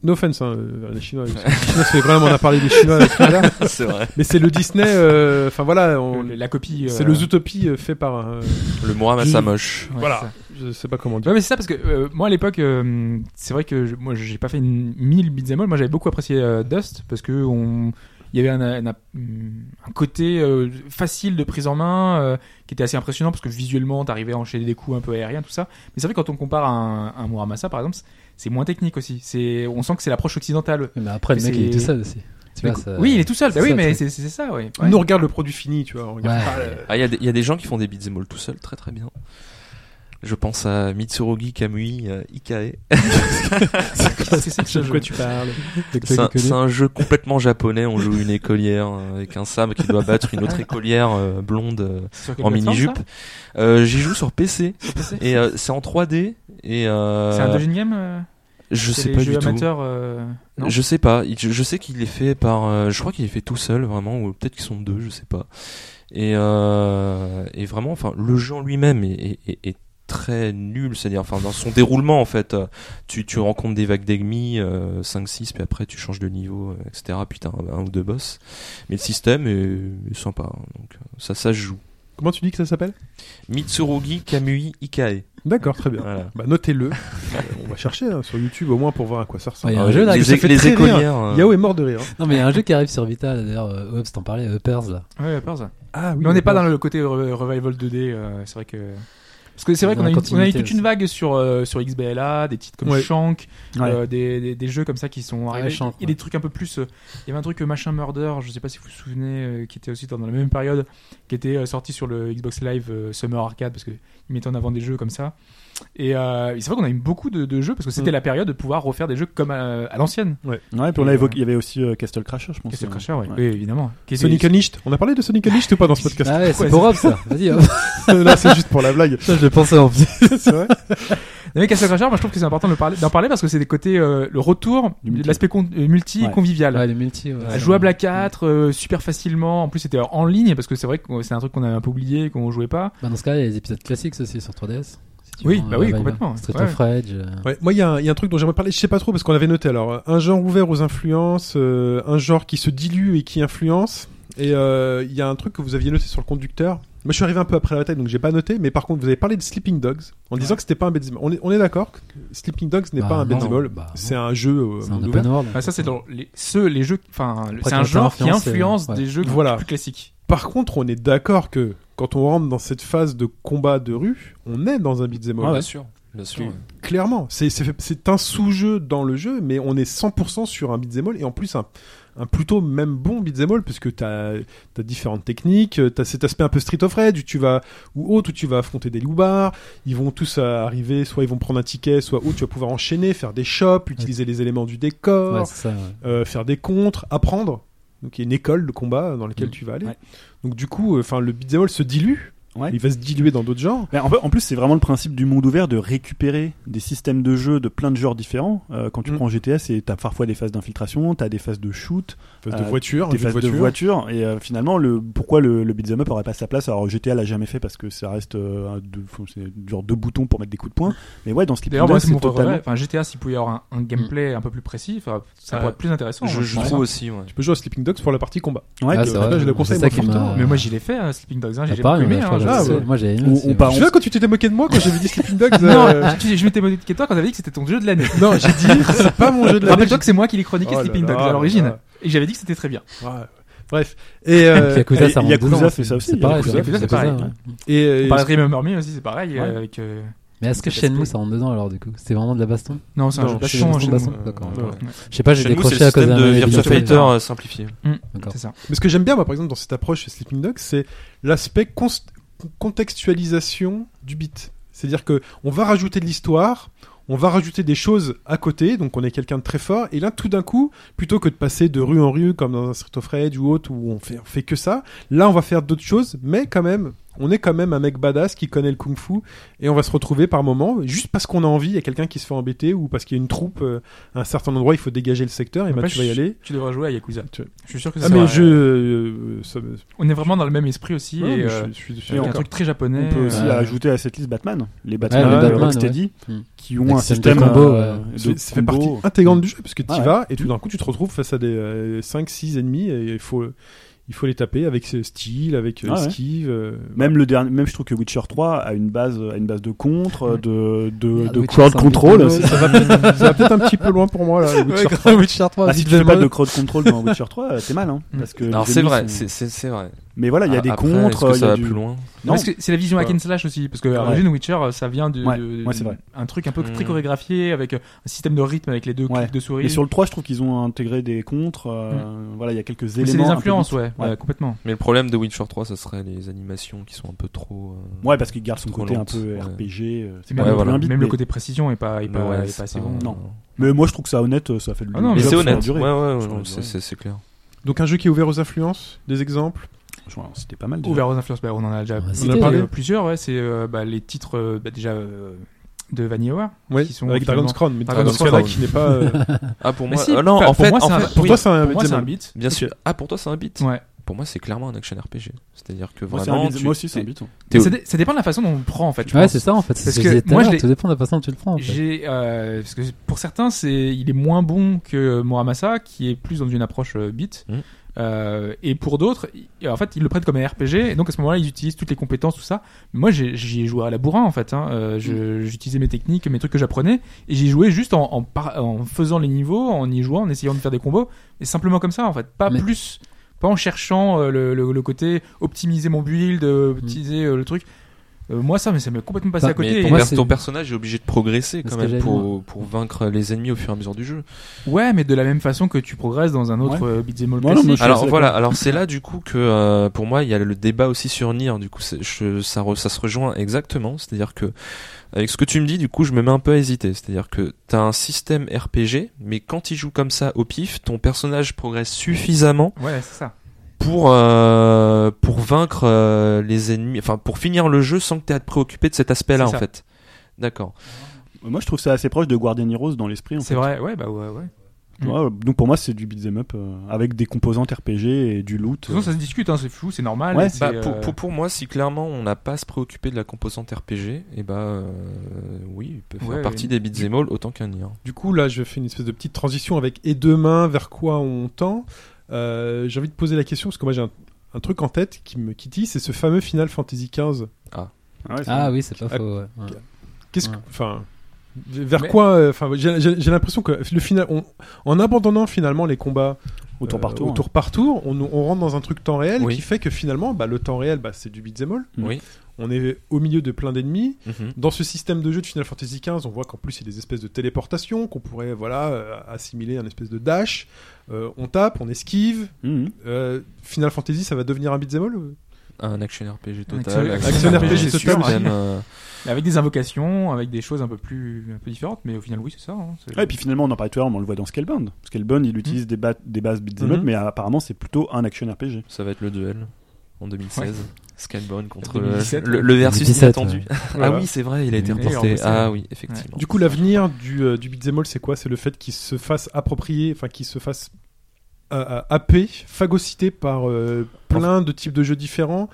No offense, hein, euh, les Chinois. parce que Les Chinois, c'est vraiment, on a parlé des Chinois tout à l'heure. c'est vrai. Mais c'est le Disney, euh, enfin voilà, on- le- la copie. c'est euh, le Zootopie euh, fait par un. Le Muramasa moche. ouais, voilà. c'est ça. Je sais pas comment Ouais, dire. mais c'est ça parce que euh, moi à l'époque, euh, c'est vrai que je- moi j'ai pas fait une- mille beats all. Moi j'avais beaucoup apprécié euh, Dust parce que on il y avait un, un- un côté euh, facile de prise en main euh, qui était assez impressionnant parce que visuellement t'arrivais à enchaîner des coups un peu aériens tout ça. Mais c'est vrai que quand on compare à un, un Muramasa par exemple, c'est moins technique aussi. C'est on sent que c'est l'approche occidentale. Mais après, le mec, C'est- il est tout seul aussi. Tu vois, Mais- ça- oui, il est tout seul. Bah c'est oui, ça, mais le c'est c'est ça, ouais. On Nous on regarde le produit fini, tu vois. on regarde Ouais. pas le- Ah, il y, a des- il y a des gens qui font des beats all tout seuls, très très bien. Je pense à Mitsurugi Kamui euh, Ikae. Qu'est-ce que c'est que ce de jeu quoi tu parles Le C'est un, Cloud Coding. c'est un jeu complètement japonais. On joue une écolière euh, avec un sabre qui doit battre une autre écolière euh, blonde euh, Sur quelle en plateforme, mini jupe. ça J'y joue sur PC et euh, c'est en 3D et euh, C'est un deuxième game. euh, je c'est sais les pas du jeux tout. amateurs, euh, non Je sais pas. Il- Je, je sais qu'il est fait par. euh, je crois qu'il est fait tout seul vraiment, ou peut-être qu'ils sont deux, je sais pas. Et, euh, et vraiment, enfin, le jeu en lui-même est, est- est- est très nul. C'est-à-dire, enfin, dans son déroulement en fait, euh, tu, tu rencontres des vagues d'ennemis, 5-6 puis après tu changes de niveau, euh, etc. Puis t'as un, un ou deux boss. Mais le système est, est sympa. hein. donc euh, ça, ça se joue. Comment tu dis que ça s'appelle Mitsurugi Kamui Ikae. D'accord, très bien. Voilà. Bah notez-le. Euh, on va chercher hein, sur YouTube au moins pour voir à quoi ça ressemble. Ouais, Il y a un Euh, jeu, là, les, que ça é- fait les très rire. écolières. euh, Yao est mort de rire. hein. Non, mais il y a un jeu qui arrive sur Vita, là, d'ailleurs, euh, Hobbs, t'en parlais, Uppers, là. Ouais, peur ça. Ah Mais on n'est pas dans le côté re- revival 2D, euh, c'est vrai que. Parce que c'est vrai Dans qu'on a, la eu- on a eu continuité toute une aussi. vague sur, euh, sur XBLA, des titres comme Ouais. Shank, Ouais. euh, des, des, des jeux comme ça qui sont arrivés. Shank, Et ouais. des trucs un peu plus. euh, Il y avait un truc euh, Machin Murder, je sais pas si vous vous souvenez, euh, qui était aussi dans, dans la même période, qui était euh, sorti sur le Xbox Live euh, Summer Arcade, parce qu'ils mettaient en avant des jeux comme ça. Et euh, c'est vrai qu'on a eu beaucoup de, de jeux, parce que c'était Mm. la période de pouvoir refaire des jeux comme euh, à, à l'ancienne. Ouais, puis on l'a Et, évoqué. euh, Il y avait aussi euh, Castle Crasher, je pense. Castle euh, Crasher, ouais. ouais. oui, évidemment. Qui était- Sonic Unleashed. On a parlé de Sonic Unleashed ou pas dans ce podcast Ah ouais, c'est Ouais, pour Hobbs, ça. Vas-y, Hobbs. Là, c'est juste pour la blague. Ça, je le pensais en plus. c'est vrai. Non, Mais Castle Crasher, moi je trouve que c'est important de le parler- d'en parler parce que c'est des côtés, euh, le retour, Du multi. de l'aspect con- euh, multi Ouais. convivial. Euh, Ouais, les multi. ouais. Jouable à 4, super facilement. En plus, c'était en ligne parce que c'est vrai que c'est un truc qu'on avait un peu oublié, qu'on jouait pas. Bah, dans ce cas, il y a les épisodes classiques aussi sur 3DS. si tu Oui, prends, bah euh, oui, Revival. complètement. Street Ouais. Bah, of Rage. euh, Ouais, moi, il y, a un- il y a un truc dont j'aimerais parler, je sais pas trop, parce qu'on avait noté. Alors, euh, un genre ouvert aux influences, euh, un genre qui se dilue et qui influence, Et euh, il y a un truc que vous aviez noté sur le conducteur. Moi, je suis arrivé un peu après la bataille, donc j'ai pas noté. Mais par contre, vous avez parlé de Sleeping Dogs en disant que c'était pas un beat'em. On est, on est d'accord. que Sleeping Dogs n'est Bah, pas un non, beat'em all. bah, non. c'est un jeu euh, C'est un monde open ouvert. world. Bah, ça, c'est dans les, ceux, les jeux, enfin, le- Après, c'est quand un t'as genre qui influencé, influence ouais. des jeux Voilà. plus classiques. Par contre, on est d'accord que quand on rentre dans cette phase de combat de rue, on est dans un beat'em all. Bien sûr. Bien sûr. ouais. Clairement, c'est- c'est c'est un sous-jeu dans le jeu, mais on est 100% sur un beat'em all et en plus un, un plutôt même bon beat'em all puisque t'as as différentes techniques, euh, t'as cet aspect un peu street of rage où tu vas ou autre où tu vas affronter des loupards, ils vont tous euh, arriver, soit ils vont prendre un ticket, soit autre, tu vas pouvoir enchaîner, faire des shops, utiliser les éléments du Oh. décor, Ouais, c'est ça. ouais. euh, faire des contres, apprendre. Donc il y a une école de combat dans laquelle Mm. tu vas aller. Ouais. Donc du coup, euh, enfin le beat'em all se dilue, Ouais. il va se diluer dans d'autres genres. Ben, en, fait, en plus, c'est vraiment le principe du monde ouvert de récupérer des systèmes de jeu de plein de genres différents. Euh, quand tu Mm. prends GTA, c'est t'as parfois des phases d'infiltration, t'as des phases de shoot, Phase de Euh, voiture, des jeu de phases de voiture. voiture. Et euh, finalement, le, pourquoi le, le beat'em up aurait pas sa place Alors GTA l'a jamais fait parce que ça reste euh, un- deux, faut- c'est genre deux boutons pour mettre des coups de poing. Mais ouais, dans Sleeping D'ailleurs, moi, Dogs, c'est mon Mm. c'est totalement. regret. Enfin, GTA, s'il pouvait y avoir un, un gameplay un peu plus précis, enfin, ça Ah, pourrait être plus intéressant. Je, hein, je pense. trouve aussi. Ouais. Tu peux jouer à Sleeping Dogs pour la partie combat. Ouais, Ah, que- c'est bah, vrai. là, je le conseille, C'est ça moi, qui m'a- fortement. Mais moi, j'y l'ai fait, hein, Sleeping Dogs 1, j'ai Ah, j'ai pareil, beaucoup aimé. Bah, hein, mais je crois que j'ai- ah, c'est- ouais. Moi, j'ai aimé. On- aussi, on ouais. part- Tu vois, quand tu t'étais moqué de moi quand j'avais dit Sleeping Dogs. Non, euh, tu- tu- je m'étais moqué de toi quand t'avais dit que c'était ton jeu de l'année. Non, j'ai dit, c'est pas mon jeu de l'année. Rappelle-toi que c'est moi qui l'ai chroniqué Oh là Sleeping là Dogs à là l'origine. là. Et j'avais dit que c'était très bien. j'ai- Ouais. Bref. Et, euh, Yakuza, ça et rentre Yakuza dedans, fait ça aussi, C'est pareil. Yakuza, Yakuza, c'est c'est hein. pareil. pareil, ouais. et, euh, et- On parle de Remember Me aussi, c'est pareil. Ouais. euh, avec, euh, Mais est-ce que Peut-être Shenmue pas. ça rentre dedans alors du coup C'était vraiment de la baston Non, c'est un Non, jeu de baston, c'est juste un jeu un de baston. baston. D'accord. Euh, Ouais. ouais. Je sais pas, j'ai Shenmue, c'est décroché le à cause système de d'un Virtua Virtua Fighter Fighter. euh, simplifié. Hum, D'accord. C'est ça. Mais ce que j'aime bien, moi, par exemple, dans cette approche chez Sleeping Dogs, c'est l'aspect const- contextualisation du beat. C'est-à-dire que on va rajouter de l'histoire, on va rajouter des choses à côté, donc on est quelqu'un de très fort, et là, tout d'un coup, plutôt que de passer de rue en rue, comme dans un Street of Rage ou autre, où on fait, on fait que ça, là, on va faire d'autres choses, mais quand même, on est quand même un mec badass qui connaît le kung-fu, et on va se retrouver par moment, juste parce qu'on a envie, il y a quelqu'un qui se fait embêter, ou parce qu'il y a une troupe euh, à un certain endroit, il faut dégager le secteur, et Après, ben, tu vas y je- aller. Tu devrais jouer à Yakuza. Tu- Je suis sûr que ça Ah, mais sera- je... euh, ça me- On est vraiment dans le même esprit aussi. Ouais, et, mais euh, je suis- je suis avec un d'accord. truc très japonais. On peut aussi euh, Ouais. ajouter à cette liste Batman, les Batman, les euh, Batman, Rocksteady, ouais. qui ont Avec un ce système combo, euh, ouais. de C'est- ça fait partie combo. intégrante du jeu, parce que tu Ah ouais. vas et tout d'un coup tu te retrouves face à des 5, 6 ennemis et il faut, il faut les taper avec ce style, avec euh, Ah ouais. esquive. euh, Même le dernier, même je trouve que Witcher 3 a une base, a une base de contre, de de, Ah, Witcher, de Ah, crowd c'est un control. beat'em C'est- up. ça va peut-être ça va peut-être un petit peu loin pour moi là. le Witcher. Witcher 3. Ah, si tu fais pas de crowd control dans Witcher 3, euh, t'es mal, hein, Mm. parce que Alors les c'est ennemis vrai, sont- c'est- c'est c'est vrai. Mais voilà, Ah, il y a des Ah, Après, contres, Est-ce que il y a ça va du- plus loin Non. parce que c'est la vision Ouais. hack and slash aussi, parce que à Ouais. l'origine Witcher, euh, ça vient de, Ouais. de- Ouais, c'est vrai. un truc un peu Hmm. très Mm. chorégraphié avec euh, un système de rythme avec les deux Ouais. clics de souris. Mais sur le 3, je trouve qu'ils ont intégré des contres. euh, Voilà, il y a quelques Hmm. Mais éléments. c'est des un peu influences, beat. ouais, Ouais. ouais, complètement. Mais le problème de Witcher 3, ça serait les animations qui sont un peu trop. euh, Ouais, parce qu'ils gardent son Trop côté un lente, peu ouais. RPG. euh, C'est Même, pas non plus voilà. un beat, même mais- le côté précision est pas, est pas, ouais, est c'est pas assez pas- bon. Non. Mais moi, je trouve que ça honnête, euh, ça fait le. Ah non, mais le Mais job c'est sur la honnête. Ouais, durée. ouais, Sur ouais, la non, durée. c'est c'est- c'est clair. Donc un jeu qui est ouvert aux influences, des exemples. Je vois, C'était pas mal. déjà. Ouvert aux influences, bah, on en a déjà On a on cité, parlé ouais. plusieurs. Ouais, c'est euh, bah, les titres euh, bah, déjà euh, de Vanillaware. Ouais, Qui sont avec Dragon's finalement- Crown, mais Dragon's Dragon's Crown Crown. qui n'est pas. euh, Ah pour Mais moi, si, euh, non, enfin, en pour fait, moi, en c'est un- fait, Pour oui, toi, Ah c'est un Pour moi, c'est un beat'em up. beat. bien Ok. sûr. Ah pour toi, c'est un beat. Ouais. Pour moi, c'est clairement un action RPG. C'est-à-dire que Moi, c'est vraiment, un beat- tu- moi aussi, c'est un t'es- beat. ouais. t'es- Ça, dé- ça dépend de la façon dont on le prend en fait. je Ouais, pense. c'est ça en fait. C'est Parce ce que que je disais tout à moi, je l'heure, l'ai- Tout dépend de la façon dont tu le prends. en fait. J'ai euh, parce que pour certains c'est il est moins bon que euh, Muramasa qui est plus dans une approche euh, beat. Mhm. Euh, et pour d'autres, il- en fait, ils le prennent comme un RPG, et donc à ce moment-là, ils utilisent toutes les compétences, tout ça. Mais moi, j'ai- j'y ai, joué à la bourrin, en fait. Hein. Euh, Mm. je- J'utilisais mes techniques, mes trucs que j'apprenais, et j'y jouais juste en, en, par- en faisant les niveaux, en y jouant, en essayant de faire des combos, et simplement comme ça, en fait. Pas Mais- plus, pas en cherchant euh, le, le- le côté optimiser mon build, euh, Mm. optimiser euh, le truc. Euh, moi, ça, mais ça m'est complètement passé Bah, à côté. Mais et- ton, moi, pers- c'est- ton personnage est obligé de progresser Parce que quand même j'allais pour, pour vaincre les ennemis au fur et à mesure du jeu. Ouais, mais de la même façon que tu progresses dans un autre euh, beat'em all Ouais, non, classique. moi, je- suis Alors assez voilà, alors c'est là du coup que euh, pour moi il y a le débat aussi sur Nier. Du coup, c'est- je- ça, re- ça se rejoint exactement. C'est-à-dire que avec ce que tu me dis, du coup, je me mets un peu à hésiter. C'est-à-dire que t'as un système RPG, mais quand il joue comme ça au pif, ton personnage progresse suffisamment Ouais, c'est ça. pour euh, pour vaincre euh, les ennemis, enfin pour finir le jeu sans que t'aies à te préoccuper de cet aspect-là C'est ça. en fait. D'accord. Moi, je trouve ça assez proche de Guardian Heroes dans l'esprit. en C'est fait. vrai, ouais, bah ouais, ouais. Mm. Ouais, donc pour moi, c'est du beat'em up euh, avec des composantes RPG et du De loot. toute façon, ça se discute, hein, c'est flou, c'est normal. Euh, Ouais. et c'est, Bah, pour, euh, pour, pour moi, si clairement on n'a pas à se préoccuper de la composante RPG, et bah euh, oui, il peut faire Ouais, partie et- des beat'em all autant qu'un Nier. Du coup, là, je fais une espèce de petite transition avec et demain vers quoi on tend. Euh, j'ai envie de poser la question parce que moi j'ai un, un truc en tête qui me titille, c'est ce fameux Final Fantasy XV. euh, Ah oui, c'est pas faux. ouais. Ouais. Qu'est-ce que, Ouais. enfin, vers Mais- quoi, euh, enfin, j'ai j'ai- j'ai l'impression que le final, on- en abandonnant finalement les combats Au tour euh, par tour, au hein. tour par tour, on, on rentre dans un truc temps réel Oui. qui fait que finalement, bah, le temps réel, bah, c'est du beat'em all. Oui. On est au milieu de plein d'ennemis. Mhm. Dans ce système de jeu de Final Fantasy XV, on voit qu'en plus il y a des espèces de téléportations qu'on pourrait voilà euh, assimiler à un espèce de dash. Euh, on tape, on esquive. Mhm. Euh, Final Fantasy, ça va devenir un beat'em all euh Un action RPG Un total. action- action RPG c'est total, sûr, ouais. même, euh, Mais Avec des invocations, avec des choses un peu plus un peu différentes, mais au final, oui, c'est ça. hein, c'est- Ouais, et puis finalement, on en parlait tout à l'heure, mais on le voit dans Scalebound. Scalebound, il Hmm. utilise des, ba- des bases beat'em up, Mhm. mais apparemment, c'est plutôt un action RPG. Ça va être le duel en 2016. Skybound contre 2017, le, le versus 2017, inattendu. ouais. Ah Voilà. oui, c'est vrai, il a été Et reporté. repoussé, Ah oui, effectivement. Du coup, l'avenir du, euh, du beat'em all, c'est quoi C'est le fait qu'il se fasse approprier, enfin qu'il se fasse euh, euh, happer, phagocyter par euh, plein de types de jeux différents.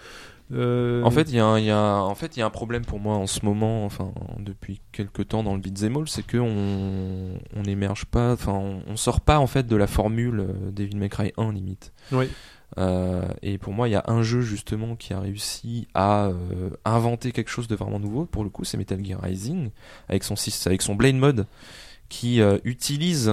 Euh, En fait, il y, a un- il y a- en fait, il y a un problème pour moi en ce moment, enfin depuis quelques temps dans le beat'em all, c'est que on on n'émerge pas, enfin on, on sort pas en fait de la formule euh, Devil May Cry 1 limite. Oui. Euh, et pour moi, il y a un jeu justement qui a réussi à euh, inventer quelque chose de vraiment nouveau. Pour le coup, c'est Metal Gear Rising avec son sys- avec son Blade Mode qui euh, utilise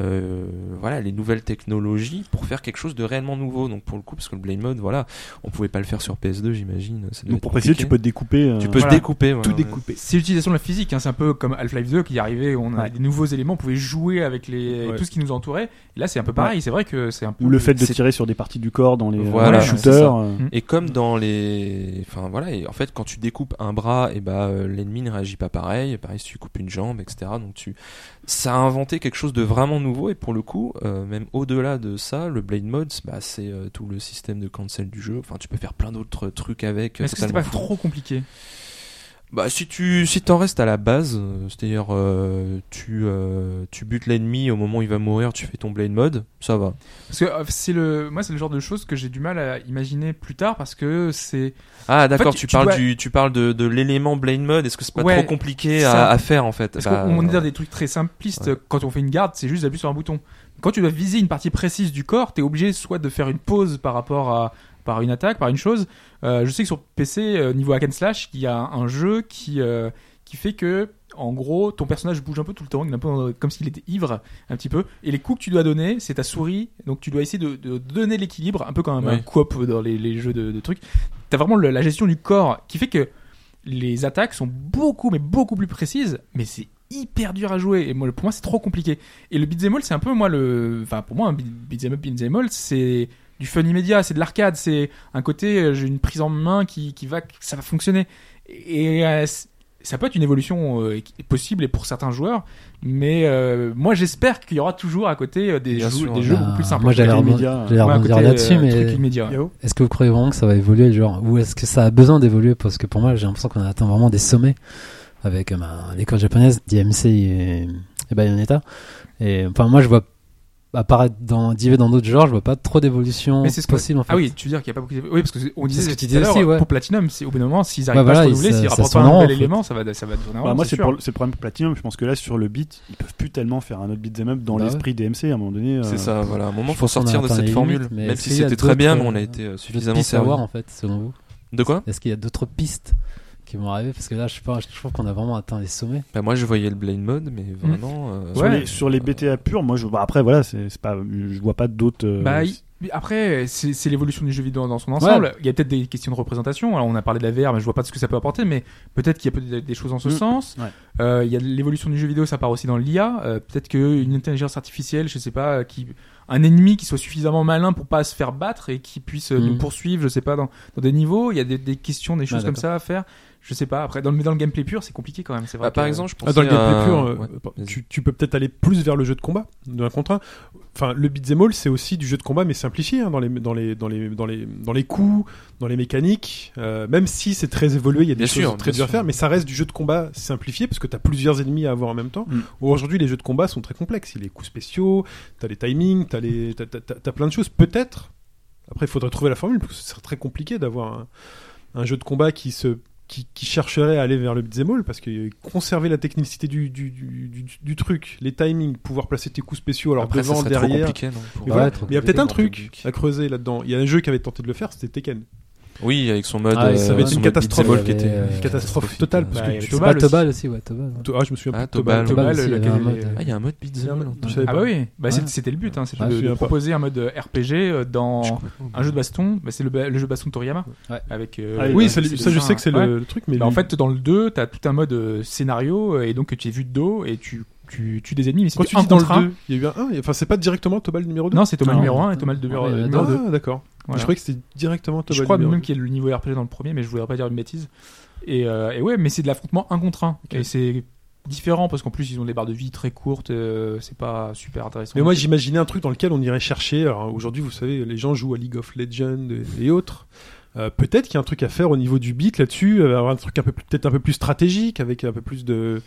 euh, voilà les nouvelles technologies pour faire quelque chose de réellement nouveau. Donc pour le coup, parce que le Blade Mode, voilà, on pouvait pas le faire sur PS2, j'imagine. ça devait Donc être pour préciser, compliqué. tu peux te découper. euh, Tu peux Voilà. se découper. voilà, tout ouais. découpé. C'est l'utilisation de la physique, hein, c'est un peu comme Half-Life 2 qui arrivait, on avait Ouais. des nouveaux éléments, on pouvait jouer avec les, avec Ouais. tout ce qui nous entourait. Et là, c'est un peu pareil, c'est vrai que c'est un peu. Ou le fait de C'est- tirer sur des parties du corps dans les, euh, dans Voilà, les c'est shooters. ça. euh, Mm. Et comme dans les, enfin voilà, et en fait quand tu découpes un bras, et bah euh, l'ennemi ne réagit pas pareil. Pareil si tu coupes une jambe, etc. Donc tu, ça a inventé quelque chose de vraiment nouveau. Et pour le coup, euh, même au-delà de ça, le blade mode, c'est- bah, c'est euh, tout le système de cancel du jeu. Enfin tu peux faire plein d'autres trucs avec. euh, Est-ce que c'était totalement pas fou. trop compliqué Bah si tu, si t'en restes à la base, euh, c'est-à-dire euh, tu, euh, tu butes l'ennemi au moment où il va mourir, tu fais ton blade mode, ça va. Parce que euh, c'est le, moi, c'est le genre de choses que j'ai du mal à imaginer plus tard parce que c'est. Ah d'accord, tu- tu, tu parles dois- du tu parles de, de l'élément Blade Mode, est-ce que c'est pas Ouais, trop compliqué ça. à, à faire en fait Parce Bah, qu'on est dans des trucs très simplistes. Ouais. Quand on fait une garde, c'est juste d'appuyer sur un bouton. Quand tu dois viser une partie précise du corps, t'es obligé soit de faire une pause par rapport à par une attaque, par une chose. Euh, je sais que sur PC, euh, niveau hack and slash, il y a un jeu qui euh, qui fait que en gros, ton personnage bouge un peu tout le temps, il est un peu dans- comme s'il était ivre, un petit peu. Et les coups que tu dois donner, c'est ta souris, donc tu dois essayer de, de donner l'équilibre, un peu comme un Ouais. coop dans les, les jeux de, de trucs. T'as vraiment le- la gestion du corps qui fait que les attaques sont beaucoup, mais beaucoup plus précises, mais c'est hyper dur à jouer. Et moi, pour moi, c'est trop compliqué. Et le beat'em all, c'est un peu, moi, le. Enfin, pour moi, un beat- beat'em up, beat'em all, c'est du fun immédiat, c'est de l'arcade, c'est un côté, euh, j'ai une prise en main qui, qui va, ça va fonctionner. Et euh, c- ça peut être une évolution euh, qui est possible et pour certains joueurs, mais euh, moi, j'espère qu'il y aura toujours à côté euh, des, Bien jeux, sûr, des ouais. jeux Bah, beaucoup plus simples. Moi, j'allais côté rebondir immédiat, j'allais Ouais, un rebondir côté, là-dessus, euh, truc mais immédiat, ouais. Yao est-ce que vous croyez vraiment que ça va évoluer, genre, ou est-ce que ça a besoin d'évoluer Parce que pour moi, j'ai l'impression qu'on a atteint vraiment des sommets avec euh, ben, l'école japonaise, DMC et, et Bayonetta. Et enfin, moi, je vois apparaître dans d'y dans d'autres genres, je vois pas trop d'évolution Mais c'est ce que- possible en fait. Ah oui, tu veux dire qu'il n'y a pas beaucoup de... Oui, parce que c'est- on C'est disait ce que tu tout disais à l'heure, aussi, ouais. pour Platinum, c'est au bout d'un moment, s'ils arrivent Ouais, pas à se voilà, renouveler, ça- s'ils ça rapportent se pas un rend, nouvel en fait. élément, ça va, ça va devenir Bah, moi, c'est c'est pour sûr. le- c'est le problème pour Platinum. Je pense que là, sur le beat, ils peuvent plus tellement faire un autre beat'em up dans Bah ouais. l'esprit DMC. À un moment donné, euh, C'est ça, voilà. À un moment, Je faut pense qu'on a sortir de atteint cette les formule. limites, mais Même est-ce si qu'il y a c'était très bien, mais d'autres, on a euh, été euh, D'autres suffisamment pistes à servi. voir en fait, selon vous De quoi Est-ce qu'il y a d'autres pistes qui vont arriver Parce que là, je sais pas, je trouve qu'on a vraiment atteint les sommets. Bah, Moi, je voyais le Blade Mode, mais vraiment. euh, Sur, Ouais. les, sur les BTA purs, moi, je, bah, après, voilà, c'est c'est pas, je vois pas d'autres. euh, Bah, il- mais Après, c'est c'est l'évolution du jeu vidéo dans son ensemble. Il y a peut-être des questions de représentation. Alors, on a parlé de la VR, mais je vois pas de ce que ça peut apporter, mais peut-être qu'il y a peut-être des- des choses en ce Mm. sens. Ouais. Euh, il y a de l'évolution du jeu vidéo, ça part aussi dans l'IA. Euh, peut-être qu'une intelligence artificielle, je sais pas, euh, qui un ennemi qui soit suffisamment malin pour pas se faire battre et qui puisse euh, Mm. nous poursuivre, je sais pas, dans, dans des niveaux. Il y a des, des questions, des choses comme d'accord. ça à faire. Je sais pas. Après, dans, le- mais dans le gameplay pur, c'est compliqué quand même. C'est vrai. bah, par que- exemple, je Ah, pensais dans le gameplay à- pur, euh, ouais. pardon, vas-y. tu, tu peux peut-être aller plus vers le jeu de combat, d'un contre un. Enfin, le beat'em all, c'est aussi du jeu de combat, mais simplifié hein, dans, les, dans, les, dans, les, dans, les, dans les coups, dans les mécaniques. euh, même si c'est très évolué, il y a des Bien choses sûr, très bien dures à sûr. faire, mais ça reste du jeu de combat simplifié parce que tu as plusieurs ennemis à avoir en même temps. Mm. Aujourd'hui, les jeux de combat sont très complexes. Il y a les coups spéciaux, tu as les timings, tu as, plein de choses. Peut-être, après, il faudrait trouver la formule parce que ce serait très compliqué d'avoir un, un jeu de combat qui se qui, qui chercherait à aller vers le beat'em all parce que conserver la technicité du, du, du, du- du truc, les timings, pouvoir placer tes coups spéciaux alors Après, ça devant, serait trop derrière. compliqué, non pour- Mais voilà. Ouais, trop Mais il y a peut-être un compliqué. truc à creuser là-dedans. Il y a un jeu qui avait tenté de le faire, c'était Tekken. Oui, avec son mode. Ah, euh, ça avait été son une mode catastrophe. beat'em all qui Il y était. avait, euh, Catastrophe totale parce Bah, il y que avait tu- C'est Tobal pas aussi. Tobal aussi, ouais, Tobal. hein. ouais. Ah, je me souviens Ah, plus de Tobal Tobal. Tobal, aussi, il y avait lequel un il mode, est- euh, Ah, il y a un mode beat'em all. Je savais Ah pas. bah oui, bah c'est- Ouais. c'était le but, hein, c'était je Ah, me de, de souviens pas. proposer un mode euh, RPG dans un jeu de baston, bah, c'est le, ba- le jeu de baston de Toriyama. Ouais. Avec, euh, Ah Oui, Ouais, ça, c'est ça, je le- sais que c'est ouais. le, le truc, mais Bah, en lui- fait, dans le 2, t'as tout un mode euh, scénario, et donc euh, tu es vu de dos, et tu tu tues des ennemis, mais c'est quand que tu un dis dans contre un. le 2, il y a eu un 1, enfin c'est pas directement Tobal numéro 2. Non, c'est Thomas Non. numéro 1 et Thomas numéro Ouais, 2. il y en a ah, d'accord. Voilà. Je croyais que c'était directement Tobal Je crois numéro même deux. qu'il y a le niveau RPG dans le premier, mais je voudrais pas dire une bêtise. Et, euh, et ouais, mais c'est de l'affrontement un contre un. Et c'est différent parce qu'en plus ils ont des barres de vie très courtes, euh, c'est pas super intéressant. Mais moi j'imaginais un truc dans lequel on irait chercher. Alors aujourd'hui, vous savez, les gens jouent à League of Legends et, et autres. Euh, peut-être qu'il y a un truc à faire au niveau du beat là-dessus, euh, avoir un truc un peu plus- peut-être un peu plus stratégique, avec un peu plus de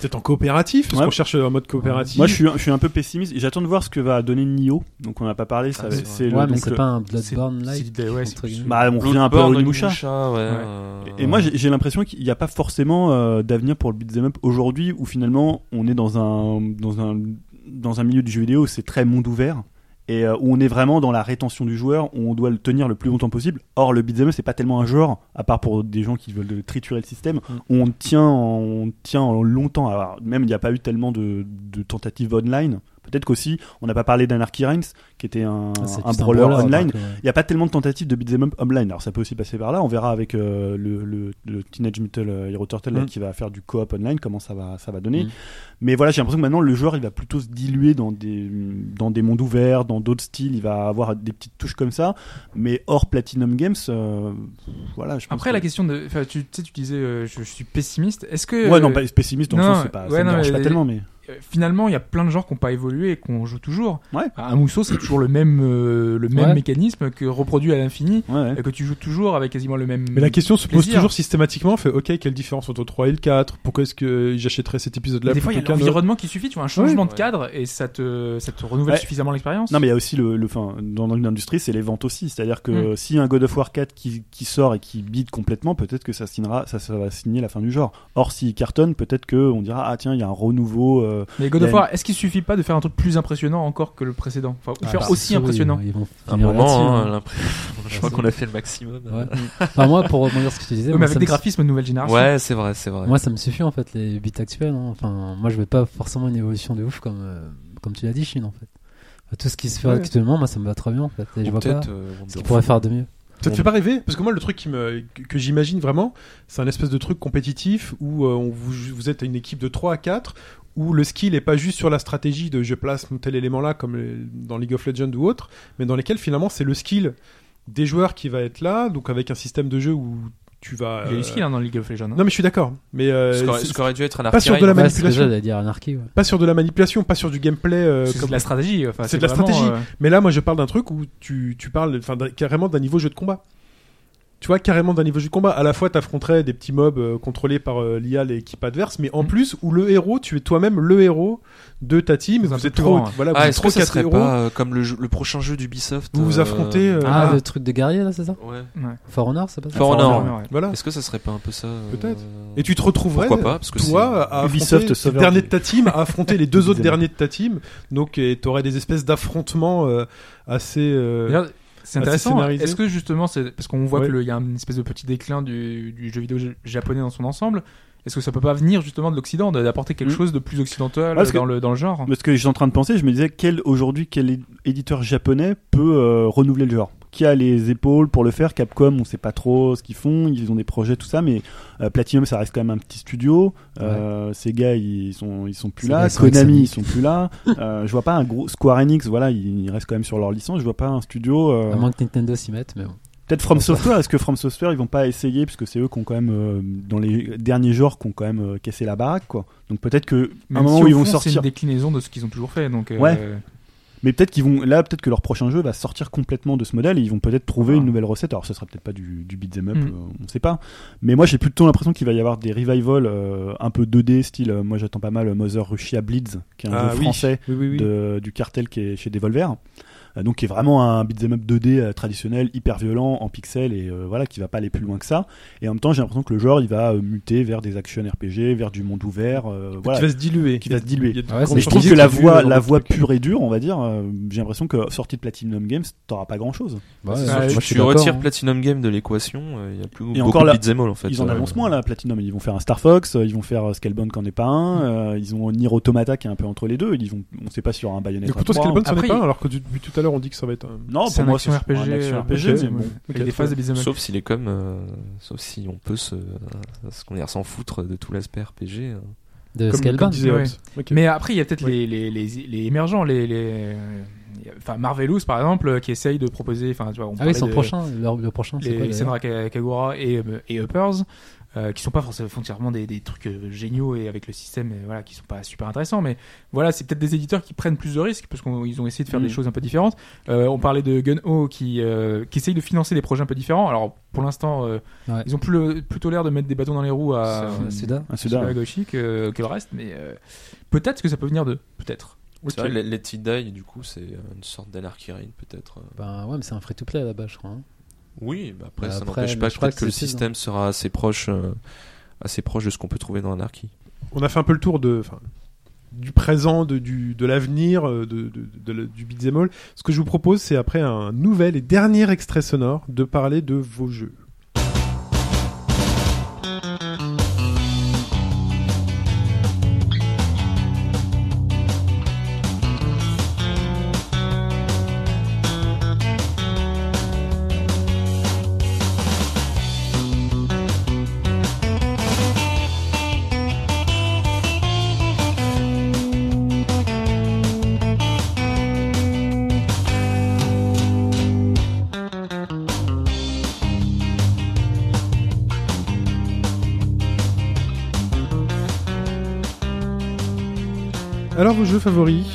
peut-être en coopératif, parce Ouais. qu'on cherche un mode coopératif. Moi, je suis, un- je suis un peu pessimiste. et J'attends de voir ce que va donner Nio. Donc, on n'a pas parlé. Ça, Ah, va- c'est c'est Ouais, le- mais donc c'est le- pas un c'est Bloodborne like. c'est- ouais, c'est entre guillemets. Bah, on revient un peu à Bloodborne, Onimusha. Onimusha, ouais. Ouais. euh, Et moi, j'ai j'ai l'impression qu'il n'y a pas forcément euh, d'avenir pour le beat'em up aujourd'hui, où finalement on est dans un dans un dans un milieu du jeu vidéo, où c'est très monde ouvert et euh, où on est vraiment dans la rétention du joueur, où on doit le tenir le plus longtemps possible. Or, le beat'em up c'est pas tellement un genre, à part pour des gens qui veulent de- triturer le système, Mm. où on tient en, on tient en longtemps. Alors, même il n'y a pas eu tellement de, de tentatives online. Peut-être qu'aussi, on n'a pas parlé d'Anarchy Reigns, qui était un, Ah, c'est un juste brawler online, donc, ouais. il n'y a pas tellement de tentatives de beat'em up online. Alors ça peut aussi passer par là. On verra avec euh, le, le- le Teenage Mutant euh, Hero Turtle là, Mm. qui va faire du co-op online, comment ça va, ça va donner. Mm. Mais voilà, j'ai l'impression que maintenant le joueur il va plutôt se diluer dans des, dans des mondes ouverts, dans d'autres styles. Il va avoir des petites touches comme ça. Mais hors Platinum Games, euh, voilà. Je pense Après que- la question de, enfin, tu, tu sais, tu disais, euh, je, je suis pessimiste. Est-ce que Ouais, non, pas pessimiste dans euh, non, le sens, c'est pas, ouais, ça non, me dérange pas mais- tellement, mais. euh, finalement il y a plein de genres qui n'ont pas évolué et qu'on joue toujours. Ouais. Un mousseau c'est toujours le même euh, le même Ouais. mécanisme que reproduit à l'infini Ouais, ouais. et que tu joues toujours avec quasiment le même. Mais la question se pose Plaisir. toujours systématiquement, fait ok, quelle différence entre le 3 et le 4 Pourquoi est-ce que j'achèterais cet épisode-là des fois, il y a plutôt qu'un autre l'environnement qui suffit, tu vois, un changement Ouais. de cadre et ça te, ça te renouvelle Ouais. suffisamment l'expérience. Non, mais il y a aussi le, le enfin, dans l'industrie, c'est les ventes aussi. C'est-à-dire que si un God of War 4 qui, qui sort et qui bide complètement, peut-être que ça signera, ça, ça va signer la fin du genre. Or, s'il cartonne, peut-être que on dira ah tiens, il y a un renouveau. euh, Mais God Il of y a War, est-ce qu'il suffit pas de faire un truc plus impressionnant encore que le précédent Enfin, ou Ah, faire bah, aussi oui, impressionnant ils vont Un finir là-dessus, moment, hein. hein, l'impression- je crois qu'on a fait le maximum. Ouais. Enfin, moi, pour rebondir sur ce que tu disais, Mm. Oui, moi, mais ça avec des me- graphismes de nouvelle génération. Ouais, c'est vrai, c'est vrai. Ah, Moi, ça me suffit en fait, les bits actuels. hein. Enfin, moi, je veux pas forcément une évolution de ouf comme, euh, comme tu l'as dit, Chine en fait. Enfin, tout ce qui se fait Ouais. actuellement, moi, ça me va très bien en fait. Et je Ou vois pas peut-être, euh, Wonder ce qu'ils pourraient faire de mieux. Ça te fait pas rêver Parce que moi, le truc qui me, que- que j'imagine vraiment, c'est un espèce de truc compétitif où euh, on vous, vous êtes une équipe de 3 à 4, où le skill est pas juste sur la stratégie de je place mon tel élément là, comme euh, dans League of Legends ou autre, mais dans lesquels finalement c'est le skill des joueurs qui va être là, donc avec un système de jeu où tu vas. Il y a euh, du skill hein, dans League of Legends. hein. Non, mais je suis d'accord. Mais euh, Ce qu'aurait- c'est- ce qu'aurait dû être un Pas sûr de Arcane. la Ouais, c'est ce que manipulation. j'allais dire, anarchie. Ouais. pas sur de la manipulation, pas sur du gameplay. euh, c'est comme- de la stratégie. Enfin, c'est de la vraiment, stratégie. euh, Mais là, moi, je parle d'un truc où tu, tu parles enfin, d'un- carrément d'un niveau jeu de combat. Tu vois, carrément d'un niveau jeu de combat. À la fois, t'affronterais des petits mobs euh, contrôlés par euh, l'IA, l'équipe adverse, mais en Mm. Mhm. plus, où le héros, tu es toi-même le héros de ta team. Dans un Vous peu êtes plus trop, grand, ouais. hein. voilà, vous Ah, êtes est-ce que trop ça quatre serait héros. pas euh, comme le, jeu- le prochain jeu d'Ubisoft Vous vous affrontez, euh, Ah, Ah. le truc de guerrier là, c'est ça Ouais. For Honor, c'est pas ça For Fort Honor. Honor, ouais. Voilà. Est-ce que ça serait pas un peu ça euh, Ah. Peut-être. Et tu te retrouverais, Pourquoi pas hein. Parce que toi, c'est- à Ubisoft affronter le sauveur dernier du- de ta team, à affronter les deux autres Ubisoft. derniers de ta team. Donc, et t'aurais des espèces d'affrontements euh, assez... euh, D'ailleurs, assez C'est intéressant. hein. scénarisé. Est-ce que justement, c'est- parce qu'on voit Ouais. qu'il y a une espèce de petit déclin du, du jeu vidéo j- japonais dans son ensemble, est-ce que ça peut pas venir justement de l'Occident, de- d'apporter quelque Mm. chose de plus occidental Parce que- dans, le, dans le genre Mais ce que j'étais en train de penser, je me disais quel aujourd'hui quel é- éditeur japonais peut euh, renouveler le genre qui a les épaules pour le faire Capcom, on sait pas trop ce qu'ils font, ils ont des projets tout ça, mais euh, Platinum ça reste quand même un petit studio. Euh, Sega ils sont ils sont plus Sega, là, ils sont avec Konami Sony. ils sont plus là. Euh, je vois pas un gros Square Enix, voilà ils, ils restent quand même sur leur licence. Je vois pas un studio. euh, Ah, À moins que Nintendo s'y mette, mais bon. Peut-être From Software, est-ce que From Software ils vont pas essayer parce que c'est eux qui ont quand même euh, dans les derniers genres qui ont quand même euh, cassé la baraque quoi. Donc peut-être que à un Même moment si, où au ils vont fond, C'est sortir, une déclinaison de ce qu'ils ont toujours fait. Donc, euh, Ouais. mais peut-être qu'ils vont là peut-être que leur prochain jeu va sortir complètement de ce modèle et ils vont peut-être trouver Ah. une nouvelle recette. Alors ce sera peut-être pas du, du beat'em up, Mm. euh, on sait pas. Mais moi j'ai plutôt l'impression qu'il va y avoir des revivals euh, un peu 2D style. euh, moi j'attends pas mal euh, Mother Russia Bleeds qui est un Ah jeu oui. français Oui, oui, oui. de- du cartel qui est chez Devolver. euh, donc qui est vraiment un beat'em up 2D euh, traditionnel, hyper violent, en pixels et euh, voilà, qui va pas aller plus loin que ça. Et en même temps, j'ai l'impression que le genre, il va euh, muter vers des action RPG, vers du monde ouvert, euh, voilà, Qui va se diluer. qui va se diluer. Il y a de- Ah ouais, quand c'est Mais on je trouve dit que la tu voix, veux la dans voix le truc. pure et dure, on va dire, euh, j'ai l'impression que sortie de Platinum Games, t'auras pas grand chose. Bah, c'est ouais, ça, moi, tu- je suis tu d'accord, retires hein. Platinum Game de l'équation, euh, il y a plus Et beaucoup encore de là, beat'em all, en fait. Ils en Ouais. annoncent moins là, Platinum, ils vont faire un Star Fox, euh, ils vont faire euh, Scalebound qui en est pas un, euh, ils ont Nier Automata qui est un peu entre les deux, ils vont, on sait pas sur un Bayonetta. Et pourtant, 3, Scalebound, c'en est Après, pas il- un, alors que du- depuis tout à l'heure, on dit que ça va être un. Non, C'est oh, pour un moi, action c'est RPG. un action euh, RPG, ok, mais bon. ouais. Avec Ok, des phases de beat'em up. Sauf s'il est comme, euh, sauf si on peut se, ce qu'on s'en foutre de tout l'aspect RPG. euh. Comme- De Comme Scalebound. disait ouais. Hobbs. Ok. Mais après, il y a peut-être Ouais. les, les, les, les émergents, les, les, enfin Marvelous par exemple, euh, qui essaye de proposer, enfin tu vois, on Ah oui, parlait c'est le de- prochain. leur- Le prochain, c'est quoi les d'ailleurs Senra Ka- Kagura et, euh, et Uppers, euh, qui sont pas forcément foncièrement des, des trucs euh, géniaux et avec le système, euh, voilà, qui sont pas super intéressants, mais voilà, c'est peut-être des éditeurs qui prennent plus de risques parce qu'ils ont essayé de faire Mm. des choses un peu différentes. Euh, on parlait de Gun-Ho qui, euh, qui essaye de financer des projets un peu différents. Alors pour l'instant, euh, Ouais. ils ont plus le- plutôt l'air de mettre des bâtons dans les roues à, Euh, Suda. Un c'est Suda, ouais. que, que le reste, mais euh, peut-être que ça peut venir d'eux, peut-être. C'est vrai, Let Let It Die, du coup, c'est euh, une sorte d'anarchirine peut-être. euh. Ben ouais, mais c'est un free-to-play à la base, je crois. hein. Oui, bah après, Bah ça après, n'empêche mais pas je crois peut-être que que, le c'est le système sera assez proche, euh, assez proche de ce qu'on peut trouver dans Anarchy. On a fait un peu le tour de, enfin, du présent, de, du- de l'avenir, euh, de, de- de le- du beat'em all. Ce que je vous propose, c'est après un nouvel et dernier extrait sonore, de parler de vos jeux. Alors vos jeux favoris,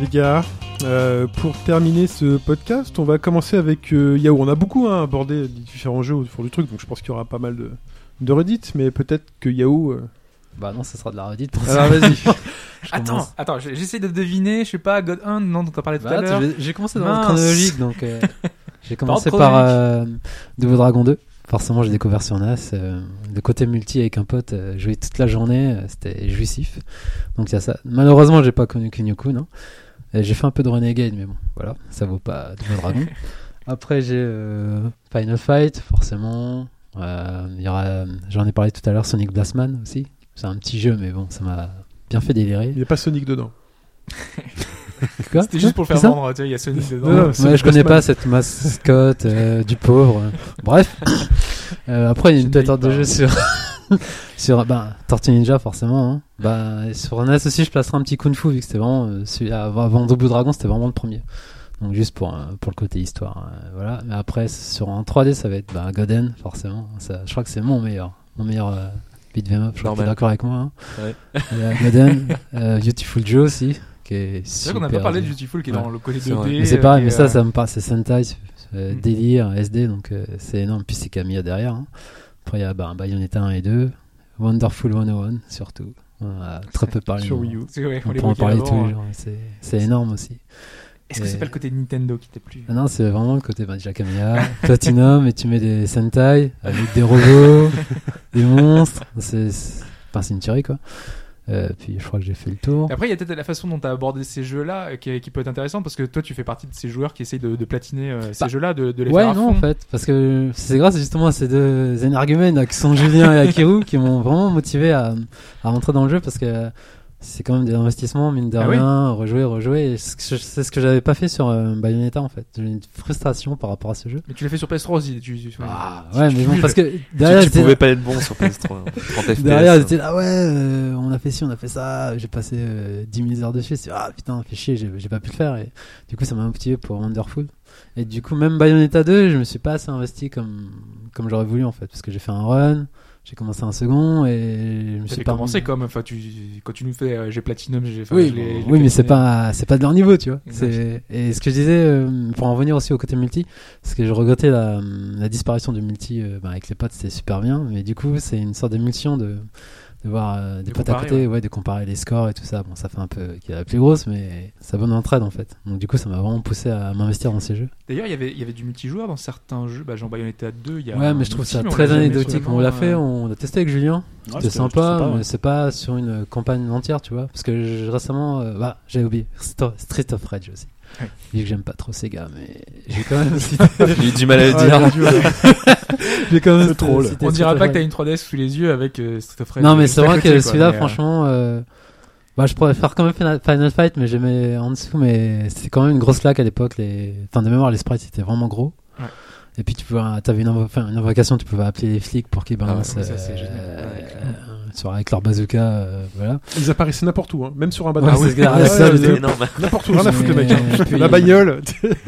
les gars. Euh, pour terminer ce podcast, on va commencer avec euh, Yahoo. On a beaucoup hein, abordé les différents jeux au fond du truc, donc je pense qu'il y aura pas mal de, de redites, mais peut-être que Yahoo. euh, Bah non, ça sera de la redite pour ça. Alors vas-y. Je Attends, commence. attends, je- j'essaie de deviner, je sais pas, God Hand, non, dont t'as parlé tout Bah, à l'heure. j'ai- j'ai commencé dans Mince. le chronologique, donc euh, j'ai commencé Par ordre par euh, Double Dragon 2. Forcément, j'ai découvert sur NAS. euh, le côté multi avec un pote, euh, jouer toute la journée, euh, c'était jouissif. Donc il y a ça. Malheureusement, j'ai pas connu Kunio-kun. hein. Euh, J'ai fait un peu de Renegade, mais bon, voilà, ça vaut pas Double Dragon. Après, j'ai euh, Final Fight, forcément. Euh, il y aura, euh, J'en ai parlé tout à l'heure, Sonic Blastman aussi. C'est un petit jeu, mais bon, ça m'a bien fait délirer. Il n'y a pas Sonic dedans. Quoi C'était juste pour le faire C'est ça vendre, tu vois, il y a Sony dedans. Non, non, Ouais, c'est le je connais Postman. pas cette mascotte euh, du pauvre. Bref. Euh, après, il y a Je une ne pléthore de valide jeux sur. sur bah, Tortue Ninja, forcément. hein. Bah, sur NES aussi, je placerai un petit Kung Fu, vu que c'était vraiment. euh, celui- avant avant Double Dragon, c'était vraiment le premier. Donc, juste pour, euh, pour le côté histoire. euh, voilà. Mais après, sur en 3D, ça va être bah, Goden, forcément. Ça, je crois que c'est mon meilleur. Mon meilleur. Euh, beat'em up, je crois que t'es Normal. d'accord avec moi. hein. Ouais. Euh, Goden, euh, Beautiful Joe aussi, qui est C'est super. vrai qu'on n'a pas parlé de dur. Beautiful qui est Ouais. dans le côté C'est 2D. vrai. Mais c'est euh, pareil, qui mais est, ça, euh, ça me parle, c'est Sentai, c'est- euh, Mhm. Mm. délire, SD, donc euh, c'est énorme. Puis c'est Camilla derrière. hein. Après, il y a bah, Bayonetta 1 et 2, Wonderful 101 surtout. On a très peu parlé. Sur mais Wii U. c'est vrai, on On les peut en évoquait parler avant, tous les hein. jours, c'est- c'est énorme aussi. Est-ce que c'est Et- pas le côté Nintendo qui t'a plu Ah Non, c'est vraiment le côté bah, déjà Camilla, Platinum, et tu mets des Sentai avec des robots, des monstres. C'est c'est- enfin, c'est une tuerie quoi. Euh, puis je crois que j'ai fait le tour. Et Après, il y a peut-être la façon dont tu as abordé ces jeux-là euh, qui, qui peut être intéressante parce que toi, tu fais partie de ces joueurs qui essayent de, de platiner euh, ces Bah, jeux-là, de, de les ouais, faire à non, fond. en fait, parce que c'est grâce justement à ces deux énergumènes là, qui sont Julien et Akiru qui m'ont vraiment motivé à, à rentrer dans le jeu parce que c'est quand même des investissements, mine de Ah oui. rien, rejouer, rejouer. Et C'est ce que je- c'est ce que j'avais pas fait sur euh, Bayonetta en fait. J'ai une frustration par rapport à ce jeu. Ah, Mais tu l'as fait sur PS3 aussi. Tu, tu- ouais, tu mais bon, cumules. parce que derrière, Tu, tu j'étais- pouvais pas être bon sur PS3. hein. 30 FPS. Derrière, hein. j'étais là, ouais, euh, on a fait ci, on a fait ça, j'ai passé euh, 10 000 heures dessus, c'est ah putain, fait chier, j'ai j'ai pas pu le faire. Et du coup, ça m'a motivé pour Wonderful. Et du coup, même Bayonetta 2, je me suis pas assez investi comme, comme j'aurais voulu en fait, parce que j'ai fait un run, j'ai commencé un second et je me Ça suis fait pas. commencer comme enfin tu quand tu nous fais euh, j'ai platinum j'ai enfin, Oui, je l'ai- je l'ai oui mais c'est platiné. pas c'est pas de leur niveau, tu vois. Exact. C'est- Et ce que je disais euh, pour en revenir aussi au côté multi, parce que je regrettais la, la disparition du multi euh, bah, avec les potes, c'était super bien, mais du coup c'est une sorte d'émulsion de de voir euh, des De potes à comparer, ouais. côté, ouais, de comparer les scores et tout ça. Bon, ça fait un peu qu'il y a la plus grosse, mais ça bonne entraide en fait. Donc du coup, ça m'a vraiment poussé à m'investir dans ces jeux. D'ailleurs, il y avait- il y avait du multijoueur dans certains jeux. Bah, Jean Bayonetta 2, il y a. ouais, un mais je trouve outil, ça mais on très l'a jamais anecdotique. vraiment, On l'a fait, euh, on l'a testé avec Julien. Ah, Ouais, C'était sympa, sympa, ouais. mais c'est pas sur une campagne entière, tu vois. Parce que je- récemment, euh, bah, j'avais oublié Sto- Street of Rage aussi. Ouais. Vu que j'aime pas trop Sega, mais j'ai quand même cité, J'ai du mal à le Ah, dire. j'ai quand même Le troll. cité On Street dira of pas que Rage. t'as une 3DS sous les yeux avec euh, Street of Rage Non, mais juste c'est à vrai côté, que quoi, celui-là, mais, euh, franchement, euh, bah, je pourrais faire quand même Final- Final Fight, mais j'aimais en dessous, mais c'était quand même une grosse claque à l'époque. Les... Enfin, de mémoire, les sprites étaient vraiment gros. Ouais. Et puis, tu pouvais, avais une, invo- enfin, une invocation, tu pouvais appeler les flics pour qu'ils ouais, balancent. Ah mais ça, c'est génial. euh, Ouais, euh, sur- avec leur bazooka, euh, voilà. Ils apparaissaient n'importe où, hein, même sur un Ouais, bateau. Ah c'est clair, c'est ça, ouais, le truc. bah, énorme. N'importe où, rien à foutre les mecs. hein. Et puis- euh, La bagnole.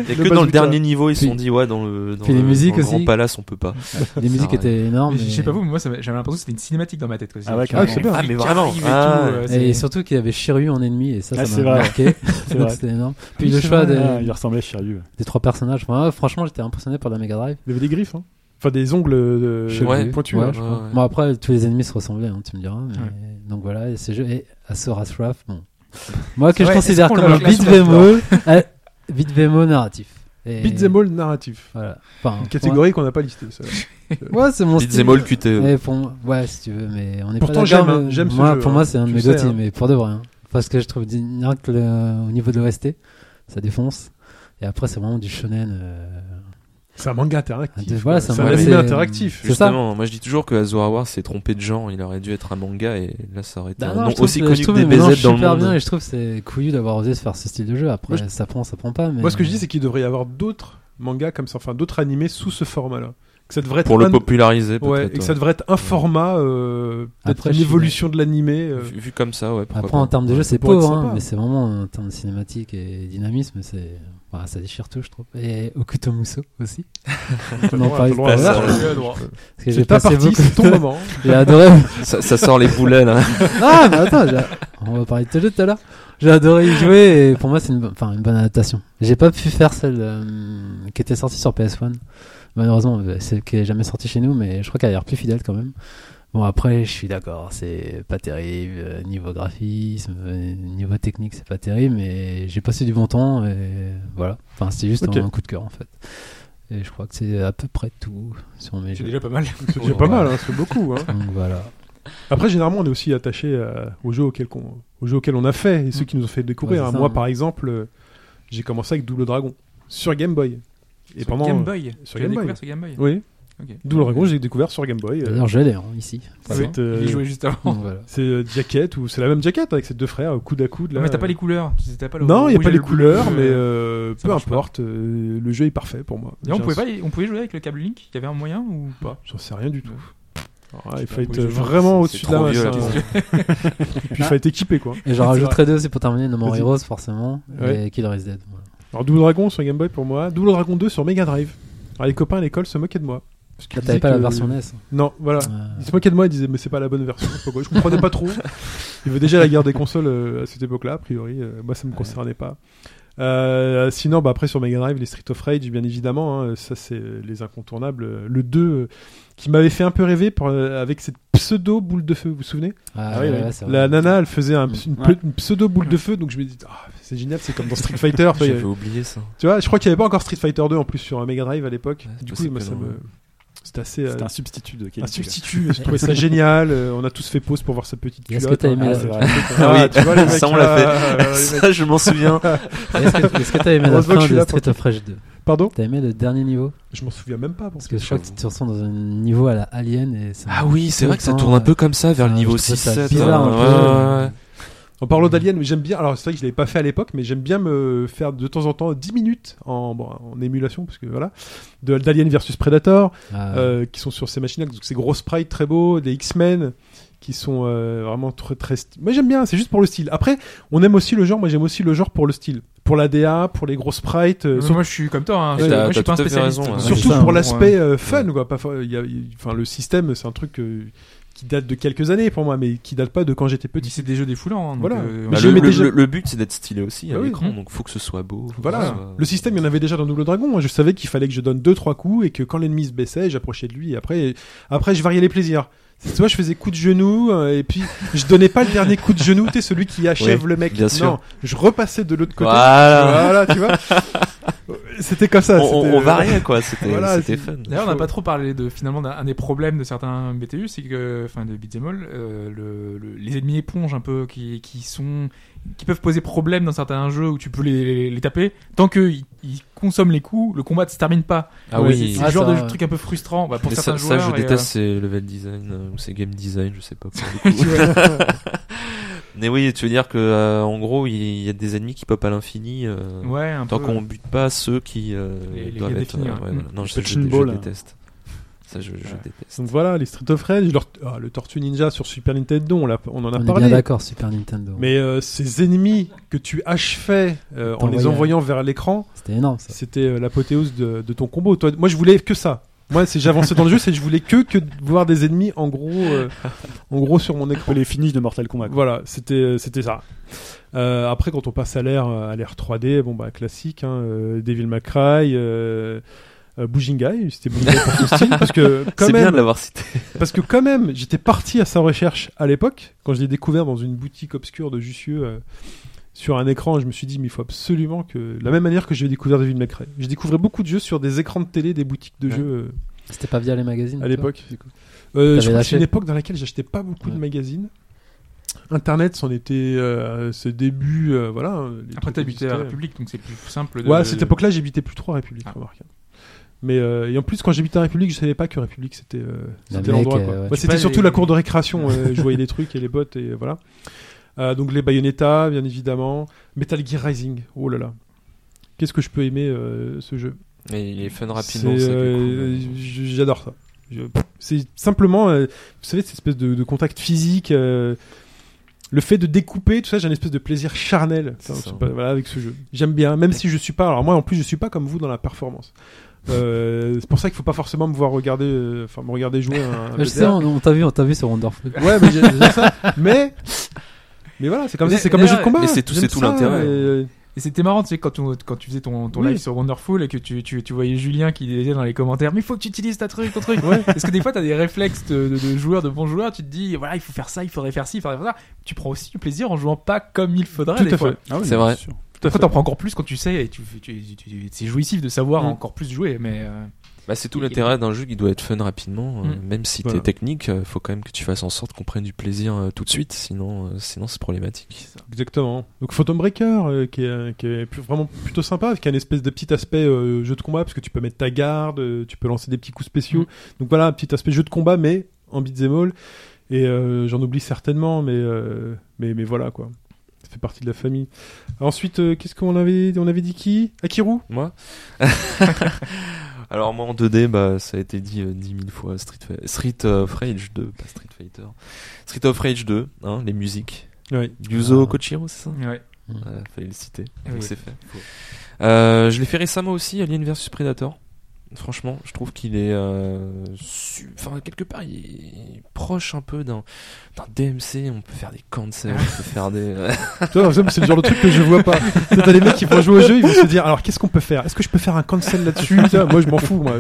Et que Le dans le bazooka. dernier niveau, ils se sont Puis- dit, ouais, dans le, dans puis les le- dans musiques le grand aussi. palace, on peut pas. Les musiques ouais. étaient énormes. mais Je sais et- pas vous, mais moi ça m'a- j'avais l'impression que c'était une cinématique dans ma tête. quoi. Ah ouais, C'est- carrément. Ah, c'est bien. Ah, mais vraiment. Arrive et Ah, tout, euh, Et c'est- surtout qu'il y avait Shiryu en ennemi, et ça, Ah, ça c'est m'a vrai. marqué. C'est Donc vrai. c'était énorme. Oui, Puis le c'est choix vrai. des, Ah, il ressemblait à Shiryu. des trois personnages. Enfin, ouais, franchement, j'étais impressionné par la Mega Drive. Il avait des griffes, hein. Enfin, des ongles euh, Cheveux. Ouais, pointus. Ouais, hein. je ouais, crois. ouais. Bon, après, tous les ennemis se ressemblaient, hein, tu me diras. mais- Donc voilà, et ces jeux. Et Asora's Wrath, bon. Moi, que Ouais, je considère est-ce qu'on comme le un classe beat dans le them all, eh, beat them all narratif. Et- Beat'em all narratif. Voilà. Enfin, Une pour catégorie qu'on n'a pas listée. ça. moi- Ouais, c'est mon Beat'em style. all QTE. Mais pour moi- ouais, si tu veux, mais on est Pourtant, pas j'aime, d'accord, hein, mais j'aime ce moi, jeu, Pour hein. moi, c'est un de Tu mes sais, GOTY, hein. mais pour de vrai. hein. Parce que je trouve génial que le- au niveau de l'OST, ça défonce. Et après, c'est vraiment du shonen. euh, C'est un manga interactif. Ah, De- voilà, quoi. c'est un c'est un manga, anime c'est- interactif. c'est ça. Justement, moi je dis toujours que Azorawa s'est trompé de genre, il aurait dû être un manga et là ça aurait été Bah un non, nom je trouve Euh, aussi que- je connu que trouve des les mélanges BZ dans le super bien monde. hein, et je trouve que c'est couillu d'avoir osé se faire ce style de jeu. Après, Moi, ça prend, ça prend pas. Mais... euh, Moi, ce que je dis, c'est qu'il devrait y avoir d'autres mangas comme ça, enfin d'autres animés sous ce format-là. Que ça devrait être Pour le un- populariser Ouais, peut-être. et que ça devrait être un format, euh, peut-être Après, une je suis- évolution de l'animé. ouais. euh, Vu, vu comme ça, ouais. pourquoi Après, en pas. termes de jeu, c'est pourrait être pauvre, hein, sympa. mais c'est vraiment en termes de cinématique et dynamisme, c'est. bah, ça déchire tout, je trouve. Et Okuto Musso aussi. on en t'as le parlait tout droit, à t'as l'heure, le droit. Tu as droit. parce que j'ai C'est ta passé partie, beaucoup c'est de ton temps. moment. J'ai adoré Ça, ça sort les hein. poulets là. Ah, mais attends, j'ai- on va parler de ce jeu tout à l'heure. J'ai adoré y jouer et pour moi, c'est une, bo- enfin, une bonne adaptation. J'ai pas pu faire celle euh, qui était sortie sur PS1. Malheureusement, euh, c'est qui est jamais sortie chez nous, mais je crois qu'elle a l'air plus fidèle quand même. Bon, après, je suis d'accord, c'est pas terrible. euh, Niveau graphisme, euh, niveau technique, c'est pas terrible, mais j'ai passé du bon temps et voilà. Enfin, c'était juste Ok. un coup de cœur en fait. Et je crois que c'est à peu près tout sur mes C'est jeux. déjà pas mal. C'est déjà pas mal, hein, c'est beaucoup. hein. Donc voilà. Après, généralement, on est aussi attaché euh, aux jeux auxquels on, aux jeux auxquels on a fait Mm. et ceux qui nous ont fait découvrir. Ouais, hein. c'est ça, Moi, hein. par exemple, euh, j'ai commencé avec Double Dragon sur Game Boy. Et Sur pendant Game Boy. sur Tu l'as Game Boy. découvert sur Game Boy. oui, Ok. Double Dragon, j'ai découvert sur Game Boy. euh, D'ailleurs, je l'ai hein, ici. Ah C'est, bon euh, Il y jouait juste avant. Donc voilà. C'est euh, jacket ou c'est la même jacket avec ses deux frères au coude à coude. Non, Là, Ah, mais t'as euh, pas les couleurs. T'as pas le Non, il n'y a rouge pas et les le bleu, couleurs, euh, mais euh, ça peu marche pas. importe. euh, le jeu est parfait pour moi. d'ailleurs, on J'en- pouvait pas y- on pouvait jouer avec le câble Link. Il y avait un moyen ou pas J'en sais rien du tout. Alors là, il pas, faut oui, être je- euh, vraiment c'est au-dessus de la trop masse. vieux, la hein. question. Et puis il faut être équipé, quoi. Ah, Et j'en rajouterai deux, c'est pour terminer No More Vas-y. Heroes, forcément, Ouais. et Killer is Dead. voilà. Alors Double Dragon sur Game Boy pour moi. Double Dragon 2 sur Mega Drive. Alors les copains à l'école se moquaient de moi. Parce qu'ils Là, t'avais disaient pas la que- version NES. Non, voilà. hein. Ouais. Ils se moquaient de moi, ils disaient mais c'est pas la bonne version. Je sais pas quoi. Je comprenais pas trop. Il veut déjà la guerre des consoles euh, à cette époque-là, a priori. Euh, moi, ça me concernait pas. Euh, sinon, bah, après sur Mega Drive, les Street of Rage, bien évidemment, hein, ça c'est euh, les incontournables. Euh, Le 2 euh, qui m'avait fait un peu rêver par, euh, avec cette pseudo boule de feu, vous vous souvenez Ah, Ah oui, ouais, oui. ouais, c'est vrai. La nana, elle faisait un- Mm. une, Ouais. pe- une pseudo boule de feu, donc je me dis Ah, c'est génial, c'est comme dans Street Fighter. tu vois, il y J'avais avait- oublié ça. tu vois, je crois qu'il n'y avait pas encore Street Fighter 2 en plus sur euh, Mega Drive à l'époque. Ouais, c'est du coup, possible moi, que ça non. me. C'était assez. euh, C'était un substitut de un qualité. substitut, mais je trouvais ça génial. euh, on a tous fait pause pour voir sa petite Est-ce culotte. que t'as aimé Ah, la- c'est vrai. Ah, Ah oui, tu vois, les mecs, ça, on l'a ah, ah, ah, les mecs. Ça, je m'en souviens. Est-ce que- est-ce que t'as aimé la Heureusement que je fin suis de là pour Oh, Street of Rage 2 Pardon T'as aimé le dernier niveau Je m'en souviens même pas. bon. Parce que je crois que tu te ressens dans un niveau à la Alien et ça. Ah oui, c'est vrai que ça Autant, tourne un peu euh, comme ça vers le ah, niveau je trouve ça 6-7. bizarre un hein. peu. Ouais, ouais, ouais. En parlant d'Alien, mais j'aime bien. Alors, c'est vrai que je l'avais pas fait à l'époque, mais j'aime bien me faire de temps en temps 10 minutes en, bon, en émulation, parce que voilà. de- D'Alien versus Predator. Ah, euh, qui sont sur ces machines-là, donc ces gros sprites très beaux, des X-Men qui sont euh, vraiment très très. st- Moi j'aime bien, c'est juste pour le style. Après, on aime aussi le genre. Moi j'aime aussi le genre pour le style, pour la DA, pour les gros sprites, euh, Mais sur- Moi, je suis comme toi. hein. Ouais, Je- t'as- moi, je suis t'as pas un tout à fait spécialiste. raison, hein. Ouais, surtout c'est ça, pour hein. l'aspect euh, fun, quoi. Pas, fa- il y a- il- enfin le système, c'est un truc euh, qui date de quelques années pour moi, mais qui date pas de quand j'étais Petit, petit. c'est des jeux défoulants. hein, donc, Voilà. euh, Mais Bah, je le, Ah mets le- déjà- le- le but c'est d'être stylé aussi à Bah oui. l'écran, Mhm. donc faut que ce soit beau. faut que Voilà. ce soit- Le système, il y en avait déjà dans Double Dragon. Moi, je savais qu'il fallait que je donne deux trois coups et que quand l'ennemi se baissait, j'approchais de lui. Et après, après, je variais les plaisirs. Tu vois, je faisais coup de genou euh, et puis je donnais pas le dernier coup de genou, tu sais, celui qui achève Oui, le mec. bien sûr. Non, je repassais de l'autre côté. Voilà. Voilà, tu vois. C'était comme ça. On, on, c'était- euh, on variait quoi, c'était Voilà, c'était c'est- fun. D'ailleurs, on n'a Faut- pas trop parlé de finalement d'un un des problèmes de certains BTU, c'est que, enfin, de beat'em all, euh, le- le- les ennemis éponges un peu qui, qui sont, qui peuvent poser problème dans certains jeux où tu peux les, les, les taper. Tant qu'ils ils consomment les coups, le combat ne se termine pas. Ah Ouais, oui. c'est- c'est le Ah, genre ça, de truc un peu frustrant bah, pour Mais certains ça, ça, joueurs. je et, euh, déteste, c'est level design euh, ou c'est game design, je sais pas. Pour le coup. Mais oui, tu veux dire que euh, en gros, il y a des ennemis qui pop à l'infini. euh, ouais, un Tant peu. qu'on bute pas ceux qui euh, Les- les doivent gars être. définis, euh, ouais. ouais, Mm. voilà. Non, je, je, Punching je ball. déteste. Ça, je, je Ouais. déteste. Donc voilà, les Street of Rage, leur- ah, le Tortue Ninja sur Super Nintendo, on, l'a- on en a On est bien parlé. d'accord, Super Nintendo. Mais euh, ces ennemis que tu achevais euh, en les T'envoyais. envoyant vers l'écran, C'était énorme ça. c'était euh, l'apothéose de, de ton combo. Toi, moi, je voulais que ça. Moi, si j'avançais dans le jeu, c'est que je voulais que, que de voir des ennemis en gros, euh, en gros sur mon écran. les finishes de Mortal Kombat. quoi. Voilà, c'était c'était ça. Euh, après, quand on passe à l'ère euh, à l'ère 3D, bon bah classique, hein, euh, Devil May Cry, euh, euh, Bujingai, c'était Bujingai pour tout style, parce que quand C'est bien même, de l'avoir cité. parce que quand même, j'étais parti à sa recherche à l'époque quand je l'ai découvert dans une boutique obscure de Jussieu. euh, sur un écran, je me suis dit, mais il faut absolument que. De la même manière que j'ai découvert Devil May Cry. Je découvrais beaucoup de jeux sur des écrans de télé, des boutiques de Ouais. jeux euh, C'était pas via les magazines à Mmh, toi l'époque. Euh, T'avais je crois que c'est lâché. une époque dans laquelle j'achetais pas beaucoup de Ouais. magazines. Internet, c'en était euh, ses débuts, euh, voilà. euh, les Après, trucs t'habitais à la existaient. République, donc c'est plus simple. De... Ouais, à cette époque-là, j'habitais plus trop à République, Ah. remarque. Mais euh, et en plus, quand j'habitais à République, je savais pas que République c'était euh, La c'était Mecque, l'endroit. euh, quoi. ouais. Bah, Tu c'était peux surtout aller- la cour de récréation. euh, je voyais des trucs et les bottes et euh, voilà. Euh, donc les Bayonetta, bien évidemment. Metal Gear Rising. Oh là là. Qu'est-ce que je peux aimer euh, ce jeu Mais il est fun c'est, rapidement. ça, du coup, euh, euh, j- J'adore ça. Je- C'est simplement, euh, vous savez, cette espèce de, de contact physique, euh, le fait de découper, tout ça, j'ai un espèce de plaisir charnel C'est Enfin, je ça. sais pas, voilà, avec ce jeu. J'aime bien, même si je suis pas. Alors moi, en plus, je suis pas comme vous dans la performance. Euh, c'est pour ça qu'il faut pas forcément me voir regarder, euh, enfin me regarder jouer. à Un, Je sais, on, on t'a vu, on t'a vu sur Wonderful. Ouais, mais j'ai- j'aime ça. Mais, mais voilà, c'est comme Mais ça, c'est comme le jeu de combat. mais c'est tout- J'aime c'est tout ça, l'intérêt. euh, Et c'était marrant, tu sais, quand, on- quand tu faisais ton, ton Oui. live sur Wonderful et que tu, tu, tu voyais Julien qui disait dans les commentaires Mais faut que tu utilises ta truc, ton truc. Ouais. Parce que des fois, t'as des réflexes de, de, de joueurs, de bons joueurs, tu te dis Voilà, il faut faire ça, il faudrait faire ci, il faudrait faire ça. Tu prends aussi du plaisir en jouant pas comme il faudrait. Tout des à fois. fait. Ah oui, C'est bien vrai. sûr. Après, t'en prends encore plus quand tu sais et tu, tu, tu- tu- c'est jouissif de savoir Mm. encore plus jouer. Mais euh, Bah, c'est tout Et- l'intérêt d'un jeu qui doit être fun rapidement, euh, Mm. même si Voilà. t'es technique, euh, faut quand même que tu fasses en sorte qu'on prenne du plaisir euh, tout de suite, sinon, euh, sinon c'est problématique. Exactement. Donc Phantom Breaker, euh, qui est, euh, qui est plus- vraiment plutôt sympa, qui a une espèce de petit aspect euh, jeu de combat, parce que tu peux mettre ta garde, euh, tu peux lancer des petits coups spéciaux. Mm. Donc voilà, un petit aspect jeu de combat, mais en beat'em all. Et euh, j'en oublie certainement, mais, euh, mais, mais voilà, quoi. Ça fait partie de la famille. Ensuite, euh, qu'est-ce qu'on avait, on avait dit qui Akiru Moi Alors moi en 2D, bah, ça a été dit euh, 10 000 fois, Street, Fa- Street of Rage 2, pas Street Fighter. Street of Rage 2, hein, les musiques. Oui. Yuzo Ah. Kochiro, c'est ça ouais. Voilà, fallait le citer. Eh Donc oui. c'est fait. Euh, je l'ai fait récemment aussi, Alien vs Predator. Franchement, je trouve qu'il est, euh, su- enfin quelque part, il est proche un peu d'un d'un DMC. On peut faire des cancels, on peut faire des. euh, Tu vois, par exemple, c'est le genre de truc que je vois pas. Tu sais, T'as des mecs qui vont jouer au jeu, ils vont se dire alors qu'est-ce qu'on peut faire Est-ce que je peux faire un cancel là-dessus Tu vois, Moi, je m'en fous. moi.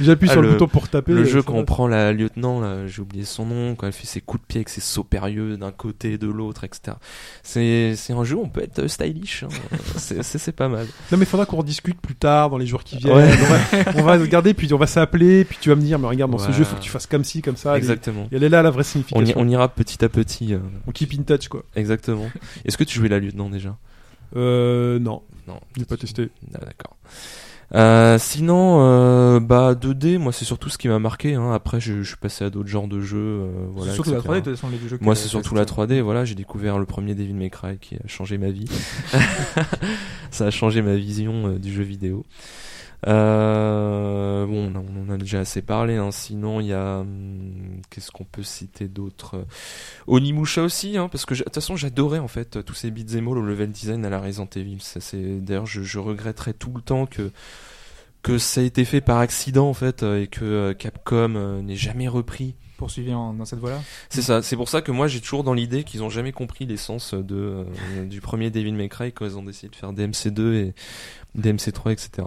J'appuie Ah, sur le, le- bouton pour taper. Le euh, jeu ça quand va. on prend la lieutenant, là, j'ai oublié son nom, quand elle fait ses coups de pied avec ses sauts périlleux d'un côté, de l'autre, etc. C'est c'est un jeu où on peut être euh, stylish, hein. c'est c'est- c'est pas mal. Non mais faudra qu'on en discute plus tard dans les jours qui viennent. Ouais. On, va, on va se regarder puis on va s'appeler puis tu vas me dire mais regarde dans ce Ouais. jeu faut que tu fasses comme ci comme ça. exactement. Et elle est là la vraie On, y- signification. On, on ira petit à petit. euh, keep in touch quoi. exactement. Est-ce que tu jouais la lieutenant déjà Euh non, Non. j'ai pas testé. Ah, D'accord. Euh, sinon, euh, bah 2D, moi c'est surtout ce qui m'a marqué. hein. Après, je, je suis passé à d'autres genres de jeux. euh, voilà, c'est surtout la etc. 3D, de toute façon, les jeux que Moi, t'as- c'est surtout t'as- la 3D. Voilà, j'ai découvert le premier Devil May Cry qui a changé ma vie. ça a changé ma vision euh, du jeu vidéo. Euh, bon, on, a- on en a déjà assez parlé. hein. Sinon, il y a hum, qu'est-ce qu'on peut citer d'autre Euh, Onimusha aussi, hein, parce que j'ai- de toute façon, j'adorais en fait tous ces beats et all au level design à la Resident Evil. Ça, c'est d'ailleurs, je, je regretterais tout le temps que que ça a été fait par accident en fait euh, et que euh, Capcom euh, n'ait jamais repris Poursuivi en- dans cette voie-là. c'est ça, c'est pour ça que moi j'ai toujours dans l'idée qu'ils ont jamais compris l'essence de euh, du premier Devil May Cry quand ils ont décidé de faire DMC2 et DMC3 etc.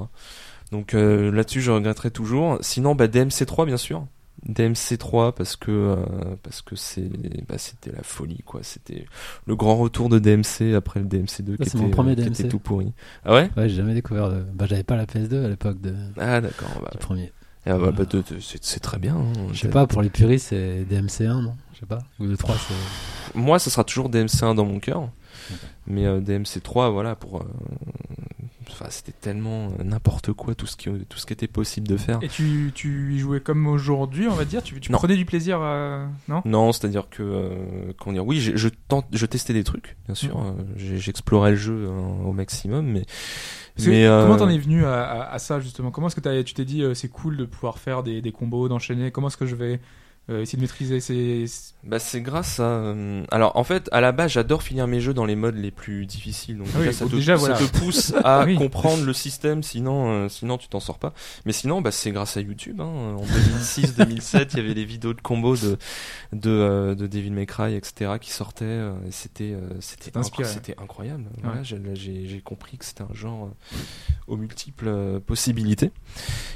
Donc euh, là-dessus je regretterai toujours. Sinon bah DMC3 bien sûr. DMC3 parce que euh, parce que c'est bah, c'était la folie quoi c'était le grand retour de DMC après le DMC2 c'est qui, était, mon premier qui DMC. était tout pourri ah ouais Ouais, j'ai jamais découvert. de- Bah, j'avais pas la PS2 à l'époque de... ah d'accord bah, du premier. ah, bah, bah, de- de- c'est c'est très bien hein. Je sais pas, pour les puristes, c'est DMC1, non Je sais pas. Ou le 3, c'est. moi ça sera toujours DMC1 dans mon cœur mais euh, DMC3 voilà pour euh, enfin c'était tellement euh, n'importe quoi tout ce qui tout ce qui était possible de faire Et tu, tu y jouais comme aujourd'hui, on va dire Tu, tu Non. prenais du plaisir, euh, non Non, c'est-à-dire que euh, comment dire, oui, j'ai- je tente, je testais des trucs, bien sûr, Mhm. euh, j'ai- j'explorais le jeu euh, au maximum, mais Parce que mais, euh, Comment t'en es venu à, à- à ça justement Comment est-ce que t'as- tu t'es dit euh, c'est cool de pouvoir faire des, des combos, d'enchaîner Comment est-ce que je vais euh, essayer de maîtriser ces... bah, c'est grâce à euh, alors en fait à la base j'adore finir mes jeux dans les modes les plus difficiles donc Ah déjà, oui, ça, donc te, déjà, ça voilà. te pousse à Oui. comprendre le système sinon euh, sinon tu t'en sors pas mais sinon bah, c'est grâce à YouTube hein. en 2006 2007 il y avait des vidéos de combos de de, euh, de Devil May Cry etc qui sortaient euh, et c'était euh, c'était C'est inspiré. incro- c'était incroyable Ouais. Voilà, j'ai- j'ai j'ai compris que c'était un genre euh, aux multiples euh, possibilités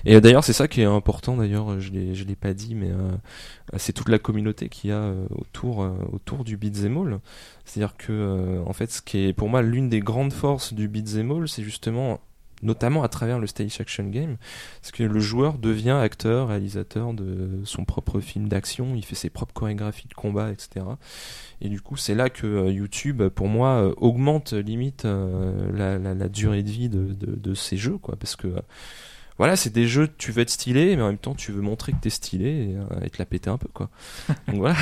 et euh, d'ailleurs c'est ça qui est important d'ailleurs euh, je l'ai je l'ai pas dit mais euh, c'est toute la communauté qu'il y a euh, autour euh, autour du beat'em all c'est-à-dire que euh, en fait ce qui est pour moi l'une des grandes forces du beat'em all c'est justement notamment à travers le stage action game parce que le joueur devient acteur, réalisateur de son propre film d'action, il fait ses propres chorégraphies de combat, etc. Et du coup, c'est là que euh, YouTube, pour moi, euh, augmente limite euh, la, la- la durée de vie de, de- de ces jeux, quoi. Parce que, euh, voilà, c'est des jeux, tu veux être stylé, mais en même temps, tu veux montrer que t'es stylé et, euh, et te la péter un peu, quoi. Donc voilà,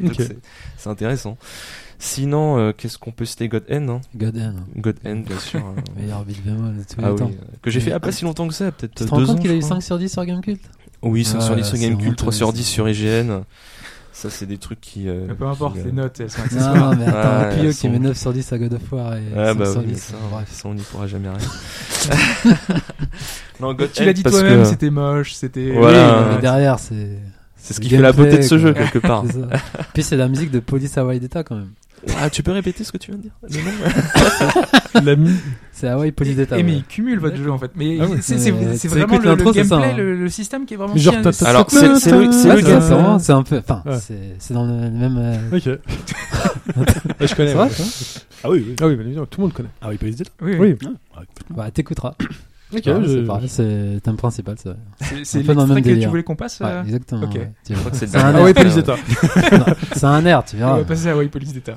Donc, Ok. c'est- c'est intéressant. Sinon, euh, qu'est-ce qu'on peut citer God Hand hein God Hand, God Hand, bien sûr. hein. meilleur beat bémol de tous Ah les oui, temps. ah euh, que j'ai fait à pas si longtemps que ça, peut-être Tu deux te rends ans. compte qu'il je a eu crois. 5 sur 10 sur Gamecult Oui, 5 Ah, sur 10 sur c'est Gamecube, 3 sur honteux, 10 c'est- sur IGN. Ça, c'est des trucs qui. euh, Peu importe, qui, euh, les notes, elles sont accessoires. Non, mais Ah, attends, le Puyo elles qui met sont- 9 sur 10 à God of War et Ah, 5 bah sur oui, 10. ça, Bref. ça, on n'y pourra jamais rien. non, God Bah, Tu l'as dit Hand, parce toi-même, que c'était moche, c'était... Voilà, Oui, ouais, mais ouais. derrière, c'est. C'est ce le qui fait la gameplay, beauté de ce quoi. jeu, quelque part. c'est ça. Puis c'est la musique de Police Hawaii d'État quand même. Ah, tu peux répéter ce que tu viens de dire Le nom C'est Hawaii Police d'État. Et Eh, mais ouais. il cumule votre jeu en fait. Mais Ah ouais. c'est c'est- Mais c'est tu vraiment écoutes le, le l'intro, c'est ça, gameplay, hein. le, le système qui est vraiment Genre, bien- t'as- t'as- Alors, c'est c'est le c'est Ah, le c'est- game. c'est vraiment- c'est un peu. Enfin, Ouais. c'est c'est dans le même. euh, Ok. Ouais, je connais. C'est vrai, ouais. Ah oui, oui. Ah oui, bah, évidemment, tout le monde connaît. Ah oui, Police Data. Oui, oui. Oui. Ah, Bah, t'écouteras. Ok, Ah, je- C'est pareil, c'est thème principal, c'est vrai. C'est- c'est un peu dans l'extrait le même que tu délire. voulais qu'on passe. Ouais, euh, exactement. ok. ouais. Tu Je vois. crois que c'est le C'est un dernier. Ah oui, air, police d'État. c'est un air, tu On verras. va passer à Hawaii Police d'État.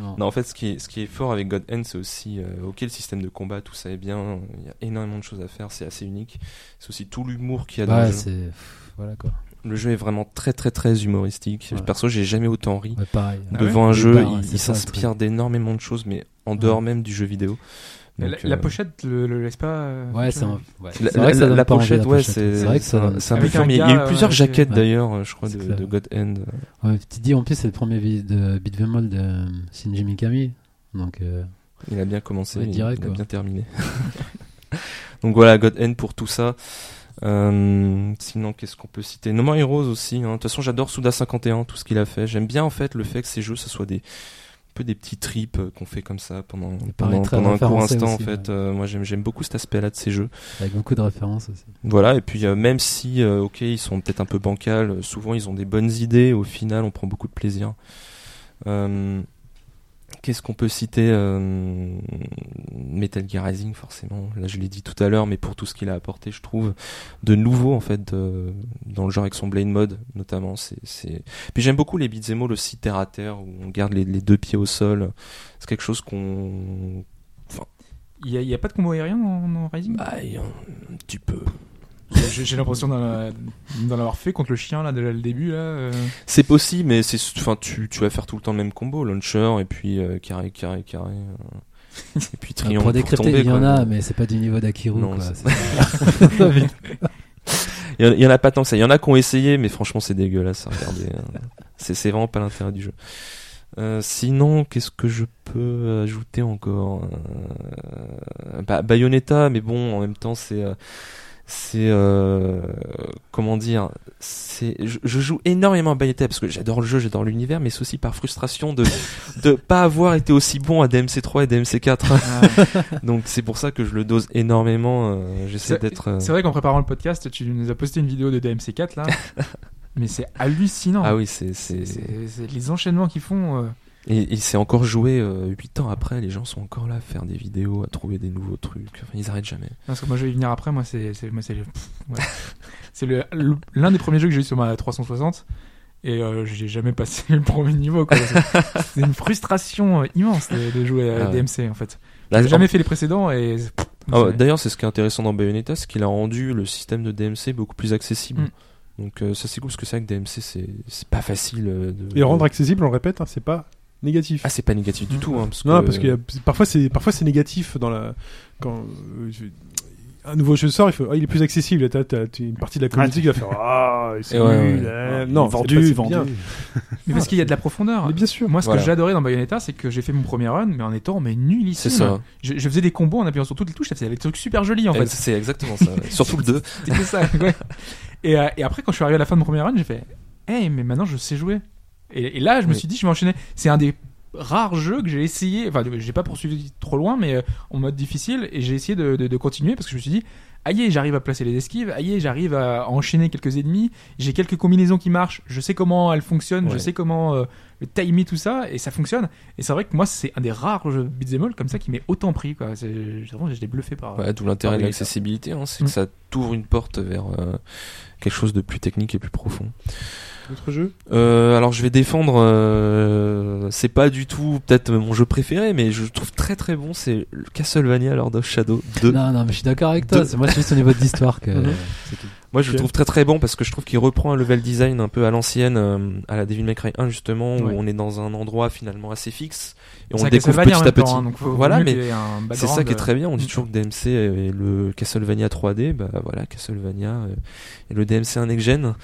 Non. Non, en fait, ce qui est, ce qui est fort avec God Hand, c'est aussi, euh, ok, le système de combat, tout ça est bien, il y a énormément de choses à faire, c'est assez unique. C'est aussi tout l'humour qu'il y a dans Ouais, le jeu. c'est. pff, Voilà quoi. Le jeu est vraiment très, très, très humoristique. Ouais. Perso, j'ai jamais autant ri. Ouais, pareil. Ah ouais devant un Au jeu, départ, ouais, bah, il, c'est il ça, le s'inspire d'énormément de choses, mais en dehors même du jeu vidéo. La, Donc, la euh, pochette le, le laisse pas. euh, Ouais, tu c'est vois. un- ouais. la- C'est vrai que ça la- donne la pas envie, pochette, ouais, c'est C'est vrai que ça un- donne- c'est un peu Avec fort, un mais il y a gars, eu plusieurs euh, jaquettes ouais. d'ailleurs, euh, je crois, C'est de, clair. de God Hand. Ouais, tu te dis en plus c'est le premier vi- de beat bémol de euh, Shinji Mikami. Donc euh, Il a bien commencé, Ouais, il- direct, il a quoi. bien terminé. Donc voilà, God Hand pour tout ça. Euh, sinon, qu'est-ce qu'on peut citer No More Heroes aussi. hein. De toute façon, j'adore Suda 51, tout ce qu'il a fait. J'aime bien en fait le fait que ces jeux, ce soit des un peu des petits trips euh, qu'on fait comme ça pendant paraît pendant, très pendant un court référencé instant en aussi, fait. Euh, moi, j'aime j'aime beaucoup cet aspect-là de ces jeux. avec beaucoup de références aussi. Voilà, et puis euh, même si, euh, ok, ils sont peut-être un peu bancals, euh, souvent ils ont des bonnes idées, au final on prend beaucoup de plaisir. Euh, Qu'est-ce qu'on peut citer euh, Metal Gear Rising, forcément, là je l'ai dit tout à l'heure, mais pour tout ce qu'il a apporté, je trouve, de nouveau en fait, euh, dans le genre avec son Blade Mode notamment. c'est c'est- Puis j'aime beaucoup les beat'em all aussi terre à terre, où on garde les, les deux pieds au sol. C'est quelque chose qu'on. Il y a, il y a pas de combo aérien dans, dans Rising Bah, il y en- un petit peu. J'ai j'ai l'impression d'en d'en avoir fait contre le chien là déjà le début là. euh. C'est possible, mais c'est, enfin, tu, tu vas faire tout le temps le même combo, launcher et puis euh, carré, carré, carré, euh, et puis Euh, triangle. pour décrypter, tomber, il y quoi. en a, mais c'est pas du niveau d'Akiru. Non, quoi. c'est- C'est- Il y en- il y en a pas tant que ça. Il y en a qui ont essayé, mais franchement, c'est dégueulasse. à regarder, hein. c'est, c'est vraiment pas l'intérêt du jeu. Euh, sinon, qu'est-ce que je peux ajouter encore Euh, bah, Bayonetta, mais bon, en même temps, c'est euh, c'est euh, comment dire c'est je, je joue énormément à Bayonetta parce que j'adore le jeu, j'adore l'univers, mais c'est aussi par frustration de de pas avoir été aussi bon à DMC3 et DMC4. Donc c'est pour ça que je le dose énormément. euh, J'essaie C'est- d'être euh, C'est vrai qu'en préparant le podcast, tu nous as posté une vidéo de DMC4 là. mais c'est hallucinant. Ah oui, c'est. c'est- hein. C'est- c'est les enchaînements qu'ils font. euh, Et il s'est encore joué 8 ans après, les gens sont encore là à faire des vidéos, à trouver des nouveaux trucs. Enfin, ils arrêtent jamais. Parce que moi je vais y venir après, moi c'est c'est- moi, c'est le- pff, ouais. C'est le- le- l'un des premiers jeux que j'ai eu sur ma 360 et euh, j'ai jamais passé le premier niveau. quoi. C'est- C'est une frustration euh, immense de, de jouer à Ah ouais. DMC en fait. Là, J'ai en- jamais fait les précédents et c'est- pff, Ah ouais, c'est- D'ailleurs, c'est ce qui est intéressant dans Bayonetta, c'est qu'il a rendu le système de DMC beaucoup plus accessible. Mm. Donc euh, ça c'est cool parce que c'est vrai que DMC c'est c'est pas facile euh, de... Et rendre accessible, on le répète, hein, c'est pas négatif. Ah c'est pas négatif du Mm. tout. Hein, parce non, que- parce que y a- parfois c'est parfois c'est négatif dans la quand euh, je- un nouveau jeu sort, il faut ah, il est plus accessible. T'as, t'as- t'as une partie de la communauté qui va faire ah c'est Et ouais, nul, ouais. euh, Ouais, non c'est pas vendu, si vendu. bien. mais parce qu'il y a de la profondeur. Mais bien sûr. Moi, ce Voilà. que j'adorais dans Bayonetta, c'est que j'ai fait mon premier run, mais en étant mais nul ici. C'est ça. Je, je faisais des combos en appuyant sur toutes les touches, ça faisait des trucs super jolis en Ex- fait. C'est exactement ça. ouais. Surtout le 2. C'était ça. ouais. Et, euh, et après, quand je suis arrivé à la fin de mon premier run, j'ai fait Hey, mais maintenant je sais jouer. Et, et là, je me Oui. suis dit, je vais enchaîner. C'est un des rares jeux que j'ai essayé. Enfin, j'ai pas poursuivi trop loin, mais euh, en mode difficile. Et j'ai essayé de, de- de continuer parce que je me suis dit Aïe, j'arrive à placer les esquives. Aïe, j'arrive à enchaîner quelques ennemis. J'ai quelques combinaisons qui marchent. Je sais comment elles fonctionnent. Je Ouais. sais comment euh, le timer tout ça. Et ça fonctionne. Et c'est vrai que moi, c'est un des rares jeux beat'em all comme ça qui m'est autant pris. Quoi. C'est, vraiment, j'étais bluffé par. Ouais, D'où l'intérêt Ah de oui, l'accessibilité, hein, c'est Mm. que ça t'ouvre une porte vers euh, quelque chose de plus technique et plus profond. Autre jeu. Euh, alors je vais défendre, euh, c'est pas du tout peut-être mon jeu préféré, mais je le trouve très très bon, c'est le Castlevania Lord of Shadow 2. Non, non, mais je suis d'accord avec toi. Deux. C'est moi, c'est juste au niveau de l'histoire que. Mhm. c'est tout. Moi je le Ok. trouve très très bon parce que je trouve qu'il reprend un level design un peu à l'ancienne, euh, à la Devil May Cry 1 justement, où Ouais. on est dans un endroit finalement assez fixe et C'est un on le découvre Castlevania en petit à même temps, petit. hein, donc faut- voilà, vaut mieux mais qu'il y ait un c'est background, ça qui est euh, très bien. On dit Mm. toujours que DMC et le Castlevania 3D, bah voilà, Castlevania euh, et le DMC un next gen.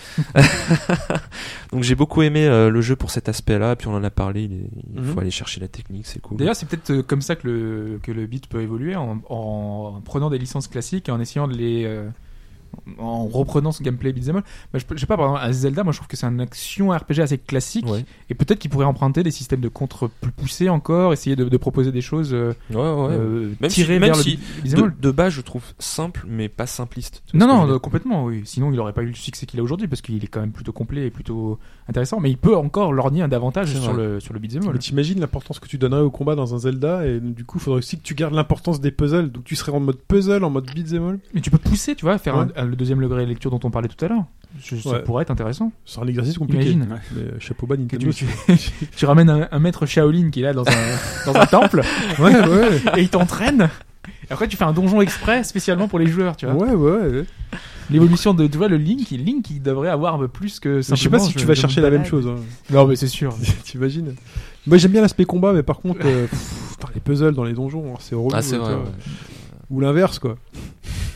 Donc j'ai beaucoup aimé euh, le jeu pour cet aspect-là. Puis on en a parlé, il, est- il Mhm. faut aller chercher la technique, c'est cool. Mm-hmm. D'ailleurs, c'est peut-être euh, comme ça que le, que le beat peut évoluer en, en prenant des licences classiques et en essayant de les. euh, en reprenant ce gameplay beat'em all. Bah, je, peux- je sais pas, par exemple, à Zelda, moi je trouve que c'est un action RPG assez classique Ouais. et peut-être qu'il pourrait emprunter des systèmes de contre plus poussés encore, essayer de, de proposer des choses euh, Ouais, ouais. euh, Même si- tirées même vers si le beat'em de, all. de base, je trouve simple, mais pas simpliste. Tu Non, vois ce que je non, veux euh, complètement, oui. Sinon, il aurait pas eu le succès qu'il a aujourd'hui parce qu'il est quand même plutôt complet et plutôt intéressant. Mais il peut encore lorgner un davantage C'est sur vrai. le, sur le beat'em all. Mais t'imagines l'importance que tu donnerais au combat dans un Zelda et du coup, faudrait aussi que tu gardes l'importance des puzzles. Donc tu serais en mode puzzle, en mode beat'em all. Mais tu peux pousser, tu vois, faire Ouais. un- un- le deuxième degré de lecture dont on parlait tout à l'heure. Je- Ça Ouais. pourrait être intéressant. C'est un exercice compliqué. Imagine. Mais, euh, chapeau bas Que Nintendo. tu, tu- tu ramènes un, un maître Shaolin qui est là dans un, dans un temple ouais, ouais. et il t'entraîne. Et Après, tu fais un donjon exprès spécialement pour les joueurs, tu vois. Ouais, ouais, ouais. L'évolution de, tu vois, le Link, il- Link, il devrait avoir un peu plus que Je sais pas simplement, si tu vas me chercher la balade. même chose. hein. Non, mais c'est sûr. T'imagines Moi j'aime bien l'aspect combat, mais par contre, euh, pff, putain, les puzzles dans les donjons, hein, c'est relou. dire Ah, c'est tu vrai. euh, vois. ouais. Ou l'inverse, quoi.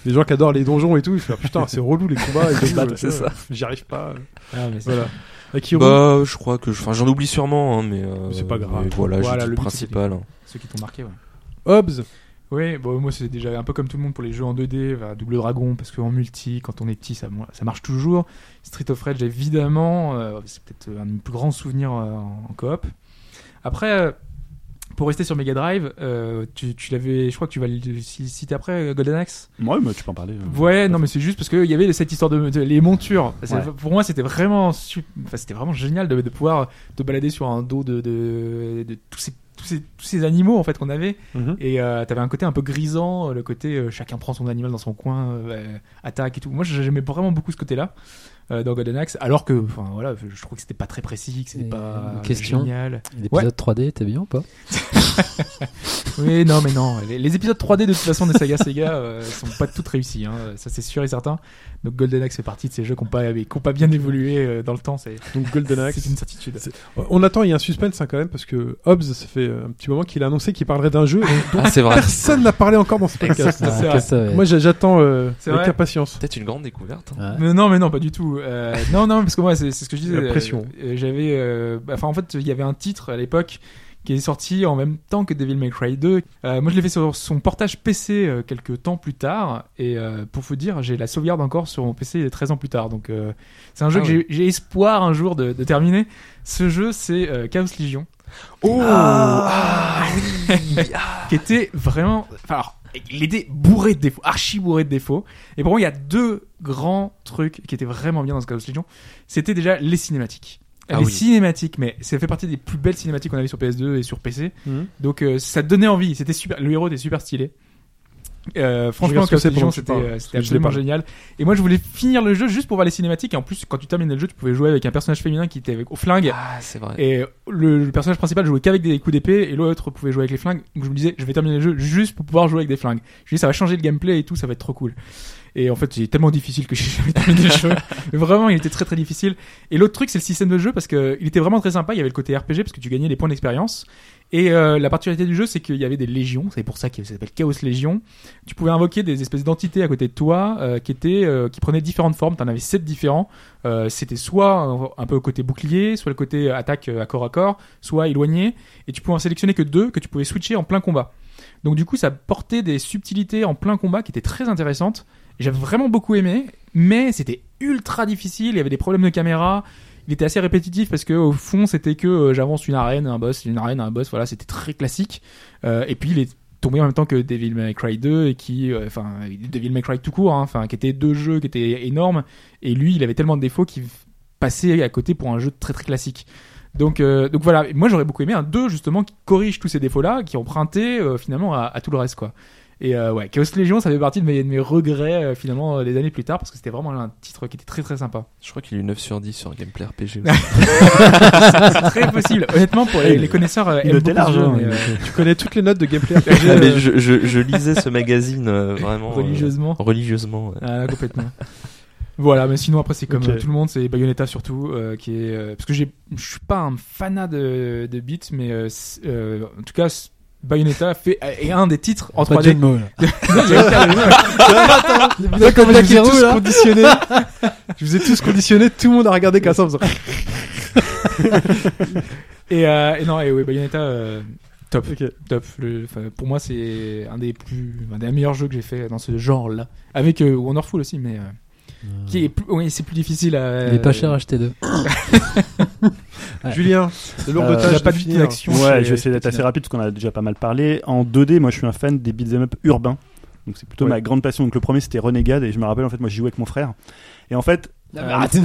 Les gens qui adorent les donjons et tout, ils font ah, putain, c'est relou les combats. et tout, Bah, tu c'est vois, ça. J'y arrive pas. euh. Ah, mais c'est- Voilà. Akiro, Bah, je crois que je- enfin, j'en oublie sûrement, hein, mais euh, C'est pas grave. mais Voilà, j'ai Voilà, dit le le but, c'était- principal. hein. Ceux qui t'ont marqué, ouais. Hobbs, Oui, bon, moi c'est déjà un peu comme tout le monde pour les jeux en 2D, bah, Double Dragon, parce qu'en multi, quand on est petit, ça, moi, ça marche toujours. Street of Rage, évidemment, euh, c'est peut-être un de mes plus grands souvenirs euh, en, en coop. Après, euh, pour rester sur Mega Drive, euh, tu, tu l'avais, je crois que tu vas le c- citer après, euh, Golden Axe. Ouais, mais tu peux en parler. euh. Ouais, non, mais c'est juste parce qu'il y avait cette histoire de, de- les montures. C'est- Ouais. Pour moi, c'était vraiment, su- enfin, c'était vraiment génial de, de pouvoir te balader sur un dos de, de, de tous ces- tous ces, tous ces animaux en fait qu'on avait Mhm. et euh, t'avais un côté un peu grisant, euh, le côté euh, chacun prend son animal dans son coin, euh, euh, attaque et tout. Moi j'aimais vraiment beaucoup ce côté-là euh, dans Golden Axe, alors que enfin voilà, je trouve que c'était pas très précis, que c'était Et pas une question. génial. L'épisode 3D était bien ou pas Oui, non mais non, les, les épisodes 3D de toute façon des sagas Sega euh, sont pas toutes réussies, hein, ça c'est sûr et certain. Donc Golden Axe fait partie de ces jeux qui ont pas, qui ont pas bien évolué euh, dans le temps, c'est donc Golden Axe. Euh, c'est une certitude. On attend, il y a un suspense hein, quand même, parce que Hobbs, ça fait euh, un petit moment qu'il a annoncé qu'il parlerait d'un jeu dont Ah, c'est vrai. personne n'a parlé encore dans ce podcast. Exactement. Ah, c'est qu'est-ce que ça va être Moi j'a- j'attends euh, C'est avec vrai. impatience. Peut-être une grande découverte. hein. Ouais. Mais non, mais non, pas du tout. Euh, non, non, parce que moi, c'est c'est ce que je disais. La pression. Euh, J'avais. euh, bah, Enfin, en fait, il y avait un titre à l'époque qui est sorti en même temps que Devil May Cry 2. Euh, moi, je l'ai fait sur son portage PC euh, quelques temps plus tard. Et euh, pour vous dire, j'ai la sauvegarde encore sur mon PC 13 ans plus tard. Donc, euh, c'est un jeu Ah que j'ai- j'ai espoir un jour de, de terminer. Ce jeu, c'est euh, Chaos Legion. Oh, ah, oui. qui était vraiment. Enfin, alors, il était bourré de défauts, archi bourré de défauts. Et pour moi, il y a deux grands trucs qui étaient vraiment bien dans Star Wars Legion. C'était déjà les cinématiques. Ah les oui. cinématiques, mais ça fait partie des plus belles cinématiques qu'on avait sur PS2 et sur PC. Mhm. Donc euh, ça donnait envie, c'était super, le héros était super stylé. Euh, franchement, regarde ce que c'est Call of Duty, pendant que tu c'était parles, euh, parce c'était que je l'ai absolument pas. génial. Et moi, je voulais finir le jeu juste pour voir les cinématiques. Et en plus, quand tu terminais le jeu, tu pouvais jouer avec un personnage féminin qui était avec, au flingue. Ah, c'est vrai. Et le, le personnage principal jouait qu'avec des coups d'épée et l'autre pouvait jouer avec les flingues. Donc je me disais, je vais terminer le jeu juste pour pouvoir jouer avec des flingues. Je me dis, ça va changer le gameplay et tout, ça va être trop cool. Et en fait, c'est tellement difficile que j'ai jamais terminé le jeu. Vraiment, il était très très difficile. Et l'autre truc, c'est le système de jeu parce que il était vraiment très sympa. Il y avait le côté RPG parce que tu gagnais des points d'expérience. Et euh, la particularité du jeu, c'est qu'il y avait des légions. C'est pour ça qu'il s'appelle Chaos Légion. Tu pouvais invoquer des espèces d'entités à côté de toi euh, qui étaient, euh, qui prenaient différentes formes. T'en avais sept différents. Euh, c'était soit un, un peu le côté bouclier, soit le côté euh, attaque euh, à corps à corps, soit éloigné, et tu pouvais en sélectionner que deux que tu pouvais switcher en plein combat. Donc du coup, ça portait des subtilités en plein combat qui étaient très intéressantes. Et J'avais vraiment beaucoup aimé, mais c'était ultra difficile. Il y avait des problèmes de caméra. Il était assez répétitif parce que au fond, c'était que euh, j'avance une arène, un boss, une arène, un boss. Voilà, c'était très classique. Euh, et puis il est tombé en même temps que Devil May Cry 2 et qui, euh, enfin, Devil May Cry tout court, hein, enfin, qui étaient deux jeux qui étaient énormes et lui il avait tellement de défauts qu'il passait à côté pour un jeu très très classique donc, euh, donc voilà, Et moi j'aurais beaucoup aimé un 2 justement qui corrige tous ces défauts-là, qui empruntait euh, finalement à, à tout le reste quoi. Et euh, ouais, Chaos Legion ça fait partie de mes, de mes regrets euh, finalement euh, des années plus tard parce que c'était vraiment un titre qui était très très sympa. Je crois qu'il est 9 sur 10 sur Gameplay RPG. C'est très possible, honnêtement pour les, les connaisseurs euh, Il aiment était beaucoup ce large, jeu, hein, mais, euh, Tu connais toutes les notes de gameplay RPG. Ah, euh, mais je, je, je lisais ce magazine euh, vraiment euh, religieusement. religieusement. ouais. Ah, complètement. voilà, mais sinon après c'est comme Ok. euh, tout le monde, c'est Bayonetta surtout euh, qui est euh, parce que j'ai je suis pas un fanat de de beats mais euh, c'est- euh, en tout cas c'est- Bayonetta fait est un des titres Bah, en Pas de 3D. jeu de mots, euh, là. Non, j'ai- Là, comme Je la vous ai Kirou, tous là. conditionnés. Je vous ai tous conditionnés. Tout le monde a regardé comme ça. en faisant- et, euh, et non, et oui, Bayonetta euh, top, Ok. top. Le- enfin, pour moi, c'est un des plus un des meilleurs jeux que j'ai fait dans ce genre-là, avec euh, Wonderful aussi, mais euh, qui est plus, oui, c'est plus difficile. À, Il est pas cher à acheter deux. Julien, le lourd Euh, Il n'y otage. a de pas du tout finir. d'action. Ouais, chez- je vais essayer d'être assez rapide parce qu'on a déjà pas mal parlé. En 2D, moi je suis un fan des beat'em up urbains. Donc c'est plutôt Ouais. ma grande passion. Donc le premier c'était Renegade et je me rappelle en fait moi j'y jouais avec mon frère. Et en fait, euh, On Non, attend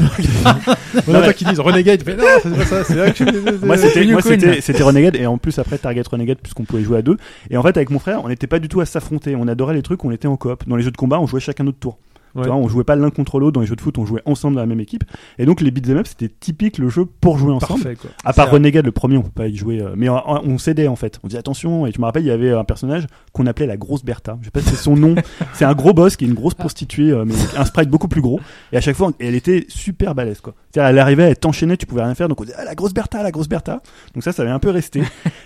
mais- qu'ils disent Renegade. Mais non, c'est pas ça. C'est là que tu- moi c'était New moi, Queen. c'était- c'était Renegade et en plus après Target Renegade puisqu'on pouvait jouer à deux. Et en fait avec mon frère, on n'était pas du tout à s'affronter. On adorait les trucs, on était en coop. Dans les jeux de combat, on jouait chacun notre tour. Ouais. Tu vois, on jouait pas l'un contre l'autre. Dans les jeux de foot, on jouait ensemble dans la même équipe. Et donc les beat'em up c'était typique le jeu pour jouer ensemble. Parfait quoi. À part Renegade, le premier, on peut pas y jouer. euh, Mais on, on s'aidait en fait. On dit attention. Et je me rappelle, il y avait un personnage qu'on appelait la grosse Bertha. Je sais pas si c'est son nom. c'est un gros boss qui est une grosse prostituée, euh, mais un sprite beaucoup plus gros. Et à chaque fois, elle était super balèze quoi. C'est-à-dire, elle arrivait, elle t'enchaînait, tu pouvais rien faire. Donc on disait ah, la grosse Bertha, la grosse Bertha. Donc ça, ça avait un peu resté.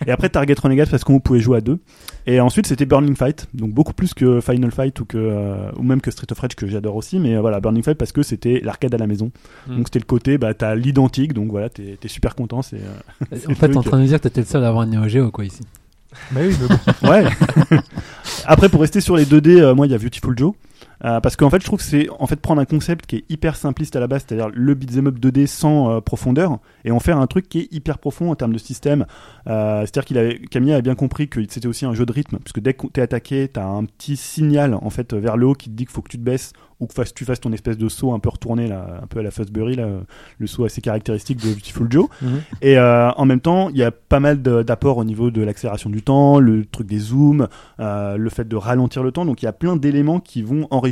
et après Target Renegade parce qu'on pouvait jouer à deux. Et ensuite, c'était Burning Fight. Donc beaucoup plus que Final Fight ou que euh, ou même que Street of Rage que j'adore aussi. Mais euh, voilà, Burning Fight parce que c'était l'arcade à la maison. Mm. Donc c'était le côté, bah t'as l'identique. Donc voilà, t'es t'es super content. C'est euh, En fait, t'es en train de nous dire que t'étais le seul à avoir un Neo Geo, quoi, ici. Bah oui, mais bon. Ouais. Après, pour rester sur les 2D, euh, moi, il y a Beautiful Joe. Euh, parce qu'en fait, je trouve que c'est en fait prendre un concept qui est hyper simpliste à la base, c'est-à-dire le beat'em up 2D sans euh, profondeur, et en faire un truc qui est hyper profond en termes de système. Euh, c'est-à-dire qu'il avait Camille avait bien compris que c'était aussi un jeu de rythme, puisque dès que t'es attaqué, t'as un petit signal en fait vers le haut qui te dit qu'il faut que tu te baisses ou que fasses- tu fasses ton espèce de saut un peu retourné là, un peu à la Fosbury là, euh, le saut assez caractéristique de Beautiful Joe. Mhm. Et euh, en même temps, il y a pas mal de- d'apports au niveau de l'accélération du temps, le truc des zooms, euh, le fait de ralentir le temps. Donc il y a plein d'éléments qui vont enrichir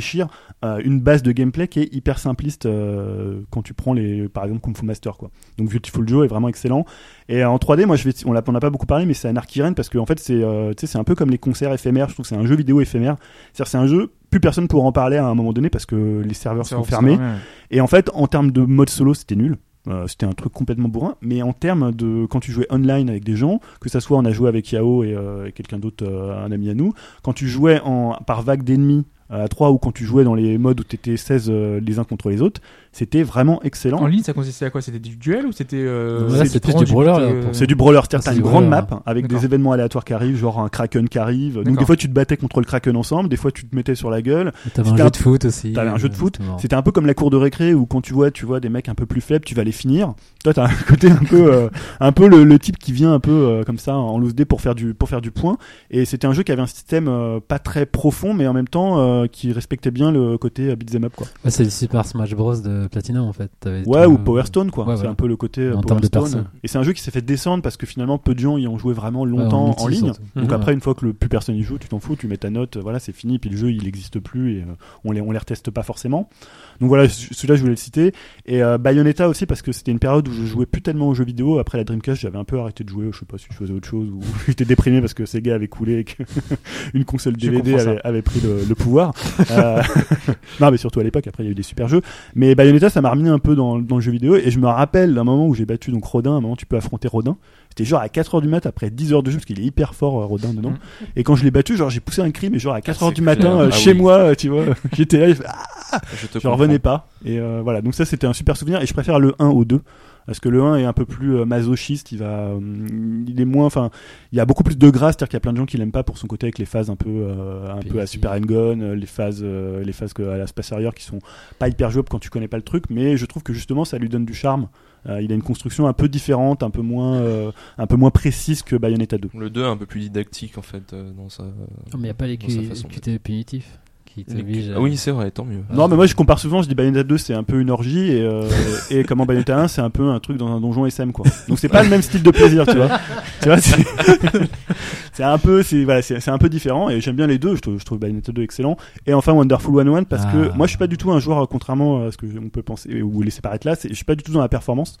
euh, une base de gameplay qui est hyper simpliste euh, quand tu prends les, par exemple Kung Fu Master quoi. Donc Beautiful Joe est vraiment excellent. Et euh, en 3D, moi je vais, on l'a on n'a pas beaucoup parlé, mais c'est Anarchy Reign parce que en fait c'est, euh, tu sais, c'est un peu comme les concerts éphémères. Je trouve que c'est un jeu vidéo éphémère. C'est-à-dire c'est un jeu plus personne pourra en parler à un moment donné parce que les serveurs sont fermés. Et en fait, en termes de mode solo, c'était nul. Euh, c'était un truc complètement bourrin. Mais en termes de quand tu jouais online avec des gens, que ça soit on a joué avec Yao et, euh, et quelqu'un d'autre, euh, un ami à nous, quand tu jouais en, par vague d'ennemis euh, à 3 ou quand tu jouais dans les modes où t'étais 16 euh, les uns contre les autres, C'était vraiment excellent. En ligne, ça consistait à quoi C'était du duel ou c'était. euh, Ouais, c'est plus du brawler, là, euh, pour- C'est du brawler, c'est-à-dire Ah, t'as c'est du une grande brawler, map avec D'accord. des événements aléatoires qui arrivent, genre un Kraken qui arrive. Donc D'accord. des fois tu te battais contre le Kraken ensemble, des fois tu te mettais sur la gueule. T'avais un C'était jeu un- de foot aussi. T'avais un jeu de euh, foot. c'était marrant. C'était un peu comme la cour de récré où quand tu vois, tu vois des mecs un peu plus faibles, tu vas les finir. Toi, t'as un côté un peu, euh, un peu le, le type qui vient un peu euh, comme ça en loose dé pour faire du pour faire du point. Et c'était un jeu qui avait un système euh, pas très profond, mais en même temps euh, qui respectait bien le côté euh, beat'em up quoi. Ouais, c'est le Super Smash Bros de Platinum en fait. T'avais Ouais, tout euh, ou le- Power Stone quoi. ouais, c'est voilà. un peu le côté euh, En Power termes de Stone. perso. Et c'est un jeu qui s'est fait descendre parce que finalement peu de gens y ont joué vraiment Ouais, longtemps en multi, ligne. surtout. Donc Mhm. Ouais. après, une fois que le plus personne y joue, tu t'en fous, tu mets ta note, euh, voilà, c'est fini, puis le jeu il n'existe plus et euh, on les on les reteste pas forcément. Donc voilà, c- celui-là je voulais le citer et euh, Bayonetta aussi parce que c'était une période où je jouais plus tellement aux jeux vidéo. Après la Dreamcast, j'avais un peu arrêté de jouer, je sais pas si je faisais autre chose ou j'étais déprimé parce que Sega avait coulé et qu'une console Je DVD comprends ça. avait, avait pris le, le pouvoir. Euh, non mais surtout à l'époque, après il y a eu des super jeux. Mais Bayonetta, ça m'a remis un peu dans, dans le jeu vidéo et je me rappelle d'un moment où j'ai battu donc Rodin, un moment tu peux affronter Rodin. C'était genre à 4h du mat après 10h de jeu parce qu'il est hyper fort euh, Rodin dedans. Mhm. Et quand je l'ai battu, genre j'ai poussé un cri mais genre à 4h c'est du clair. matin euh, Mm. Ah chez oui. moi, euh, tu vois, j'étais là, je, ah, Je te je revenais pas. Et euh, voilà, donc ça c'était un super souvenir et je préfère le 1 au 2 parce que le 1 est un peu plus euh, masochiste, il va euh, il est moins enfin, il y a beaucoup plus de grâce, c'est-à-dire qu'il y a plein de gens qui l'aiment pas pour son côté avec les phases un peu euh, un Puis- peu à super and gun, euh, les phases euh, les phases que, à la Space Harrier qui sont pas hyper jouables quand tu connais pas le truc, mais je trouve que justement ça lui donne du charme. Euh, il a une construction un peu différente, un peu moins euh, un peu moins précise que Bayonetta 2. Le 2 est un peu plus didactique en fait euh, dans sa. Non, mais y a pas les Dans sa Q- façon de- QTE punitifs qui t'obligent. Ah oui, c'est vrai, tant mieux. Non, mais moi je compare souvent, je dis Bayonetta 2 c'est un peu une orgie et, euh, et comment Bayonetta 1 c'est un peu un truc dans un donjon SM quoi. Donc c'est pas le même style de plaisir, tu vois. Tu vois, c'est c'est un peu c'est voilà, c'est c'est un peu différent et j'aime bien les deux, je trouve, je trouve Bayonetta 2 excellent et enfin Wonderful 101 parce que Ah. moi je suis pas du tout un joueur euh, contrairement à ce que je- on peut penser ou laisser paraître là, c'est- je suis pas du tout dans la performance.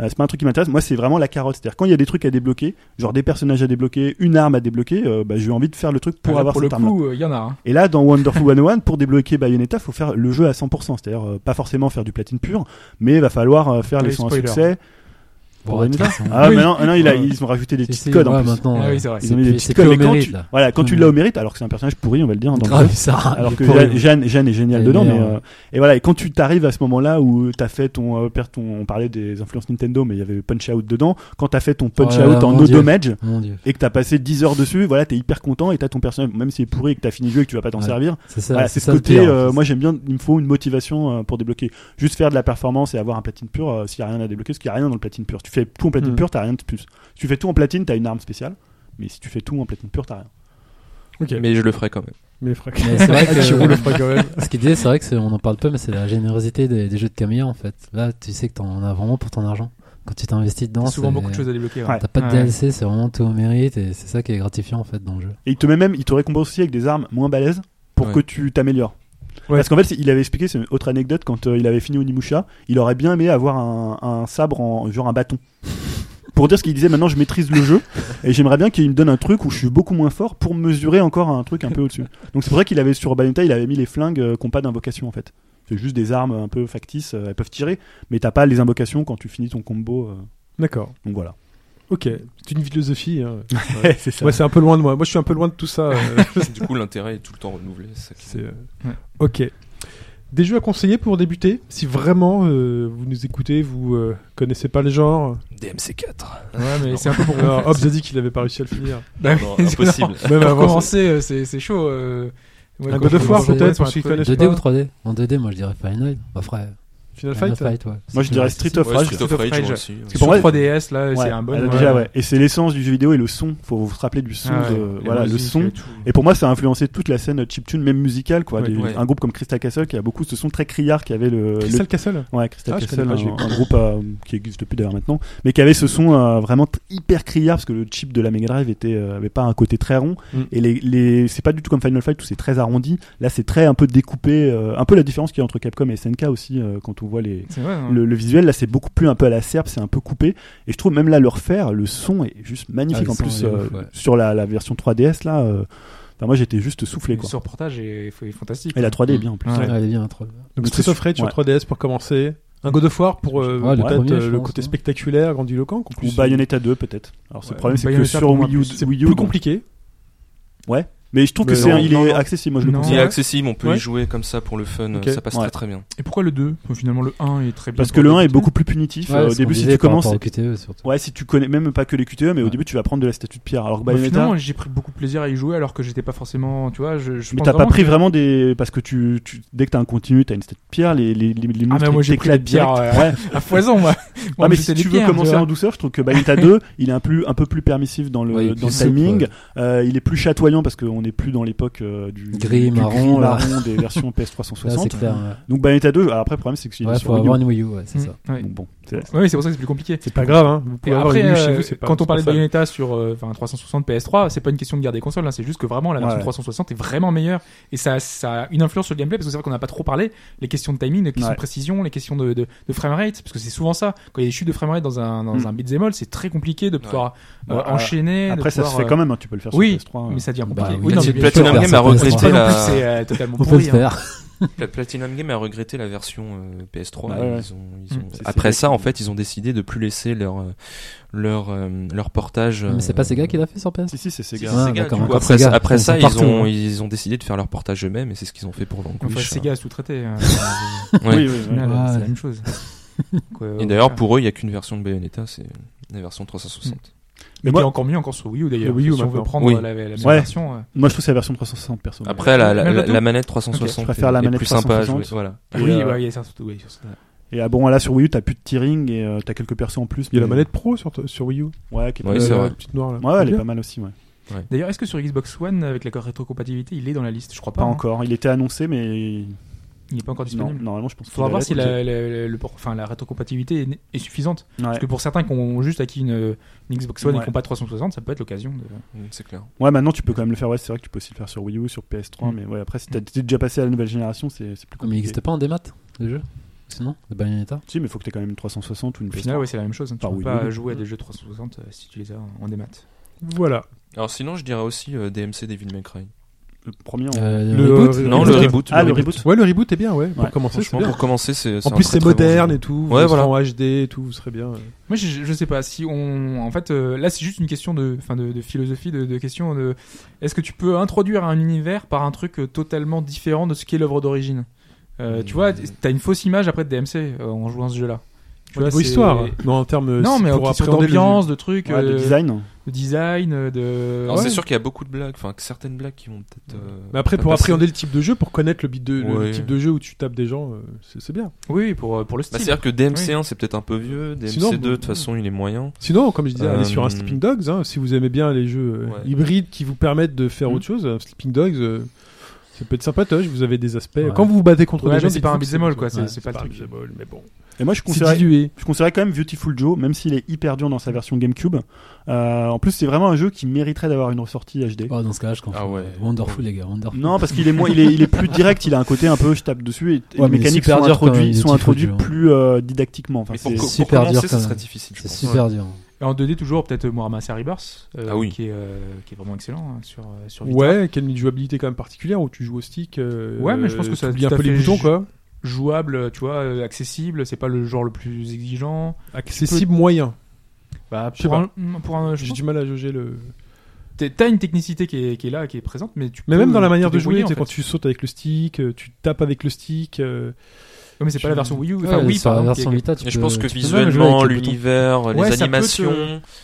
Euh, c'est pas un truc qui m'intéresse, moi c'est vraiment la carotte, c'est-à-dire quand il y a des trucs à débloquer, genre des personnages à débloquer, une arme à débloquer, euh, bah, j'ai envie de faire le truc pour là, avoir Pour le cette arme. coup, euh, il y en a. hein. Et là, dans Wonderful 101, pour débloquer Bayonetta, faut faire le jeu à 100%. C'est-à-dire, euh, pas forcément faire du platine pur, mais il va falloir euh, faire les Oui, sons à spoiler. succès. Bon, Pour Bayonetta. de toute façon. Ah, Oui. mais non, non, il a- Ouais. ils ont rajouté des Si, petits si, codes en ouais, plus. maintenant. Ah euh, oui, c'est vrai. Ils c'est ont mis des plus- petits c'est codes, plus au mais quand mérite, tu, là. voilà, quand tu Ouais. l'as au mérite, alors que c'est un personnage pourri, on va le dire. Dans le jeu. Grave, ça. Alors il que est Jeanne, pourri. Jeanne, Jeanne est géniale Elle est dedans, mais meilleure, euh, et voilà. Et quand tu t'arrives à ce moment-là où t'as fait ton, euh, per- ton, on parlait des influences Nintendo, mais il y avait Punch Out dedans. Quand t'as fait ton Punch Oh là là, Out en mon no Dieu. damage, Mon dieu. et que t'as passé 10 heures dessus, voilà, t'es hyper content et t'as ton personnage, même s'il est pourri et que t'as fini le jeu et que tu vas pas t'en Ouais. servir, C'est ça. voilà, c'est c'est ce ça le côté, pire, en euh, fait. moi j'aime bien, il me faut une motivation euh, pour débloquer. Juste faire de la performance et avoir un platine pur, euh, s'il n'y a rien à débloquer, parce qu'il n'y a rien dans le platine pur. Tu fais tout en platine Mm. pur, t'as rien de plus. Si tu fais tout en platine, t'as une arme spéciale, mais si tu fais tout en platine pur, t'as rien. Mais je le ferai quand même. Mais frère. Mais c'est vrai Tu roules le que. frein quand même. Ce qui est dit, c'est vrai que c'est- on en parle peu, mais c'est la générosité des, des jeux de camion en fait. Là, tu sais que t'en as vraiment pour ton argent. Quand tu t'investis dedans, souvent c'est- beaucoup de choses à débloquer. Ouais. T'as pas de Ouais. DLC, c'est vraiment tout au mérite et c'est ça qui est gratifiant en fait dans le jeu. Et il te met même, il te récompense aussi avec des armes moins balèzes pour Ouais. que tu t'améliores. Ouais. Parce qu'en fait, il avait expliqué, c'est une autre anecdote, quand euh, il avait fini Onimusha, il aurait bien aimé avoir un, un sabre, en, genre un bâton. Pour dire ce qu'il disait, maintenant je maîtrise le jeu et j'aimerais bien qu'il me donne un truc où je suis beaucoup moins fort pour mesurer encore un truc un peu au-dessus. Donc c'est pour ça qu'il avait sur Bayonetta, il avait mis les flingues euh, qui n'ont pas d'invocation en fait. C'est juste des armes un peu factices, euh, elles peuvent tirer, mais t'as pas les invocations quand tu finis ton combo. euh, D'accord. donc voilà. Ok. C'est une philosophie. hein. c'est ça. Moi, c'est un peu loin de moi. Moi, je suis un peu loin de tout ça. euh, du coup, l'intérêt est tout le temps renouvelé. c'est ça qui- c'est, euh, Ouais. Ok. Des jeux à conseiller pour débuter, si vraiment euh, vous nous écoutez, vous euh, connaissez pas le genre. DMC4. Ouais, mais c'est un peu pour. Alors, Hobbs a dit qu'il n'avait pas réussi à le finir. Bah oui, Non, c'est- impossible. non, Même pour avant, commencer, euh, c'est c'est chaud. euh, ouais, Un quand God of War, je commence à peut-être, jouer sur pour un ceux qui truc. connaissent. N'est-ce 2D pas ou 3D En 2D, moi je dirais Final Night. Bah frère. Final Final Fight. Fight, ouais. Moi, je dirais Street of Ouais, Rage. Street of Street of Rage Rage. moi aussi. ouais. Parce que Pour pour moi, 3DS, là, c'est Ouais, un bon. alors ouais. déjà, ouais. Et c'est l'essence du jeu vidéo et le son. Faut se rappeler du son. Ah ouais, de- les voilà, le musiques, son. euh, tout. Et pour moi, ça a influencé toute la scène chiptune, même musicale, quoi. Ouais, Des- ouais. Un groupe comme Crystal Castle qui a beaucoup ce son très criard qui avait Euh, le. Euh, Crystal Castle. le... Ouais, Crystal Ah, je Castle, connais pas, je un, l'ai- un groupe euh, qui existe plus d'ailleurs maintenant, mais qui avait ce son euh, vraiment t- hyper criard parce que le chip de la Mega Drive était euh, avait pas un côté très rond Mm. et les, les c'est pas du tout comme Final Fight où c'est très arrondi. Là, c'est très un peu découpé, euh, un peu la différence qu'il y a entre Capcom et SNK aussi euh, quand on voit les C'est vrai, hein. le, le visuel là c'est beaucoup plus un peu à la serbe c'est un peu coupé et je trouve même là le refaire le son est juste magnifique Ah, le en son plus est euh, ouf, ouais. sur la, la version 3DS là euh, enfin, moi j'étais juste soufflé Le quoi surportage est est fantastique. et la 3D est bien en plus Ouais. Ouais, elle est bien, la 3D. Donc Le Street truc- of Rage ouais. sur 3DS pour commencer. Un God of War pour euh, Ouais, le peut-être premier, euh, je le pense, côté ouais. spectaculaire, grandiloquent. qu'en ou plus, Bayonetta 2 peut-être alors ce Ouais, problème c'est que Bayonetta, sur pour moi, Wii U, c'est Wii U, plus donc, compliqué. Ouais. Mais je trouve que Mais c'est, non, il non, est non. accessible. Moi, je le Non. conseille. Il est accessible, on peut Ouais. y jouer comme ça pour le fun, Ok. ça passe Ouais. très très bien. Et pourquoi le 2 Finalement, le 1 est très bien. Parce que le 1 est beaucoup plus punitif. Ouais, Euh, ce au début, qu'on si disait tu par commences. rapport au QTE, surtout. Ouais, si tu connais même pas que les QTE, mais au début, tu vas prendre de la statue de pierre. Alors que Bah, Bayonetta. finalement, j'ai pris beaucoup de plaisir à y jouer alors que j'étais pas forcément, tu vois, je, je Mais pense t'as pas vraiment pris que- vraiment des. Parce que tu, tu- dès que t'as un continu, t'as une statue de pierre, les, les, les, les Ah, mais monstres moi j'ai pris la t'éclatent bière direct. euh, Ouais. à foison, moi. Moi, Ah, mais je si sais les tu veux pierres, commencer vois. en douceur, je trouve que Bayonetta 2, il est un, plus, un peu plus permissif dans le, Ouais, il est dans le plus souple, timing. ouais. Euh, il est plus chatoyant parce qu'on n'est plus dans l'époque euh, du Gris, du marron, là. marron des versions Là, c'est PS360. clair. ouais. Donc Bayonetta 2, alors après, le problème, c'est que s'il est Ouais, sur faut Wii U. avoir une Wii U, ouais, c'est Mm, ça. ouais. Donc bon, c'est- Ouais, c'est pour ça que c'est plus compliqué. C'est pas grave, hein. Vous Et pouvez avoir après, une Wii chez euh, vous, c'est pas quand on c'est pas parlait de fun. Bayonetta sur euh, enfin, 360 PS3, c'est pas une question de guerre des consoles, hein, c'est juste que vraiment la version Ouais. 360 est vraiment meilleure et ça, ça a une influence sur le gameplay parce que c'est vrai qu'on n'a pas trop parlé les questions de timing, les questions Ouais. de précision, les questions de, de, de framerate parce que c'est souvent ça quand il y a des chutes de framerate dans un dans Mm. un beat'em all, c'est très compliqué de pouvoir euh, Ouais, enchaîner. de Après, ça se pouvoir, fait euh, quand même, hein, tu peux le faire oui, sur PS3. euh. mais ça devient Bah compliqué. oui, oui, non, c'est mais bien sûr. Platinum Platinum Game Game sûr, a a Pas c'est regretté regretté pas non la... plus, c'est euh, totalement On peut le pourri. hein. faire. Platinum Game a regretté la version euh, PS3. Bah et ouais. ils ont- ils ont- Mm. C'est- Après c'est- ça, en fait, ils ont décidé de plus laisser leur euh, leur euh, leur portage. Mais c'est pas Sega qui euh, l'a fait sur PS Si, si, c'est si, Sega. Ah, Sega, d'accord, du coup. encore Après, Sega. après Ils ça, sont ils partout, ont, hein. ils ont décidé de faire leur portage eux-mêmes et c'est ce qu'ils ont fait pour Vanquish. Enfin, Sega a sous-traité. euh, Ouais. Oui, oui, au oui. final, Ah, c'est ouais. la même chose. Donc, euh, Et d'ailleurs, pour eux, il n'y a qu'une version de Bayonetta, c'est la version 360. Mais Mais moi- qui est encore mieux encore sur Wii U d'ailleurs. Le Wii U, si on veut maintenant. prendre Oui. la, la meilleure Ouais. version. euh, Moi, je trouve que c'est la version 360 perso. Ah, Après, la, la, Même la- le tout la manette 360 Ok, je préfère la est manette plus sympa à 360. jouer. Voilà. Et, oui, euh, ouais, il y a ça surtout. oui, sur ça. Et ah bon, là sur Wii U, t'as plus de tearing et euh, t'as quelques persos en plus. Il y a la mais- manette pro sur, sur Wii U. Ouais, qui est pas Oui, La- mal. Euh, c'est la vrai. petite noire là. Ouais, elle Bien. est pas mal aussi. Ouais. D'ailleurs, est-ce que sur Xbox One, avec la rétrocompatibilité, il est dans la liste Je crois pas. Pas hein. encore. Il était annoncé, mais Il n'est pas encore non, disponible. normalement, je pense. Il qu'il faudra allait voir être, si la, la- la- le port- enfin, la rétrocompatibilité est, est suffisante. ok. Ouais. Parce que pour certains qui ont juste acquis une, une Xbox One et Ouais. qui n'ont pas de 360, ça peut être l'occasion. De... Mm, C'est clair. Ouais, maintenant tu peux quand même le faire. Ouais, c'est vrai que tu peux aussi le faire sur Wii U, sur PS3, Mm. mais ouais, après si t'as t'es déjà passé à la nouvelle génération, c'est c'est Mais il plus compliqué. n'existe pas en démat, le jeu Sinon, de Bayonetta Si, mais faut que t'aies quand même une 360 ou une Au PS3. final, ouais, c'est la même chose. hein. Tu Par ne peux Wii pas U. jouer à des jeux 360 euh, si tu les as en, en démat. Voilà. Alors sinon, je dirais aussi euh, DMC Devil May Cry. Le premier. en- Euh, Le- reboot euh, Non, le reboot. Ah, le reboot. Ouais, le reboot est bien, ouais. Pour Ouais, commencer, c'est Franchement, bien. pour commencer, c'est En un plus, très, c'est très bon moderne jeu. et tout. vous Ouais, êtes voilà. En HD et tout, vous serez bien. Moi, je, je sais pas si on. En fait, euh, là, c'est juste une question de, enfin, de, de philosophie, de, de question de. Est-ce que tu peux introduire un univers par un truc euh, totalement différent de ce qu'est l'œuvre d'origine Euh, Tu vois, t'as une fausse image après de DMC euh, en jouant à ce jeu-là. Tu Au vois, niveau c'est- histoire. Non, en termes. Non, c'est mais pour ok, sur appréhender le- l'ambiance, de trucs, Ouais, le euh, design. de design, euh, de. Alors, Ouais. C'est sûr qu'il y a beaucoup de blagues, enfin que certaines blagues qui vont peut-être. euh, Mais après, pas pour passer. appréhender le type de jeu, pour connaître le, beat de, le Ouais. type de jeu où tu tapes des gens, euh, c'est c'est bien. Oui, oui, pour, euh, pour le Bah, style. C'est-à-dire que DMC1 c'est peut-être un peu vieux, Sinon, DMC2 de toute façon il est moyen. Sinon, comme je disais, allez Euh, sur un Sleeping Dogs. hein, si vous aimez bien les jeux euh, Ouais. Hmm. hybrides qui vous permettent de faire Mhm. autre chose, euh, Sleeping Dogs. euh, ça peut être sympatoche, vous avez des aspects. Ouais. Quand vous vous battez contre Ouais, des mais gens, c'est pas un dites-vous que beat'em all, autre quoi, chose. c'est- Ouais, c'est pas le truc. beat'em all, mais bon. Et moi, je C'est considère. dilué. Je considérais quand même Beautiful Joe, même s'il est hyper dur dans sa version GameCube. Euh, en plus, c'est vraiment un jeu qui mériterait d'avoir une ressortie HD. Oh, dans ce cas-là, je comprends. Ah ouais. Wonderful, les gars, Wonderful. Non, parce qu'il est moins, il est, il est plus direct. Il a un côté un peu, je tape dessus et, et Ouais, mais les mécaniques super sont dur quand même, introduites, Beautiful sont introduites Joe. hein. plus euh, didactiquement. Enfin, Mais c'est pour, co- pour super commencer, dur, ça quand serait même. difficile. Je C'est pense. super dur. Et en 2D, toujours, peut-être euh, Muramasa Rebirth, euh, Ah oui. qui, est, euh, qui est vraiment excellent hein, sur, euh, sur Vita. Ouais, qui a une jouabilité quand même particulière où tu joues au stick. euh, Ouais, mais je pense que ça a t'oublies un tout à peu les fait boutons ju- quoi. Jouable, euh, tu vois, euh, accessible, c'est pas le genre le plus exigeant. Accessible moyen. Bah, Je sais pour un, pour un- je J'ai pense du mal à jauger le. que t'es- t'as une technicité qui est, qui est là, qui est présente, mais tu Mais peux même dans la manière te de jouer, débrouiller, en c'est quand fait. tu sautes avec le stick, euh, tu tapes avec le stick. euh, Ouais, mais c'est tu- pas la version Wii U. Ouais, Enfin, oui, sur la pardon, qui est- version Vita, tu Et peux, je pense que tu peux même jouer visuellement, avec les boutons. l'univers, Ouais, ça peut les te- animations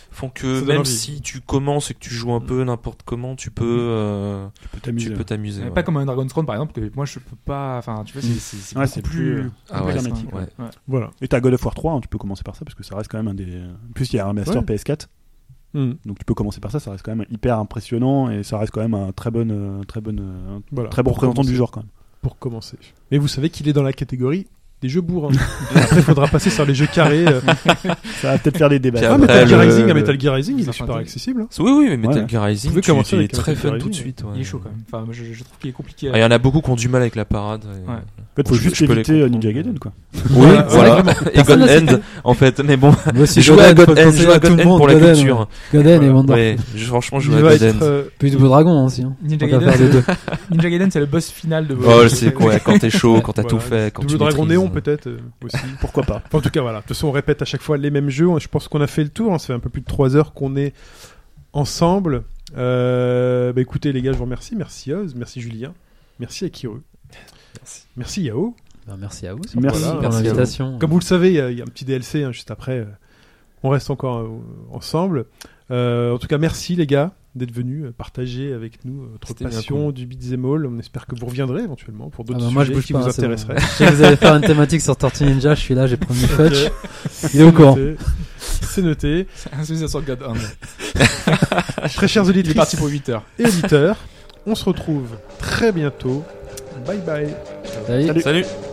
font Ça que donne même envie. si tu commences et que tu joues un peu n'importe comment, tu peux euh, tu peux tu t'amuser. peux t'amuser. Ouais, ouais. Pas comme un Dragon's Crown par exemple, que moi je peux pas. Enfin, tu vois, c'est- c'est c'est Ouais, beaucoup c'est plus, plus. euh, Ah ouais, complexe, dramatique, hein. ouais. Ouais. Voilà. Et t'as God of War 3, hein, tu peux commencer par ça parce que ça reste quand même un des. En plus, il y a un master Ouais. PS4, Hmm, donc tu peux commencer par ça. Ça reste quand même hyper impressionnant et ça reste quand même un très bon, euh, très bon, euh, un Voilà. très bon Pour représentant Bah, commencer. du genre quand même. Pour commencer. Mais vous savez qu'il est dans la catégorie des jeux bourrins. Après, il faudra passer sur les jeux carrés. euh. Ça va peut-être faire des débats. Puis Ah, après, Metal Gear le- Rising, ah, Metal Gear Rising, il est Enfin, super attendez. accessible. hein. Oui, oui, mais Metal Ouais. Gear Rising, Vous pouvez tu- commencer tu es avec très Metal Gear fun tout de Rising. suite. ouais. Il est chaud quand même. Enfin, moi, je, je trouve qu'il est compliqué. Ah, Il y en a beaucoup qui ont du mal avec la parade. et- Ouais. En fait, faut Je- juste je peux les éviter euh, comprendre. Ninja Gaiden quoi. Oui, Ouais, voilà. vraiment. Et Personne God n'a cité. End, en fait. Mais bon, Moi aussi, jouer à Goden, God faut End, penser jouer à tout God le End monde, pour la Goden, ouais. culture. Goden et Wonder. Ouais, je- franchement, Il jouer à va God être. End. euh, Puis du beau dragon aussi. Hein. Ninja Tant qu'à Gaiden, faire les deux. Ninja Gaiden, c'est le boss final de. Oh, je sais quoi, quand t'es chaud, quand t'as voilà, tout fait, quand tu Double Dragon maîtrises. Néon, peut-être euh, aussi. Pourquoi pas Enfin, en tout cas, voilà. De toute façon, on répète à chaque fois les mêmes jeux. Je pense qu'on a fait le tour. hein. Ça fait un peu plus de 3 heures qu'on est ensemble. Euh, bah écoutez les gars, je vous remercie. Merci Oz, merci Julien, merci Akiro. Merci. Merci Yao. Ben, merci à vous. surtout. Merci. pour l'invitation. Comme vous le savez, il y, a- il y a un petit DLC hein, juste après. On reste encore euh, ensemble. Euh, en tout cas, merci les gars d'être venus euh, partager avec nous euh, votre C'était bien passion du beat'em all. On espère que vous reviendrez éventuellement pour Ah d'autres bah, moi je sujets bouge qui pas, vous hein, c'est bon. intéresseraient. Je sais que vous allez faire une thématique sur Tortue Ninja, je suis là, j'ai promis Fudge. Il est au C'est courant. noté. C'est noté. C'est sur God Hand. Très chers Il est auditrices parti pour 8 heures. et auditeurs, on se retrouve très bientôt. Bye bye. Salut. Salut